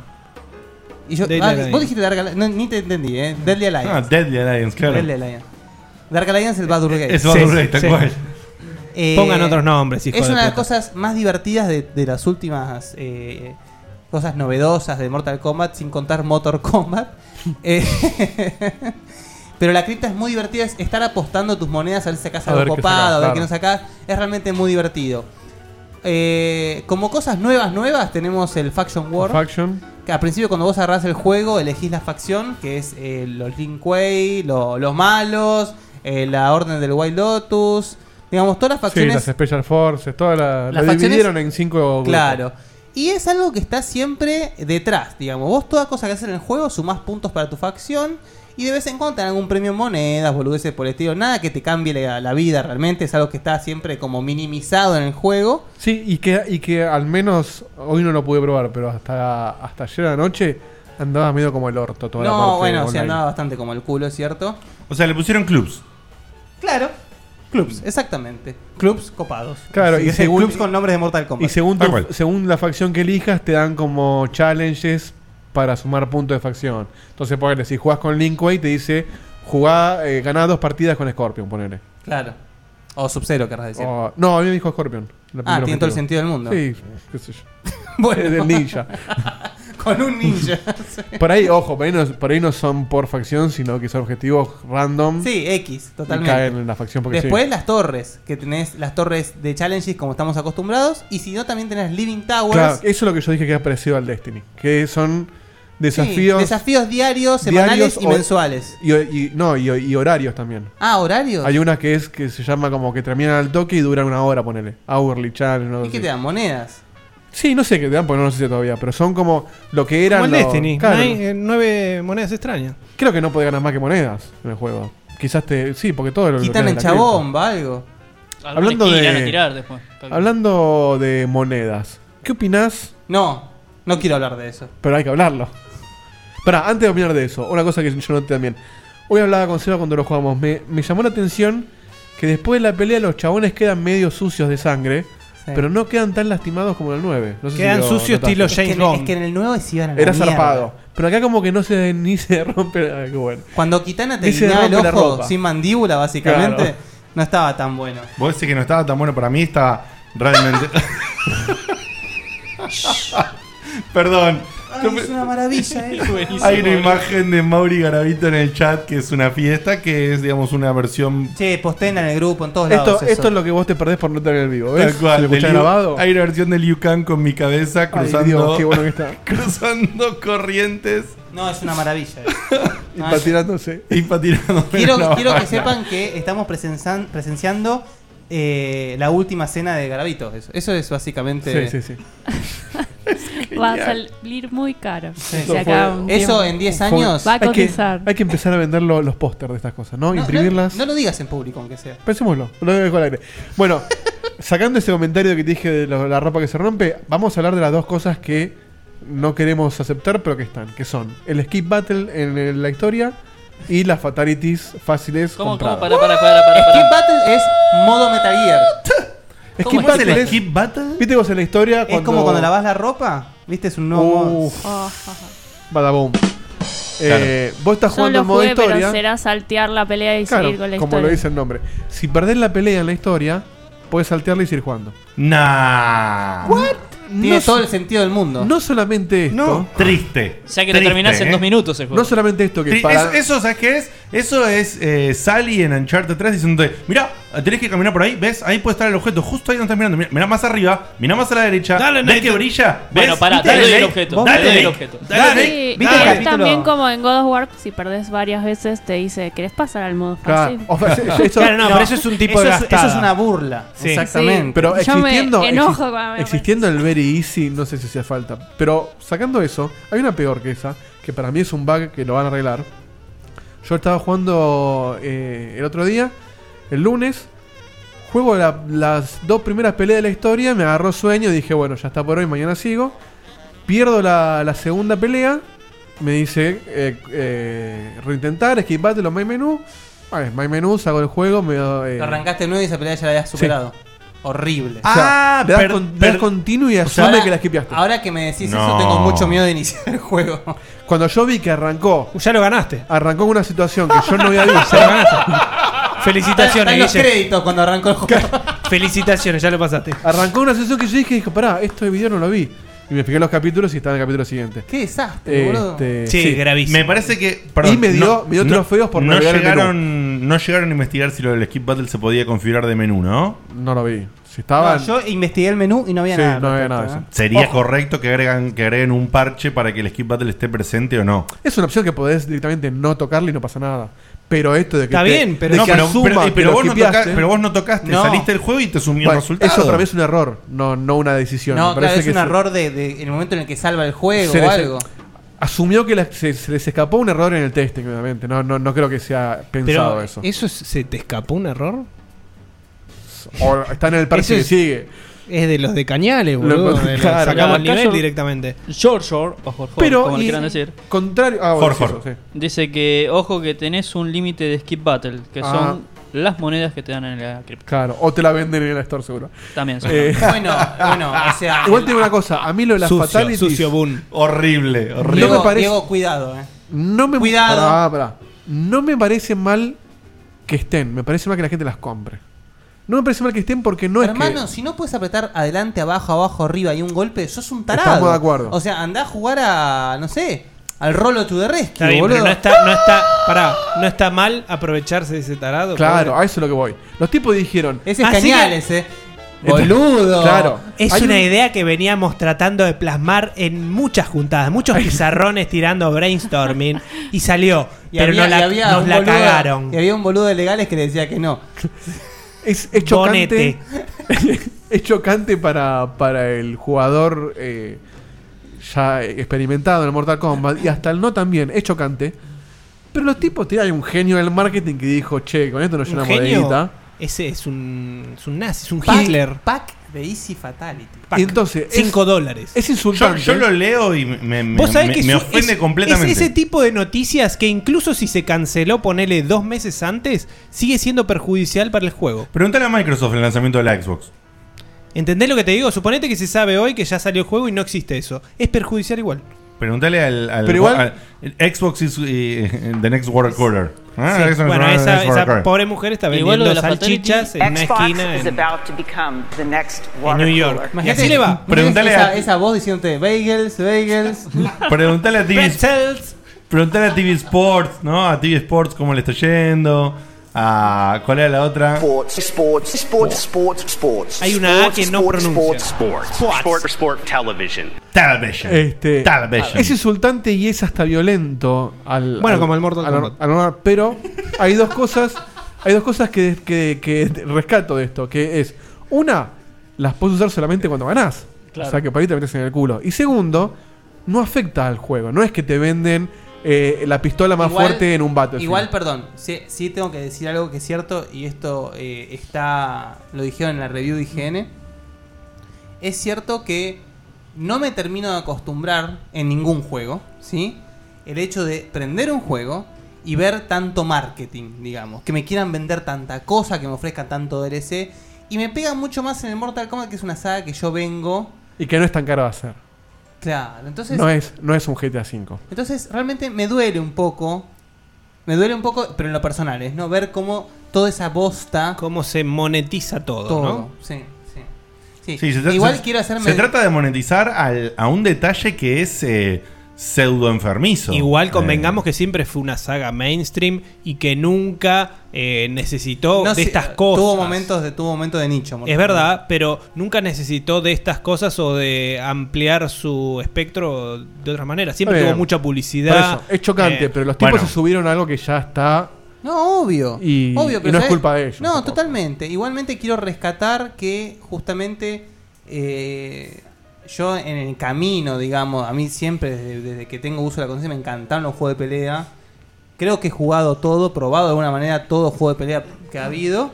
Speaker 5: Y yo,
Speaker 7: Deadly
Speaker 5: ah,
Speaker 7: Alliance.
Speaker 5: vos dijiste Dark Alliance, no, ni te entendí, ¿eh? Deadly Alliance.
Speaker 3: Ah, Deadly Alliance, claro.
Speaker 5: Deadly Alliance. Dark Alliance es el Baldur's Gate.
Speaker 3: Es Baldur's Gate, tal cual.
Speaker 7: Pongan otros nombres, hijo
Speaker 5: Eh, Es
Speaker 7: de
Speaker 5: una de las
Speaker 7: puta.
Speaker 5: cosas más divertidas de, de las últimas eh, cosas novedosas de Mortal Kombat, sin contar
Speaker 7: <laughs>
Speaker 5: Motor Kombat. Eh, <laughs> Pero la cripta es muy divertida, es estar apostando tus monedas a ver si sacas
Speaker 4: A
Speaker 5: algo
Speaker 4: ver qué
Speaker 5: copado,
Speaker 4: sacás,
Speaker 5: a ver qué
Speaker 4: claro.
Speaker 5: no sacás. Es realmente muy divertido. Eh, como cosas nuevas, nuevas, tenemos el Faction War.
Speaker 4: Faction.
Speaker 5: Que al principio cuando vos agarrás el juego, elegís la facción, que es eh, los Lin Kuei, lo- los malos, eh, la Orden del White Lotus. Digamos, todas las
Speaker 4: Sí,
Speaker 5: facciones...
Speaker 4: las Special Forces, todas las.
Speaker 5: Las
Speaker 4: lo
Speaker 5: facciones-
Speaker 4: dividieron en cinco grupos.
Speaker 5: Claro. Y es algo que está siempre detrás, digamos. Vos toda cosa que haces en el juego sumás puntos para tu facción y de vez en cuando te dan algún premio en monedas, boludeces por el estilo. Nada que te cambie la, la vida realmente, es algo que está siempre como minimizado en el juego.
Speaker 4: Sí, y que, y que al menos hoy no lo pude probar, pero hasta, hasta ayer anoche andaba medio como el orto toda la parte.
Speaker 5: No, bueno, se
Speaker 4: online.
Speaker 5: andaba bastante como el culo, es ¿cierto?
Speaker 3: O sea, le pusieron clubs.
Speaker 5: Claro. Clubs, exactamente. Clubs copados.
Speaker 4: Claro,
Speaker 5: Sí,
Speaker 4: y según-
Speaker 5: clubs con nombres de Mortal Kombat.
Speaker 4: Y según, tu- según la facción que elijas, te dan como challenges para sumar puntos de facción. Entonces, ponele, si jugás con Linkway, te dice jugá, eh, ganá dos partidas con Scorpion, ponele.
Speaker 5: Claro. O Sub-Zero, querrás decir.
Speaker 4: O- no, a mí me dijo Scorpion. la
Speaker 5: Ah,
Speaker 4: primera
Speaker 5: tiene todo el
Speaker 4: objetivo.
Speaker 5: sentido del mundo.
Speaker 4: Sí, qué sé yo.
Speaker 5: <laughs> Bueno.
Speaker 4: Es del ninja.
Speaker 5: <laughs> Con un
Speaker 4: <laughs>
Speaker 5: ninja, <laughs> sí.
Speaker 4: Por ahí, ojo, por ahí, no, por ahí no son por facción, sino que son objetivos random.
Speaker 5: Sí, X, totalmente.
Speaker 4: Y caen en la facción porque
Speaker 5: Después
Speaker 4: sí.
Speaker 5: las torres, que tenés las torres de challenges como estamos acostumbrados. Y si no, también tenés Living Towers.
Speaker 4: Claro, eso es lo que yo dije que es parecido al Destiny. Que son
Speaker 5: Sí,
Speaker 4: desafíos.
Speaker 5: desafíos diarios,
Speaker 4: diarios
Speaker 5: semanales y
Speaker 4: o-
Speaker 5: mensuales.
Speaker 4: Y, y- no, y, y horarios también.
Speaker 5: Ah, horarios.
Speaker 4: Hay una que es que se llama como que terminan al toque y duran una hora, ponele. Hourly challenge.
Speaker 5: ¿Y qué te dan? ¿Monedas?
Speaker 4: Sí, no sé qué te dan, porque no lo sé todavía. Pero son como lo que eran.
Speaker 7: Como el
Speaker 4: los-
Speaker 7: Destiny.
Speaker 4: claro.
Speaker 7: Hay, eh, nueve monedas extrañas.
Speaker 4: Creo que no podés ganar más que monedas en el juego. Quizás te. Sí, porque todo lo
Speaker 5: Quitan
Speaker 4: lo-
Speaker 5: el
Speaker 4: la
Speaker 5: chabón, va algo.
Speaker 4: cripta. Hablando
Speaker 5: Alguna esquina
Speaker 4: de.
Speaker 5: a tirar después.
Speaker 4: hablando de monedas. ¿Qué opinás?
Speaker 5: No, no quiero hablar de eso.
Speaker 4: Pero hay que hablarlo. Pará, antes de opinar de eso, una cosa que yo noté también. Hoy hablaba con Seba cuando lo jugamos. Me, me llamó la atención que después de la pelea los chabones quedan medio sucios de sangre,
Speaker 5: Sí.
Speaker 4: pero no quedan tan lastimados como en el 9. No sé si
Speaker 7: Quedan
Speaker 4: lo
Speaker 7: sucios
Speaker 4: notaste.
Speaker 7: estilo James
Speaker 5: Es que, en- es que en el nuevo sí iban a la
Speaker 4: Era
Speaker 5: mierda.
Speaker 4: zarpado. Pero acá como que no se ni se <laughs> rompe. ah, qué bueno.
Speaker 5: Cuando Kitana te
Speaker 4: Ni se
Speaker 5: guiñaba el
Speaker 4: rompe la
Speaker 5: ojo
Speaker 4: ropa.
Speaker 5: sin mandíbula, básicamente,
Speaker 4: Claro.
Speaker 5: no estaba tan bueno.
Speaker 3: Vos decís que no estaba tan bueno para mí, estaba
Speaker 15: <laughs>
Speaker 3: realmente. Perdón. Yo me-
Speaker 5: es una maravilla, <laughs> eh.
Speaker 3: Hay una imagen de Mauri Garavito en el chat que es una fiesta, que es, digamos, una versión.
Speaker 5: Che, postena en el grupo, en todos lados.
Speaker 4: Esto,
Speaker 5: eso.
Speaker 4: esto es lo que vos te perdés por no tener el vivo. ¿ves?
Speaker 3: Tal cual,
Speaker 4: Si lo
Speaker 3: de
Speaker 4: escuchás
Speaker 3: Liu-
Speaker 4: grabado.
Speaker 3: Hay una versión de Liu Kang con mi cabeza cruzando.
Speaker 4: Dios, qué bueno que está.
Speaker 3: <laughs> cruzando corrientes.
Speaker 5: No, es una maravilla.
Speaker 3: <laughs>
Speaker 5: eh.
Speaker 4: Y
Speaker 5: No, es-
Speaker 4: patinándose.
Speaker 3: Y patinándose.
Speaker 5: Quiero,
Speaker 3: No,
Speaker 5: quiero que
Speaker 3: basta.
Speaker 5: sepan que estamos presencian- presenciando eh, la última cena de Garabitos. Eso, eso es básicamente.
Speaker 4: Sí, sí, sí.
Speaker 9: Va a salir muy caro.
Speaker 5: Sí.
Speaker 9: de
Speaker 5: Eso
Speaker 9: acá a
Speaker 5: fue-
Speaker 9: un
Speaker 5: eso
Speaker 9: tiempo.
Speaker 5: en 10 años-
Speaker 9: Va a
Speaker 4: Hay que,
Speaker 9: cotizar.
Speaker 4: hay que empezar a vender lo- los pósters de estas cosas, ¿no?
Speaker 5: No,
Speaker 4: Imprimirlas.
Speaker 5: No, no lo digas en público, aunque sea.
Speaker 4: Pensémoslo, lo dejo al aire.
Speaker 5: <laughs>
Speaker 4: Bueno, sacando ese comentario que te dije de lo- la ropa que se rompe, vamos a hablar de las dos cosas que no queremos aceptar, pero que están, que son el skip battle en, el- la historia y las fatalities fáciles
Speaker 15: ¿Cómo, cómo?
Speaker 4: compradas.
Speaker 15: Para, para, para, para.
Speaker 5: Skip Battle es modo Metal Gear.
Speaker 4: Skip
Speaker 5: ¿Cómo es
Speaker 4: battle
Speaker 5: el
Speaker 4: es-
Speaker 5: skip
Speaker 4: ¿Viste vos en la historia
Speaker 5: Es como cuando lavas la ropa. ¿Viste? Es un nuevo modo.
Speaker 4: Uf. Badaboom. Eh, vos estás
Speaker 12: Yo
Speaker 4: jugando
Speaker 12: lo
Speaker 4: en modo
Speaker 12: jugué, pero
Speaker 4: historia.
Speaker 12: será saltear la pelea y
Speaker 4: Claro,
Speaker 12: seguir con la
Speaker 4: como
Speaker 12: historia.
Speaker 4: lo dice el nombre. Si perdés la pelea en la historia, puedes saltearla y seguir jugando.
Speaker 3: Nah.
Speaker 5: Tiene todo el sentido del mundo.
Speaker 4: No solamente esto.
Speaker 3: Triste. ¿eh?
Speaker 15: Ya que lo terminás
Speaker 7: ¿eh?
Speaker 15: en dos minutos el juego.
Speaker 4: No solamente esto que
Speaker 3: Sí,
Speaker 4: para-
Speaker 3: eso, eso, ¿sabes qué es? Eso es eh, Sally en Uncharted 3 diciéndote, mirá, tenés que caminar por ahí, ¿ves? Ahí puede estar el objeto, justo ahí donde estás mirando. Mirá, mirá más arriba, mirá más a la derecha.
Speaker 15: Dale,
Speaker 3: ¿Ves
Speaker 15: Nate.
Speaker 3: que brilla? ¿Ves?
Speaker 15: Bueno, pará,
Speaker 3: ¿Viste?
Speaker 15: dale el
Speaker 3: Nate.
Speaker 15: objeto,
Speaker 3: Vos-
Speaker 15: dale el
Speaker 3: Nate.
Speaker 15: objeto.
Speaker 3: Dale, Nate.
Speaker 12: Sí,
Speaker 3: Dale,
Speaker 12: y
Speaker 3: Nate.
Speaker 12: es también como en God of War, si perdés varias veces, te dice, ¿querés pasar al modo fácil?
Speaker 7: <laughs>
Speaker 12: <laughs>
Speaker 7: Claro, no, pero eso es un tipo de
Speaker 5: eso es-
Speaker 7: gastada.
Speaker 5: eso es una burla.
Speaker 7: Sí.
Speaker 5: Exactamente.
Speaker 4: Pero
Speaker 12: Yo me
Speaker 4: existiendo,
Speaker 12: enojo
Speaker 4: exi-
Speaker 12: cuando me
Speaker 4: existiendo el Very Easy, no sé si hacía falta. Pero sacando eso, hay una peor que esa, que para mí es un bug que lo van a arreglar. Yo estaba jugando eh, el otro día, el lunes. Juego la- las dos primeras peleas de la historia, me agarró sueño, dije, bueno, ya está por hoy, mañana sigo. Pierdo la, la segunda pelea, me dice eh, eh, reintentar, esquivate los main menú. Vale, My Menus, hago el juego, me da, eh,
Speaker 5: Lo arrancaste nuevo y esa pelea ya la habías superado. Horrible.
Speaker 4: O
Speaker 5: Ah,
Speaker 4: sea, le Ah, das con- le das
Speaker 5: continuo
Speaker 4: y asume que la
Speaker 5: skipeaste. Ahora que me decís eso,
Speaker 4: No.
Speaker 5: tengo mucho miedo de iniciar el juego.
Speaker 4: Cuando yo vi que arrancó.
Speaker 7: Ya lo ganaste.
Speaker 4: Arrancó con una situación que yo no
Speaker 7: <laughs>
Speaker 4: había visto.
Speaker 7: Felicitaciones,
Speaker 5: Están los
Speaker 7: Guille.
Speaker 5: créditos cuando arrancó el juego.
Speaker 7: Felicitaciones, ya lo pasaste.
Speaker 4: Arrancó una situación que yo dije, dije, pará, esto de video no lo vi. Y me fijé en los capítulos y estaba en el capítulo siguiente.
Speaker 5: Qué desastre, boludo.
Speaker 4: Este,
Speaker 3: Me parece que. perdón,
Speaker 4: y me dio, me dio trofeos por
Speaker 3: no
Speaker 4: navegar el menú.
Speaker 3: llegaron, no llegaron a investigar si lo del Skip Battle se podía configurar de menú, ¿no?
Speaker 4: No lo vi. Si
Speaker 5: No, yo investigué el menú y no había
Speaker 4: Sí,
Speaker 5: nada.
Speaker 4: no había
Speaker 5: respecto,
Speaker 4: nada de
Speaker 5: ¿eh?
Speaker 4: eso.
Speaker 3: ¿Sería
Speaker 5: Ojo.
Speaker 3: correcto que agregan, que agreguen un parche para que el Skip Battle esté presente o no?
Speaker 4: Es una opción que podés directamente no tocarle y no pasa nada. Pero esto de que.
Speaker 3: Está
Speaker 4: te-
Speaker 3: bien, pero-
Speaker 4: de
Speaker 3: No,
Speaker 4: que
Speaker 3: pero-
Speaker 4: asuma
Speaker 3: pero- eh,
Speaker 4: que
Speaker 3: pero
Speaker 4: lo
Speaker 3: vos no
Speaker 4: skipeaste-
Speaker 3: toca- pero vos no tocaste, saliste del juego y te sumió el resultado.
Speaker 4: Es otra vez un error, no, no una decisión.
Speaker 5: No,
Speaker 4: Me
Speaker 5: claro,
Speaker 4: parece
Speaker 5: es
Speaker 4: que
Speaker 5: un
Speaker 4: se-
Speaker 5: error de, de- el momento en el que salva el juego
Speaker 4: se
Speaker 5: o
Speaker 4: les-
Speaker 5: algo.
Speaker 4: Asumió que la- se, se les escapó un error en el testing, obviamente. No, no, no creo que sea pensado
Speaker 7: Pero,
Speaker 4: eso.
Speaker 7: ¿eso es- se te escapó un error?
Speaker 4: O está en el parche
Speaker 7: Eso
Speaker 4: que
Speaker 7: es-
Speaker 4: sigue.
Speaker 7: Es de los de Cañales,
Speaker 4: Lo
Speaker 7: boludo.
Speaker 4: encont-
Speaker 7: de los-
Speaker 4: claro.
Speaker 7: sacamos el
Speaker 4: Claro,
Speaker 7: nivel
Speaker 4: yo-
Speaker 7: directamente.
Speaker 15: George Shore, o Jorge,
Speaker 4: Pero,
Speaker 15: como le
Speaker 4: y-
Speaker 15: quieran decir.
Speaker 4: Contrario. Ah, bueno,
Speaker 15: Jorge.
Speaker 4: sí, eso, sí.
Speaker 15: Dice que, ojo, que tenés un límite de skip battle, que
Speaker 4: Ah.
Speaker 15: son las monedas que te dan en la cripta.
Speaker 4: Claro, o te la venden en el store seguro.
Speaker 15: También, seguro.
Speaker 4: Eh,
Speaker 15: Bueno, bueno, o sea-
Speaker 4: <laughs> Igual te digo una cosa, a mí lo de las
Speaker 15: Sucio,
Speaker 4: fatalities.
Speaker 15: sucio
Speaker 7: boom.
Speaker 3: Horrible,
Speaker 5: Diego,
Speaker 4: No me parece.
Speaker 5: Diego, cuidado, eh.
Speaker 4: no me,
Speaker 5: Cuidado.
Speaker 4: Pará, pará. No me parece mal que estén, me parece mal que la gente las compre. No me parece mal que estén porque no
Speaker 5: Hermano,
Speaker 4: es que.
Speaker 5: si no puedes apretar adelante, abajo, abajo, arriba y un golpe, sos un tarado.
Speaker 4: Estamos de acuerdo.
Speaker 5: O sea, andá a jugar a, no sé, al Rolo to the Rescue,
Speaker 7: Está bien,
Speaker 5: boludo.
Speaker 7: pero no está, no está, pará, no está mal aprovecharse de ese tarado.
Speaker 4: Claro,
Speaker 7: pobre.
Speaker 4: a eso es lo que voy. Los tipos dijeron.
Speaker 5: Ese es Cañales, eh. Boludo.
Speaker 4: Claro.
Speaker 7: Es
Speaker 4: Hay
Speaker 7: una
Speaker 4: un-
Speaker 7: idea que veníamos tratando de plasmar en muchas juntadas, muchos pizarrones tirando brainstorming y salió,
Speaker 5: Y
Speaker 7: pero
Speaker 5: había-
Speaker 7: no
Speaker 5: y
Speaker 7: la,
Speaker 5: había
Speaker 7: nos
Speaker 5: un
Speaker 7: la
Speaker 5: boludo-
Speaker 7: cagaron.
Speaker 5: Y había un boludo de legales que le decía que no.
Speaker 4: Es, es chocante. <laughs> es chocante para, para el jugador eh, ya experimentado en el Mortal Kombat y hasta el no también. Es chocante. Pero los tipos, tienen un genio del marketing que dijo, che, con esto nos
Speaker 7: Un
Speaker 4: llenamos de guita.
Speaker 7: genio. Ese es un, es un nazi, es un
Speaker 5: Pack-
Speaker 7: Hitler.
Speaker 5: Pack de Easy Fatality.
Speaker 7: Pack.
Speaker 4: Y entonces,
Speaker 7: 5
Speaker 4: es-
Speaker 7: dólares.
Speaker 4: es insultante.
Speaker 3: Yo, yo lo leo y me,
Speaker 7: <laughs>
Speaker 3: me-
Speaker 7: Vos sabés
Speaker 3: me-
Speaker 7: que
Speaker 3: me
Speaker 7: su-
Speaker 3: ofende
Speaker 7: es-
Speaker 3: completamente.
Speaker 7: Es ese tipo de noticias que incluso si se canceló, ponele dos meses antes, sigue siendo perjudicial para el juego.
Speaker 3: Pregúntale a Microsoft el lanzamiento de la Xbox.
Speaker 7: ¿Entendés lo que te digo? Suponete que se sabe hoy que ya salió el juego y no existe eso. Es perjudicial igual.
Speaker 3: Pregúntale al, al-
Speaker 7: Pero igual-
Speaker 3: al- el Xbox is eh, the next world order. Ah,
Speaker 7: Sí.
Speaker 3: Xbox is
Speaker 7: Bueno,
Speaker 3: the
Speaker 7: esa-
Speaker 3: next world
Speaker 7: esa
Speaker 3: order.
Speaker 7: pobre mujer está
Speaker 3: Igual
Speaker 7: vendiendo
Speaker 3: lo de la
Speaker 7: salchichas en una
Speaker 17: Xbox
Speaker 7: esquina
Speaker 17: is
Speaker 7: en,
Speaker 17: about to become the next
Speaker 7: en
Speaker 17: water
Speaker 7: New York.
Speaker 17: cooler.
Speaker 7: Y así le va.
Speaker 3: Preguntale
Speaker 5: <laughs> esa,
Speaker 3: a-
Speaker 5: esa voz diciéndote bagels, bagels.
Speaker 3: Preguntale
Speaker 7: <laughs>
Speaker 3: a TV
Speaker 7: Pretzels.
Speaker 3: Preguntale a TV Sports, ¿no? A TV Sports cómo le está yendo. A, ¿Cuál era la otra?
Speaker 18: Sports, sports, sports, sports, sports.
Speaker 7: Hay una A que no
Speaker 18: sports,
Speaker 7: pronuncia.
Speaker 18: Sports, sports, sports, sport, sport, television.
Speaker 3: Television.
Speaker 4: Este,
Speaker 18: Television.
Speaker 4: Es insultante y es hasta violento al.
Speaker 7: Bueno,
Speaker 4: al-
Speaker 7: como el Mortal
Speaker 4: al-
Speaker 7: Kombat.
Speaker 4: al normal, pero hay dos cosas. Hay dos cosas que, que- que rescato de esto. Que es. Una, las puedes usar solamente cuando ganás.
Speaker 7: Claro.
Speaker 4: O sea que para ahí te metes en el culo. Y segundo, no afecta al juego. No es que te venden eh, la pistola más
Speaker 5: Igual-
Speaker 4: fuerte en un Battlefield.
Speaker 5: Igual, perdón, sí, sí tengo que decir algo que es cierto y esto eh, está lo dijeron en la review de IGN. Es cierto que no me termino de acostumbrar en ningún juego, ¿sí? El hecho de prender un juego y ver tanto marketing, digamos, que me quieran vender tanta cosa, que me ofrezcan tanto DLC y me pega mucho más en el Mortal Kombat que es una saga que yo vengo,
Speaker 4: Y que no es tan caro de hacer.
Speaker 5: claro. Entonces
Speaker 4: No es, no es un GTA V.
Speaker 5: entonces, realmente me duele un poco. Me duele un poco, pero en lo personal, es no ver cómo toda esa bosta.
Speaker 7: Cómo se monetiza todo,
Speaker 5: todo.
Speaker 7: ¿no?
Speaker 5: Sí, sí. Sí.
Speaker 3: Sí, se tra-
Speaker 5: Igual
Speaker 3: se-
Speaker 5: quiero hacerme.
Speaker 3: Se trata de monetizar al- a un detalle que es eh, pseudo enfermizo.
Speaker 7: Igual convengamos
Speaker 4: Eh.
Speaker 7: que siempre fue una saga mainstream y que nunca eh, necesitó
Speaker 5: No
Speaker 7: de
Speaker 5: sé, ah,
Speaker 7: estas cosas.
Speaker 5: Tuvo momentos de, tuvo momentos de nicho. Mortal
Speaker 7: Es verdad, pero nunca necesitó de estas cosas o de ampliar su espectro de otra manera. Siempre
Speaker 4: Está
Speaker 7: tuvo
Speaker 4: bien.
Speaker 7: mucha
Speaker 4: Por
Speaker 7: publicidad.
Speaker 4: eso, es chocante,
Speaker 7: Eh,
Speaker 4: pero los tipos
Speaker 7: bueno.
Speaker 4: se subieron a algo que ya está.
Speaker 5: No, obvio.
Speaker 4: Y,
Speaker 5: Obvio,
Speaker 4: y
Speaker 5: pero
Speaker 4: no es
Speaker 5: ¿sabes?
Speaker 4: culpa de ellos.
Speaker 5: No, totalmente. Igualmente quiero rescatar que justamente eh, yo en el camino, digamos, a mí siempre desde, desde que tengo uso de la conciencia me encantaron los juegos de pelea. Creo que he jugado todo, probado de alguna manera todo juego de pelea que ha habido.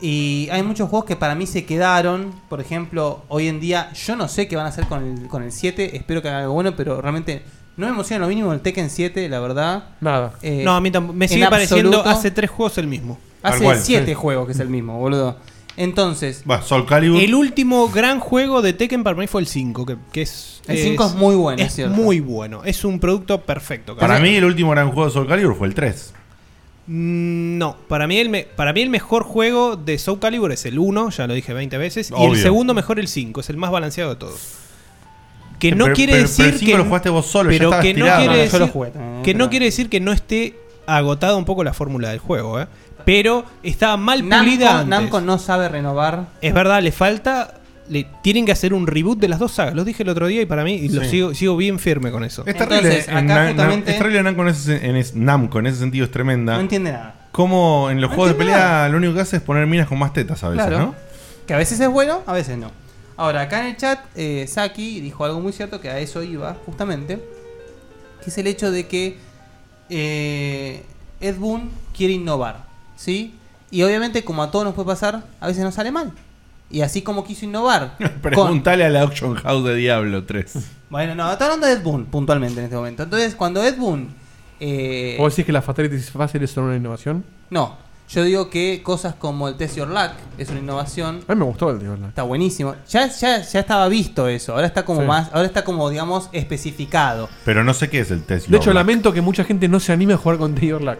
Speaker 5: Y hay muchos juegos que para mí se quedaron. Por ejemplo, hoy en día yo no sé qué van a hacer con el, con el 7. Espero que hagan algo bueno, pero realmente No me emociona lo mínimo el Tekken 7, la verdad.
Speaker 7: Nada.
Speaker 5: Eh,
Speaker 7: No, a mí tampoco- me
Speaker 5: en
Speaker 7: sigue pareciendo
Speaker 5: absoluto.
Speaker 7: hace tres juegos el mismo. Tal
Speaker 5: Hace
Speaker 7: cual,
Speaker 5: 7
Speaker 7: sí.
Speaker 5: juegos que es el mismo, boludo. Entonces.
Speaker 3: Va, Sol Calibur.
Speaker 7: El último gran juego de Tekken para mí fue el 5, que, que es...
Speaker 5: El 5 es muy bueno, es
Speaker 7: Es
Speaker 5: cierto.
Speaker 7: muy bueno, es un producto perfecto.
Speaker 3: Para
Speaker 7: casi.
Speaker 3: mí el último gran juego de Soul Calibur fue el 3.
Speaker 7: Mm, No, para mí, el me- para mí el mejor juego de Soul Calibur es el 1, ya lo dije 20 veces, y
Speaker 3: Obvio.
Speaker 7: el segundo mejor el 5, es el más balanceado de todos. Que
Speaker 3: Eh,
Speaker 7: no
Speaker 3: pero-
Speaker 7: quiere
Speaker 3: pero-
Speaker 7: decir
Speaker 3: pero el cinco
Speaker 7: que
Speaker 3: lo jugaste vos solo, ya
Speaker 7: pero
Speaker 3: estabas
Speaker 7: que no
Speaker 3: tirado.
Speaker 5: Ah,
Speaker 7: quiere
Speaker 3: No, no, yo
Speaker 7: decir,
Speaker 3: lo jugué también,
Speaker 7: que no
Speaker 3: pero-
Speaker 7: quiere decir que no esté agotada un poco la fórmula del juego, ¿eh? Pero estaba mal pulida
Speaker 5: Namco,
Speaker 7: antes.
Speaker 5: Namco no sabe renovar.
Speaker 7: Es verdad, le falta le tienen que hacer un reboot de las dos sagas. Lo dije el otro día y para mí y lo
Speaker 3: Sí.
Speaker 7: sigo sigo bien firme con eso.
Speaker 3: Es terrible. Eh, en Na- Na- es terrible Namco en ese, en es- Namco, en ese sentido es tremenda.
Speaker 5: No entiende nada.
Speaker 3: Como en los
Speaker 5: No
Speaker 3: juegos de
Speaker 5: entiende
Speaker 3: pelea
Speaker 5: nada.
Speaker 3: lo único que hace es poner minas con más tetas a veces,
Speaker 5: Claro.
Speaker 3: ¿no?
Speaker 5: Que a veces ¿Este es bueno, a veces no. Ahora, acá en el chat, eh, Saki dijo algo muy cierto que a eso iba, justamente. Que es el hecho de que eh, Ed Boon quiere innovar, ¿sí? Y obviamente, como a todos nos puede pasar, a veces nos sale mal. Y así como quiso <laughs> innovar. con-
Speaker 3: Preguntale a la Auction House de Diablo 3.
Speaker 5: Bueno, no, está hablando de Ed Boon puntualmente en este momento. Entonces, cuando Ed Boon. eh,
Speaker 4: ¿Vos decís que las fatalities fáciles son una innovación?
Speaker 5: no, yo digo que cosas como el Test Your Luck es una innovación.
Speaker 4: A mí me gustó el Diablo.
Speaker 5: Está buenísimo. Ya, ya, ya estaba visto eso. Ahora está como
Speaker 4: Sí.
Speaker 5: más, ahora está como digamos especificado.
Speaker 3: Pero no sé qué es el test.
Speaker 4: De hecho, lamento que mucha gente no se anime a jugar con Tiger Lack.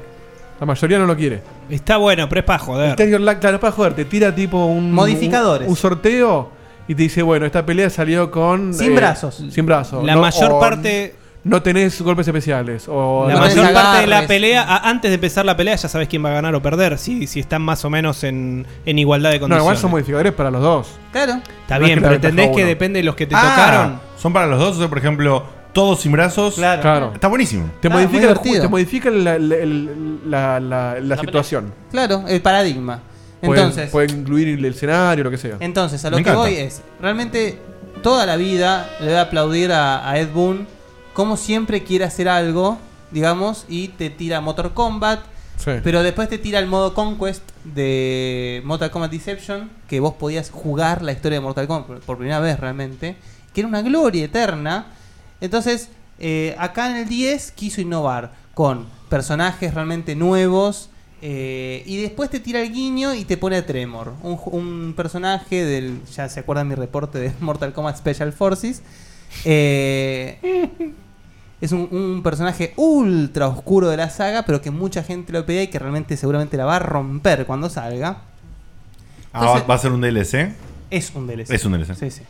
Speaker 4: La mayoría no lo quiere.
Speaker 7: Está bueno, pero es para
Speaker 5: Este
Speaker 7: joder.
Speaker 4: Tiger Lack, claro, para joder, te tira tipo un.
Speaker 7: Modificadores.
Speaker 4: Un, un sorteo y te dice, bueno, esta pelea salió con. eh,
Speaker 7: Sin brazos.
Speaker 4: Sin brazos.
Speaker 7: La mayor
Speaker 4: o
Speaker 7: parte-
Speaker 4: No tenés golpes especiales. O
Speaker 7: La mayor parte de
Speaker 5: pues.
Speaker 7: la pelea, a- antes de empezar la pelea, ya sabes quién va a ganar o perder, si, si están más o menos en, en igualdad de
Speaker 4: No,
Speaker 7: condiciones.
Speaker 4: igual son modificadores para los dos.
Speaker 5: Claro.
Speaker 7: Está bien, pero entendés que depende de los que te tocaron.
Speaker 3: Ah, Son para los dos, o sea, por ejemplo, todos sin brazos.
Speaker 5: Claro.
Speaker 4: Claro.
Speaker 3: Está buenísimo.
Speaker 4: Te
Speaker 5: Claro,
Speaker 4: modifica,
Speaker 5: muy
Speaker 4: el ju-
Speaker 5: divertido.
Speaker 4: te modifica la, la- el- la- la- la situación.
Speaker 5: Claro, el paradigma.
Speaker 4: Pueden-
Speaker 5: Entonces,
Speaker 4: pueden, incluir el, el escenario, lo que sea.
Speaker 5: entonces a lo
Speaker 4: Me
Speaker 5: que
Speaker 4: encanta.
Speaker 5: voy es, realmente toda la vida le voy a aplaudir a, a Ed Boon como siempre quiere hacer algo, digamos, y te tira Motor Combat,
Speaker 4: Sí.
Speaker 5: pero después te tira el modo Conquest de Mortal Kombat Deception, que vos podías jugar la historia de Mortal Kombat por- por primera vez realmente, que era una gloria eterna. Entonces, eh, acá en el 10 quiso innovar con personajes realmente nuevos. eh, y después te tira el guiño y te pone a Tremor, un, ju- un personaje del. Ya se acuerdan mi reporte de <laughs> Mortal Kombat Special Forces. Eh, es un, un personaje ultra oscuro de la saga, pero que mucha gente lo pedía y que realmente seguramente la va a romper cuando salga.
Speaker 3: Ah, va- va a ser un DLC.
Speaker 5: Es un DLC.
Speaker 3: Es un DLC.
Speaker 5: Sí, sí.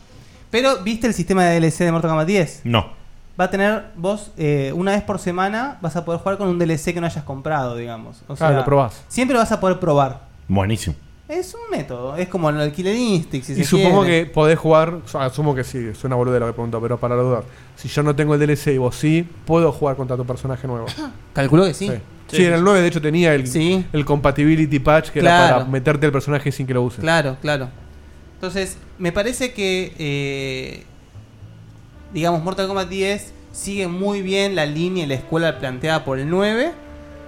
Speaker 5: Pero, ¿viste el sistema de DLC de Mortal Kombat 10?
Speaker 3: No.
Speaker 5: Va a tener vos, eh, una vez por semana, vas a poder jugar con un DLC que no hayas comprado, digamos. O
Speaker 4: Ah, lo probás.
Speaker 5: Siempre vas a poder probar.
Speaker 3: Buenísimo.
Speaker 5: Es un método. Es como el alquiler Instinct, si
Speaker 4: y
Speaker 5: se
Speaker 4: supongo
Speaker 5: quiere.
Speaker 4: que podés jugar, asumo que sí, suena boludo lo que pregunto, pero para la duda, si yo no tengo el DLC y vos sí, puedo jugar contra tu personaje nuevo.
Speaker 5: <coughs> Calculo que sí.
Speaker 4: Sí,
Speaker 5: Sí,
Speaker 4: Sí,
Speaker 5: sí,
Speaker 4: en el 9 de hecho tenía el, el compatibility patch que
Speaker 5: Claro.
Speaker 4: era para meterte el personaje sin que lo uses.
Speaker 5: Claro, claro. Entonces, me parece que, eh, digamos, Mortal Kombat 10 sigue muy bien la línea y la escuela planteada por el 9.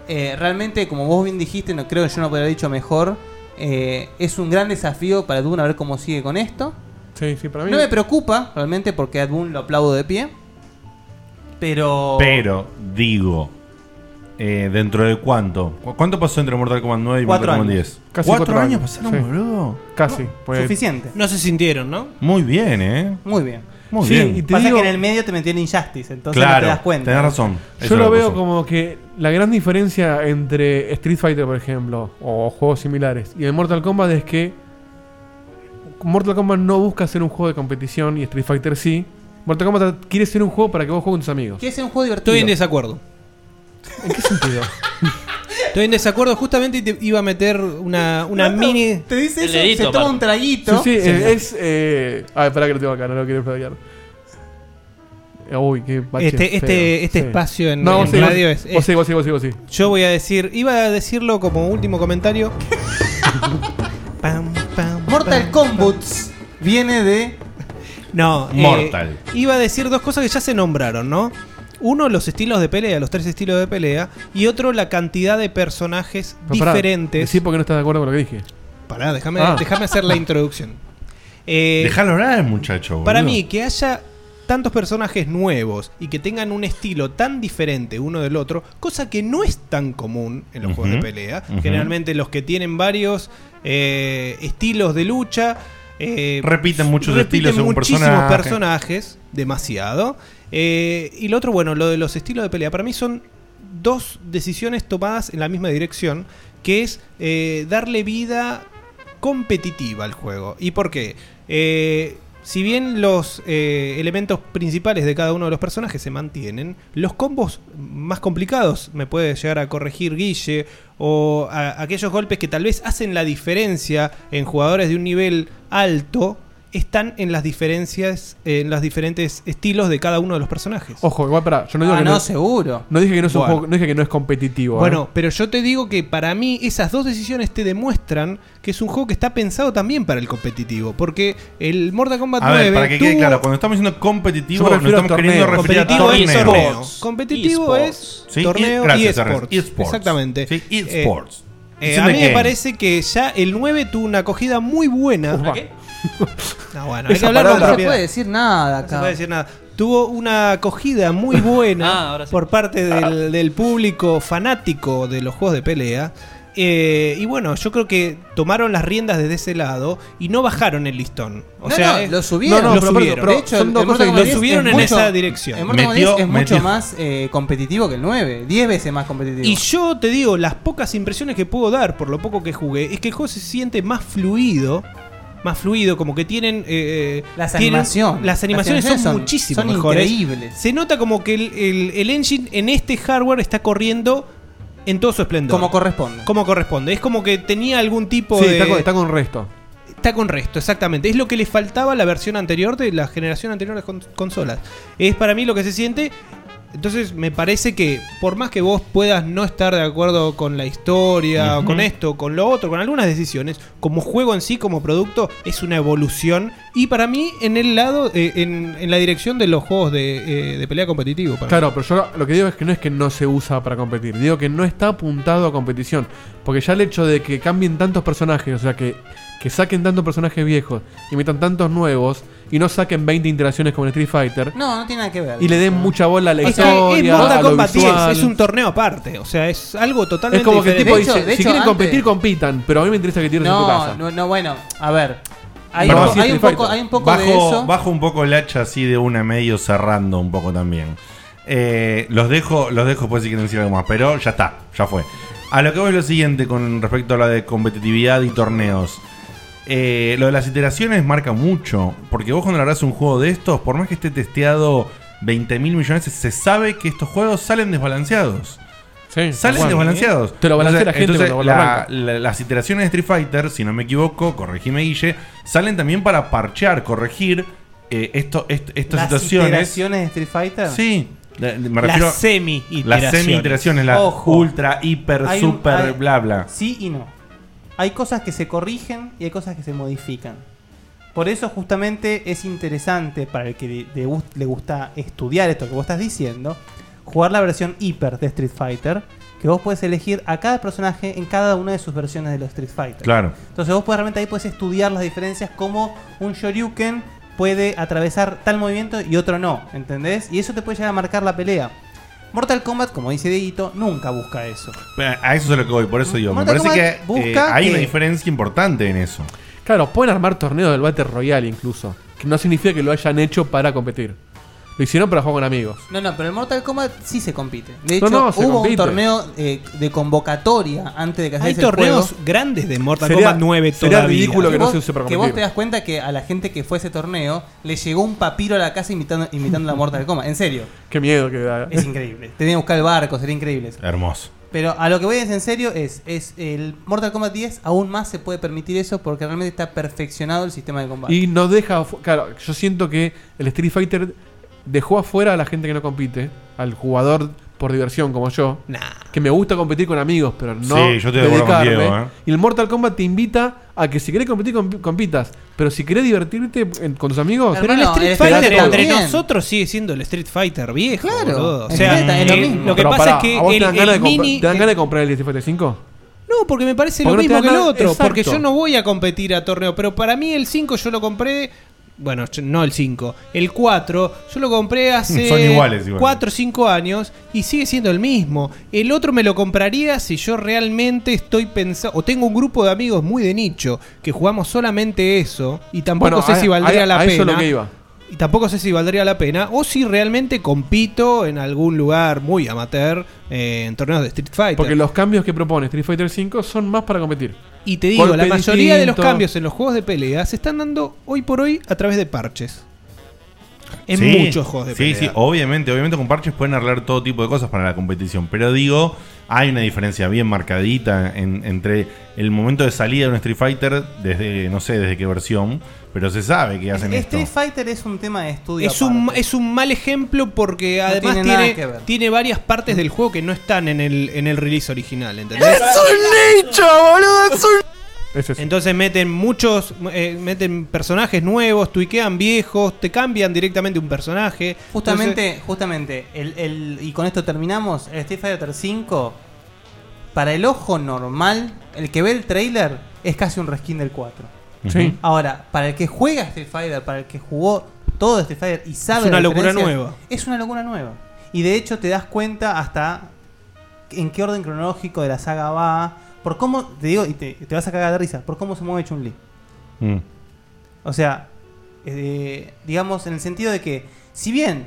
Speaker 5: Eh, realmente, como vos bien dijiste, no creo que yo no podría haber dicho mejor, eh, es un gran desafío para Dune a ver cómo sigue con esto.
Speaker 4: Sí, sí, para mí.
Speaker 5: No me preocupa realmente porque a Dune lo aplaudo de pie. Pero...
Speaker 3: Pero, digo, eh, ¿dentro de cuánto? ¿Cu- ¿Cuánto pasó entre Mortal Kombat 9 y
Speaker 5: Cuatro
Speaker 3: Mortal Kombat
Speaker 5: años.
Speaker 3: 10?
Speaker 5: Casi
Speaker 3: ¿Cuatro,
Speaker 5: cuatro
Speaker 3: años
Speaker 5: años,
Speaker 3: pasaron,
Speaker 5: sí.
Speaker 3: boludo?
Speaker 4: Casi. pues.
Speaker 5: suficiente.
Speaker 7: No se sintieron, ¿no?
Speaker 3: Muy bien, ¿eh?
Speaker 5: Muy bien.
Speaker 3: Muy
Speaker 5: Sí,
Speaker 3: bien.
Speaker 5: y te Pasa que en el medio te metió en Injustice, entonces no
Speaker 3: Claro,
Speaker 5: te das cuenta.
Speaker 3: tenés razón. Eso
Speaker 4: Yo
Speaker 3: es
Speaker 4: lo
Speaker 3: que
Speaker 4: veo
Speaker 3: pasó.
Speaker 4: como que la gran diferencia entre Street Fighter, por ejemplo, o juegos similares, y el Mortal Kombat es que Mortal Kombat no busca ser un juego de competición y Street Fighter sí. Mortal Kombat quiere ser un juego para que vos juegues con tus amigos.
Speaker 5: Quiere ser un juego divertido.
Speaker 7: Estoy en desacuerdo.
Speaker 4: ¿En qué sentido?
Speaker 7: Estoy en desacuerdo, justamente te iba a meter una, una mini.
Speaker 5: Te dice eso, se toma un traguito.
Speaker 4: Sí, sí, eh, es. Eh... Ah, espera que lo tengo acá, no lo quiero flaquear. Uy, qué bache
Speaker 7: Este,
Speaker 4: feo.
Speaker 7: este, este
Speaker 4: Sí.
Speaker 7: espacio en,
Speaker 4: No,
Speaker 7: en
Speaker 4: vos sí,
Speaker 7: radio
Speaker 4: vos-
Speaker 7: es,
Speaker 4: vos
Speaker 7: es-
Speaker 4: sí, vos sí, vos sí, vos sí.
Speaker 7: Yo voy a decir, iba a decirlo como último comentario. Pam, pam,
Speaker 5: Mortal Kombat viene de.
Speaker 7: No, eh,
Speaker 5: Mortal.
Speaker 7: iba a decir dos cosas que ya se nombraron, ¿no? Uno, los estilos de pelea, los tres estilos de pelea. Y otro, la cantidad de personajes
Speaker 4: Pero pará,
Speaker 7: diferentes.
Speaker 4: decí porque no estás de acuerdo con lo que dije.
Speaker 7: Pará, déjame,
Speaker 4: Ah. <laughs>
Speaker 7: déjame hacer la introducción. Eh,
Speaker 3: Dejalo hablar, muchacho.
Speaker 7: Para
Speaker 3: boludo.
Speaker 7: mí, que haya tantos personajes nuevos y que tengan un estilo tan diferente uno del otro, cosa que no es tan común en los
Speaker 5: Ujú,
Speaker 7: juegos de pelea.
Speaker 5: ujú.
Speaker 7: Generalmente los que tienen varios eh, estilos de lucha... eh,
Speaker 3: Repiten muchos estilos según
Speaker 7: muchísimos
Speaker 3: personaje.
Speaker 7: personajes, demasiado. Eh, y lo otro, bueno, lo de los estilos de pelea. Para mí son dos decisiones tomadas en la misma dirección, que es eh, darle vida competitiva al juego. ¿Y por qué? Eh, si bien los eh, elementos principales de cada uno de los personajes se mantienen, los combos más complicados me puede llegar a corregir Guille o a- aquellos golpes que tal vez hacen la diferencia en jugadores de un nivel alto están en las diferencias, en los diferentes estilos de cada uno de los personajes.
Speaker 4: Ojo, igual para. Yo no digo
Speaker 7: Ah,
Speaker 4: que
Speaker 7: no, seguro.
Speaker 4: No dije que no es, un
Speaker 7: Bueno.
Speaker 4: juego- no dije que no es competitivo. ¿eh?
Speaker 7: Bueno, pero yo te digo que para mí esas dos decisiones te demuestran que es un juego que está pensado también para el competitivo. Porque el Mortal Kombat
Speaker 3: A
Speaker 7: 9
Speaker 3: ver, para que quede
Speaker 7: tuvo-
Speaker 3: claro, cuando estamos diciendo
Speaker 7: Yo
Speaker 3: competitivo,
Speaker 7: me
Speaker 3: nos
Speaker 7: refiero
Speaker 3: estamos
Speaker 7: a
Speaker 3: queriendo
Speaker 7: torneo.
Speaker 3: referir a
Speaker 7: Competitivo es
Speaker 3: torneos.
Speaker 7: torneos. Competitivo es
Speaker 3: Sí,
Speaker 7: torneo y
Speaker 3: y- gracias,
Speaker 7: esports.
Speaker 3: Ernesto. Esports.
Speaker 7: Exactamente.
Speaker 3: Sí, esports.
Speaker 7: Eh, eh,
Speaker 3: It's in
Speaker 7: a
Speaker 3: the
Speaker 7: mí me
Speaker 3: game.
Speaker 7: parece que ya el 9 tuvo una acogida muy buena. No, bueno, hay que
Speaker 5: Esa
Speaker 7: hablar con
Speaker 5: palabra- No se
Speaker 7: propiedad.
Speaker 5: puede decir nada
Speaker 7: No se
Speaker 5: acá.
Speaker 7: puede decir nada. Tuvo una acogida
Speaker 5: <laughs>
Speaker 7: muy buena
Speaker 5: Ah,
Speaker 7: por parte del, del público fanático de los juegos de pelea. Eh, y bueno, yo creo que tomaron las riendas desde ese lado y no bajaron el listón. O
Speaker 5: No,
Speaker 7: sea,
Speaker 5: no,
Speaker 7: es-
Speaker 5: lo subieron.
Speaker 7: No, no,
Speaker 5: Lo
Speaker 7: pero-
Speaker 5: subieron.
Speaker 7: pero
Speaker 5: De hecho,
Speaker 7: son
Speaker 5: el-
Speaker 7: dos
Speaker 5: el
Speaker 7: cosas
Speaker 5: Mortal
Speaker 7: que lo
Speaker 5: Kombat
Speaker 7: subieron
Speaker 5: es
Speaker 7: en
Speaker 5: mucho-
Speaker 7: esa dirección.
Speaker 5: El Mortal Kombat 10 es mucho más eh, competitivo que el 9. 10 veces más competitivo.
Speaker 7: Y yo te digo, las pocas impresiones que puedo dar por lo poco que jugué es que el juego se siente más fluido. Más fluido, como que tienen. eh,
Speaker 5: Las
Speaker 7: tienen-
Speaker 5: animaciones.
Speaker 7: Las animaciones
Speaker 5: Las animaciones
Speaker 7: son,
Speaker 5: son-
Speaker 7: muchísimo
Speaker 5: son
Speaker 7: mejores.
Speaker 5: increíbles.
Speaker 7: Se nota como que el, el- el engine en este hardware está corriendo en todo su esplendor.
Speaker 5: Como corresponde.
Speaker 7: Como corresponde. Es como que tenía algún tipo
Speaker 4: Sí,
Speaker 7: de.
Speaker 4: está con- está con resto.
Speaker 7: Está con resto, exactamente. Es lo que le faltaba a la versión anterior de la generación anterior de con- consolas. Es para mí lo que se siente. Entonces me parece que por más que vos puedas no estar de acuerdo con la historia,
Speaker 5: Ujú.
Speaker 7: con esto, con lo otro, con algunas decisiones, como juego en sí, como producto, es una evolución. Y para mí en el lado, eh, en, en la dirección de los juegos de, eh, de pelea competitivo. para
Speaker 4: Claro, pero yo lo que digo es que no es que no se usa para competir, digo que no está apuntado a competición. Porque ya el hecho de que cambien tantos personajes, o sea, que, que saquen tantos personajes viejos y metan tantos nuevos y no saquen 20 interacciones como en Street Fighter
Speaker 5: No, no tiene nada que ver.
Speaker 4: y le den mucha bola a la
Speaker 5: O sea,
Speaker 4: historia,
Speaker 7: es Mortal
Speaker 4: a lo
Speaker 7: Kombat 10,
Speaker 4: visual.
Speaker 7: es un torneo aparte, o sea, es algo totalmente
Speaker 4: Es como que el
Speaker 7: diferente.
Speaker 4: tipo dice, si quieren competir, compitan, pero a mí me interesa que tiren en tu
Speaker 5: No,
Speaker 4: casa.
Speaker 5: no, no, bueno, a ver. Hay,
Speaker 4: Perdón,
Speaker 5: un,
Speaker 4: sí,
Speaker 5: hay un
Speaker 4: Street
Speaker 5: poco,
Speaker 4: Fighter.
Speaker 5: hay un poco
Speaker 3: bajo,
Speaker 5: de eso.
Speaker 3: bajo un poco el hacha así de una medio cerrando un poco también. Eh, los dejo, los dejo pues si quieren decir algo más, pero ya está, ya fue. A lo que voy es lo siguiente con respecto a la de competitividad y torneos. Eh, lo de las iteraciones marca mucho, porque vos cuando largás un juego de estos, por más que esté testeado 20 mil millones, de veces, se sabe que estos juegos salen desbalanceados. salen
Speaker 4: bueno,
Speaker 3: desbalanceados.
Speaker 4: ¿eh? Te lo balancea la gente
Speaker 3: entonces,
Speaker 4: cuando lo
Speaker 3: la-
Speaker 4: arranca.
Speaker 3: Ah, la- las iteraciones de Street Fighter, si no me equivoco, corregime Guille, salen también para parchear, corregir eh, esto, est- estas
Speaker 5: Las
Speaker 3: situaciones.
Speaker 5: iteraciones de Street Fighter.
Speaker 3: Sí. la- me
Speaker 5: Las
Speaker 3: refiero-
Speaker 5: semi-iteraciones.
Speaker 3: Las semi-iteraciones, la
Speaker 5: Ojo.
Speaker 3: ultra, hiper,
Speaker 5: Hay un-
Speaker 3: super,
Speaker 5: hay-
Speaker 3: bla, bla.
Speaker 5: Sí y no. Hay cosas que se corrigen y hay cosas que se modifican. Por eso justamente es interesante para el que le, le gust- le gusta estudiar esto que vos estás diciendo, jugar la versión hiper de Street Fighter, que vos puedes elegir a cada personaje en cada una de sus versiones de los Street Fighter.
Speaker 3: Claro.
Speaker 5: Entonces vos podés, realmente ahí puedes estudiar las diferencias como un Shoryuken puede atravesar tal movimiento y otro no, ¿entendés? Y eso te puede llegar a marcar la pelea. Mortal Kombat, como dice Dieguito, nunca busca eso.
Speaker 3: Bueno, Eh, A eso es a lo que voy, por eso digo. Me
Speaker 5: Mortal
Speaker 3: parece que
Speaker 5: Kombat
Speaker 3: eh,
Speaker 5: busca
Speaker 3: hay
Speaker 5: que-
Speaker 3: una diferencia importante en eso.
Speaker 4: Claro, pueden armar torneos del Battle Royale incluso, que no significa que lo hayan hecho para competir. Lo hicieron para jugar con amigos.
Speaker 5: No, no, pero en Mortal Kombat sí se compite. De
Speaker 4: No,
Speaker 5: hecho,
Speaker 4: no, se
Speaker 5: hubo
Speaker 4: compite.
Speaker 5: un torneo eh, de convocatoria antes de que
Speaker 7: Hay
Speaker 5: hiciese el
Speaker 7: torneos
Speaker 5: juego.
Speaker 7: grandes de Mortal Kombat 9 todavía.
Speaker 5: Que vos- Que vos te das cuenta que a la gente que fue a ese torneo le llegó un papiro a la casa imitando, imitando a Mortal Kombat. En serio.
Speaker 4: Qué miedo que da.
Speaker 5: Es increíble. Tenía que buscar el barco, sería increíble. eso.
Speaker 3: Hermoso.
Speaker 5: Pero a lo que voy es en serio es, es el Mortal Kombat 10 aún más se puede permitir eso porque realmente está perfeccionado el sistema de combate.
Speaker 4: Y nos deja. fu- Claro, yo siento que el Street Fighter dejó afuera a la gente que no compite, al jugador por diversión como yo, que me gusta competir con amigos, pero no
Speaker 3: Sí, yo estoy de acuerdo con
Speaker 4: dedicarme.
Speaker 3: Diego, ¿eh?
Speaker 4: Y el Mortal Kombat te invita a que si querés competir, comp- compitas. Pero si querés divertirte en- con tus amigos,
Speaker 7: Pero el Street
Speaker 4: te da
Speaker 7: Fighter
Speaker 4: todo.
Speaker 7: entre nosotros sigue siendo el Street Fighter viejo. boludo. O
Speaker 4: Es
Speaker 7: sea,
Speaker 4: neta, es
Speaker 7: eh, que
Speaker 4: Pero
Speaker 7: pasa
Speaker 4: pará,
Speaker 7: es que
Speaker 4: ¿a vos
Speaker 7: el,
Speaker 4: te dan, ganas,
Speaker 7: el
Speaker 4: de compra-
Speaker 7: mini.
Speaker 4: te dan ganas de comprar el Street Fighter 5?
Speaker 7: No, porque me parece lo
Speaker 4: Porque no
Speaker 7: mismo
Speaker 4: te dan
Speaker 7: que el
Speaker 4: nada-
Speaker 7: otro.
Speaker 4: Exacto.
Speaker 7: Porque yo no voy a competir a torneo. Pero para mí el 5 yo lo compré Bueno, ch- no el 5. El 4, yo lo compré hace
Speaker 3: <laughs> Son iguales, igual.
Speaker 7: 4 o 5 años y sigue siendo el mismo. El otro me lo compraría si yo realmente estoy pensando. O tengo un grupo de amigos muy de nicho que jugamos solamente eso y tampoco
Speaker 14: Bueno,
Speaker 7: sé
Speaker 14: a-
Speaker 7: si valdría
Speaker 14: a-
Speaker 7: la
Speaker 14: a
Speaker 7: pena.
Speaker 14: eso lo que iba.
Speaker 7: Y tampoco sé si valdría la pena o si realmente compito en algún lugar muy amateur eh, en torneos de Street Fighter.
Speaker 4: Porque los cambios que propone Street Fighter 5 son más para competir.
Speaker 7: Y te digo, la
Speaker 4: Golpe
Speaker 7: mayoría de los
Speaker 4: distinto.
Speaker 7: cambios en los juegos de pelea se están dando hoy por hoy a través de parches. En
Speaker 3: Sí,
Speaker 7: muchos juegos de
Speaker 3: sí,
Speaker 7: pelea.
Speaker 3: Sí, obviamente, obviamente con parches pueden arreglar todo tipo de cosas para la competición. Pero digo, hay una diferencia bien marcadita en- entre el momento de salida de un Street Fighter, desde, no sé, desde qué versión, pero se sabe que hacen
Speaker 7: Este
Speaker 3: esto.
Speaker 5: Street Fighter es un tema de estudio.
Speaker 7: Es un, es un mal ejemplo porque además
Speaker 5: tiene nada
Speaker 7: tiene,
Speaker 5: que ver.
Speaker 7: tiene varias partes del juego que no están en el, en el release original, ¿entendés?
Speaker 11: un nicho, boludo! ¡Es un
Speaker 7: Entonces meten muchos, eh, meten personajes nuevos, tuiquean viejos, te cambian directamente un personaje.
Speaker 5: Justamente,
Speaker 7: Entonces-
Speaker 5: justamente, el, el- y con esto terminamos, el Street Fighter 5, para el ojo normal, el que ve el trailer, es casi un reskin del 4.
Speaker 7: Sí.
Speaker 5: Ahora, para el que juega Street Fighter, para el que jugó todo Street Fighter y sabe...
Speaker 7: Es una
Speaker 5: la
Speaker 7: locura
Speaker 5: diferencia,
Speaker 7: nueva.
Speaker 5: Es una locura nueva. Y de hecho te das cuenta hasta en qué orden cronológico de la saga va, por cómo, te digo, y te, te vas a cagar de risa, por cómo se mueve Chun-Li.
Speaker 7: eh,
Speaker 3: Mm.
Speaker 5: O sea, eh, digamos, en el sentido de que, si bien,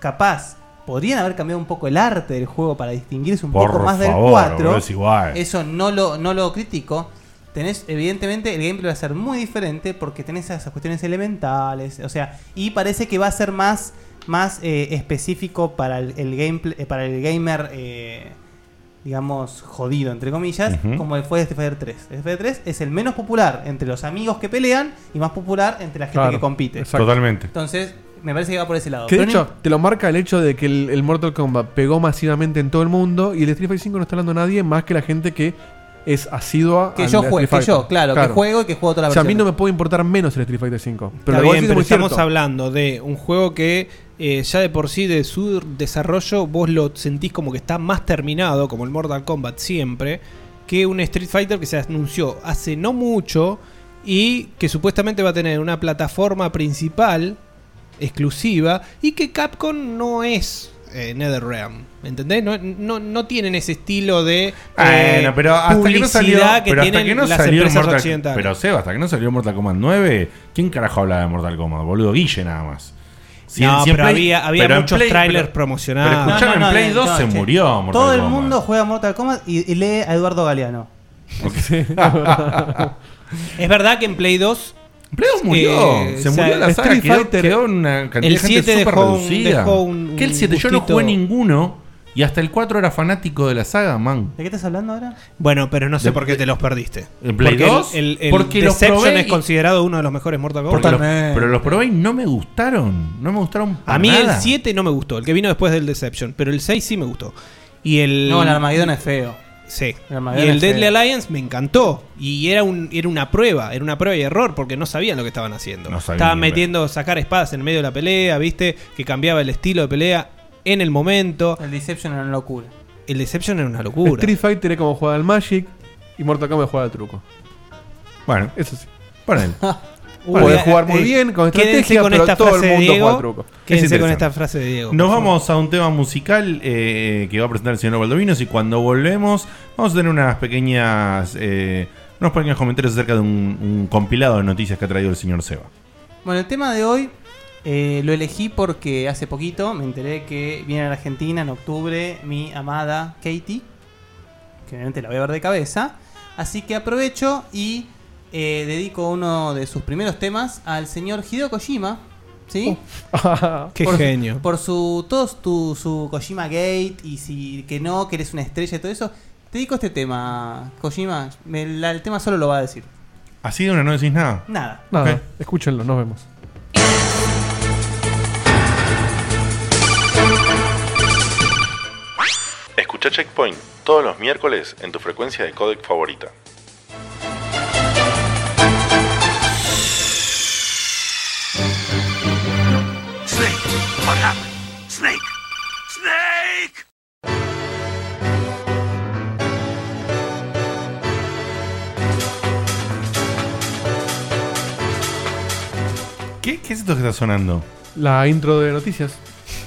Speaker 5: capaz, podrían haber cambiado un poco el arte del juego para distinguirse un
Speaker 3: Por
Speaker 5: poco más
Speaker 3: favor,
Speaker 5: del 4.
Speaker 3: boludo, es igual.
Speaker 5: Eso no lo, no lo critico. Tenés, evidentemente, el gameplay va a ser muy diferente porque tenés esas cuestiones elementales. O sea, y parece que va a ser más, más eh, específico para el, el gameplay, eh, para el gamer. eh, digamos, jodido, entre comillas,
Speaker 7: Ujú.
Speaker 5: como fue Street Fighter 3. Street Fighter 3 es el menos popular entre los amigos que pelean y más popular entre la gente
Speaker 4: Claro,
Speaker 5: que compite.
Speaker 4: exacto. Totalmente.
Speaker 5: Entonces, me parece que va por ese lado.
Speaker 4: Que de
Speaker 5: Pero no
Speaker 4: hecho, te lo marca el hecho de que el, el Mortal Kombat pegó masivamente en todo el mundo y el Street Fighter 5 no está hablando a nadie más que la gente que es asidua
Speaker 5: Que
Speaker 4: al
Speaker 5: yo
Speaker 4: Street
Speaker 5: juegue, que
Speaker 4: Fighter.
Speaker 5: yo, claro, que juego y que juego todas las
Speaker 4: O sea, a mí
Speaker 5: versiones.
Speaker 4: no me puede importar menos el Street Fighter 5. Pero
Speaker 7: Está
Speaker 4: lo que
Speaker 7: bien,
Speaker 4: decís es
Speaker 7: pero
Speaker 4: muy
Speaker 7: estamos
Speaker 4: cierto.
Speaker 7: hablando de un juego que eh, ya de por sí de su desarrollo vos lo sentís como que está más terminado, como el Mortal Kombat siempre, que un Street Fighter que se anunció hace no mucho y que supuestamente va a tener una plataforma principal exclusiva y que Capcom no es eh, NetherRealm, ¿entendés? No, no, no tienen ese estilo de eh,
Speaker 3: Bueno, pero hasta que no
Speaker 7: publicidad
Speaker 3: salió,
Speaker 7: que
Speaker 3: pero hasta
Speaker 7: tienen
Speaker 3: que no
Speaker 7: las
Speaker 3: salió
Speaker 7: empresas
Speaker 3: Mortal,
Speaker 7: occidentales.
Speaker 3: pero Seba, hasta que no salió Mortal Kombat 9, ¿quién carajo hablaba de Mortal Kombat? Boludo, Guille nada más. Si
Speaker 7: No,
Speaker 3: en- si en
Speaker 7: pero había- había
Speaker 3: en
Speaker 7: muchos trailers promocionados.
Speaker 3: Pero escuchame,
Speaker 5: No, no,
Speaker 3: en
Speaker 5: no,
Speaker 3: Play
Speaker 5: no,
Speaker 3: 2 se
Speaker 5: che.
Speaker 3: murió Mortal
Speaker 5: Todo el
Speaker 3: Kombat.
Speaker 5: mundo juega Mortal Kombat y, y lee a Eduardo Galeano. <laughs>
Speaker 7: es verdad que en Play eh, 2.
Speaker 3: Play 2 murió. se murió la saga. quedó, quedó una cantidad
Speaker 7: el
Speaker 3: de gente
Speaker 7: 7
Speaker 3: súper
Speaker 7: dejó un-
Speaker 3: reducida.
Speaker 7: dejó un-
Speaker 3: que el
Speaker 7: un
Speaker 3: 7 yo no
Speaker 7: gustito.
Speaker 3: jugué ninguno y hasta el 4 era fanático de la saga, man.
Speaker 5: ¿De qué estás hablando ahora?
Speaker 7: Bueno, pero no sé
Speaker 3: De-
Speaker 7: por qué te los perdiste.
Speaker 3: ¿En Play
Speaker 7: porque el-
Speaker 3: 2?
Speaker 7: El, el
Speaker 3: Porque los
Speaker 7: Deception
Speaker 3: probé
Speaker 7: es
Speaker 3: y-
Speaker 7: considerado uno de los mejores Mortal Kombat.
Speaker 3: Porque los- pero los probé y no me gustaron. No me gustaron para
Speaker 7: A mí
Speaker 3: nada.
Speaker 7: el 7 no me gustó, el que vino después del Deception, pero el 6 sí me gustó. Y el
Speaker 5: No, el Armageddon es feo.
Speaker 7: Sí.
Speaker 5: El
Speaker 7: y
Speaker 5: Armageddon
Speaker 7: el
Speaker 5: es
Speaker 7: Deadly
Speaker 5: feo.
Speaker 7: Alliance me encantó. Y era, un, era una prueba, era una prueba y error, porque no sabían lo que estaban haciendo.
Speaker 3: No sabían
Speaker 7: estaban
Speaker 3: ni ver.
Speaker 7: metiendo, sacar espadas en medio de la pelea, viste, que cambiaba el estilo de pelea en el momento.
Speaker 5: El Deception era una locura.
Speaker 7: El Deception era una locura.
Speaker 4: Street Fighter es como jugar al Magic y Mortal Kombat es jugar al truco.
Speaker 3: Bueno,
Speaker 4: eso
Speaker 5: <laughs>
Speaker 4: sí.
Speaker 3: Para él.
Speaker 7: Uy,
Speaker 4: Podés
Speaker 7: eh,
Speaker 4: jugar muy
Speaker 7: eh,
Speaker 4: bien con
Speaker 7: quédense
Speaker 4: estrategia,
Speaker 7: con
Speaker 4: pero
Speaker 7: esta
Speaker 4: todo el
Speaker 7: frase de
Speaker 4: mundo juega
Speaker 7: Diego.
Speaker 4: al truco.
Speaker 7: Quédense con
Speaker 3: Es interesante.
Speaker 7: esta frase de Diego,
Speaker 3: Nos
Speaker 7: por favor.
Speaker 3: vamos a un tema musical eh, que va a presentar el señor Valdovinos y cuando volvemos vamos a tener unas pequeñas, eh, unos pequeños comentarios acerca de un, un compilado de noticias que ha traído el señor Seba.
Speaker 5: Bueno, el tema de hoy eh, lo elegí porque hace poquito me enteré que viene a la Argentina en octubre mi amada Katie, que obviamente la voy a ver de cabeza. Así que aprovecho y eh, dedico uno de sus primeros temas al señor Hideo Kojima. ¿Sí?
Speaker 7: <laughs> Qué
Speaker 5: por,
Speaker 7: genio.
Speaker 5: Por su. Todos tu, su Kojima Gate y si que no, que eres una estrella y todo eso. Te dedico este tema, Kojima. Me- la- el tema solo lo va a decir.
Speaker 3: Así de una no decís nada.
Speaker 5: Nada.
Speaker 4: Nada, escúchenlo, nos vemos.
Speaker 2: Escucha Checkpoint todos los miércoles en tu frecuencia de codec favorita.
Speaker 11: snake! What happened? Snake! Snake!
Speaker 3: ¿Qué, ¿Qué es esto que está sonando?
Speaker 4: La intro de noticias.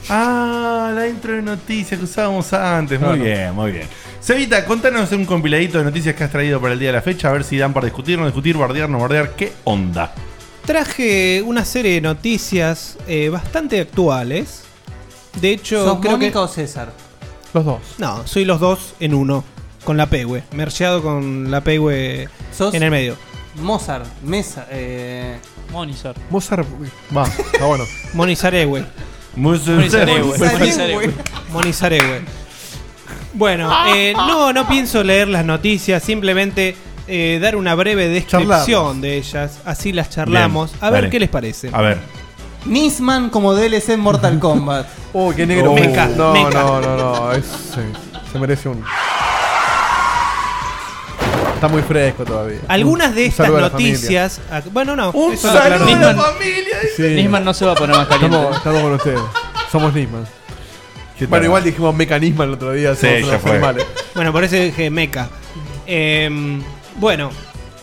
Speaker 3: Ah, la intro de noticias que usábamos antes. Muy
Speaker 4: Claro.
Speaker 3: bien, muy bien. Sevita, contanos un compiladito de noticias que has traído para el día de la fecha, a ver si dan para discutir, no discutir, bardear, no bardear, qué onda.
Speaker 7: Traje una serie de noticias eh, bastante actuales. De hecho,
Speaker 5: ¿Sos
Speaker 7: creo
Speaker 5: Mónica
Speaker 7: que.
Speaker 5: o César?
Speaker 7: Los dos. No, soy los dos en uno. Con la Pegue. Mercheado con la Pegue
Speaker 5: ¿Sos?
Speaker 7: en el medio.
Speaker 5: Mozart, Mesa, eh...
Speaker 15: Monizar.
Speaker 4: Mozart. Va,
Speaker 7: <laughs>
Speaker 4: está bueno.
Speaker 7: Monizarewe.
Speaker 15: Monizarewe.
Speaker 7: Monizarewe. Monizarewe. Bueno, eh, no, no pienso leer las noticias, simplemente eh, dar una breve descripción
Speaker 5: Charlamos.
Speaker 7: de ellas. Así las charlamos.
Speaker 5: Bien,
Speaker 7: a ver
Speaker 5: dale.
Speaker 7: qué les parece.
Speaker 5: A ver. Nisman como DLC en Mortal Kombat.
Speaker 4: oh, qué negro.
Speaker 7: Me encanta,
Speaker 4: No,
Speaker 7: me
Speaker 4: no,
Speaker 7: encanta.
Speaker 4: no, no. es- se, se merece un. Está muy fresco todavía.
Speaker 7: Algunas de
Speaker 4: Un
Speaker 7: estas
Speaker 4: saludo a la
Speaker 7: noticias. a- bueno, no.
Speaker 4: Un
Speaker 7: eso
Speaker 4: saludo
Speaker 7: aclaro.
Speaker 4: a la
Speaker 7: Nisman-
Speaker 4: familia, Sí.
Speaker 15: Nisman no se va a poner más caliente.
Speaker 4: Estamos, estamos con ustedes. Somos Nisman.
Speaker 7: tal?
Speaker 4: Bueno, igual dijimos mecanismo el otro día.
Speaker 7: Sí,
Speaker 4: somos
Speaker 7: ya
Speaker 4: unos
Speaker 7: fue.
Speaker 4: animales.
Speaker 7: Bueno, por eso dije meca. Em, bueno,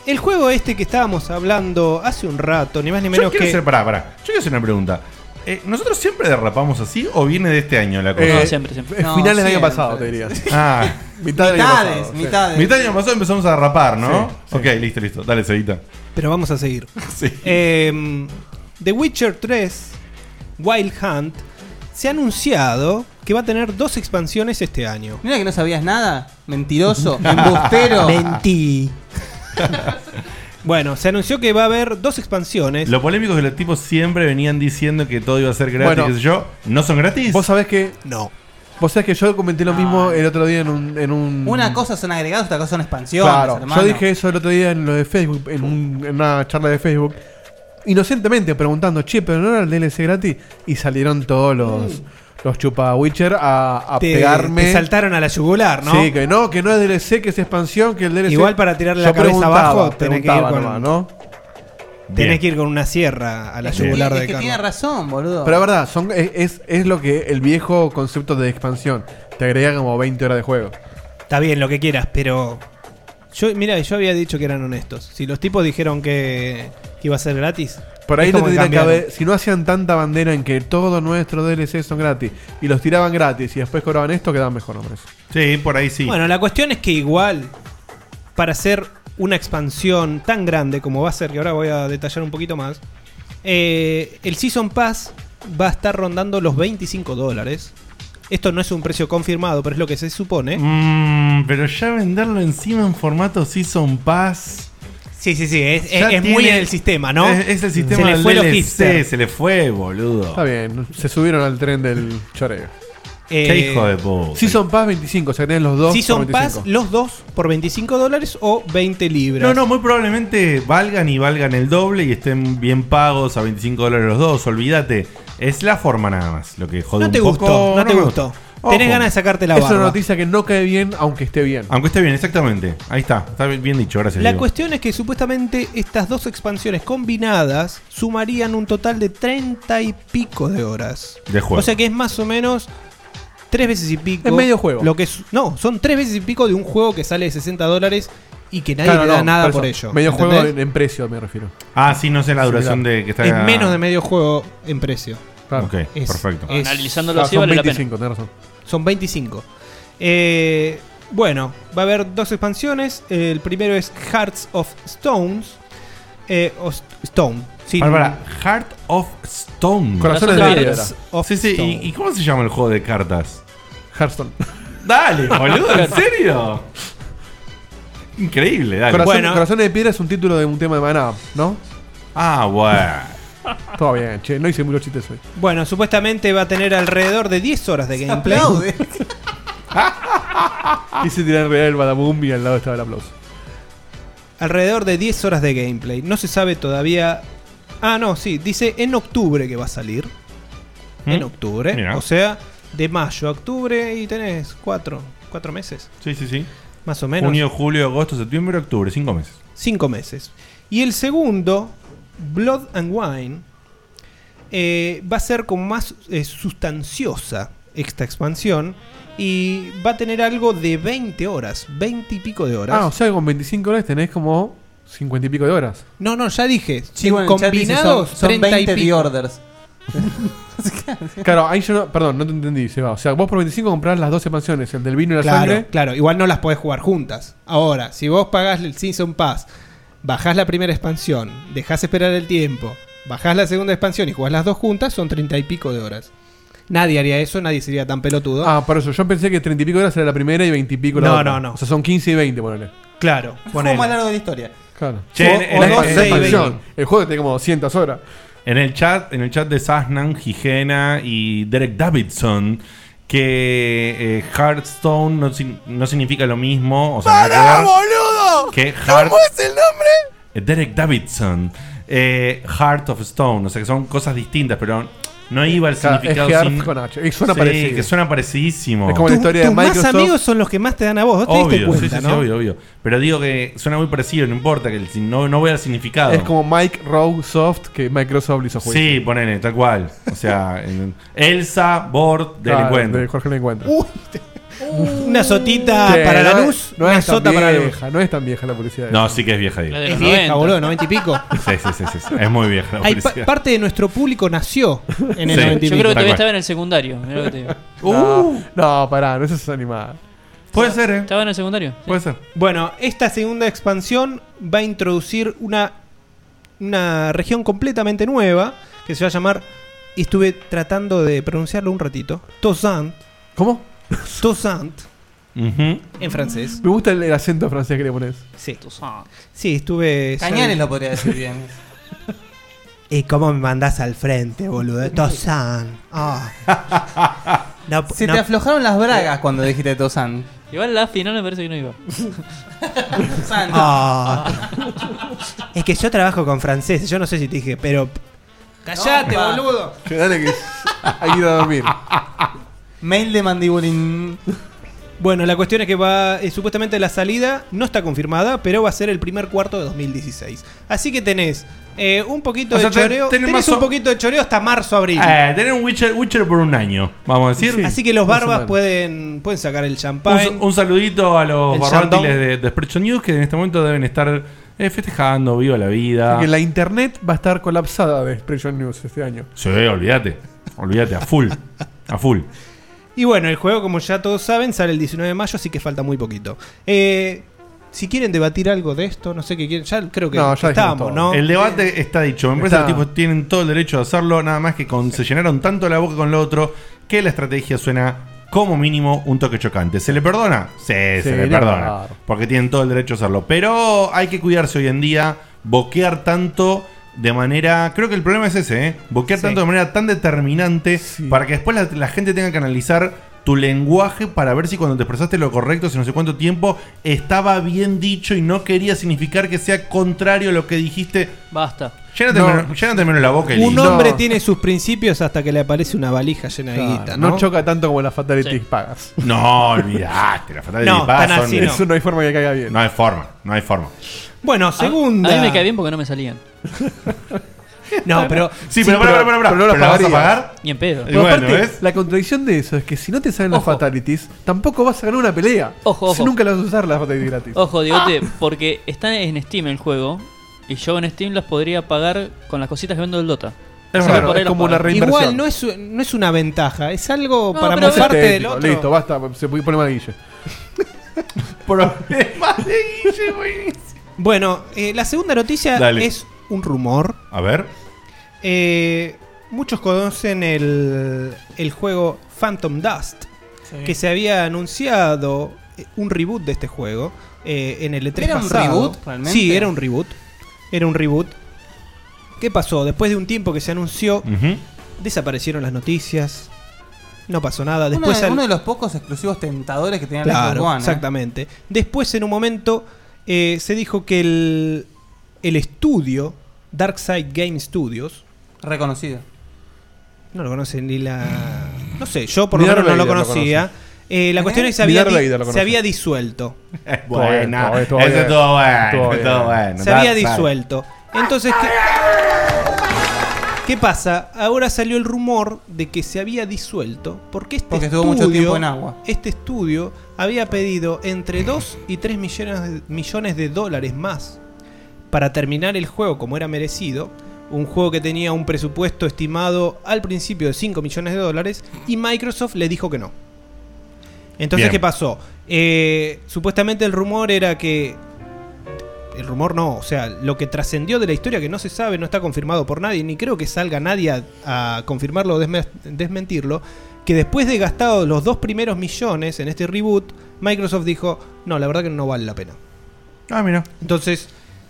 Speaker 7: el juego este que estábamos hablando hace un rato, ni más ni
Speaker 3: Yo
Speaker 7: menos
Speaker 3: quiero
Speaker 7: que.
Speaker 3: hacer, pará, pará. Yo quiero hacer una pregunta. Eh, ¿Nosotros siempre derrapamos así o viene de este año la cosa?
Speaker 4: Eh, eh, finales del año pasado, te diría. <laughs>
Speaker 3: Ah,
Speaker 4: Mitad del año Mitades, pasado, sí. mitades.
Speaker 3: Mitad del año pasado empezamos a derrapar, ¿no?
Speaker 7: Sí,
Speaker 3: ok, listo, listo. Dale, Cevita.
Speaker 7: Pero vamos a
Speaker 4: <laughs>
Speaker 7: seguir. Em, The Witcher 3, Wild Hunt, se ha anunciado que va a tener dos expansiones este año.
Speaker 5: Mira que no sabías nada. Mentiroso,
Speaker 7: <laughs>
Speaker 5: embustero.
Speaker 4: <laughs>
Speaker 7: Mentí. bueno, se anunció que va a haber dos expansiones.
Speaker 3: Lo polémico es que los tipos siempre venían diciendo que todo iba a ser gratis,
Speaker 4: Bueno.
Speaker 3: qué sé yo. ¿No son gratis?
Speaker 4: Vos sabés que.
Speaker 7: No.
Speaker 4: Vos sabés que yo comenté lo
Speaker 15: Ah.
Speaker 4: mismo el otro día en un. En un
Speaker 5: Una cosa son agregados, otra cosa son expansiones,
Speaker 4: Claro,
Speaker 5: hermano.
Speaker 4: yo dije eso el otro día en lo de Facebook, en, un- en una charla de Facebook, inocentemente preguntando, che, pero no era el DLC gratis, y salieron todos los, los chupa Witcher a, a
Speaker 7: Mm. Te-
Speaker 4: pegarme.
Speaker 7: te saltaron a la yugular, ¿no?
Speaker 4: Sí, que no, que no es DLC, que es expansión, que el DLC.
Speaker 7: Igual para tirar la
Speaker 4: Yo
Speaker 7: cabeza
Speaker 4: preguntaba,
Speaker 7: abajo tenés que ir
Speaker 4: preguntaba
Speaker 7: con,
Speaker 4: nomás, ¿no?
Speaker 7: tenés
Speaker 4: Bien.
Speaker 7: que ir con una sierra a la
Speaker 5: Es que-
Speaker 7: yugular
Speaker 5: es
Speaker 7: de
Speaker 5: que
Speaker 7: Carlos.
Speaker 5: tiene razón, boludo.
Speaker 4: Pero es verdad, son, es, es, es lo que el viejo concepto de expansión. Te agrega como 20 horas de juego.
Speaker 7: Está bien, lo que quieras, pero. Yo, mira, yo había dicho que eran honestos. Si los tipos dijeron que, que iba a ser gratis.
Speaker 4: Por ahí
Speaker 7: es
Speaker 4: no
Speaker 7: como que
Speaker 4: tendrían que
Speaker 7: cambiaron.
Speaker 4: haber, si no hacían tanta bandera en que todos nuestros DLC son gratis y los tiraban gratis y después cobraban esto, quedaban mejor nombres.
Speaker 3: Sí, por ahí sí.
Speaker 7: Bueno, la cuestión es que igual, para hacer una expansión tan grande como va a ser, que ahora voy a detallar un poquito más, eh, el Season Pass va a estar rondando los 25 dólares. Esto no es un precio confirmado, pero es lo que se supone.
Speaker 3: Mm, pero ya venderlo encima en formato Season Pass.
Speaker 7: Sí, sí, sí, es,
Speaker 3: ya
Speaker 7: es- es
Speaker 3: tiene-
Speaker 7: muy en el sistema, ¿no?
Speaker 3: Es, es el sistema
Speaker 7: Se le
Speaker 3: del
Speaker 7: fue lo
Speaker 3: DLC,
Speaker 7: hipster.
Speaker 3: se le fue, boludo.
Speaker 4: Está bien, se subieron al tren del choreo.
Speaker 7: Eh,
Speaker 3: Qué hijo de puta.
Speaker 4: Season Pass 25, o sea que tienen los dos.
Speaker 7: Season
Speaker 4: por
Speaker 7: Pass,
Speaker 4: 25.
Speaker 7: los dos por 25 dólares o 20 libras.
Speaker 3: No, no, muy probablemente valgan y valgan el doble y estén bien pagos a 25 dólares los dos, olvídate. Es la forma nada más, lo que jode
Speaker 7: No te
Speaker 3: un poco.
Speaker 7: gustó, no te
Speaker 3: me
Speaker 7: gustó.
Speaker 3: Ojo.
Speaker 7: Tenés ganas de sacarte la
Speaker 4: Es
Speaker 7: barba.
Speaker 4: una noticia que no cae bien, aunque esté bien.
Speaker 3: Aunque esté bien, exactamente. Ahí está, está bien- bien dicho, gracias.
Speaker 7: La
Speaker 3: Diego.
Speaker 7: cuestión es que supuestamente estas dos expansiones combinadas sumarían un total de 30 y pico de horas.
Speaker 3: De juego.
Speaker 7: O sea que es más o menos tres veces y pico.
Speaker 4: Es medio juego.
Speaker 7: Lo que es- no, son tres veces y pico de un juego que sale de 60 dólares y que nadie
Speaker 4: Claro,
Speaker 7: le da
Speaker 4: no,
Speaker 7: nada por,
Speaker 4: eso,
Speaker 7: ello.
Speaker 4: Medio
Speaker 7: ¿entendés?
Speaker 4: juego en, en precio, me refiero.
Speaker 3: Ah, sí, no sé la duración de que está.
Speaker 7: Es menos de medio juego en precio.
Speaker 3: Ok, perfecto.
Speaker 7: Analizándolo
Speaker 4: así vale la pena. 25, Ah, tenés razón.
Speaker 7: Son 25. Eh, bueno, va a haber dos expansiones. El primero es Hearts of Stones. Eh, o S- Stone. sí.
Speaker 3: Pará, pará, Heart of Stone.
Speaker 7: Corazones de
Speaker 3: Hearts
Speaker 7: piedra.
Speaker 3: of Sí, sí,
Speaker 7: Stone.
Speaker 3: ¿Y, y cómo se llama el juego de cartas?
Speaker 4: Hearthstone.
Speaker 7: <laughs>
Speaker 3: Dale, boludo, ¿en serio? Increíble, dale.
Speaker 4: Corazón- Corazones de Piedra es un título de un tema de maná, ¿no?
Speaker 3: Ah, bueno.
Speaker 4: Todo bien, che, no hice muchos chistes hoy.
Speaker 7: Bueno, supuestamente va a tener alrededor de 10 horas de gameplay.
Speaker 4: <laughs> Quise tirar real el Badabum y al lado estaba el aplauso.
Speaker 7: alrededor de 10 horas de gameplay. No se sabe todavía. Ah, no, sí, dice en octubre que va a salir. En
Speaker 3: ¿Mm?
Speaker 7: octubre.
Speaker 3: Mirá.
Speaker 7: O sea, de mayo a octubre y tenés 4 cuatro meses.
Speaker 3: Sí, sí, sí.
Speaker 7: Más o menos.
Speaker 3: Junio, julio, agosto, septiembre, octubre, cinco meses.
Speaker 7: Cinco meses. Y el segundo, Blood and Wine, eh, va a ser como más eh, sustanciosa esta expansión. Y va a tener algo de 20 horas, 20 y pico de horas.
Speaker 4: Ah, o sea, con 25 horas tenés como 50 y pico de horas.
Speaker 7: No, no, ya dije.
Speaker 5: Sí, bueno, el chat dice,
Speaker 7: combinados,
Speaker 5: son- son
Speaker 7: 30 y
Speaker 5: 20 the
Speaker 7: pico.
Speaker 5: orders.
Speaker 4: Claro, ahí yo no. Perdón, no te entendí, Seba. O sea, vos por 25 comprás las 12 mansiones, el del vino y la
Speaker 7: Claro,
Speaker 4: sangre.
Speaker 7: claro, igual no las podés jugar juntas. <laughs> Ahora, si vos pagás el Season Pass, bajás la primera expansión, dejás esperar el tiempo, bajás la segunda expansión y jugás las dos juntas, son treinta y pico de horas. Nadie haría eso, nadie sería tan pelotudo.
Speaker 4: Ah, por eso. Yo pensé que 30 y pico de horas era la primera y 20 y pico la
Speaker 7: No,
Speaker 4: otra.
Speaker 7: no, no.
Speaker 4: O sea, son 15 y 20, ponele.
Speaker 7: Claro,
Speaker 5: Es el juego más largo de la historia.
Speaker 4: Claro.
Speaker 3: Che,
Speaker 4: O-
Speaker 3: en- en
Speaker 4: o
Speaker 3: el-
Speaker 4: la-
Speaker 3: en
Speaker 4: la
Speaker 3: el-
Speaker 4: expansión. El juego tiene como 200 horas.
Speaker 3: En el chat, en el chat de Sasnan, Gigena y Derek Davidson que eh, Hearthstone no, sin- no significa lo mismo. O sea, nada que ver.
Speaker 11: boludo!
Speaker 3: ¿Qué? Heart-
Speaker 11: ¿Cómo es el nombre?
Speaker 3: Eh, Derek Davidson, eh, Heart of Stone, o sea que son cosas distintas, pero no iba el
Speaker 4: Claro, es
Speaker 3: significado.
Speaker 4: Heart con H, y suena parecido.
Speaker 3: que suena parecidísimo.
Speaker 4: Es como la Tu- historia
Speaker 7: Tus más amigos son los que más te dan a vos, vos te diste
Speaker 3: Obvio,
Speaker 7: cuenta,
Speaker 3: sí, sí, sí,
Speaker 7: ¿no?
Speaker 3: obvio, obvio. Pero digo que suena muy parecido, no importa, que el sin- no, no voy al significado.
Speaker 4: Es como Mike Rowe Soft, que Microsoft le hizo juicio.
Speaker 3: Sí, ponele, tal cual. O sea, en- Elsa, Bord,
Speaker 4: Claro,
Speaker 3: delincuente.
Speaker 4: de Jorge Delincuente.
Speaker 7: Uh, Una sotita
Speaker 4: Sí,
Speaker 7: para
Speaker 4: no
Speaker 7: la
Speaker 4: es-
Speaker 7: luz,
Speaker 4: no
Speaker 7: una
Speaker 4: es tan
Speaker 7: sota para la luz.
Speaker 4: vieja, No es tan vieja la publicidad.
Speaker 3: No, sí que es vieja. digo.
Speaker 7: Es vieja, boludo, 90 y pico.
Speaker 3: Sí, sí, sí, sí, sí. Es muy vieja la
Speaker 7: Hay pa-
Speaker 3: publicidad.
Speaker 7: parte de nuestro público nació en el
Speaker 3: Sí.
Speaker 7: 90 y pico.
Speaker 3: Yo creo que
Speaker 6: Todavía
Speaker 3: Tal
Speaker 6: estaba en el secundario. mirá lo que te
Speaker 4: <laughs>
Speaker 6: digo.
Speaker 4: Uh. No, no, pará, no eso es animada.
Speaker 3: Puede ser, ¿eh?
Speaker 6: Estaba en el secundario. sí.
Speaker 7: Bueno, esta segunda expansión va a introducir una, una región completamente nueva que se va a llamar. Y estuve tratando de pronunciarlo un ratito. Tosant.
Speaker 4: ¿Cómo?
Speaker 7: Tosant.
Speaker 3: Ujú.
Speaker 7: En francés.
Speaker 4: Me gusta el, el acento francés que le pones.
Speaker 7: Sí. Sí, estuve.
Speaker 5: Cañales lo podría
Speaker 15: <laughs>
Speaker 5: decir bien.
Speaker 7: ¿Y cómo me mandás al frente, boludo? Tosant. Ah. No-
Speaker 5: <laughs> Se
Speaker 7: no-
Speaker 5: te aflojaron las bragas cuando dijiste Tosan.
Speaker 6: Igual la final me parece que no
Speaker 5: <laughs>
Speaker 6: iba.
Speaker 15: <laughs>
Speaker 7: Ah. Es que yo trabajo con francés, yo no sé si te dije, pero.
Speaker 5: ¡Cállate, boludo!
Speaker 4: Dale que hay que ir a dormir.
Speaker 7: Mail de mandibulín. Bueno, la cuestión es que va. eh, supuestamente la salida no está confirmada, pero va a ser el primer cuarto de 2016. Así que tenés eh, un poquito
Speaker 3: O sea,
Speaker 7: de
Speaker 3: ten-
Speaker 7: choreo.
Speaker 3: tenés
Speaker 7: Tenés,
Speaker 3: más o-
Speaker 7: un poquito de choreo hasta marzo, abril.
Speaker 3: Eh, tener un Witcher, Witcher por un año, vamos a decir.
Speaker 7: Así que los
Speaker 3: Más o
Speaker 7: barbas
Speaker 3: menos.
Speaker 7: pueden, pueden sacar el
Speaker 3: Un,
Speaker 7: champán.
Speaker 3: sa- un saludito a los
Speaker 7: El
Speaker 3: barbantiles
Speaker 7: Shandong.
Speaker 3: de, de Spreadshot News que en este momento deben estar eh, festejando, viva la vida.
Speaker 4: Que la internet va a estar colapsada de Expression News este año.
Speaker 3: Sí, olvídate. Olvídate, a full. A full.
Speaker 7: Y bueno, el juego, como ya todos saben, sale el 19 de mayo, así que falta muy poquito. Eh, si quieren debatir algo de esto, no sé qué quieren. Ya creo que
Speaker 3: No, ya dijimos
Speaker 7: estábamos,
Speaker 3: todo.
Speaker 7: ¿no?
Speaker 3: El debate está dicho. Me parece
Speaker 7: Está.
Speaker 3: que los tipos tienen todo el derecho a hacerlo, nada más que con- se llenaron tanto la boca con lo otro que la estrategia suena como mínimo un toque chocante. ¿Se le perdona? Sí,
Speaker 4: Sí,
Speaker 3: se le
Speaker 4: ni
Speaker 3: perdona.
Speaker 4: hablar.
Speaker 3: Porque tienen todo el derecho a hacerlo. Pero hay que cuidarse hoy en día, boquear tanto de manera... Creo que el problema es ese, ¿eh? Boquear tanto de manera tan determinante para que después la, la gente tenga que analizar tu lenguaje para ver si cuando te expresaste lo correcto hace no sé cuánto tiempo estaba bien dicho y no quería significar que sea contrario a lo que dijiste.
Speaker 6: Basta.
Speaker 3: Llénate,
Speaker 7: No.
Speaker 3: menos, llénate menos la boca y
Speaker 7: Un
Speaker 3: listo.
Speaker 7: hombre tiene sus principios hasta que le aparece una valija llena de guita.
Speaker 4: no
Speaker 7: No,
Speaker 4: choca tanto como las fatalities pagas.
Speaker 3: <laughs> No, olvidate, la fatalidad
Speaker 7: No,
Speaker 3: de paz
Speaker 7: tan
Speaker 3: son-
Speaker 7: así no.
Speaker 4: Eso no hay forma que caiga bien.
Speaker 3: No hay forma, no hay forma.
Speaker 7: Bueno, segunda.
Speaker 6: A mí me cae bien porque no me salían.
Speaker 7: No, pero.
Speaker 3: Sí, pero pará, pará, pará,
Speaker 4: la
Speaker 3: ¿pero la vas a
Speaker 4: pagarías.
Speaker 3: pagar? Ni en pedo.
Speaker 4: Pero
Speaker 3: Y bueno,
Speaker 4: aparte,
Speaker 3: ¿ves?
Speaker 4: la contradicción de eso es que si no te salen las fatalities, tampoco vas a ganar una pelea.
Speaker 6: Ojo,
Speaker 4: Si
Speaker 6: ojo.
Speaker 4: nunca las vas a usar las fatalities gratis.
Speaker 6: Ojo, Diote, porque está en Steam el juego. Y yo en Steam las podría pagar con las cositas que vendo del Dota. Así que por ahí las pago.
Speaker 7: Igual no es, no es una ventaja, es algo
Speaker 6: No,
Speaker 7: para
Speaker 6: pero-
Speaker 7: mofarte
Speaker 4: Estético,
Speaker 7: del otro.
Speaker 4: Listo, basta, se puede poner
Speaker 7: <laughs>
Speaker 4: Guille.
Speaker 7: Bueno, eh, la segunda noticia
Speaker 3: Dale.
Speaker 7: es un rumor.
Speaker 3: A ver.
Speaker 7: Eh, muchos conocen el, el juego Phantom Dust,
Speaker 5: Sí.
Speaker 7: que se había anunciado eh, un reboot de este juego eh, en el E3
Speaker 5: ¿Era un
Speaker 7: pasado.
Speaker 5: reboot, realmente?
Speaker 7: Sí, era un reboot. Era un reboot. ¿Qué pasó? Después de un tiempo que se anunció, desaparecieron las noticias. No pasó nada.
Speaker 5: Uno,
Speaker 7: Después
Speaker 5: de,
Speaker 7: al-
Speaker 5: uno de los pocos exclusivos tentadores que tenía la
Speaker 7: Claro,
Speaker 5: Xbox One. ¿eh?
Speaker 7: exactamente. Después, en un momento, eh, se dijo que el, el estudio, Darkside Game Studios.
Speaker 5: Reconocido.
Speaker 7: No lo conoce ni la. No sé, yo por
Speaker 5: Ni
Speaker 7: lo menos
Speaker 5: Darth
Speaker 7: no lo
Speaker 5: Vader lo
Speaker 7: conocía.
Speaker 5: conoce.
Speaker 7: Eh, la
Speaker 5: ¿Eh?
Speaker 7: cuestión es que se
Speaker 5: Ni
Speaker 7: había,
Speaker 5: Darth
Speaker 7: di-
Speaker 5: Vader lo
Speaker 7: se
Speaker 5: conoce.
Speaker 7: había
Speaker 3: <laughs>
Speaker 7: disuelto.
Speaker 3: Es buena, Todo bien, todo bien, eso estuvo bueno, Estuvo bien. estuvo bueno.
Speaker 7: Se había
Speaker 3: Darth Vader.
Speaker 7: disuelto. Entonces, ¿qué, qué pasa? Ahora salió el rumor de que se había disuelto porque este
Speaker 5: Porque estuvo
Speaker 7: estudio,
Speaker 5: mucho tiempo en agua.
Speaker 7: Este estudio había pedido entre 2 y 3 millones de, millones de dólares más para terminar el juego como era merecido. Un juego que tenía un presupuesto estimado al principio de 5 millones de dólares y Microsoft le dijo que no. Entonces,
Speaker 5: Bien.
Speaker 7: ¿qué pasó? Eh, supuestamente el rumor era que el rumor no, o sea, lo que trascendió de la historia que no se sabe, no está confirmado por nadie, ni creo que salga nadie a, a confirmarlo o desme- desmentirlo, que después de gastado los dos primeros millones en este reboot, Microsoft dijo, no, la verdad que no vale la pena.
Speaker 3: Ah, mira.
Speaker 7: Entonces,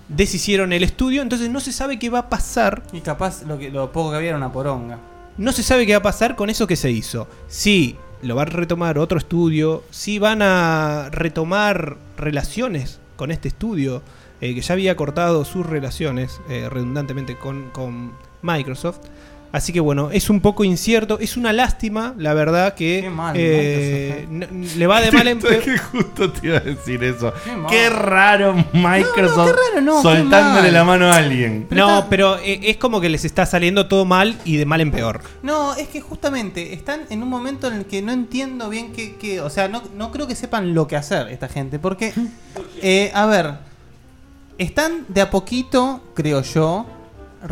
Speaker 7: deshicieron el estudio, entonces no se sabe qué va a pasar.
Speaker 5: Y capaz lo, que, lo poco que había era una poronga.
Speaker 7: No se sabe qué va a pasar con eso que se hizo. Si lo va a retomar otro estudio, si van a retomar relaciones con este estudio, eh, que ya había cortado sus relaciones eh, redundantemente con, con Microsoft. Así que bueno, es un poco incierto, es una lástima, la verdad que eh, n- n- le va de mal en peor.
Speaker 3: que <laughs> justo te iba a decir eso. Qué,
Speaker 7: mal.
Speaker 3: raro Microsoft
Speaker 7: raro, no, qué
Speaker 3: soltándole
Speaker 7: mal.
Speaker 3: la mano a alguien.
Speaker 7: No, pero eh, es como que les está saliendo todo mal y de mal en peor.
Speaker 5: No, es que justamente están en un momento en el que no entiendo bien qué. qué- o sea, no, no creo que sepan lo que hacer esta
Speaker 7: <laughs>
Speaker 5: gente. Porque, eh, a ver, están de a poquito, creo yo,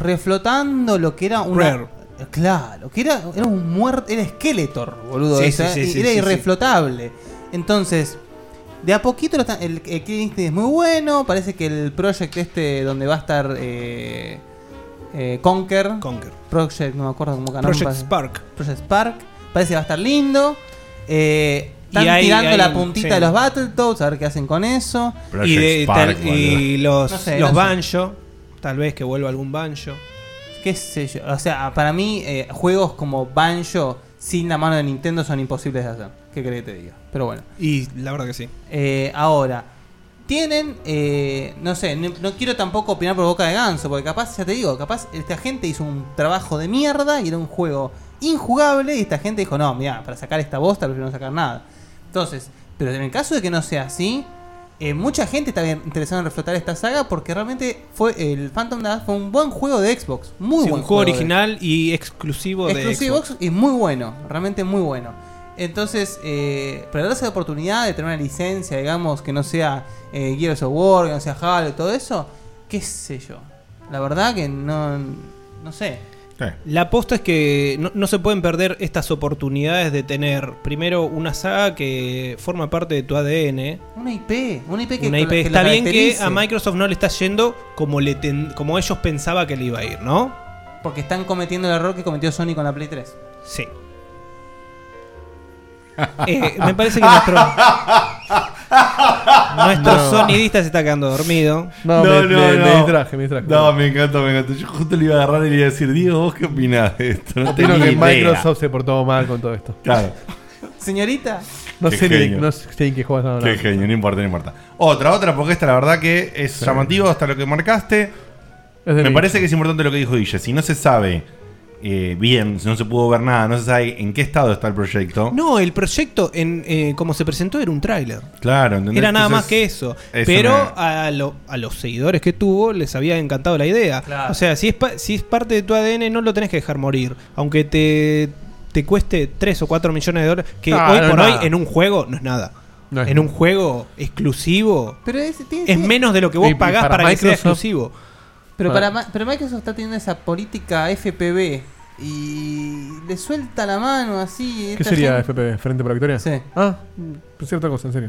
Speaker 5: reflotando lo que era una.
Speaker 7: Rare.
Speaker 5: Claro, que era, era un muerto. Era Skeletor, boludo.
Speaker 7: Sí,
Speaker 5: o sea,
Speaker 7: sí, sí,
Speaker 5: y-
Speaker 7: sí,
Speaker 5: era
Speaker 7: sí, sí.
Speaker 5: irreflotable. Entonces, de a poquito lo están- el, el Clean Instinct es muy bueno. Parece que el project este donde va a estar eh, eh, Conker. Project, no me acuerdo cómo canal
Speaker 7: Project
Speaker 5: parece.
Speaker 7: Spark.
Speaker 5: Project Spark. Parece que va a estar lindo. Eh, están
Speaker 7: Y hay-
Speaker 5: tirando
Speaker 7: hay
Speaker 5: la
Speaker 7: un-
Speaker 5: puntita
Speaker 7: sí.
Speaker 5: de los Battletoads, a ver qué hacen con eso.
Speaker 7: y de- tal- y los,
Speaker 5: No sé,
Speaker 7: los
Speaker 5: no sé.
Speaker 7: banjo, tal vez que vuelva algún banjo.
Speaker 5: Qué sé yo. O sea, para mí, eh, juegos como Banjo sin la mano de Nintendo son imposibles de hacer. ¿Qué crees que te diga? Pero bueno.
Speaker 7: Y la verdad que sí.
Speaker 5: Eh, ahora, tienen, eh, no sé, no, no quiero tampoco opinar por boca de ganso, porque capaz, ya te digo, capaz esta gente hizo un trabajo de mierda y era un juego injugable y esta gente dijo, no, mira, para sacar esta bosta prefiero no sacar nada. Entonces, pero en el caso de que no sea así, eh, mucha gente está bien interesada en reflotar esta saga porque realmente fue el Phantom Dust fue un buen juego de Xbox, muy
Speaker 7: Sí,
Speaker 5: buen
Speaker 7: un juego
Speaker 5: de-
Speaker 7: original y exclusivo,
Speaker 5: exclusivo
Speaker 7: de
Speaker 5: Xbox y muy bueno, realmente muy bueno. Entonces, eh, pero darse la oportunidad de tener una licencia, digamos, que no sea eh, Gears of War, que no sea Halo, todo eso, qué sé yo. La verdad que no, no sé.
Speaker 7: La aposta es que no, no se pueden perder estas oportunidades de tener primero una saga que forma parte de tu ADN.
Speaker 5: Una IP, una IP que,
Speaker 7: Una IP.
Speaker 5: que lo
Speaker 7: Está bien que
Speaker 5: caracterice.
Speaker 7: a Microsoft no le está yendo como, le ten- como
Speaker 5: <laughs>
Speaker 7: ellos pensaban que le iba a ir, ¿no?
Speaker 5: Porque están cometiendo el error que cometió Sony con la Play 3. <laughs>
Speaker 7: Sí. Eh, me parece que nuestro,
Speaker 3: <laughs>
Speaker 7: nuestro
Speaker 3: No.
Speaker 7: sonidista se está quedando dormido.
Speaker 3: me distraje. No, me encanta, me encanta. Yo justo le iba a agarrar y le iba a decir, Diego, ¿vos qué opinás de esto? No
Speaker 4: Opino
Speaker 3: tenía
Speaker 4: que
Speaker 3: idea.
Speaker 4: Microsoft se portó mal con todo esto.
Speaker 3: Claro.
Speaker 5: <laughs> Señorita.
Speaker 4: No
Speaker 3: Qué
Speaker 4: sé, ni,
Speaker 3: genio.
Speaker 4: no sé ni en qué juego están
Speaker 3: Qué
Speaker 4: hablando.
Speaker 3: genio, no importa, no importa. Otra, otra, porque esta la verdad que es
Speaker 4: Sí.
Speaker 3: llamativo hasta lo que marcaste.
Speaker 4: de
Speaker 3: Me
Speaker 4: Lynch.
Speaker 3: parece que es importante lo que dijo Guille. Si no se sabe eh, bien, si no se pudo ver nada, no se sabe en qué estado está el proyecto.
Speaker 7: No, el proyecto, en, eh, como se presentó, era un tráiler.
Speaker 3: Claro, ¿entendés?
Speaker 7: Era nada
Speaker 3: Entonces,
Speaker 7: más que eso.
Speaker 3: es
Speaker 7: Pero
Speaker 3: una-
Speaker 7: a, lo- a los seguidores que tuvo les había encantado la idea. O sea, si es, pa- si es parte de tu ADN, no lo tenés que dejar morir. Aunque te, te cueste 3 o 4 millones de dólares, que
Speaker 5: Ah,
Speaker 7: hoy
Speaker 5: no es
Speaker 7: por
Speaker 5: nada.
Speaker 7: hoy en un juego no es nada. en un juego exclusivo
Speaker 5: Pero es, tiene-
Speaker 7: es
Speaker 5: tiene-
Speaker 7: menos de lo que vos
Speaker 5: Y- y
Speaker 7: pagás
Speaker 5: para
Speaker 7: para, que sea
Speaker 5: Microsoft-
Speaker 7: exclusivo.
Speaker 5: Pero,
Speaker 7: Ah.
Speaker 5: para, Ma- pero Microsoft está teniendo esa política FPV y le suelta la mano así.
Speaker 4: ¿Qué
Speaker 5: esta
Speaker 4: sería
Speaker 5: gente-
Speaker 4: FPV? ¿Frente para la Victoria?
Speaker 5: Sí.
Speaker 4: Ah, pensé otra cosa, en serio.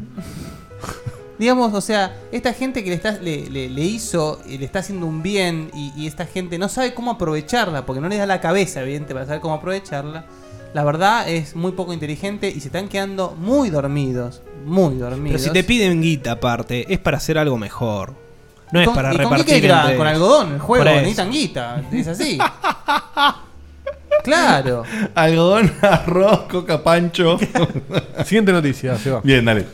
Speaker 5: Digamos, o sea, esta gente que le, está, le, le- le hizo y le está haciendo un bien y, y esta gente no sabe cómo aprovecharla, porque no les da la cabeza, evidente, para saber cómo aprovecharla. La verdad es muy poco inteligente y se están quedando muy dormidos. Muy
Speaker 7: Pero
Speaker 5: dormidos.
Speaker 7: si te piden guita aparte, es para hacer algo mejor. No
Speaker 5: ¿Y
Speaker 7: es
Speaker 5: con-
Speaker 7: para
Speaker 5: y con qué
Speaker 7: repartir
Speaker 5: quieres que lo
Speaker 7: entre
Speaker 5: hagan? Con
Speaker 7: ellos.
Speaker 5: algodón, el juego,
Speaker 7: Por eso.
Speaker 5: necesitan guita. Es así. <laughs> claro.
Speaker 3: Algodón, <laughs> arroz, coca,
Speaker 5: <laughs>
Speaker 3: pancho.
Speaker 4: Siguiente noticia, se va.
Speaker 3: <laughs> Bien, dale.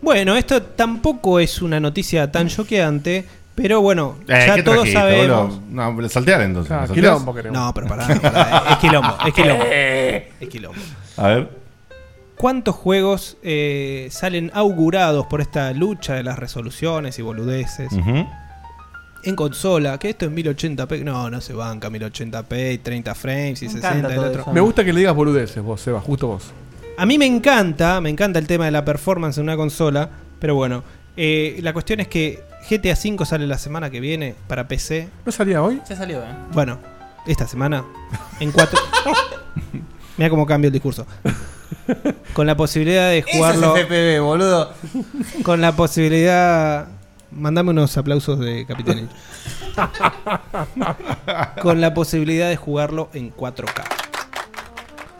Speaker 7: Bueno, esto tampoco es una noticia tan choqueante, pero bueno,
Speaker 3: Eh,
Speaker 7: ya
Speaker 3: ¿qué
Speaker 7: todos
Speaker 3: trajiste,
Speaker 7: sabemos.
Speaker 3: boludo? No, lo saltear entonces.
Speaker 7: Ah,
Speaker 3: ¿lo salteás?
Speaker 7: quilombo queremos. No, pero pará, pará, es quilombo, es quilombo, es quilombo.
Speaker 3: <laughs> A ver.
Speaker 7: ¿Cuántos juegos eh, salen augurados por esta lucha de las resoluciones y boludeces?
Speaker 3: Ujú.
Speaker 7: En consola, que esto es 1080p. No, no se banca 1080p, 30 frames y
Speaker 4: Me
Speaker 7: 60 el otro.
Speaker 4: Me gusta que le digas boludeces vos, Seba, justo vos.
Speaker 7: A mí me encanta, me encanta el tema de la performance en una consola, pero bueno, Eh, la cuestión es que GTA V sale la semana que viene para PC.
Speaker 4: ¿No salía hoy?
Speaker 5: Ya salió, ¿eh?
Speaker 7: Bueno, esta semana, en
Speaker 4: <laughs>
Speaker 7: cuatro. Mira cómo cambia el discurso. Con la posibilidad de
Speaker 5: es
Speaker 7: jugarlo.
Speaker 5: FPV, boludo.
Speaker 7: <laughs> Con la posibilidad. Mandame unos aplausos de Capitán Inch. Con la posibilidad de jugarlo en 4K.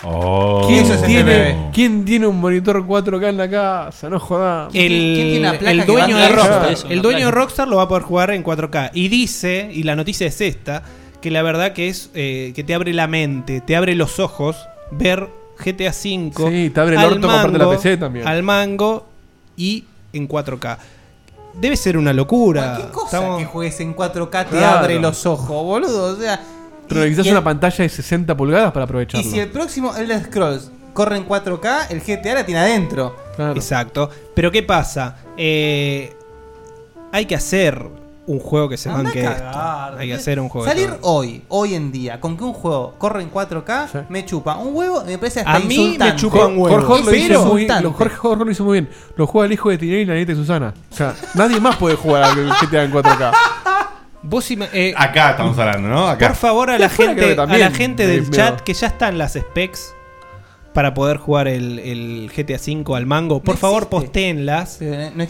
Speaker 3: Oh.
Speaker 4: ¿Quién,
Speaker 7: Eso es
Speaker 4: tiene,
Speaker 7: FPV.
Speaker 4: ¿Quién tiene un monitor 4K en la casa? No jodamos.
Speaker 7: El, el dueño de Rockstar, el dueño de Rockstar lo va a poder jugar en 4K. Y dice, y la noticia es esta, que la verdad que es eh, que te abre la mente, te abre los ojos ver GTA V.
Speaker 4: Sí, te abre el
Speaker 7: al
Speaker 4: orto comprarte la PC también.
Speaker 7: Al mango y en 4K. Debe ser una locura.
Speaker 5: cosa que juegues en 4K te
Speaker 7: Claro.
Speaker 5: abre los ojos, boludo. O sea,
Speaker 4: Pero necesitas una pantalla de 60 pulgadas
Speaker 5: y
Speaker 4: para aprovecharlo.
Speaker 5: si el próximo Elder Scrolls corre en 4K, el GTA la tiene adentro.
Speaker 7: Exacto. Pero ¿qué pasa? Eh, hay que hacer un juego que se
Speaker 5: Andá
Speaker 7: banque
Speaker 5: a
Speaker 7: esto.
Speaker 5: cagar. ¿eh?
Speaker 7: Hay que hacer un juego. de
Speaker 5: Salir
Speaker 7: todo.
Speaker 5: hoy, hoy en día, con que un juego corre en 4K, me chupa un huevo, me parece hasta
Speaker 7: A mí me
Speaker 5: insultante.
Speaker 7: chupa un huevo.
Speaker 4: Jorge Horn lo, hizo
Speaker 5: Pero-
Speaker 4: muy,
Speaker 5: insultante.
Speaker 4: lo- Jorge Horn lo hizo muy bien. Lo juega el hijo de Tinelli y la nieta de Susana. O sea, nadie más puede jugar al GTA en 4K.
Speaker 7: Vos ima- eh,
Speaker 3: Acá estamos hablando, ¿no? Acá.
Speaker 7: Por favor, a la
Speaker 4: Fuera creo que
Speaker 7: gente, a
Speaker 4: también
Speaker 7: la gente
Speaker 4: me-
Speaker 7: del
Speaker 4: me-
Speaker 7: chat que ya están las specs para poder jugar el, el GTA V al mango, por favor postéenlas.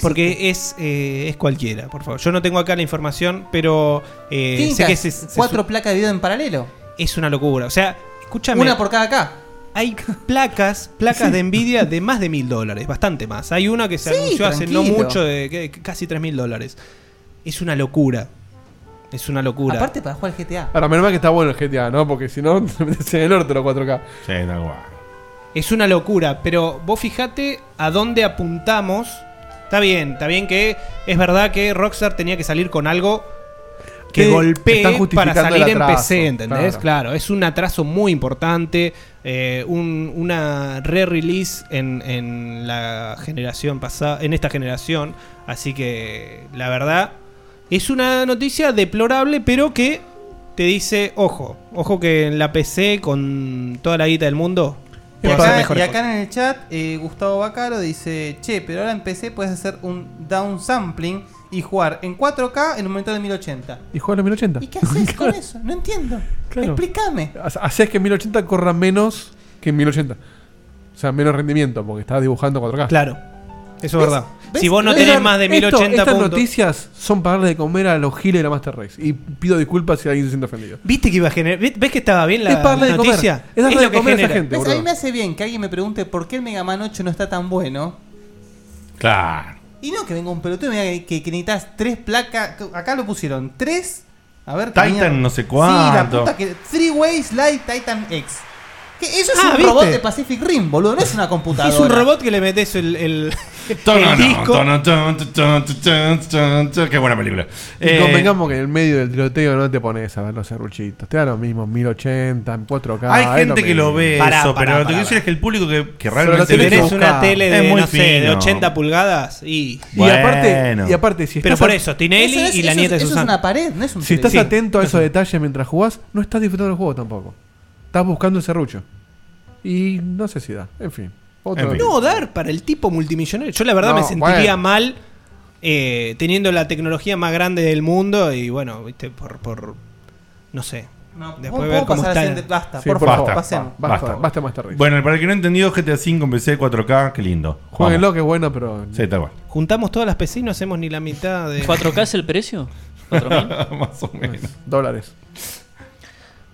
Speaker 7: porque es, eh, es cualquiera, por favor. Yo no tengo acá la información, pero eh,
Speaker 5: Fincas,
Speaker 7: sé que se- se-
Speaker 5: cuatro placas de video en paralelo.
Speaker 7: es una locura. O sea, escúchame.
Speaker 5: Una por cada acá.
Speaker 7: Hay placas, placas de Nvidia de más de mil dólares, bastante más. Hay una que se
Speaker 5: Sí,
Speaker 7: anunció hace no
Speaker 5: tranquilo.
Speaker 7: mucho de que- que casi tres mil dólares. Es una locura. Es una locura.
Speaker 5: Aparte para jugar al GTA.
Speaker 4: Ahora, menos mal que está bueno el GTA, ¿no? Porque si no, <laughs> te metes en el orto los 4K.
Speaker 3: Sí, Eh, da igual.
Speaker 7: Es una locura, pero vos fijate a dónde apuntamos. Está bien, está bien que es verdad que Rockstar tenía que salir con algo que
Speaker 4: Sí, están
Speaker 7: golpee para
Speaker 4: justificando
Speaker 7: salir
Speaker 4: el
Speaker 7: en
Speaker 4: atraso,
Speaker 7: PC, ¿entendés?
Speaker 4: claro.
Speaker 7: Claro. es un atraso muy importante, eh, un- una re-release en, en la generación pasada, en esta generación, así que la verdad es una noticia deplorable, pero que te dice, ojo, ojo que en la PC con toda la guita del mundo
Speaker 5: Y
Speaker 7: puede hacer
Speaker 5: acá,
Speaker 7: mejores
Speaker 5: y acá en el chat, eh, Gustavo Bacaro dice: Che, pero ahora en PC puedes hacer un downsampling y jugar en 4K en un monitor de
Speaker 4: <laughs>
Speaker 5: 1080.
Speaker 4: Y juega en los 1080.
Speaker 5: ¿Y qué haces con eso? No entiendo. Explícame.
Speaker 4: Hacés que en 1080 corra menos que en 1080. O sea, menos rendimiento, porque estás dibujando 4K.
Speaker 7: Claro. Eso es verdad.
Speaker 4: ¿Ves?
Speaker 7: Si vos no
Speaker 4: Esto-
Speaker 7: tenés más de 1080
Speaker 4: Estas
Speaker 7: puntos.
Speaker 4: noticias son para darle de comer a los giles de la Master Race. Y pido disculpas si alguien se siente ofendido.
Speaker 7: ¿Viste que iba a generar? ¿Ves que estaba bien
Speaker 4: Es para darle de comer. Es darle de comer a esa gente,
Speaker 5: ¿Ves? A mí
Speaker 4: boludo.
Speaker 5: me hace bien que alguien me pregunte por qué el Mega Man 8 no está tan bueno.
Speaker 3: <laughs> Claro.
Speaker 5: Y no que venga un pelotudo y me diga que, que necesitas tres placas. que- Acá lo pusieron: tres. A ver,
Speaker 3: Titan
Speaker 5: tenía-
Speaker 3: no sé
Speaker 5: Sí, la
Speaker 3: cuánto.
Speaker 5: puta que. Three Ways Light Titan X. Que eso es
Speaker 7: Ah,
Speaker 5: un
Speaker 7: ¿viste?
Speaker 5: robot de Pacific Rim, boludo. No es una
Speaker 7: <laughs>
Speaker 5: computadora.
Speaker 7: Es un
Speaker 3: <laughs>
Speaker 7: robot que le metes el, <laughs> el,
Speaker 3: Tono,
Speaker 7: el disco.
Speaker 3: tono, tono, tono, tono, tono, tono. Qué buena película.
Speaker 4: Y
Speaker 3: Eh,
Speaker 4: convengamos que en el medio del tiroteo no te pones a ver los serruchitos. Te da lo mismo, 1080, en 4K.
Speaker 3: Hay
Speaker 4: es
Speaker 3: gente que lo
Speaker 4: mismo.
Speaker 3: ve eso, pero lo que quiero decir es que el público que, que
Speaker 4: Solo
Speaker 3: realmente ve
Speaker 4: tenés que
Speaker 3: eso-
Speaker 7: Es una tele de,
Speaker 3: es muy
Speaker 7: no sé, de
Speaker 3: fino.
Speaker 7: 80 pulgadas y.
Speaker 4: Y aparte, y aparte, si
Speaker 7: Pero
Speaker 4: estás
Speaker 7: por
Speaker 4: a-
Speaker 7: eso, Tinelli
Speaker 5: Eso es-
Speaker 7: y la
Speaker 5: eso
Speaker 7: nieta
Speaker 5: es-
Speaker 7: de
Speaker 5: eso es
Speaker 7: Susana.
Speaker 5: una pared, no es un
Speaker 4: Si estás
Speaker 7: Sí.
Speaker 4: atento a esos detalles mientras jugás, no estás disfrutando del juego tampoco. Estás buscando el serrucho. Y no sé si da. En fin. Otra vez.
Speaker 7: No, dar para el tipo multimillonario. Yo la verdad
Speaker 4: No,
Speaker 7: me sentiría
Speaker 4: bueno.
Speaker 7: mal eh, teniendo la tecnología más grande del mundo y bueno, viste, por. por no sé.
Speaker 5: No,
Speaker 7: Después
Speaker 5: ¿puedo
Speaker 7: ver cómo
Speaker 5: pasar
Speaker 7: está.
Speaker 5: al siguiente? Basta,
Speaker 4: Sí, por por favor, favor,
Speaker 5: pasemos.
Speaker 4: basta, basta más tarde.
Speaker 3: Bueno, para el que no entendió, GTA V empecé 4K, qué lindo.
Speaker 4: Jueguenlo, que es bueno, pero.
Speaker 3: Sí, tal cual.
Speaker 7: Juntamos todas las PC y no hacemos ni la mitad de.
Speaker 6: ¿4K es el precio?
Speaker 4: <laughs>
Speaker 6: ¿4.000?
Speaker 3: Más o menos.
Speaker 4: Dólares.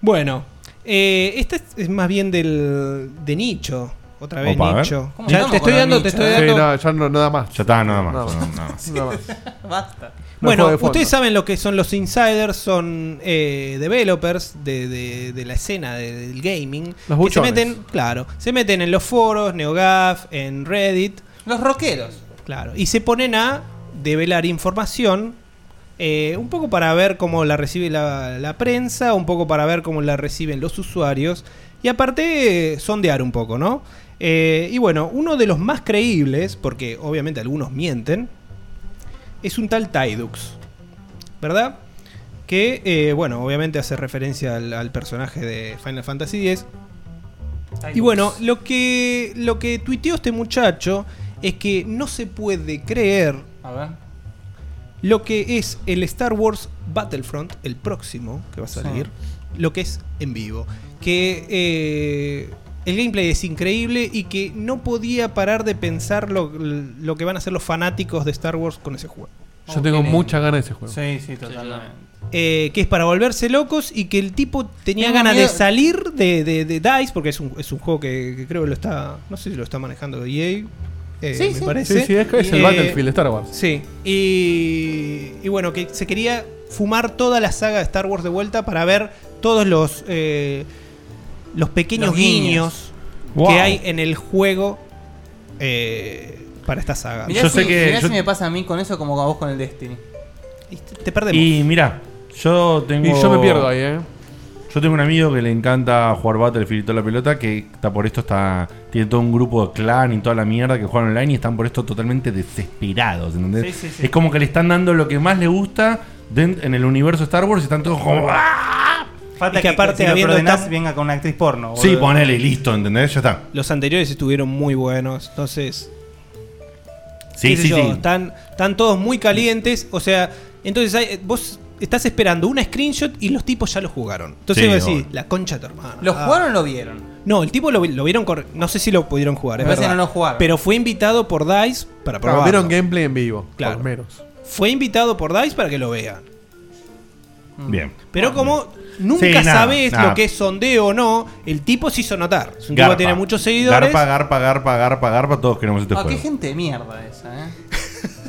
Speaker 7: Bueno, eh, esta es, es más bien del, de nicho. Otra vez
Speaker 3: Opa, a ver.
Speaker 7: nicho.
Speaker 5: ¿Cómo
Speaker 7: Ya
Speaker 5: estamos
Speaker 7: te estoy
Speaker 5: con el
Speaker 7: dando, te
Speaker 5: nicho?
Speaker 7: estoy
Speaker 4: Sí,
Speaker 7: dando.
Speaker 4: no, ya no, nada más.
Speaker 3: Ya está, nada más, nada más.
Speaker 4: Nada más.
Speaker 5: <laughs> Basta.
Speaker 4: No
Speaker 7: bueno,
Speaker 4: juego de fondo.
Speaker 7: ustedes saben lo que son los insiders, son eh, developers de, de- de la escena de- del gaming.
Speaker 4: Los
Speaker 7: que se
Speaker 4: buchones.
Speaker 7: meten, claro, se meten en los foros, NeoGAF, en Reddit,
Speaker 5: Los rockeros.
Speaker 7: claro, y se ponen a develar información, eh, un poco para ver cómo la recibe la, la prensa, un poco para ver cómo la reciben los usuarios, y aparte eh, sondear un poco, ¿no? Eh, y bueno, uno de los más creíbles, porque obviamente algunos mienten, es un tal Tidux, ¿verdad? Que, eh, bueno, obviamente hace referencia al, al personaje de Final Fantasy X. Y bueno, lo que, lo que tuiteó este muchacho es que no se puede creer
Speaker 5: A ver.
Speaker 7: lo que es el Star Wars Battlefront, el próximo que va a salir, lo que es en vivo. Que eh, el gameplay es increíble y que no podía parar de pensar lo, lo que van a hacer los fanáticos de Star Wars con ese juego.
Speaker 4: Yo tengo muchas ganas de ese juego.
Speaker 5: Sí, sí, totalmente.
Speaker 7: Eh, que es para volverse locos y que el tipo tenía
Speaker 5: Tengo
Speaker 7: ganas de
Speaker 5: miedo.
Speaker 7: salir de, de- de DICE, porque es un, es un juego que, que creo que lo está, no sé si lo está manejando EA. eh,
Speaker 4: Sí,
Speaker 7: me
Speaker 4: sí.
Speaker 7: parece. Eh,
Speaker 4: Sí, sí, es que es el Battlefield de Star Wars.
Speaker 7: Sí, y, y bueno, que se quería fumar toda la saga de Star Wars de vuelta para ver todos los, eh, los pequeños
Speaker 5: Los
Speaker 7: guiños,
Speaker 5: guiños.
Speaker 3: Wow.
Speaker 7: que hay en el juego eh, para esta saga.
Speaker 5: Mirá si, mirá si me pasa a mí con eso como a vos con el Destiny.
Speaker 7: Te perdemos.
Speaker 3: Y mira, yo tengo.
Speaker 4: Y yo me pierdo ahí, ¿eh?
Speaker 3: Yo tengo un amigo que le encanta jugar Battlefield y toda la pelota, que está por esto está tiene todo un grupo de clan y toda la mierda que juegan online y están por esto totalmente desesperados, ¿entendés?
Speaker 2: Sí, sí, sí.
Speaker 3: Es como que le están dando lo que más le gusta den- en el universo Star Wars y están todos como ¡ah!
Speaker 5: Falta
Speaker 7: Y que
Speaker 5: que,
Speaker 7: aparte
Speaker 5: aparte si
Speaker 7: habiendo
Speaker 5: lo ordenás,
Speaker 7: tan-
Speaker 5: venga con una actriz
Speaker 4: Ah,
Speaker 5: porno.
Speaker 3: Sí,
Speaker 5: boludo.
Speaker 3: ponele y listo, ¿entendés? Ya está.
Speaker 7: Los anteriores estuvieron muy buenos, entonces.
Speaker 3: Sí,
Speaker 7: qué sé
Speaker 3: sí,
Speaker 7: yo,
Speaker 3: sí.
Speaker 7: Están, están todos muy calientes, o sea, entonces hay- vos estás esperando una screenshot y los tipos ya lo jugaron. Entonces
Speaker 5: Sí,
Speaker 7: vos decís,
Speaker 5: obvio.
Speaker 7: la concha de tu hermano.
Speaker 5: ¿Lo jugaron o lo vieron?
Speaker 7: No, el tipo lo, vi- lo vieron correr. No sé si lo pudieron jugar, es
Speaker 5: Me parece
Speaker 7: verdad.
Speaker 5: que no lo jugaron.
Speaker 7: Pero fue invitado por DICE para
Speaker 4: Pero
Speaker 7: probarlo.
Speaker 4: vieron gameplay en vivo.
Speaker 7: Claro.
Speaker 4: Por menos.
Speaker 7: Fue invitado por DICE para que lo vean.
Speaker 4: Mm.
Speaker 3: Ah, Bien.
Speaker 7: Pero como nunca
Speaker 3: Sí, nada,
Speaker 7: sabés
Speaker 3: nada.
Speaker 7: lo que es sondeo o no, el tipo se hizo notar. Es un tipo
Speaker 3: Garpa.
Speaker 7: que tiene muchos seguidores.
Speaker 3: Garpa, garpa, garpa, garpa, garpa, todos queremos este
Speaker 5: Ah, qué
Speaker 3: juego.
Speaker 5: gente de mierda
Speaker 7: <laughs>
Speaker 5: esa, eh.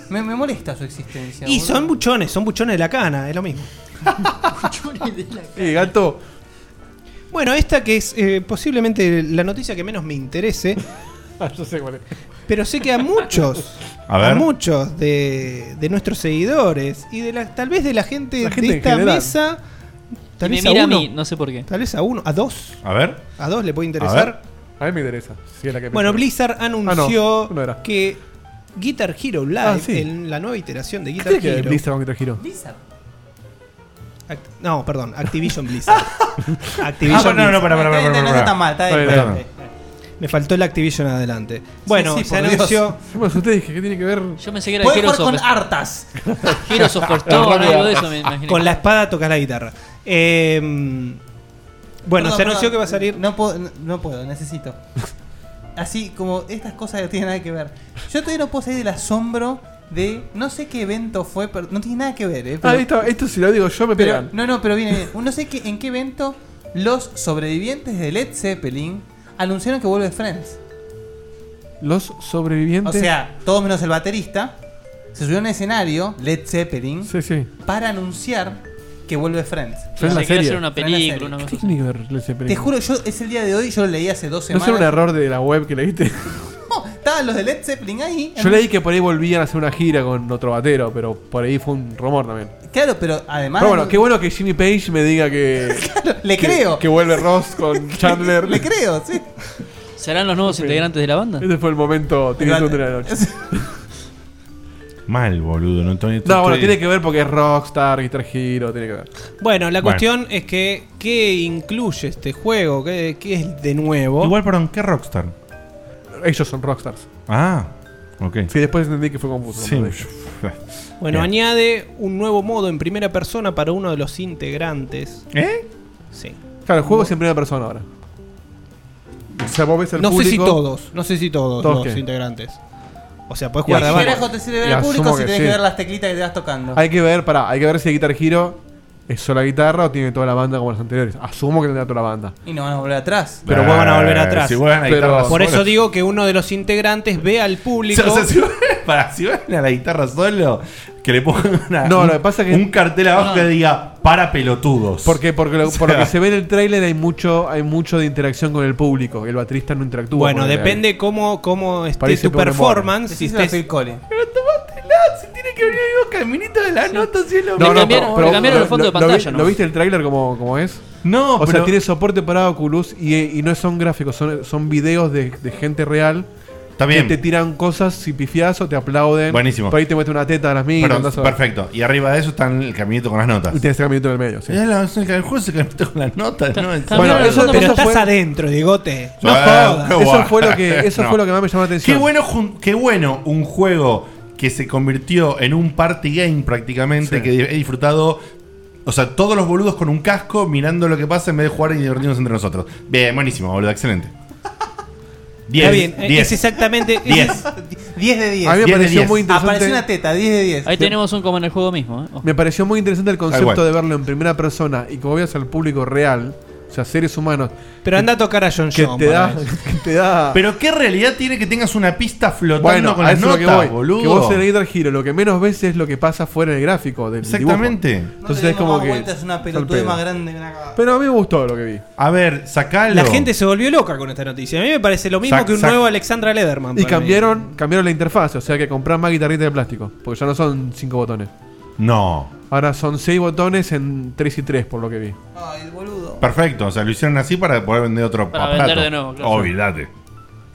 Speaker 5: me, me molesta su existencia.
Speaker 7: Y
Speaker 5: boludo.
Speaker 7: son buchones, son buchones de la cana, es lo mismo. Eh, gato. Bueno, esta que es eh, posiblemente la noticia que menos me
Speaker 4: <laughs>
Speaker 7: interese.
Speaker 4: Ah,
Speaker 7: Pero sé que a muchos,
Speaker 5: <laughs>
Speaker 3: A ver.
Speaker 7: muchos de, de nuestros seguidores y de la, tal vez de la gente,
Speaker 15: La gente
Speaker 7: de
Speaker 15: en
Speaker 7: esta
Speaker 15: general.
Speaker 7: mesa,
Speaker 15: Y
Speaker 7: tal
Speaker 15: me
Speaker 7: vez
Speaker 15: mira
Speaker 7: a
Speaker 15: a
Speaker 7: uno,
Speaker 15: mí, no sé por qué.
Speaker 7: tal vez a uno, a dos,
Speaker 3: A ver.
Speaker 7: a dos le puede interesar.
Speaker 4: A mí me interesa. Sí, es la que
Speaker 7: Bueno,
Speaker 4: pensé.
Speaker 7: Blizzard
Speaker 4: no,
Speaker 7: anunció
Speaker 4: no era.
Speaker 7: que Guitar Hero Live,
Speaker 4: Ah, sí.
Speaker 7: en la nueva iteración de Guitar
Speaker 4: tiene que ver
Speaker 7: Hero,
Speaker 4: Blizzard con Guitar Hero?
Speaker 7: Act- no, perdón, Activision <laughs> Blizzard. Activision
Speaker 3: Ah, bueno, no, no, pará, pará, pará,
Speaker 7: Blizzard.
Speaker 3: pará, pará. No está mal, está bien, está bien.
Speaker 7: Me faltó el Activision adelante. Bueno,
Speaker 4: Sí, sí,
Speaker 7: se
Speaker 4: por
Speaker 7: anunció.
Speaker 4: Dios. Yo me asusté, dije, ¿qué tiene que ver?
Speaker 6: Yo pensé que era de Heroes of the- <laughs> Heroes of the Storm, algo de eso me imaginé.
Speaker 7: Con la espada tocas la guitarra. Eh, bueno,
Speaker 5: Perdón,
Speaker 7: se anunció
Speaker 5: perdón,
Speaker 7: que va a salir.
Speaker 5: No puedo, no, no puedo, necesito. <laughs> Así como estas cosas que no tienen nada que ver. Yo todavía no puedo salir del asombro de. No sé qué evento fue, pero no tiene nada que ver, eh.
Speaker 4: Ah,
Speaker 5: pero-
Speaker 4: esto, esto si lo digo yo me
Speaker 5: pero-
Speaker 4: pegan.
Speaker 5: no, no, pero viene bien. No sé qué, en qué evento los sobrevivientes de Led Zeppelin anunciaron que vuelve Friends.
Speaker 4: Los sobrevivientes.
Speaker 5: O sea, todos menos el baterista se subió a un escenario, Led Zeppelin,
Speaker 4: Sí, sí.
Speaker 5: para anunciar que vuelve Friends.
Speaker 4: Friends, la Se quiere serie. hacer
Speaker 6: una
Speaker 5: Friends, la
Speaker 6: película,
Speaker 5: serie.
Speaker 6: una
Speaker 4: ¿Qué tiene que ver Led Zeppelin?
Speaker 5: Te juro, yo es el día de hoy, yo lo leí hace dos
Speaker 4: ¿No
Speaker 5: semanas. Oh,
Speaker 4: será un error de la web que leíste?
Speaker 5: Estaban los de Led Zeppelin ahí.
Speaker 4: Yo leí que por ahí volvían a hacer una gira con otro batero, pero por ahí fue un rumor también.
Speaker 5: Claro, pero además.
Speaker 4: Pero bueno, qué bueno que Jimmy Page me diga
Speaker 5: <laughs>
Speaker 4: que.
Speaker 5: le
Speaker 4: que-
Speaker 5: creo.
Speaker 4: Que vuelve Ross con <laughs> Chandler.
Speaker 5: <laughs> Le creo, sí.
Speaker 6: ¿Serán los nuevos integrantes de la banda?
Speaker 4: Este fue el momento triste de la noche.
Speaker 3: Mal, boludo. No, Estoy-
Speaker 4: No, bueno,
Speaker 3: estoy- <laughs>
Speaker 4: tiene que ver porque es Rockstar, Guitar Hero, tiene que ver.
Speaker 7: Bueno, la
Speaker 3: Bueno.
Speaker 7: cuestión es que qué incluye este juego, qué, qué es de nuevo.
Speaker 3: Igual, perdón, ¿qué Rockstar?
Speaker 4: Ellos son Rockstars.
Speaker 3: Ah, ok.
Speaker 4: Sí, después entendí que fue confuso.
Speaker 3: Sí. <laughs>
Speaker 4: Bueno,
Speaker 7: Bueno,
Speaker 3: Bien.
Speaker 7: añade un nuevo modo en primera persona para uno de los integrantes.
Speaker 4: ¿Eh?
Speaker 7: Sí.
Speaker 4: Claro, el juego es en primera persona ahora. O sea, vos ves el
Speaker 7: No sé si
Speaker 4: público-
Speaker 7: todos, no sé si todos,
Speaker 4: ¿Todos
Speaker 7: los
Speaker 4: qué?
Speaker 7: integrantes. O sea, puedes
Speaker 4: Y
Speaker 7: jugar de
Speaker 4: ahí
Speaker 7: varios.
Speaker 5: carajo te sirve
Speaker 4: Y
Speaker 5: ver al público
Speaker 4: asumo
Speaker 5: si
Speaker 4: que
Speaker 5: tenés
Speaker 4: sí.
Speaker 5: que ver las teclitas que te vas tocando?
Speaker 4: Hay que ver, pará, hay que ver si Guitar Hero es sola guitarra o tiene toda la banda como las anteriores. Asumo que tendrá toda la banda.
Speaker 5: Y no van a volver atrás.
Speaker 7: Pero vos van a volver atrás.
Speaker 3: si vuelven a
Speaker 7: Pero
Speaker 3: guitarras
Speaker 7: por eso
Speaker 3: solas.
Speaker 7: digo que uno de los integrantes ve al
Speaker 4: <laughs>
Speaker 7: público.
Speaker 3: O sea, si vuelven- pará, si vuelven a la guitarra solo, que le pongan una-
Speaker 4: No,
Speaker 3: un,
Speaker 4: lo que pasa que- Ah.
Speaker 3: un cartel abajo que diga para pelotudos.
Speaker 4: Porque, porque lo-
Speaker 3: O sea,
Speaker 4: por lo que se ve en el tráiler hay mucho, hay mucho de interacción con el público. El baterista no interactúa.
Speaker 7: bueno,
Speaker 4: con el-
Speaker 7: depende cómo, cómo esté
Speaker 4: Parece
Speaker 7: tu
Speaker 4: Pokémon.
Speaker 7: performance. Si
Speaker 4: Decíselo a
Speaker 7: estés-
Speaker 4: Phil Collins.
Speaker 8: si tiene que venir algo caminito de la nota, si es lo
Speaker 4: No, no,
Speaker 8: mismo.
Speaker 4: pero- pero-
Speaker 8: los fondos
Speaker 4: lo- lo vi- ¿Lo viste el tráiler como, como es?
Speaker 3: No,
Speaker 4: O sea,
Speaker 3: pero-
Speaker 4: tiene soporte para Oculus y, y no son gráficos, son, son videos de, de gente real.
Speaker 3: bien.
Speaker 4: Que te tiran cosas si pifias o te aplauden.
Speaker 3: Buenísimo.
Speaker 4: Por ahí te mete una teta a las minas.
Speaker 3: Perdón,
Speaker 4: andás a-
Speaker 3: perfecto. <laughs> Y arriba de eso está el caminito con las notas.
Speaker 4: Y tienes el caminito en el medio, sí.
Speaker 3: Ya la- el juego se caminito con las notas, ¿no? En serio.
Speaker 4: Bueno, eso,
Speaker 7: pero
Speaker 4: eso
Speaker 7: estás
Speaker 4: fue-
Speaker 7: adentro, Diegote. No
Speaker 3: Ah,
Speaker 7: jodas.
Speaker 3: qué
Speaker 4: Eso
Speaker 3: guay. <laughs>
Speaker 4: fue lo que- eso
Speaker 3: No.
Speaker 4: fue lo que más me llamó la atención.
Speaker 3: Qué bueno, jun- qué bueno un juego que se convirtió en un party game prácticamente, que he disfrutado. O sea, todos los boludos con un casco mirando lo que pasa en vez de jugar y divertirnos entre nosotros. Bien, buenísimo, boludo, excelente.
Speaker 7: Está bien, eh,
Speaker 3: diez.
Speaker 7: es <laughs> exactamente.
Speaker 3: 10.
Speaker 7: 10 de 10.
Speaker 4: A mí me pareció muy interesante.
Speaker 5: Apareció una teta, 10 de 10.
Speaker 15: Ahí tenemos un como en el juego mismo. ¿eh? Ojo.
Speaker 4: Me pareció muy interesante el
Speaker 15: Tal
Speaker 4: concepto
Speaker 15: cual.
Speaker 4: de verlo en primera persona y como veas al público real, o sea, seres humanos.
Speaker 7: Pero anda a tocar a John
Speaker 4: <laughs> que
Speaker 7: John,
Speaker 4: Te
Speaker 7: por
Speaker 4: da,
Speaker 7: ahí.
Speaker 4: <laughs> que te da.
Speaker 3: Pero qué realidad tiene que tengas una pista flotando
Speaker 4: bueno,
Speaker 3: con
Speaker 4: a
Speaker 3: las
Speaker 4: eso
Speaker 3: notas,
Speaker 4: es lo que voy.
Speaker 3: boludo.
Speaker 4: Que vos en el Guitar Hero lo que menos ves es lo que pasa fuera del gráfico. Del
Speaker 3: Exactamente.
Speaker 4: dibujo.
Speaker 3: No le
Speaker 4: Entonces es
Speaker 5: demos
Speaker 4: como
Speaker 5: más
Speaker 4: que.
Speaker 5: vueltas, es una pelotudez
Speaker 4: al pedo.
Speaker 5: más grande que una cagada.
Speaker 4: Pero a mí me gustó lo que vi.
Speaker 3: A ver, sacalo.
Speaker 7: La gente se volvió loca con esta noticia. A mí me parece lo mismo
Speaker 4: Sac-
Speaker 7: que un
Speaker 4: sac-
Speaker 7: nuevo Alexandra Lederman.
Speaker 4: Y
Speaker 7: para mí.
Speaker 4: cambiaron, cambiaron la interfaz, o sea que comprar más guitarritas de plástico, porque ya no son 5 botones.
Speaker 3: No.
Speaker 4: Ahora son 6 botones en 3 y 3, por lo que vi.
Speaker 3: Perfecto, o sea, lo hicieron así para poder vender otro
Speaker 7: Para
Speaker 3: aparato.
Speaker 7: vender de nuevo, claro.
Speaker 3: Olvídate.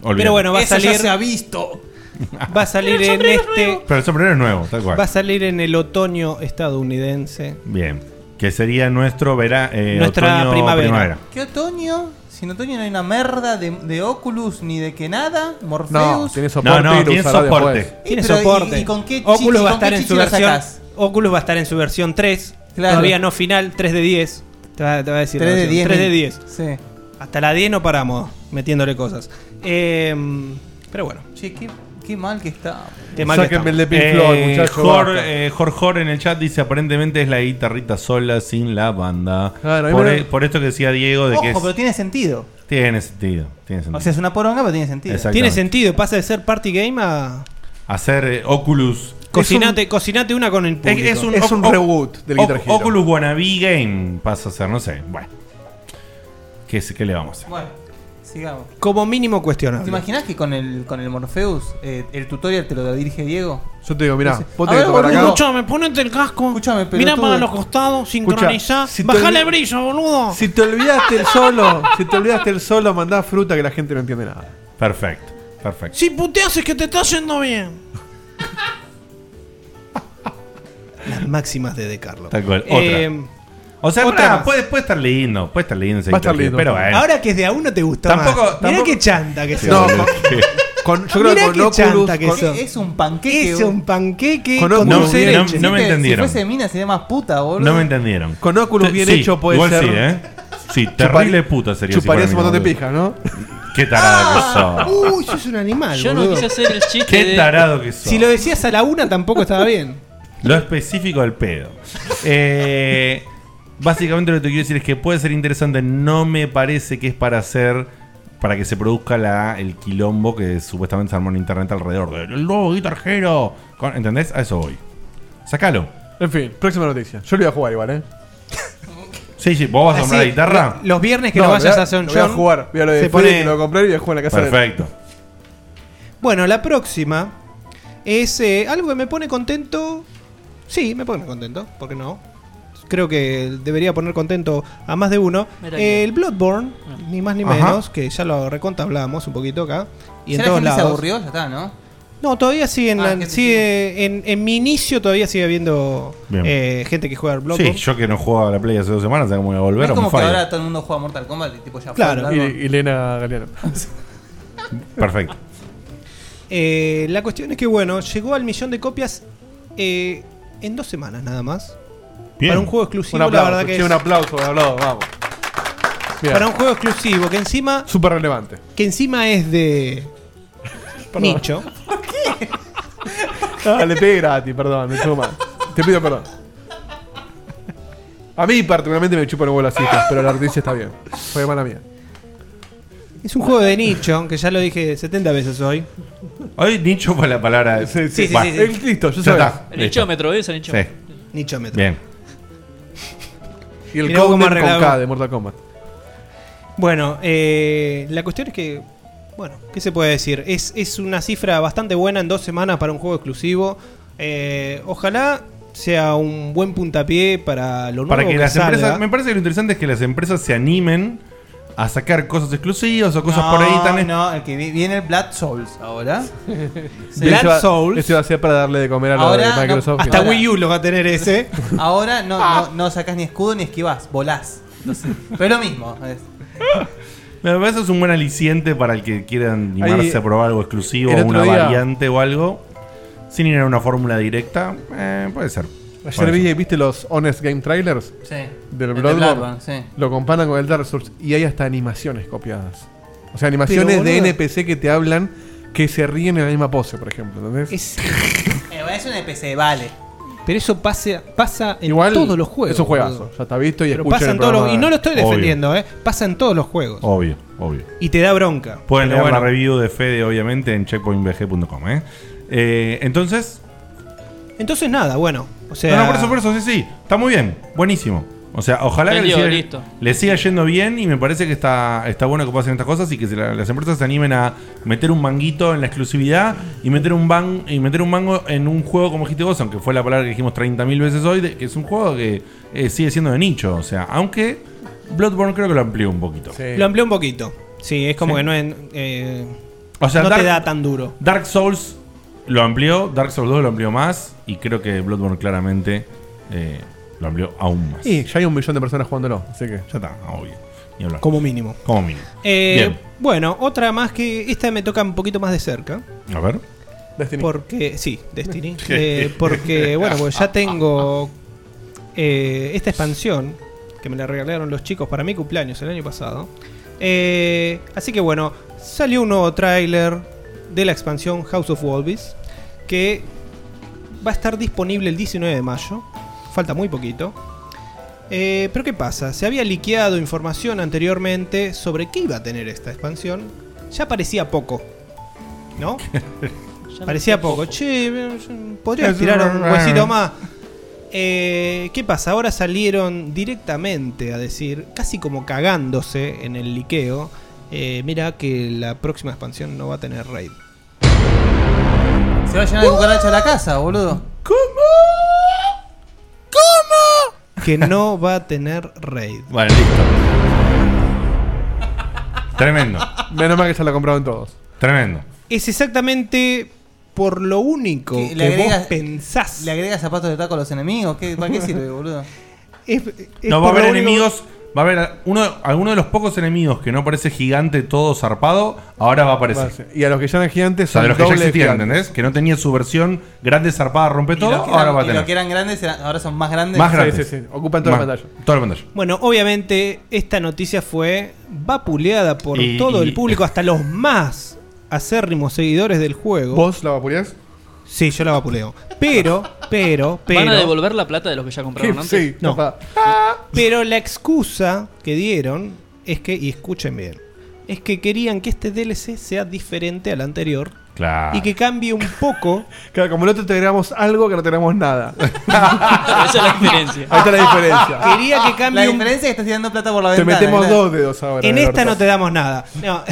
Speaker 3: Olvídate.
Speaker 7: Pero bueno, va a
Speaker 5: Eso ya
Speaker 7: salir.
Speaker 5: se ha visto.
Speaker 7: Va a salir en este.
Speaker 3: Pero el sombrero es nuevo, tal cual.
Speaker 7: Va a salir en el otoño estadounidense.
Speaker 3: Bien. Que sería nuestro eh, verano.
Speaker 7: Nuestra primavera.
Speaker 5: ¿Qué otoño? Si en otoño no hay una merda de, de Oculus ni de que nada,
Speaker 4: No,
Speaker 5: Morpheus.
Speaker 4: tiene soporte.
Speaker 3: No, no,
Speaker 4: y lo
Speaker 3: tiene
Speaker 4: usará
Speaker 3: soporte.
Speaker 4: después.
Speaker 7: Tiene
Speaker 5: Pero, ¿y-
Speaker 7: soporte.
Speaker 5: y con qué chichi-
Speaker 7: Oculus va
Speaker 5: con
Speaker 7: a
Speaker 5: qué
Speaker 7: estar en
Speaker 5: chichi
Speaker 7: su
Speaker 5: lo
Speaker 7: versión.
Speaker 5: sacás?
Speaker 7: Oculus va a estar en su versión 3.
Speaker 5: Claro.
Speaker 7: Todavía no final, 3 de 10. Te va, te va a decir. la
Speaker 5: 3 de
Speaker 7: versión,
Speaker 5: 10,
Speaker 7: 3 de
Speaker 5: mi-
Speaker 7: 10.
Speaker 5: Sí.
Speaker 7: Hasta la 10 no paramos metiéndole cosas. Eh, pero bueno.
Speaker 5: Che, qué, qué mal que está.
Speaker 7: Qué mal que Sáquenme el de Pink Floyd, muchacho,
Speaker 3: Eh, Jor,
Speaker 7: basta.
Speaker 3: eh, Jor Jor en el chat dice: aparentemente es la guitarrita sola sin la banda.
Speaker 5: Claro, ahí
Speaker 3: por,
Speaker 5: me lo-
Speaker 3: e- por esto que decía Diego de
Speaker 5: Ojo,
Speaker 3: que es-
Speaker 5: pero tiene sentido.
Speaker 3: tiene sentido. Tiene sentido.
Speaker 5: O sea, es una poronga, pero tiene sentido.
Speaker 3: Exactamente.
Speaker 7: Tiene sentido. Pasa de ser party game a.
Speaker 3: Hacer eh, Oculus.
Speaker 7: Cocinate, cocinate una con el público.
Speaker 3: Es, un, Oc- Oc- Oc- Oculus Wannabe Game pasa a ser, no sé. Bueno. ¿Qué, es- qué le vamos a hacer?
Speaker 5: Bueno, sigamos.
Speaker 7: Como mínimo
Speaker 5: ¿Te
Speaker 7: cuestionable.
Speaker 5: imaginas que con el, con el Morpheus eh, el tutorial te lo dirige Diego?
Speaker 4: Yo te digo, mirá,
Speaker 5: Dice,
Speaker 4: vos
Speaker 5: "A
Speaker 4: tenés que
Speaker 5: ver,
Speaker 4: tocar
Speaker 5: boludo,
Speaker 4: acá.
Speaker 5: escuchame,
Speaker 7: ponete el casco.
Speaker 5: Escúchame,
Speaker 7: Mirá
Speaker 5: pelotudo.
Speaker 7: para los costados,
Speaker 4: Escucha,
Speaker 7: sincronizá.
Speaker 4: si te
Speaker 7: bajale
Speaker 4: olvi-
Speaker 7: el brillo, boludo.
Speaker 4: Si te olvidaste
Speaker 7: <laughs>
Speaker 4: el solo, si te olvidaste el solo, mandá fruta que la gente no entiende nada.
Speaker 3: Perfecto, perfecto.
Speaker 7: Si puteas es que te está yendo bien. Las máximas de De Carlo.
Speaker 3: Tal cual,
Speaker 7: Eh,
Speaker 3: O sea,
Speaker 7: otra
Speaker 3: pará,
Speaker 7: más.
Speaker 3: puede, puede estar lindo, puede estar lindo ese
Speaker 4: Va a estar
Speaker 3: Guitar Hero,
Speaker 4: lindo.
Speaker 3: pero bueno.
Speaker 7: Ahora que es de a uno te gusta
Speaker 3: Tampoco-
Speaker 7: más. Mirá
Speaker 3: tampoco-
Speaker 7: qué chanta que
Speaker 3: Sí,
Speaker 7: sos.
Speaker 3: no,
Speaker 4: con-
Speaker 3: yo creo
Speaker 7: Mirá
Speaker 3: que con
Speaker 7: qué
Speaker 3: Oculus-
Speaker 7: chanta que
Speaker 3: con-
Speaker 7: sos.
Speaker 5: Es un panqueque.
Speaker 7: Es
Speaker 5: boludo.
Speaker 7: un panqueque
Speaker 3: Con
Speaker 7: con,
Speaker 3: Oculus
Speaker 7: dulce de
Speaker 3: bien-
Speaker 7: leche.
Speaker 3: no me
Speaker 5: Si
Speaker 3: entendieron.
Speaker 5: fuese mina sería más puta, boludo.
Speaker 3: No me entendieron.
Speaker 4: Con óculos
Speaker 3: Te-
Speaker 4: bien
Speaker 3: sí,
Speaker 4: hecho puede
Speaker 3: igual
Speaker 4: ser.
Speaker 3: sí, ¿eh? Sí, terrible puta sería. si
Speaker 4: Chuparías
Speaker 3: fuera
Speaker 4: un montón de
Speaker 3: mi
Speaker 4: pija, ¿no? Ah.
Speaker 3: novio. Qué tarado que sos.
Speaker 7: Uy, sos un animal.
Speaker 15: Yo no
Speaker 7: boludo.
Speaker 15: quise hacer el chiste
Speaker 3: Qué de- tarado que sos.
Speaker 7: Si lo decías a la una tampoco estaba bien.
Speaker 3: Lo específico del pedo. Eh, básicamente lo que te quiero decir es que puede ser interesante. No me parece que es para hacer. Para que se produzca la, el quilombo que supuestamente se armó en internet alrededor de. El nuevo guitarjero. Con- ¿Entendés? A eso voy. Sácalo.
Speaker 4: En fin, próxima noticia. Yo lo iba a jugar igual, ¿eh?
Speaker 3: Sí, sí, vos vas a comprar la
Speaker 4: Así,
Speaker 3: guitarra.
Speaker 4: Ah, lo- los viernes que no vayas a John
Speaker 7: John
Speaker 4: Voy a jugar, voy a lo de
Speaker 7: se
Speaker 4: Fede,
Speaker 7: pone-
Speaker 4: que lo voy a comprar y voy a jugar en la casa de él.
Speaker 3: Perfecto.
Speaker 7: Bueno, la próxima es eh, algo que me pone contento. Sí, me pone contento, ¿por qué no? Creo que debería poner contento a más de uno.
Speaker 5: Mira
Speaker 7: Eh, el Bloodborne, ni más ni
Speaker 5: Ajá.
Speaker 7: menos, que ya lo reconta hablamos un poquito acá. Y
Speaker 5: Ya
Speaker 7: en
Speaker 5: la
Speaker 7: todos
Speaker 5: gente se
Speaker 7: lados.
Speaker 5: aburrió, ya está, ¿no?
Speaker 7: No, todavía sigue en,
Speaker 5: Ah,
Speaker 7: la-
Speaker 5: gente
Speaker 7: sigue en, en mi inicio todavía sigue habiendo
Speaker 3: Bien.
Speaker 7: eh, gente que juega al
Speaker 3: Sí,
Speaker 7: Bloodborne.
Speaker 3: yo que no jugaba a la Play hace dos semanas, ¿sabes cómo voy a volver?
Speaker 5: No
Speaker 3: o
Speaker 5: es
Speaker 3: me
Speaker 5: como que
Speaker 3: fallo?
Speaker 5: ahora todo el mundo juega Mortal Kombat y tipo ya fue
Speaker 7: Claro,
Speaker 5: largo.
Speaker 4: Y Elena Galeano.
Speaker 3: Perfecto.
Speaker 7: Eh, la cuestión es que, bueno, llegó al millón de copias eh, en dos semanas nada más.
Speaker 4: Bien.
Speaker 7: Para un juego exclusivo,
Speaker 4: Un aplauso,
Speaker 7: la verdad que
Speaker 4: che,
Speaker 7: es-
Speaker 4: un aplauso, un aplauso, vamos. Bien.
Speaker 7: Para un juego exclusivo, que encima.
Speaker 4: Súper relevante.
Speaker 7: Que encima es de. Nicho.
Speaker 4: Ah, le pegué gratis, perdón, me chupo mal. Te pido perdón. A mí particularmente me chupan un huevo las cifras, pero la noticia está bien. Fue mala mía.
Speaker 7: Es un juego de nicho, que ya lo dije 70 veces hoy.
Speaker 3: Hoy Nicho fue la palabra.
Speaker 7: Sí, sí, sí,
Speaker 3: Bueno.
Speaker 7: sí, sí. El Cristo, eh, yo
Speaker 3: Ya
Speaker 7: sabía.
Speaker 3: está,
Speaker 15: El
Speaker 3: listo.
Speaker 15: nichómetro, ¿ves? El nichómetro.
Speaker 3: Sí.
Speaker 7: Nichómetro.
Speaker 3: Bien.
Speaker 4: Y el
Speaker 7: Mirá cómo
Speaker 4: Counter con
Speaker 7: arreglaba.
Speaker 4: K de Mortal Kombat.
Speaker 7: Bueno, eh, la cuestión es que. Bueno, ¿qué se puede decir? Es, es una cifra bastante buena en dos semanas para un juego exclusivo. Eh, ojalá sea un buen puntapié para lo nuevo
Speaker 3: Para que
Speaker 7: que
Speaker 3: las
Speaker 7: salga.
Speaker 3: empresas. Me parece que lo interesante es que las empresas se animen a sacar cosas exclusivas o cosas
Speaker 5: No,
Speaker 3: por ahí también.
Speaker 5: No, el que vi- viene el Blood Souls ahora. <laughs>
Speaker 4: Y eso va- Eso va a ser para darle de comer a los de
Speaker 5: Ahora,
Speaker 4: Microsoft.
Speaker 5: no, hasta
Speaker 4: Ahora-
Speaker 5: Wii
Speaker 7: U lo va a tener ese.
Speaker 5: Ahora no,
Speaker 7: Ah.
Speaker 5: no, no sacas ni escudo ni esquivas, volás. Entonces, pero es lo mismo. es-
Speaker 3: Me parece que es un buen aliciente para el que quiera animarse
Speaker 4: Ahí,
Speaker 3: a probar algo exclusivo
Speaker 4: el
Speaker 3: o
Speaker 4: otro
Speaker 3: una
Speaker 4: día-
Speaker 3: variante o algo. sin ir a una fórmula directa, eh, puede ser. Puede
Speaker 4: Ayer
Speaker 3: ser.
Speaker 4: vi, viste los Honest Game Trailers
Speaker 5: Sí.
Speaker 4: del
Speaker 5: El de
Speaker 4: Bloodborne.
Speaker 5: Bloodborne, sí.
Speaker 4: Lo comparan con el Dark Souls y hay hasta animaciones copiadas. O sea, animaciones de
Speaker 5: boludo.
Speaker 4: NPC que te hablan que se ríen en la misma pose, por ejemplo. ¿entendés?
Speaker 5: Eh, bueno, es un NPC, vale.
Speaker 7: Pero eso pasa, pasa en
Speaker 4: Igual,
Speaker 7: todos los juegos.
Speaker 4: es un juegazo,
Speaker 7: boludo.
Speaker 4: ya está visto y
Speaker 7: Pero
Speaker 4: escuchen
Speaker 7: pasa en
Speaker 4: el
Speaker 7: todos los-
Speaker 4: programa.
Speaker 7: Y no lo estoy
Speaker 3: Obvio.
Speaker 7: defendiendo, ¿eh? Pasa en todos los juegos.
Speaker 3: Obvio, obvio.
Speaker 7: Y te da bronca.
Speaker 3: Pueden
Speaker 7: Pero
Speaker 3: leer la
Speaker 7: bueno.
Speaker 3: review de Fede, obviamente, en checkpointbg.com. ¿eh? Eh, entonces,
Speaker 7: Entonces nada, bueno. O sea,
Speaker 3: No, no, por eso, por eso, sí, sí. Está muy bien. Buenísimo. O sea, ojalá que le
Speaker 15: Vendió,
Speaker 3: siga,
Speaker 15: listo.
Speaker 3: le siga yendo bien y me parece que está, está bueno que pasen estas cosas y que se la- las empresas se animen a meter un manguito en la exclusividad y meter un ban, y meter un mango en un juego como GT Boss, aunque fue la palabra que dijimos 30.000 veces hoy, de- que es un juego que eh, sigue siendo de nicho. O sea, aunque Bloodborne creo que lo amplió un poquito.
Speaker 7: Lo amplié un poquito. Sí, es como
Speaker 3: Sí.
Speaker 7: que no, es, eh,
Speaker 3: O sea,
Speaker 7: no
Speaker 3: Dark-
Speaker 7: te da tan duro.
Speaker 3: Dark Souls lo amplió, Dark Souls 2 lo amplió más y creo que Bloodborne claramente eh, lo amplió aún más.
Speaker 4: Y ya hay un millón de personas jugándolo, así que.
Speaker 3: Ya está, ah, obvio. Ni hablar.
Speaker 7: Como mínimo.
Speaker 3: Como mínimo.
Speaker 7: Eh,
Speaker 3: Bien.
Speaker 7: Bueno, otra más que esta me toca un poquito más de cerca.
Speaker 3: A ver.
Speaker 7: Porque, sí, Destiny. <laughs> Eh,
Speaker 5: <laughs>
Speaker 7: porque, bueno, pues ya tengo eh, esta expansión que me la regalaron los chicos para mi cumpleaños el año pasado. Eh, así que, bueno, salió un nuevo tráiler de la expansión House of Wolves que va a estar disponible el 19 de mayo. Falta muy poquito. Eh, pero ¿qué pasa? Se había liqueado información anteriormente sobre qué iba a tener esta expansión. Ya parecía poco. ¿No? Parecía poco. Che, podrían
Speaker 8: Es
Speaker 7: tirar un
Speaker 8: un-
Speaker 7: huesito más. Eh, ¿Qué pasa? Ahora salieron directamente a decir, casi como cagándose en el liqueo, eh, mira que la próxima expansión no va a tener raid.
Speaker 5: Se va a llenar de cucaracha la casa, boludo.
Speaker 7: Que no va a tener raid.
Speaker 3: Bueno, listo. Tremendo.
Speaker 4: Menos mal que ya la compraron todos.
Speaker 3: Tremendo.
Speaker 7: Es exactamente por lo único que,
Speaker 5: le
Speaker 7: vos
Speaker 5: agregas-
Speaker 7: pensás.
Speaker 5: ¿Le agregas zapatos de taco a los enemigos? ¿Qué, ¿Para qué sirve, boludo?
Speaker 3: no, va a haber enemigos. Va a haber uno, alguno de los pocos enemigos que no parece gigante todo zarpado, ahora va a aparecer.
Speaker 4: Vale, Y a los que ya eran gigantes
Speaker 3: O sea,
Speaker 4: son
Speaker 3: de los que ya
Speaker 4: doble
Speaker 3: existían,
Speaker 4: gigantes.
Speaker 3: ¿entendés? Que no tenía su versión grande zarpada rompe todo,
Speaker 5: Y los que
Speaker 3: ahora
Speaker 5: eran-
Speaker 3: va a
Speaker 5: y los
Speaker 3: tener.
Speaker 5: que eran grandes eran- ahora son más grandes.
Speaker 3: Más grandes. Más- Toda la pantalla.
Speaker 7: Bueno, obviamente esta noticia fue vapuleada por
Speaker 3: Y-
Speaker 7: todo
Speaker 3: y-
Speaker 7: el público, hasta los más acérrimos seguidores del juego.
Speaker 4: ¿Vos la vapuleás?
Speaker 7: Sí, yo la vapuleo. Pero, pero, pero...
Speaker 15: ¿Van a devolver la plata de los que ya compraron antes?
Speaker 7: No. Pero la excusa que dieron es que, y escuchen bien, es que querían que este DLC sea diferente al anterior
Speaker 3: Claro.
Speaker 7: y que cambie un poco.
Speaker 4: <laughs> Claro, como el otro tenemos algo que no
Speaker 7: <laughs>
Speaker 4: tenemos nada.
Speaker 7: Esa
Speaker 15: es la diferencia.
Speaker 4: Ahí está la diferencia.
Speaker 7: Quería que cambie
Speaker 5: La
Speaker 7: un-
Speaker 5: diferencia es que estás tirando plata por la
Speaker 4: Te
Speaker 5: ventana.
Speaker 4: metemos
Speaker 5: ¿verdad?
Speaker 4: dos dedos ahora.
Speaker 7: En esta
Speaker 4: Alberto.
Speaker 7: no te damos nada. No.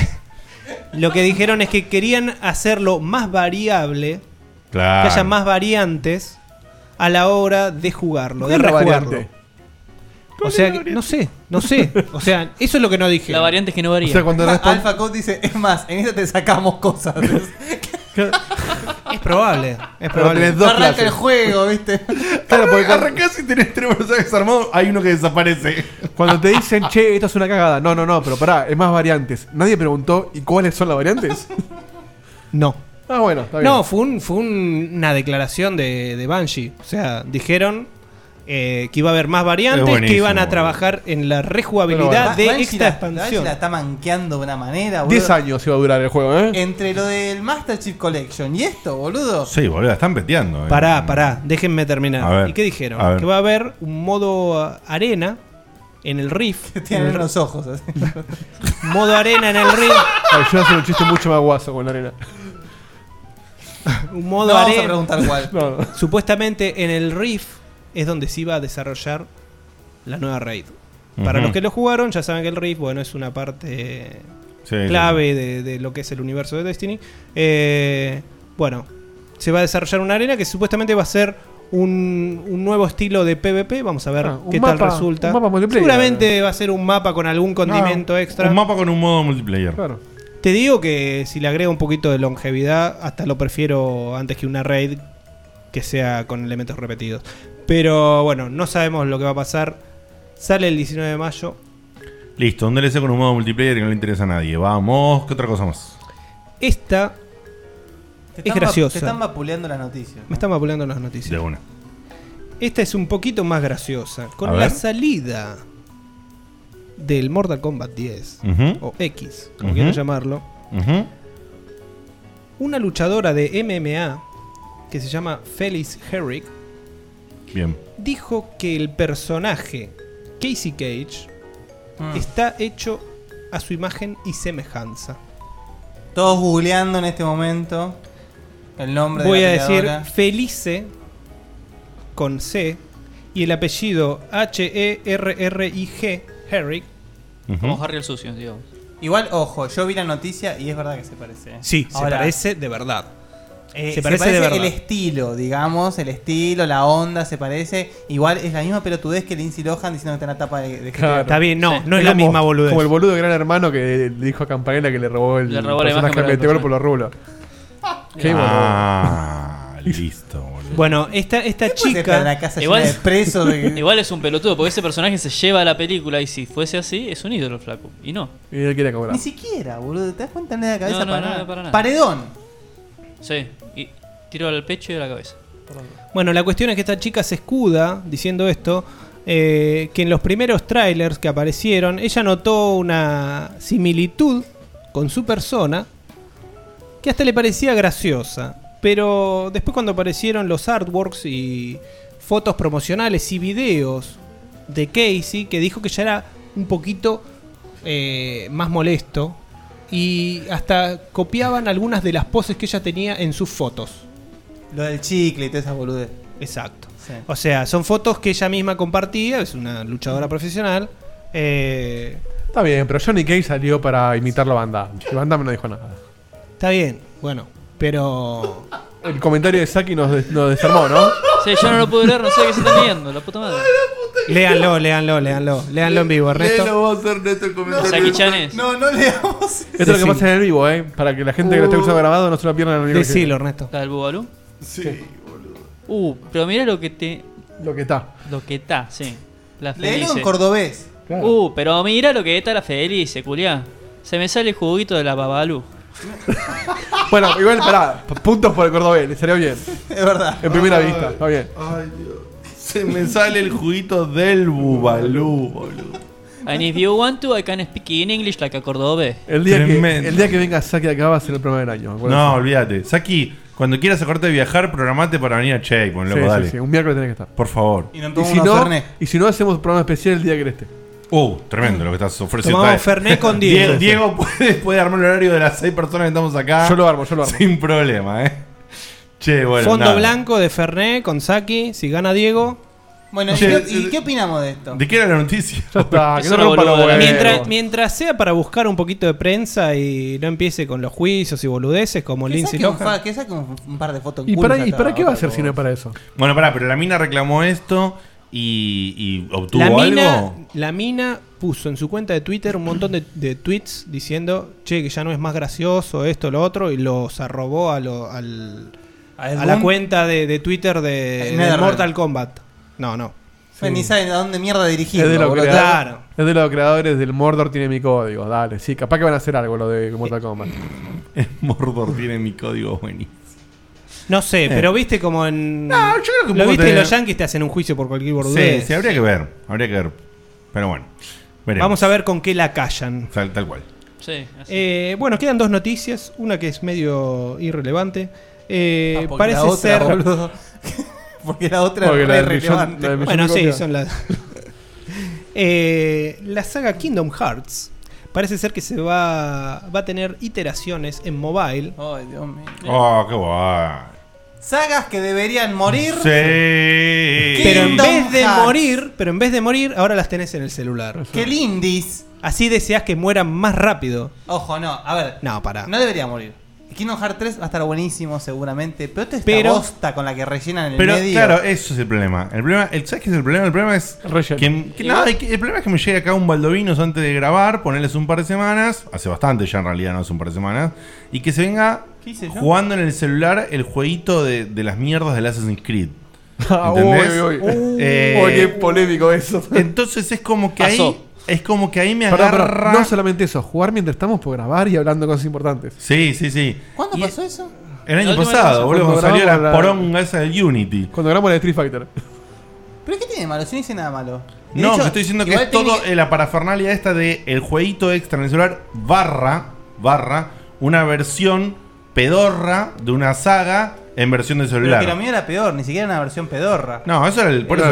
Speaker 7: Lo que dijeron es que querían hacerlo más variable,
Speaker 3: Claro.
Speaker 7: que haya más variantes a la hora de jugarlo, de
Speaker 4: ¿Cuál es la
Speaker 7: rejugarlo.
Speaker 4: variante?
Speaker 7: O sea, que- no sé, no sé. O sea, eso es lo que no dije. Ah,
Speaker 15: La variante es que no varía.
Speaker 7: no
Speaker 5: Más, Alpha Code dice, es más, en esta te sacamos
Speaker 4: <laughs>
Speaker 5: cosas.
Speaker 7: es probable, es
Speaker 3: probable. tenés dos
Speaker 5: No arranca
Speaker 3: clases.
Speaker 5: el juego,
Speaker 4: <laughs>
Speaker 5: ¿viste?
Speaker 3: Claro, porque arrancás y tenés tres personajes armados, hay uno que desaparece.
Speaker 4: Cuando te dicen, che, esto es una cagada. No, no, no, pero pará, es más variantes. Nadie preguntó, ¿y cuáles son las variantes?
Speaker 7: No.
Speaker 4: Ah, bueno, está bien.
Speaker 7: No, fue, un- fue un- una declaración de, de Bungie. O sea, dijeron eh, que iba a haber más
Speaker 5: Es
Speaker 7: variantes,
Speaker 5: buenísimo,
Speaker 7: que iban a
Speaker 5: boludo.
Speaker 7: trabajar en la rejugabilidad de
Speaker 5: Banshee
Speaker 7: esta
Speaker 5: la-
Speaker 7: expansión.
Speaker 5: Banshee la está manqueando de una manera, boludo.
Speaker 4: 10 años iba a durar el juego, ¿eh?
Speaker 5: Entre lo del Master Chief Collection y esto, boludo.
Speaker 3: Sí, boludo, la están peteando. eh.
Speaker 7: Pará, pará, déjenme terminar.
Speaker 3: A ver,
Speaker 7: ¿Y qué dijeron?
Speaker 3: a ver.
Speaker 7: Que va a haber un modo ah, arena en el Rift.
Speaker 5: <laughs> tienen
Speaker 7: En el-
Speaker 5: los ojos, así.
Speaker 7: modo arena en el Rift.
Speaker 4: Ay, yo hacer un chiste mucho más guaso con la arena.
Speaker 7: <laughs> Un modo
Speaker 5: No vamos a
Speaker 7: arena. <laughs>
Speaker 5: preguntar cuál.
Speaker 4: No, no.
Speaker 7: Supuestamente en el Rift es donde se iba a desarrollar la nueva raid. Para
Speaker 3: Ujú.
Speaker 7: los que lo jugaron, ya saben que el Rift, bueno, es una parte
Speaker 3: Sí,
Speaker 7: clave De, de lo que es el universo de Destiny. Eh, bueno, se va a desarrollar una arena que supuestamente va a ser un, un nuevo estilo de PvP. Vamos a ver
Speaker 4: Ah, un
Speaker 7: qué
Speaker 4: mapa-
Speaker 7: tal resulta.
Speaker 4: un mapa multiplayer.
Speaker 7: Seguramente va a ser un mapa con algún condimento
Speaker 3: Ah,
Speaker 7: extra.
Speaker 3: Un mapa con un modo multiplayer.
Speaker 4: Claro.
Speaker 7: Te digo que si le agrega un poquito de longevidad, hasta lo prefiero antes que una raid que sea con elementos repetidos. Pero bueno, no sabemos lo que va a pasar. Sale el 19 de mayo.
Speaker 3: Listo, un DLC con un modo multiplayer que no le interesa a nadie. Vamos, ¿qué otra cosa más?
Speaker 7: Esta
Speaker 5: Te
Speaker 7: es
Speaker 5: están va-
Speaker 7: graciosa.
Speaker 5: Te están vapuleando las noticias.
Speaker 7: Me están vapuleando las noticias.
Speaker 3: De una.
Speaker 7: Esta es un poquito más graciosa.
Speaker 3: A
Speaker 7: Con la
Speaker 3: ver.
Speaker 7: salida del Mortal Kombat 10,
Speaker 3: Ujú.
Speaker 7: o X, como
Speaker 3: Ujú.
Speaker 7: quieran llamarlo,
Speaker 3: Ujú.
Speaker 7: una luchadora de MMA que se llama Felix Herrick
Speaker 3: Bien.
Speaker 7: dijo que el personaje Casey Cage
Speaker 5: Mm.
Speaker 7: está hecho a su imagen y semejanza.
Speaker 5: Todos googleando en este momento el nombre
Speaker 7: Voy a
Speaker 5: de la
Speaker 7: decir
Speaker 5: peleadora.
Speaker 7: Felice con C y el apellido H-E-R-R-I-G, Herrick.
Speaker 15: Como Harry el sucio, digo.
Speaker 5: Igual, ojo, yo vi la noticia y es verdad que se parece. ¿eh?
Speaker 7: Sí, se
Speaker 5: Ahora,
Speaker 7: parece de verdad.
Speaker 5: eh,
Speaker 7: se parece de verdad.
Speaker 5: el estilo, digamos, el estilo, la onda, se parece. Igual es la misma pelotudez que Lindsay Lohan diciendo que está en la tapa de, de GTO. Sí.
Speaker 4: como- Como el boludo de gran hermano que le dijo a Campanella que le robó el
Speaker 5: Le robó la imagen
Speaker 4: personaje
Speaker 5: para
Speaker 4: que
Speaker 5: el
Speaker 4: te por los rulos. Qué boludo.
Speaker 3: Ah, listo, boludo.
Speaker 7: Bueno, esta, esta chica.
Speaker 15: <laughs>
Speaker 7: <laughs>
Speaker 15: igual es un pelotudo, porque ese personaje se lleva a la película y si fuese así, es un ídolo el flaco. Y no.
Speaker 4: Y él quiere cobrar.
Speaker 5: Ni siquiera, boludo. ¿Te das cuenta? No le da cabeza
Speaker 15: No, no,
Speaker 5: para,
Speaker 15: no,
Speaker 5: nada.
Speaker 15: para nada.
Speaker 5: Paredón.
Speaker 15: Sí, y tiro al pecho y a la cabeza. Por la duda.
Speaker 7: Bueno, la cuestión es que esta chica se escuda diciendo esto. eh, que en los primeros trailers que aparecieron, ella notó una similitud con su persona que hasta le parecía graciosa. Pero después, cuando aparecieron los artworks y fotos promocionales y videos de Casey, que dijo que ya era un poquito eh, más molesto y hasta copiaban algunas de las poses que ella tenía en sus fotos.
Speaker 5: Lo del chicle y todas esas boludez.
Speaker 7: Exacto. O sea, son fotos que ella misma compartía, es una luchadora profesional. eh,
Speaker 4: Está bien, pero Johnny Cage salió para imitar la banda. Y Van Damme no dijo nada.
Speaker 7: está bien, bueno, pero.
Speaker 4: El comentario de Saki nos, des- nos desarmó, ¿no?
Speaker 15: Sí, yo no lo pude leer, no sé qué se están leyendo, la puta madre.
Speaker 7: <laughs> Léanlo, léanlo, léanlo. Léanlo en vivo, Ernesto.
Speaker 15: Léelo
Speaker 3: vos, Ernesto, el
Speaker 15: comentario. Jackie Chan es.
Speaker 5: No, no leamos.
Speaker 4: Esto es lo que
Speaker 7: Decilo. Uh.
Speaker 4: pasa en el vivo, ¿eh? Para que la gente que lo esté escuchando grabado no se lo pierda en el vivo.
Speaker 7: Decilo, Ernesto.
Speaker 15: ¿La del Bubalú?
Speaker 11: Sí,
Speaker 15: boludo. Uh, pero mirá lo que te.
Speaker 4: Lo que está.
Speaker 15: Lo que está, sí. La
Speaker 5: Leelo
Speaker 15: feliz.
Speaker 5: en cordobés. Claro.
Speaker 15: Uh, pero mirá lo que está la feliz, culiá. Se me sale el juguito de la Babalú.
Speaker 4: Bueno, igual, pará. p- Puntos por el cordobés, le salió bien.
Speaker 5: Es verdad.
Speaker 4: En primera
Speaker 3: Ay.
Speaker 4: vista, está bien.
Speaker 3: Ay, Dios. Se me sale el juguito del bubalú, boludo.
Speaker 15: And if you want to, I can speak in English like a cordobés.
Speaker 4: El día, que,
Speaker 3: Tremendo.
Speaker 4: el día que venga Saki acá va a ser el programa del año. ¿me
Speaker 3: No,
Speaker 4: acuerdo?
Speaker 3: olvídate. Saki, cuando quieras acordarte de viajar, programate para venir a Checkpoint,
Speaker 4: Sí,
Speaker 3: loco,
Speaker 4: sí,
Speaker 3: dale.
Speaker 4: sí, un miércoles tenés que estar.
Speaker 3: Por favor.
Speaker 4: Y, si no, y si no, hacemos programa especial el día que esté.
Speaker 3: Uh, tremendo lo que estás ofreciendo.
Speaker 4: Tomamos
Speaker 3: Está bien. <laughs>
Speaker 4: Fernet con Diego.
Speaker 3: eh, Diego puede, puede armar el horario de las seis personas que estamos acá.
Speaker 4: Yo lo armo, yo lo armo.
Speaker 3: Sin problema, eh. Che, bueno.
Speaker 7: Fondo
Speaker 3: nada.
Speaker 7: blanco de Ferné con Saki. Si gana Diego.
Speaker 5: Bueno,
Speaker 3: Che,
Speaker 5: ¿y,
Speaker 3: eh,
Speaker 5: qué, y qué opinamos de esto?
Speaker 3: ¿De qué era la noticia?
Speaker 4: Ya está,
Speaker 7: que no rompa los huevos. mientras, mientras sea para buscar un poquito de prensa y no empiece con los juicios y boludeces como
Speaker 5: Que
Speaker 7: Lindsay
Speaker 5: saque, un,
Speaker 7: Lohan.
Speaker 5: fa- que saque un, un par de fotos
Speaker 4: ¿Y para,
Speaker 5: culos
Speaker 4: ¿Y
Speaker 5: acá,
Speaker 4: para qué va a
Speaker 5: otra
Speaker 4: ser si no es
Speaker 5: cosa.
Speaker 4: para eso?
Speaker 3: Bueno, pará, pero la mina reclamó esto y, y obtuvo
Speaker 7: La mina,
Speaker 3: algo.
Speaker 7: la mina puso en su cuenta de Twitter un montón de, de tweets diciendo, che, que ya no es más gracioso esto, lo otro, y los arrobó a, lo- al- a la
Speaker 5: algún-
Speaker 7: cuenta de, de Twitter de,
Speaker 5: Eh,
Speaker 7: de
Speaker 5: Netherrealm.
Speaker 7: Mortal Kombat. No, no.
Speaker 5: Bueno, Ni saben a dónde mierda
Speaker 4: Es
Speaker 5: dirigirlo.
Speaker 4: de, los
Speaker 5: boludo.
Speaker 4: creadores, es de los creadores del Mordor tiene mi código. Dale, sí, capaz que van a hacer algo lo de Mortal
Speaker 3: Eh,
Speaker 4: Kombat.
Speaker 3: Mordor tiene mi código buenísimo.
Speaker 7: No sé,
Speaker 3: Eh.
Speaker 7: pero viste como en...
Speaker 3: No, yo creo que un
Speaker 7: Lo
Speaker 3: poco
Speaker 7: viste
Speaker 3: te-
Speaker 7: en los yankees te hacen un juicio por cualquier
Speaker 3: Sí,
Speaker 7: bordel.
Speaker 3: sí, habría que ver. Habría que ver. Pero bueno. veremos.
Speaker 7: Vamos a ver con qué la callan.
Speaker 3: Tal, tal cual.
Speaker 15: Sí,
Speaker 7: Eh, bueno, quedan dos noticias. Una que es medio irrelevante. Eh,
Speaker 5: Ah, porque
Speaker 7: parece
Speaker 5: la otra,
Speaker 7: ser. <laughs>
Speaker 5: boludo. Porque la otra Porque es la re de millón- relevante. la de millón
Speaker 7: bueno,
Speaker 5: de
Speaker 7: sí,
Speaker 5: copias.
Speaker 7: son las.
Speaker 5: <laughs>
Speaker 7: Eh, la saga Kingdom Hearts parece ser que se va, va a tener iteraciones en mobile.
Speaker 5: Ay, Dios mío.
Speaker 3: Oh, qué guay.
Speaker 5: Sagas que deberían morir.
Speaker 3: Sí.
Speaker 7: Pero en
Speaker 5: Kingdom
Speaker 7: vez de
Speaker 5: Hearts.
Speaker 7: morir, pero en vez de morir, ahora las tenés en el celular.
Speaker 5: ¡Qué lindis!
Speaker 7: Así deseas que mueran más rápido.
Speaker 5: Ojo, no, a ver.
Speaker 7: No, pará.
Speaker 5: No debería morir. Kingdom Hearts 3 va a estar buenísimo seguramente, pero este esta
Speaker 7: Pero-
Speaker 5: bosta con la que rellenan en el
Speaker 3: Pero
Speaker 5: medio.
Speaker 3: claro, eso es el problema. El problema, el, ¿sabes qué es el problema? El problema es que, que- no,
Speaker 5: Igual-
Speaker 3: es que el problema es que me llegue acá un baldovinos antes de grabar, ponerles un par de semanas, hace bastante ya en realidad, no hace un par de semanas, y que se venga
Speaker 5: ¿Qué hice yo?
Speaker 3: jugando en el celular el jueguito de, de las mierdas del Assassin's Creed.
Speaker 4: <laughs> Ah,
Speaker 3: ¿Entendés?
Speaker 4: uy, uy.
Speaker 3: Eh,
Speaker 4: Uy, qué polémico eso.
Speaker 3: Entonces es como que ahí
Speaker 4: Pasó.
Speaker 3: es como que ahí me
Speaker 4: Perdón,
Speaker 3: agarra.
Speaker 4: perdón, no solamente eso, jugar mientras estamos por grabar y hablando cosas importantes.
Speaker 3: Sí, sí, sí.
Speaker 5: ¿Cuándo pasó eso?
Speaker 3: El año pasado, boludo, cuando salió la poronga esa del Unity.
Speaker 4: Cuando grabamos la de Street Fighter.
Speaker 5: ¿Pero qué tiene de malo? Si no hice nada malo. De
Speaker 3: No,
Speaker 5: hecho,
Speaker 3: que estoy diciendo que
Speaker 5: igual
Speaker 3: es
Speaker 5: tiene
Speaker 3: todo eh, la parafernalia esta de el jueguito extra en el celular barra, barra, una versión pedorra de una saga en versión de
Speaker 5: Pero
Speaker 3: celular.
Speaker 5: que lo mío era peor, ni siquiera era una versión pedorra.
Speaker 3: No, eso era el, por eso,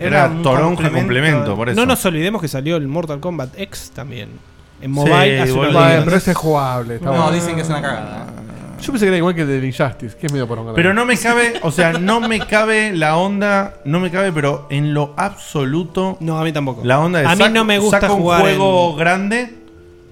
Speaker 3: Era,
Speaker 5: un
Speaker 3: toronja complemento, por eso.
Speaker 7: No nos olvidemos que salió el Mortal Kombat X también. En mobile
Speaker 4: Sí,
Speaker 7: hace unos
Speaker 4: boludo.
Speaker 7: días.
Speaker 4: Pero ese es jugable. está bueno.
Speaker 5: cagada.
Speaker 4: Yo pensé que era igual que el del Injustice, que es medio poronga.
Speaker 3: Pero no me cabe, o
Speaker 4: <laughs>
Speaker 3: sea, no me cabe la onda, no me cabe, pero en lo absoluto.
Speaker 7: No, a mí tampoco.
Speaker 3: La onda de
Speaker 7: A mí
Speaker 3: saco-
Speaker 7: no me gusta
Speaker 3: saco
Speaker 7: jugar
Speaker 3: un juego grande.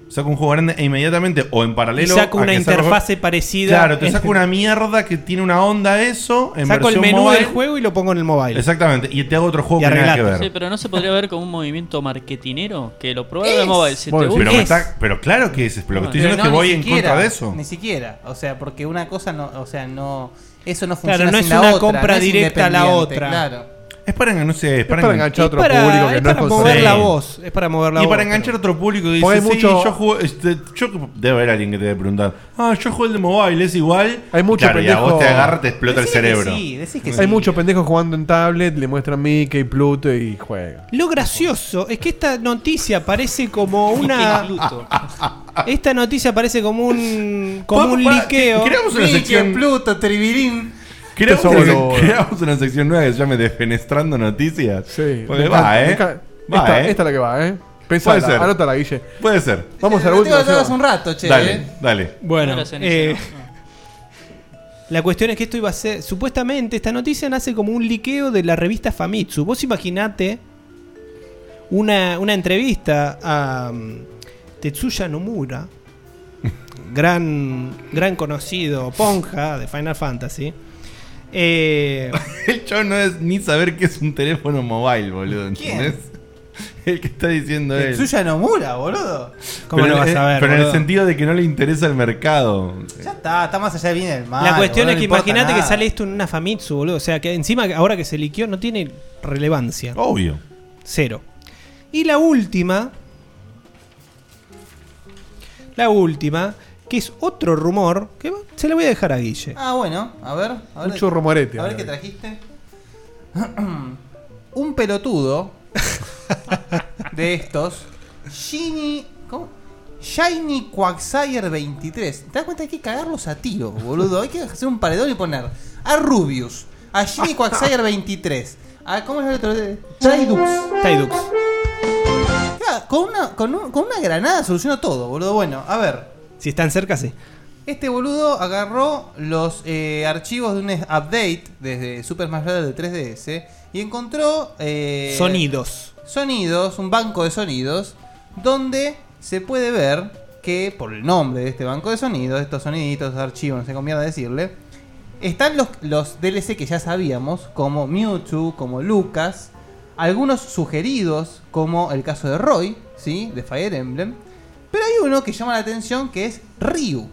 Speaker 3: Saco un juego grande e inmediatamente o en paralelo.
Speaker 7: Y saco
Speaker 3: a
Speaker 7: una
Speaker 3: que salga-
Speaker 7: interfase parecida.
Speaker 3: Claro, te saco una mierda que tiene una onda eso. En
Speaker 7: Saco el
Speaker 3: versión
Speaker 7: menú
Speaker 3: mobile.
Speaker 7: del juego y lo pongo en el mobile.
Speaker 3: Exactamente, y te hago otro juego
Speaker 7: Y
Speaker 3: que nada que ver.
Speaker 15: Sí, pero no se podría ver como un movimiento marketinero que lo probaron en
Speaker 5: Es.
Speaker 15: mobile. Si te
Speaker 3: Bueno,
Speaker 15: gusta-
Speaker 3: pero, me está- pero claro que es, pero lo que estoy
Speaker 5: Pero
Speaker 3: diciendo
Speaker 5: no,
Speaker 3: es que voy
Speaker 5: ni
Speaker 3: en
Speaker 5: siquiera,
Speaker 3: contra de eso.
Speaker 5: Ni siquiera. O sea, porque una cosa no. O sea, no. Eso no funciona.
Speaker 7: Claro, no
Speaker 5: sin
Speaker 7: es
Speaker 5: la
Speaker 7: una
Speaker 5: otra,
Speaker 7: compra
Speaker 5: no es
Speaker 7: directa a la
Speaker 5: independiente,
Speaker 7: otra.
Speaker 5: Claro.
Speaker 3: Es para, no sé, es para,
Speaker 7: para
Speaker 3: engan-
Speaker 7: enganchar a otro Es para- público que es no es para mover
Speaker 3: Sí.
Speaker 7: la voz, es para mover la
Speaker 3: Y
Speaker 7: voz,
Speaker 3: para
Speaker 7: pero-
Speaker 3: enganchar a otro público que dice,
Speaker 7: Porque hay
Speaker 3: sí,
Speaker 7: mucho-
Speaker 3: yo jugué, este, yo- debe haber alguien que te debe preguntar, ah, yo jugué el de mobile, es igual. Hay
Speaker 4: mucho
Speaker 3: claro, y a
Speaker 4: pendejo-
Speaker 3: vos te agarra, te explota el cerebro.
Speaker 4: Hay muchos pendejos jugando en tablet, le muestran Mickey, Pluto y juega.
Speaker 7: Lo gracioso es que esta noticia parece como una. esta noticia parece como un. como un
Speaker 5: Pa- pa-
Speaker 7: liqueo.
Speaker 5: creamos una Mickey, sección- Pluto, Tribilín.
Speaker 3: Creamos
Speaker 4: Eso,
Speaker 3: una,
Speaker 4: boludo.
Speaker 3: <laughs> creamos una sección nueva que se llame Defenestrando Noticias. Sí,
Speaker 4: Me
Speaker 3: va,
Speaker 4: encanta, me
Speaker 3: eh.
Speaker 4: encanta.
Speaker 3: Va,
Speaker 4: esta,
Speaker 3: eh.
Speaker 4: esta es la que va, eh. Pensala,
Speaker 3: Puede ser.
Speaker 4: anótala, Guille.
Speaker 3: Puede ser.
Speaker 4: Vamos a
Speaker 5: Lo
Speaker 4: la
Speaker 5: tengo
Speaker 4: última.
Speaker 5: que
Speaker 4: se
Speaker 5: hacer
Speaker 4: va.
Speaker 5: hace un rato, che.
Speaker 3: Dale,
Speaker 5: eh.
Speaker 3: dale.
Speaker 7: Bueno,
Speaker 5: No era ceniza,
Speaker 7: eh, <laughs> Ah. la cuestión es que esto iba a ser. Supuestamente, esta noticia nace como un liqueo de la revista Famitsu. Vos imaginate una, una entrevista a mm, Tetsuya
Speaker 5: <laughs>
Speaker 7: Nomura, gran, gran conocido Ponja de Final Fantasy. Eh,
Speaker 3: <laughs> el show no es ni saber qué es un teléfono mobile, boludo.
Speaker 5: ¿Quién?
Speaker 3: ¿Entendés? El que está diciendo él.
Speaker 5: Tetsuya Nomura, boludo.
Speaker 7: ¿Cómo
Speaker 3: pero
Speaker 7: lo vas
Speaker 3: eh,
Speaker 7: a ver,
Speaker 3: Pero en el
Speaker 7: boludo?
Speaker 3: sentido de que no le interesa el mercado.
Speaker 5: Ya está, está más allá del bien y del <laughs> mal.
Speaker 7: La cuestión
Speaker 5: boludo,
Speaker 7: es que
Speaker 5: no importa
Speaker 7: imagínate que
Speaker 5: nada.
Speaker 7: sale esto en una Famitsu, boludo. O sea, que encima ahora que se liqueó no tiene relevancia.
Speaker 3: Obvio.
Speaker 7: Cero. Y la última. La última, que es otro rumor, que va- se la voy a dejar a Guille.
Speaker 5: Ah, bueno, a ver. a ver-
Speaker 7: Mucho rumorete,
Speaker 5: A ver
Speaker 7: ahora.
Speaker 5: qué trajiste. <clears throat> Un pelotudo de estos. Shiny. ¿Cómo? Shiny Quagsire 23. ¿Te das cuenta? Hay que cagarlos a tiro, boludo. Hay que hacer un paredón y poner a Rubius, a Shiny Quagsire 23, a. ¿Cómo es el otro? Taidux.
Speaker 7: Taidux.
Speaker 5: Claro, Con una, con, un- con una granada soluciona todo, boludo. Bueno, a ver.
Speaker 7: Si están cerca, sí.
Speaker 5: Este boludo agarró los eh, archivos de un update desde Super Smash Bros. de 3DS y encontró. eh,
Speaker 7: Sonidos.
Speaker 5: Sonidos, un banco de sonidos, donde se puede ver que, por el nombre de este banco de sonidos, estos soniditos, archivos, no sé cómo mierda decirle, están los, los DLC que ya sabíamos, como Mewtwo, como Lucas, algunos sugeridos, como el caso de Roy, ¿sí? De Fire Emblem. Pero hay uno que llama la atención que es Ryu.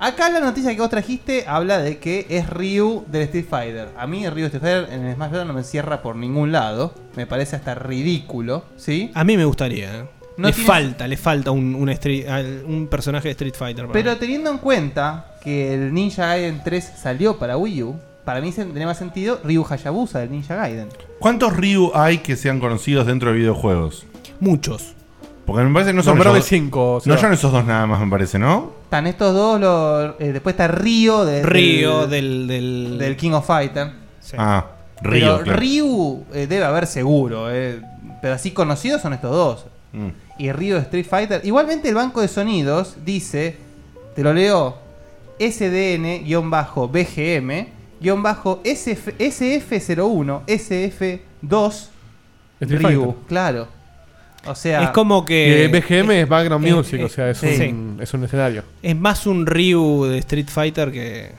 Speaker 5: Acá la noticia que vos trajiste habla de que es Ryu del Street Fighter. A mí Ryu Street Fighter en el Smash Bros. no me encierra por ningún lado. Me parece hasta ridículo, ¿sí?
Speaker 7: A mí me gustaría. ¿eh?
Speaker 5: No
Speaker 7: le
Speaker 5: tiene-
Speaker 7: falta, le falta un, un, street- al- un personaje de Street Fighter. para
Speaker 5: Pero
Speaker 7: mí.
Speaker 5: teniendo en cuenta que el Ninja Gaiden 3 salió para Wii U, para mí se- tiene más sentido Ryu Hayabusa del Ninja Gaiden.
Speaker 3: ¿Cuántos Ryu hay que sean conocidos dentro de videojuegos?
Speaker 7: Muchos.
Speaker 3: Porque me parece que no son
Speaker 4: Nombrame
Speaker 3: esos dos-
Speaker 4: cinco, o sea.
Speaker 3: No son esos dos nada más, me parece, ¿no?
Speaker 5: Están estos dos, los- eh, después está Ryu de-
Speaker 7: Ryu
Speaker 5: del,
Speaker 7: del, del,
Speaker 5: del King of Fighter.
Speaker 3: Ah, Ryu.
Speaker 5: Pero
Speaker 3: claro.
Speaker 5: Ryu eh, debe haber seguro, eh, pero así conocidos son estos dos.
Speaker 3: Mm.
Speaker 5: y Río Street Fighter. Igualmente el banco de sonidos dice, te lo leo, SDN-BGM-SF01, SF2,
Speaker 4: Street
Speaker 5: Ryu.
Speaker 4: Fighter.
Speaker 5: Claro. O sea...
Speaker 7: Es como que-
Speaker 4: Y el BGM es background
Speaker 7: eh,
Speaker 4: music,
Speaker 7: eh,
Speaker 4: o sea, es,
Speaker 7: sí.
Speaker 4: un, es un escenario.
Speaker 7: Es más un Ryu de Street Fighter que.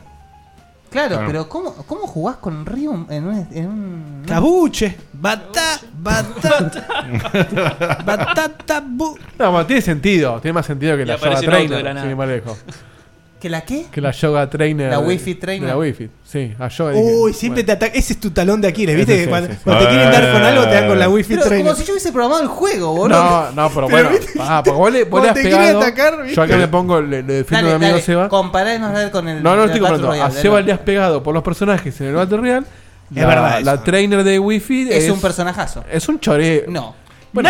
Speaker 5: Claro,
Speaker 7: Claro.
Speaker 5: pero ¿cómo, ¿cómo jugás con Ryu en un... En un
Speaker 7: ¡Cabuche! ¡Bata! ¡Batata! ¡Batata! bu- <laughs>
Speaker 4: No, bueno, tiene sentido, tiene más sentido que
Speaker 7: Y
Speaker 4: la
Speaker 7: aparece
Speaker 4: Java
Speaker 7: un auto de la
Speaker 4: Trainer,
Speaker 7: nada.
Speaker 4: sin ir más lejos.
Speaker 5: ¿Que la qué?
Speaker 4: Que la yoga trainer.
Speaker 5: La wifi trainer.
Speaker 4: La wifi, sí. A yoga.
Speaker 7: Uy, siempre te ataca. Ese es tu talón de Aquiles, ¿viste?
Speaker 4: Sí,
Speaker 7: Que
Speaker 4: sí,
Speaker 7: cuando
Speaker 4: sí.
Speaker 7: cuando te quieren dar con algo, te dan con la wifi
Speaker 5: Pero
Speaker 7: trainer.
Speaker 5: como si yo hubiese programado el juego, boludo.
Speaker 4: No, no, pero bueno. Ah, porque vos le, vos le
Speaker 5: cuando
Speaker 4: has
Speaker 5: te quieren
Speaker 4: pegado.
Speaker 5: atacar, ¿viste?
Speaker 4: yo acá le pongo, le, le defiendo a mi amigo Seba.
Speaker 5: Comparémonos a ver con el.
Speaker 4: No, no lo
Speaker 5: el
Speaker 4: estoy
Speaker 5: Battle
Speaker 4: comprando. A
Speaker 5: Royale,
Speaker 4: Seba
Speaker 5: dale.
Speaker 4: le has pegado por los personajes en el Battle Royale.
Speaker 5: Es verdad eso.
Speaker 4: La trainer de Wi-Fi
Speaker 5: Es un personajazo.
Speaker 4: Es un choreo.
Speaker 5: No.
Speaker 4: Bueno,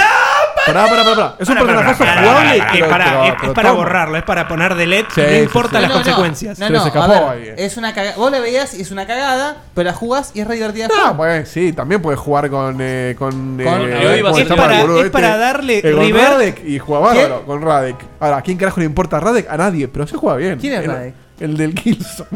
Speaker 4: pará, pará, pará, pará. Es un
Speaker 7: Pará, pará,
Speaker 4: personajazo
Speaker 7: pará, pará,
Speaker 4: jugable.
Speaker 7: pará,
Speaker 4: pero-
Speaker 7: es para-
Speaker 4: pero-
Speaker 7: es- es
Speaker 4: pero
Speaker 7: para
Speaker 4: toma.
Speaker 7: borrarlo, es para poner delete,
Speaker 4: Sí,
Speaker 7: no
Speaker 4: sí,
Speaker 7: importa
Speaker 4: sí.
Speaker 7: las
Speaker 4: No, no,
Speaker 7: consecuencias.
Speaker 4: no, Se les no,
Speaker 5: A
Speaker 4: escapó
Speaker 5: ver,
Speaker 4: ahí.
Speaker 5: es una cagada. Vos la veías y es una cagada, pero la jugás y es re divertida. de
Speaker 4: Ah,
Speaker 5: jugar.
Speaker 4: pues sí, también puedes jugar con. eh, con, eh,
Speaker 5: Con-
Speaker 4: eh,
Speaker 5: iba a
Speaker 4: ¿cómo
Speaker 5: ser
Speaker 4: se llama
Speaker 5: para-
Speaker 4: el boludo
Speaker 5: es para darle
Speaker 4: Eh, con
Speaker 5: revert.
Speaker 4: Radek y juega
Speaker 5: ¿Quién?
Speaker 4: bárbaro con Radek. Ahora, ¿a quién carajo le importa Radek? A nadie, pero se juega bien.
Speaker 5: ¿Quién es
Speaker 4: El-
Speaker 5: Radek?
Speaker 4: El
Speaker 5: <laughs>
Speaker 4: del Gilson.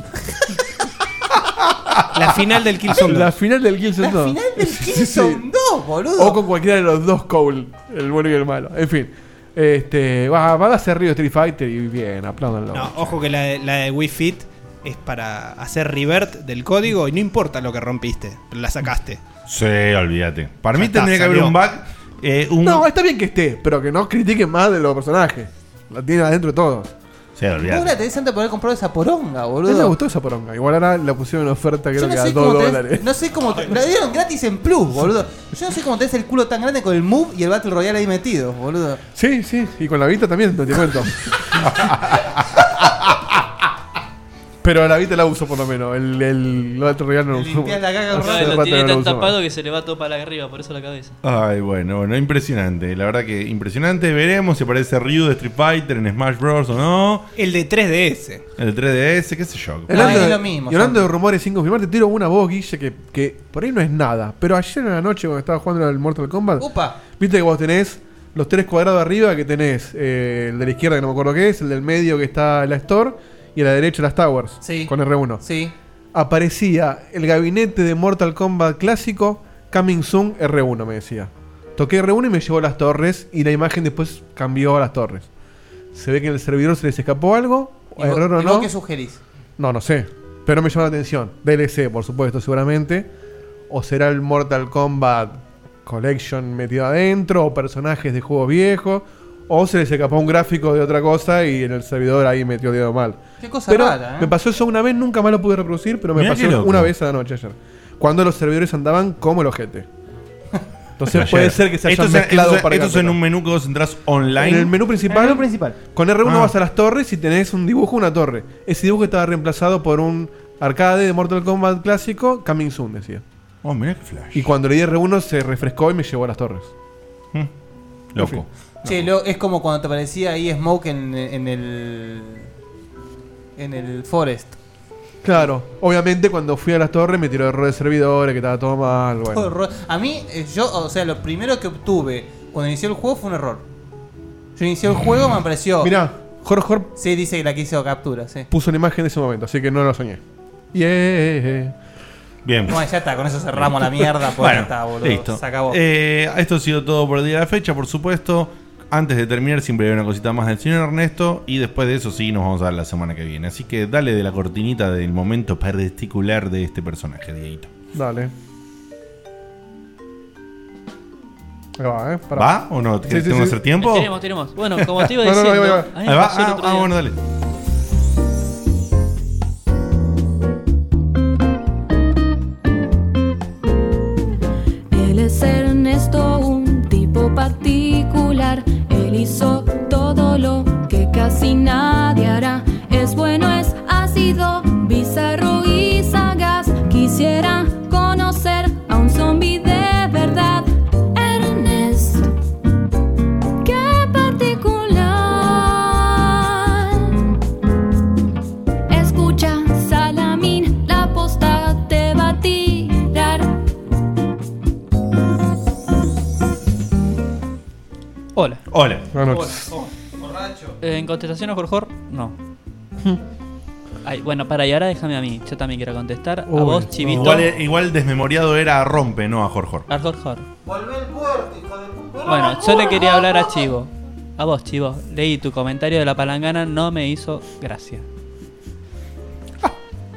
Speaker 7: La final del Killzone
Speaker 4: La final del Gilson 2.
Speaker 5: final
Speaker 4: <laughs>
Speaker 5: del Killzone 2, boludo.
Speaker 4: O con cualquiera de los dos Cole, el bueno y el malo. En fin. Este, va, van a hacer Río Street Fighter y bien, apláudanlo.
Speaker 7: No, ojo que la, de- la de Wii Fit es para hacer revert del código y no importa lo que rompiste, pero la sacaste.
Speaker 3: Sí, olvídate. Para mí
Speaker 7: Ya está,
Speaker 3: tendría que haber
Speaker 7: salió.
Speaker 3: un bug. eh, un-
Speaker 4: No, está bien que esté, pero que no critiquen más de los personajes. La tienen adentro de todos.
Speaker 3: Sí, olvídate.
Speaker 5: Vos la tenés antes de poder comprar esa poronga,
Speaker 4: A mí me
Speaker 5: boludo.
Speaker 4: gustó esa poronga. Igual ahora la pusieron en oferta, creo
Speaker 5: Yo no
Speaker 4: que a
Speaker 5: sé
Speaker 4: 2
Speaker 5: cómo tenés-
Speaker 4: dólares.
Speaker 5: No sé cómo. te- La dieron gratis en Plus, boludo. Yo no sé cómo tenés el culo tan grande con el Move y el Battle Royale ahí metidos, boludo.
Speaker 4: Sí, sí, y con la vista también, no te cuento. Pero la vista la uso por lo menos. El, el, Battle Royale no lo uso.
Speaker 5: limpias la
Speaker 4: <laughs>
Speaker 5: caca
Speaker 4: Hace
Speaker 15: No, lo
Speaker 4: rato
Speaker 15: tiene
Speaker 4: no lo
Speaker 15: tan
Speaker 4: uso más.
Speaker 15: tapado que se le va todo para arriba, por eso la cabeza.
Speaker 3: Ay, bueno, bueno, impresionante. La verdad que impresionante. Veremos si aparece Ryu de Street Fighter en Smash Bros. o no.
Speaker 7: El de 3DS.
Speaker 3: El 3DS, qué sé yo.
Speaker 4: Hablando
Speaker 5: Ah,
Speaker 4: de- Y hablando de rumores sin confirmar, te tiro una voz, Guille, que, que por ahí no es nada. Pero ayer en la noche, cuando estaba jugando al Mortal Kombat,
Speaker 5: Upa.
Speaker 4: viste que vos tenés los tres cuadrados arriba que tenés eh, el de la izquierda, que no me acuerdo qué es, el del medio que está la Store, y a la derecha las Towers, con R1.
Speaker 5: Sí.
Speaker 4: Aparecía el gabinete de Mortal Kombat clásico, Coming Soon R1, me decía. Toqué R1 y me llevó a las torres, y la imagen después cambió a las torres. Se ve que en el servidor se les escapó algo,
Speaker 5: ¿Y vos-
Speaker 4: error o
Speaker 5: y vos
Speaker 4: no.
Speaker 5: qué sugerís?
Speaker 4: No, no sé. Pero me llamó la atención. DLC, por supuesto, seguramente. O será el Mortal Kombat Collection metido adentro. O personajes de juegos viejos. O se les escapó un gráfico de otra cosa y en el servidor ahí metió dedo mal.
Speaker 5: Qué cosa
Speaker 4: pero
Speaker 5: rara, ¿eh?
Speaker 4: Me pasó eso una vez, nunca más lo pude reproducir, pero me
Speaker 5: Mirá qué
Speaker 4: pasó
Speaker 5: loco.
Speaker 4: una vez a la noche ayer. Cuando los servidores andaban como el ojete. Entonces puede ser que se hayan
Speaker 3: Esto es-
Speaker 4: mezclado
Speaker 3: esto es-
Speaker 4: para
Speaker 3: Esto es en un menú que vos entrás online.
Speaker 4: en el menú principal. Con R1
Speaker 3: Ah.
Speaker 4: vas a las torres y tenés un dibujo, una torre. Ese dibujo estaba reemplazado por un arcade de Mortal Kombat clásico, Coming Soon, decía.
Speaker 3: Oh, mirá qué flash.
Speaker 4: Y cuando le di R1 se refrescó y me llevó a las torres.
Speaker 3: Mm. Loco.
Speaker 4: En fin.
Speaker 5: Che, lo- es como cuando te aparecía ahí Smoke en, en el. En el Forest.
Speaker 4: Claro, obviamente cuando fui a las torres me tiró error de servidores, que estaba todo mal. Bueno.
Speaker 5: Todo error. A mí, eh, yo, o sea, lo primero que obtuve cuando inicié el juego fue un error. Yo inicié el
Speaker 4: <laughs>
Speaker 5: juego, me apareció.
Speaker 4: Mirá, Jorge
Speaker 5: Sí, dice que la quiso captura, sí.
Speaker 4: Puso una imagen de ese momento, así que no lo soñé. Yeah.
Speaker 3: Bien.
Speaker 5: Bueno, ya está, con eso cerramos la mierda. Pues ya
Speaker 3: Bueno,
Speaker 5: está, boludo.
Speaker 3: listo.
Speaker 5: Se acabó.
Speaker 3: Eh, esto ha sido todo por el día de la fecha, por supuesto. Antes de terminar, siempre hay una cosita más del señor Ernesto. Y después de eso, sí, nos vamos a ver la semana que viene. Así que dale de la cortinita del momento particular de este personaje, Dieguito.
Speaker 4: Dale. Ahí va, ¿eh? Pará.
Speaker 3: ¿Va o no? ¿Tenemos que hacer tiempo?
Speaker 15: Tenemos, tenemos. Bueno, como te iba
Speaker 4: <laughs> No, no, no,
Speaker 15: diciendo.
Speaker 4: ahí va,
Speaker 15: a
Speaker 4: ahí
Speaker 15: mí
Speaker 3: Ahí
Speaker 15: me
Speaker 3: va.
Speaker 15: pasó el
Speaker 3: Ah,
Speaker 15: otro
Speaker 3: ah,
Speaker 15: día.
Speaker 3: bueno, dale.
Speaker 1: Él es Ernesto, un tipo particular. Él hizo todo lo que casi nadie hará. Es bueno, es ácido, bizarro y sagaz. Quisiera conocer a un zombi de verdad. Ernest, qué particular. Escucha, Salamín, la posta te va a tirar.
Speaker 15: Hola.
Speaker 3: Hola.
Speaker 4: Buenas
Speaker 15: noches. Eh, en contestación a Jorjor, no. Ay, bueno, para y ahora déjame a mí. Yo también quiero contestar. a vos, Chivito.
Speaker 3: Igual, eh, igual desmemoriado era a Rompe, no a Jorjor.
Speaker 15: A Jorjor. Bueno, yo le quería hablar a Chivo. A vos, Chivo. Leí tu comentario de la palangana, no me hizo gracia.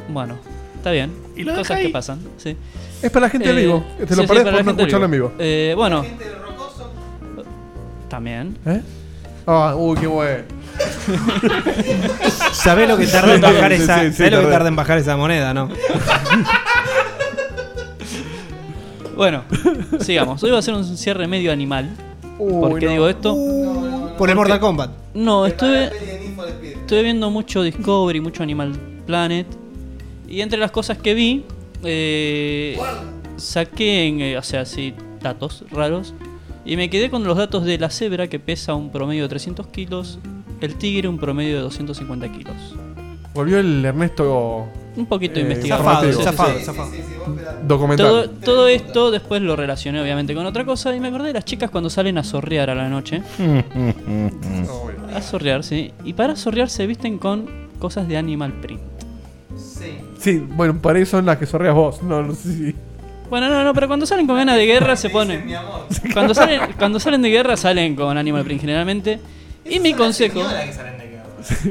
Speaker 15: Bueno, está bien.
Speaker 4: Y lo deja
Speaker 15: Cosas que
Speaker 4: ahí.
Speaker 15: pasan, sí. Eh,
Speaker 4: Es para la gente en vivo. Te lo perdés
Speaker 15: para
Speaker 4: por
Speaker 15: la
Speaker 4: no
Speaker 15: gente
Speaker 4: escucharlo en vivo.
Speaker 15: Eh, bueno. También.
Speaker 4: ¿Eh? Ah, uy, qué bueno.
Speaker 7: <laughs> ¿Sabés lo que tarda en
Speaker 8: Sí,
Speaker 7: bajar
Speaker 8: sí,
Speaker 7: esa,
Speaker 8: sí, sí,
Speaker 7: sabés lo que
Speaker 8: tardé.
Speaker 7: tarda en bajar esa moneda, no?
Speaker 15: Bueno, sigamos. Hoy va a ser un cierre medio animal.
Speaker 7: Uy,
Speaker 15: ¿Por qué
Speaker 7: no.
Speaker 15: digo esto?
Speaker 7: Por el Mortal Kombat.
Speaker 15: No, estuve, estuve viendo mucho Discovery, mucho Animal Planet. Y entre las cosas que vi, eh, saqué, en, eh, o sea, sí, datos raros. Y me quedé con los datos de la cebra, que pesa un promedio de 300 kilos. El tigre, un promedio de 250 kilos.
Speaker 4: Volvió el Ernesto.
Speaker 15: Un poquito
Speaker 4: eh,
Speaker 15: investigado.
Speaker 4: informativo. Documental.
Speaker 15: Todo, todo esto después lo relacioné obviamente con otra cosa y me acordé de las chicas cuando salen a zorrear a la noche. A zorrear, sí. Y para zorrear se visten con cosas de Animal Print.
Speaker 4: Sí, bueno, para eso son las que sorreas vos. No, no sé si.
Speaker 15: Bueno, no, no, pero cuando salen con ganas de guerra se ponen. Cuando salen, cuando salen de guerra salen con Animal Print generalmente. Y mi consejo.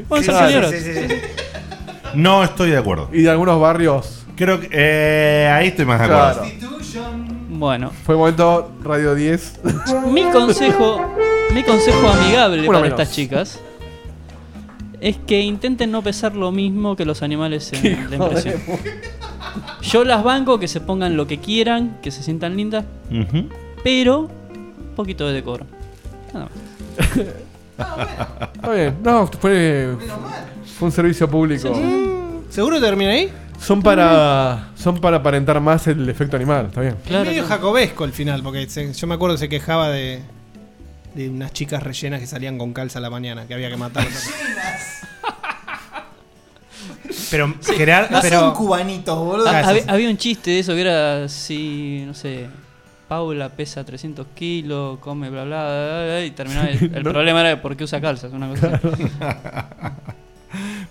Speaker 15: Bueno, son
Speaker 3: Claro.
Speaker 15: señoras.
Speaker 3: Sí, sí, sí, sí. No estoy de acuerdo.
Speaker 4: Y de algunos barrios.
Speaker 3: Creo que. eh, ahí estoy más de acuerdo.
Speaker 15: Bueno.
Speaker 4: Fue momento Radio 10.
Speaker 15: Mi consejo, mi consejo amigable
Speaker 4: Uno
Speaker 15: para
Speaker 4: menos.
Speaker 15: estas chicas es que intenten no pesar lo mismo que los animales
Speaker 4: <laughs>
Speaker 15: en- de
Speaker 4: hijo de
Speaker 15: impresión. Yo las banco que se pongan lo que quieran, que se sientan lindas,
Speaker 3: Ujú.
Speaker 15: pero un poquito de decoro. Nada más.
Speaker 4: Está bien. No, fue. Fue un servicio público.
Speaker 7: ¿Seguro termina ahí?
Speaker 4: Son para. Son para aparentar más el efecto animal, está bien.
Speaker 7: Es medio jacobesco el final, porque se- yo me acuerdo que se quejaba de, de unas chicas rellenas que salían con calza a la mañana, que había que matar. pero Gerard,
Speaker 5: No
Speaker 7: pero-
Speaker 5: son cubanitos, boludo.
Speaker 15: Ah,
Speaker 5: Gracias.
Speaker 15: había, había un chiste de eso que era si, no sé, Paula pesa 300 kilos, come bla bla, bla, bla, y terminaba el, el
Speaker 3: <laughs> No.
Speaker 15: problema era de por qué usa calzas, una cosa. así.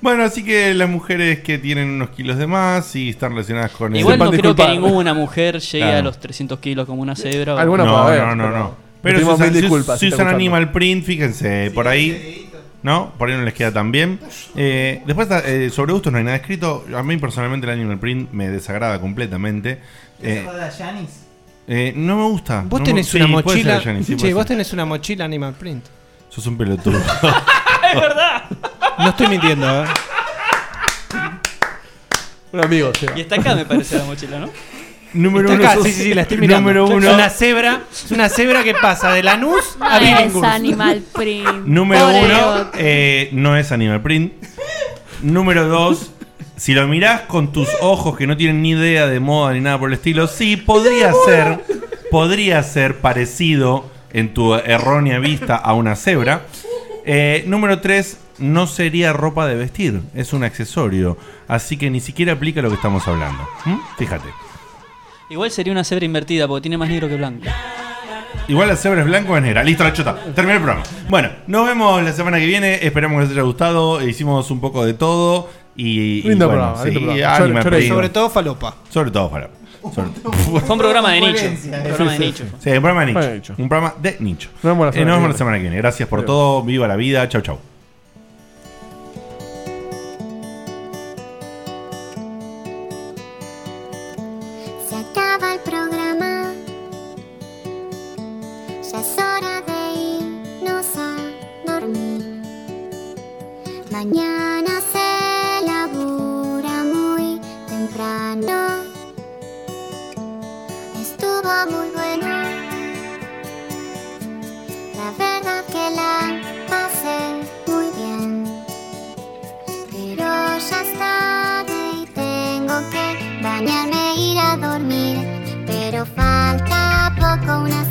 Speaker 3: Bueno, así que las mujeres que tienen unos kilos de más y están relacionadas con el-
Speaker 15: Igual no creo que ninguna mujer llegue a
Speaker 3: Claro.
Speaker 15: los 300 kilos como una cebra. o-
Speaker 3: no, No, no, no. Pero si
Speaker 4: pedimos
Speaker 3: usan,
Speaker 4: mil
Speaker 3: si us-
Speaker 4: disculpas
Speaker 3: si
Speaker 4: si te
Speaker 3: usan
Speaker 4: gustan.
Speaker 3: Animal Print, fíjense, por ahí. ¿No? Por ahí no les queda tan bien. Eh, después, eh, sobre gustos no hay nada escrito. A mí personalmente el Animal Print me desagrada completamente. Eh, eh, no me gusta.
Speaker 7: Vos
Speaker 3: No
Speaker 7: tenés
Speaker 3: me-
Speaker 7: una
Speaker 3: sí, puede ser
Speaker 7: mochila.
Speaker 3: de Janis, sí,
Speaker 7: che,
Speaker 3: puede
Speaker 7: vos
Speaker 3: ser.
Speaker 7: tenés una mochila Animal Print.
Speaker 3: Sos un
Speaker 7: <laughs>
Speaker 3: pelotudo. <laughs>
Speaker 7: es verdad. No estoy mintiendo, ¿eh?
Speaker 4: Un amigo, sí.
Speaker 15: Y está acá, me parece, la mochila, ¿no?
Speaker 3: Número
Speaker 7: Está
Speaker 3: uno.
Speaker 7: acá,
Speaker 3: sos-
Speaker 7: sí, sí, sí, la estoy mirando.
Speaker 3: <laughs> Número uno.
Speaker 7: Es una cebra, es una cebra que pasa de Lanús
Speaker 12: No
Speaker 7: a
Speaker 12: es
Speaker 7: Billinghurst. <laughs>
Speaker 4: <laughs>
Speaker 12: Animal Print.
Speaker 3: Número
Speaker 12: Pobre
Speaker 3: uno,
Speaker 12: Doc.
Speaker 3: eh, no es Animal Print. Número dos, si lo mirás con tus ojos que no tienen ni idea de moda ni nada por el estilo, sí, podría ser, podría ser parecido en tu errónea vista a una cebra. Eh, número tres, no sería ropa de vestir, es un accesorio. Así que ni siquiera aplica lo que estamos hablando. ¿Mm? Fíjate.
Speaker 15: Igual sería una cebra invertida porque tiene más negro que blanco.
Speaker 3: Igual la cebra es blanco o es negra. Listo, la chota. Terminé el programa. Bueno, nos vemos la semana que viene. Esperamos que les haya gustado. Hicimos un poco de todo. Y, y
Speaker 7: Lindo
Speaker 3: bueno,
Speaker 7: programa,
Speaker 3: sí,
Speaker 7: lindo programa.
Speaker 3: Animal
Speaker 7: Chore- chore-
Speaker 3: Print.
Speaker 7: Sobre todo falopa.
Speaker 3: Sobre todo falopa. Sobre-
Speaker 15: Fue un programa de nicho.
Speaker 7: Coherencia,
Speaker 15: Un
Speaker 7: eh.
Speaker 15: programa de
Speaker 7: Sí, sí,
Speaker 15: nicho.
Speaker 3: Sí, un programa de
Speaker 7: Para
Speaker 3: nicho. Un programa de nicho.
Speaker 4: Nos vemos la
Speaker 3: Eh,
Speaker 4: semana
Speaker 3: nos vemos
Speaker 4: que
Speaker 3: la semana que viene. Gracias por todo. Viva la vida. Chau, chau.
Speaker 19: Se acaba el programa. Ya es hora de irnos a dormir. Mañana se labura muy temprano. Estuvo muy bueno. La verdad que la pasé muy bien. Pero ya es tarde y tengo que bañarme e ir a dormir. Pero falta poco, unas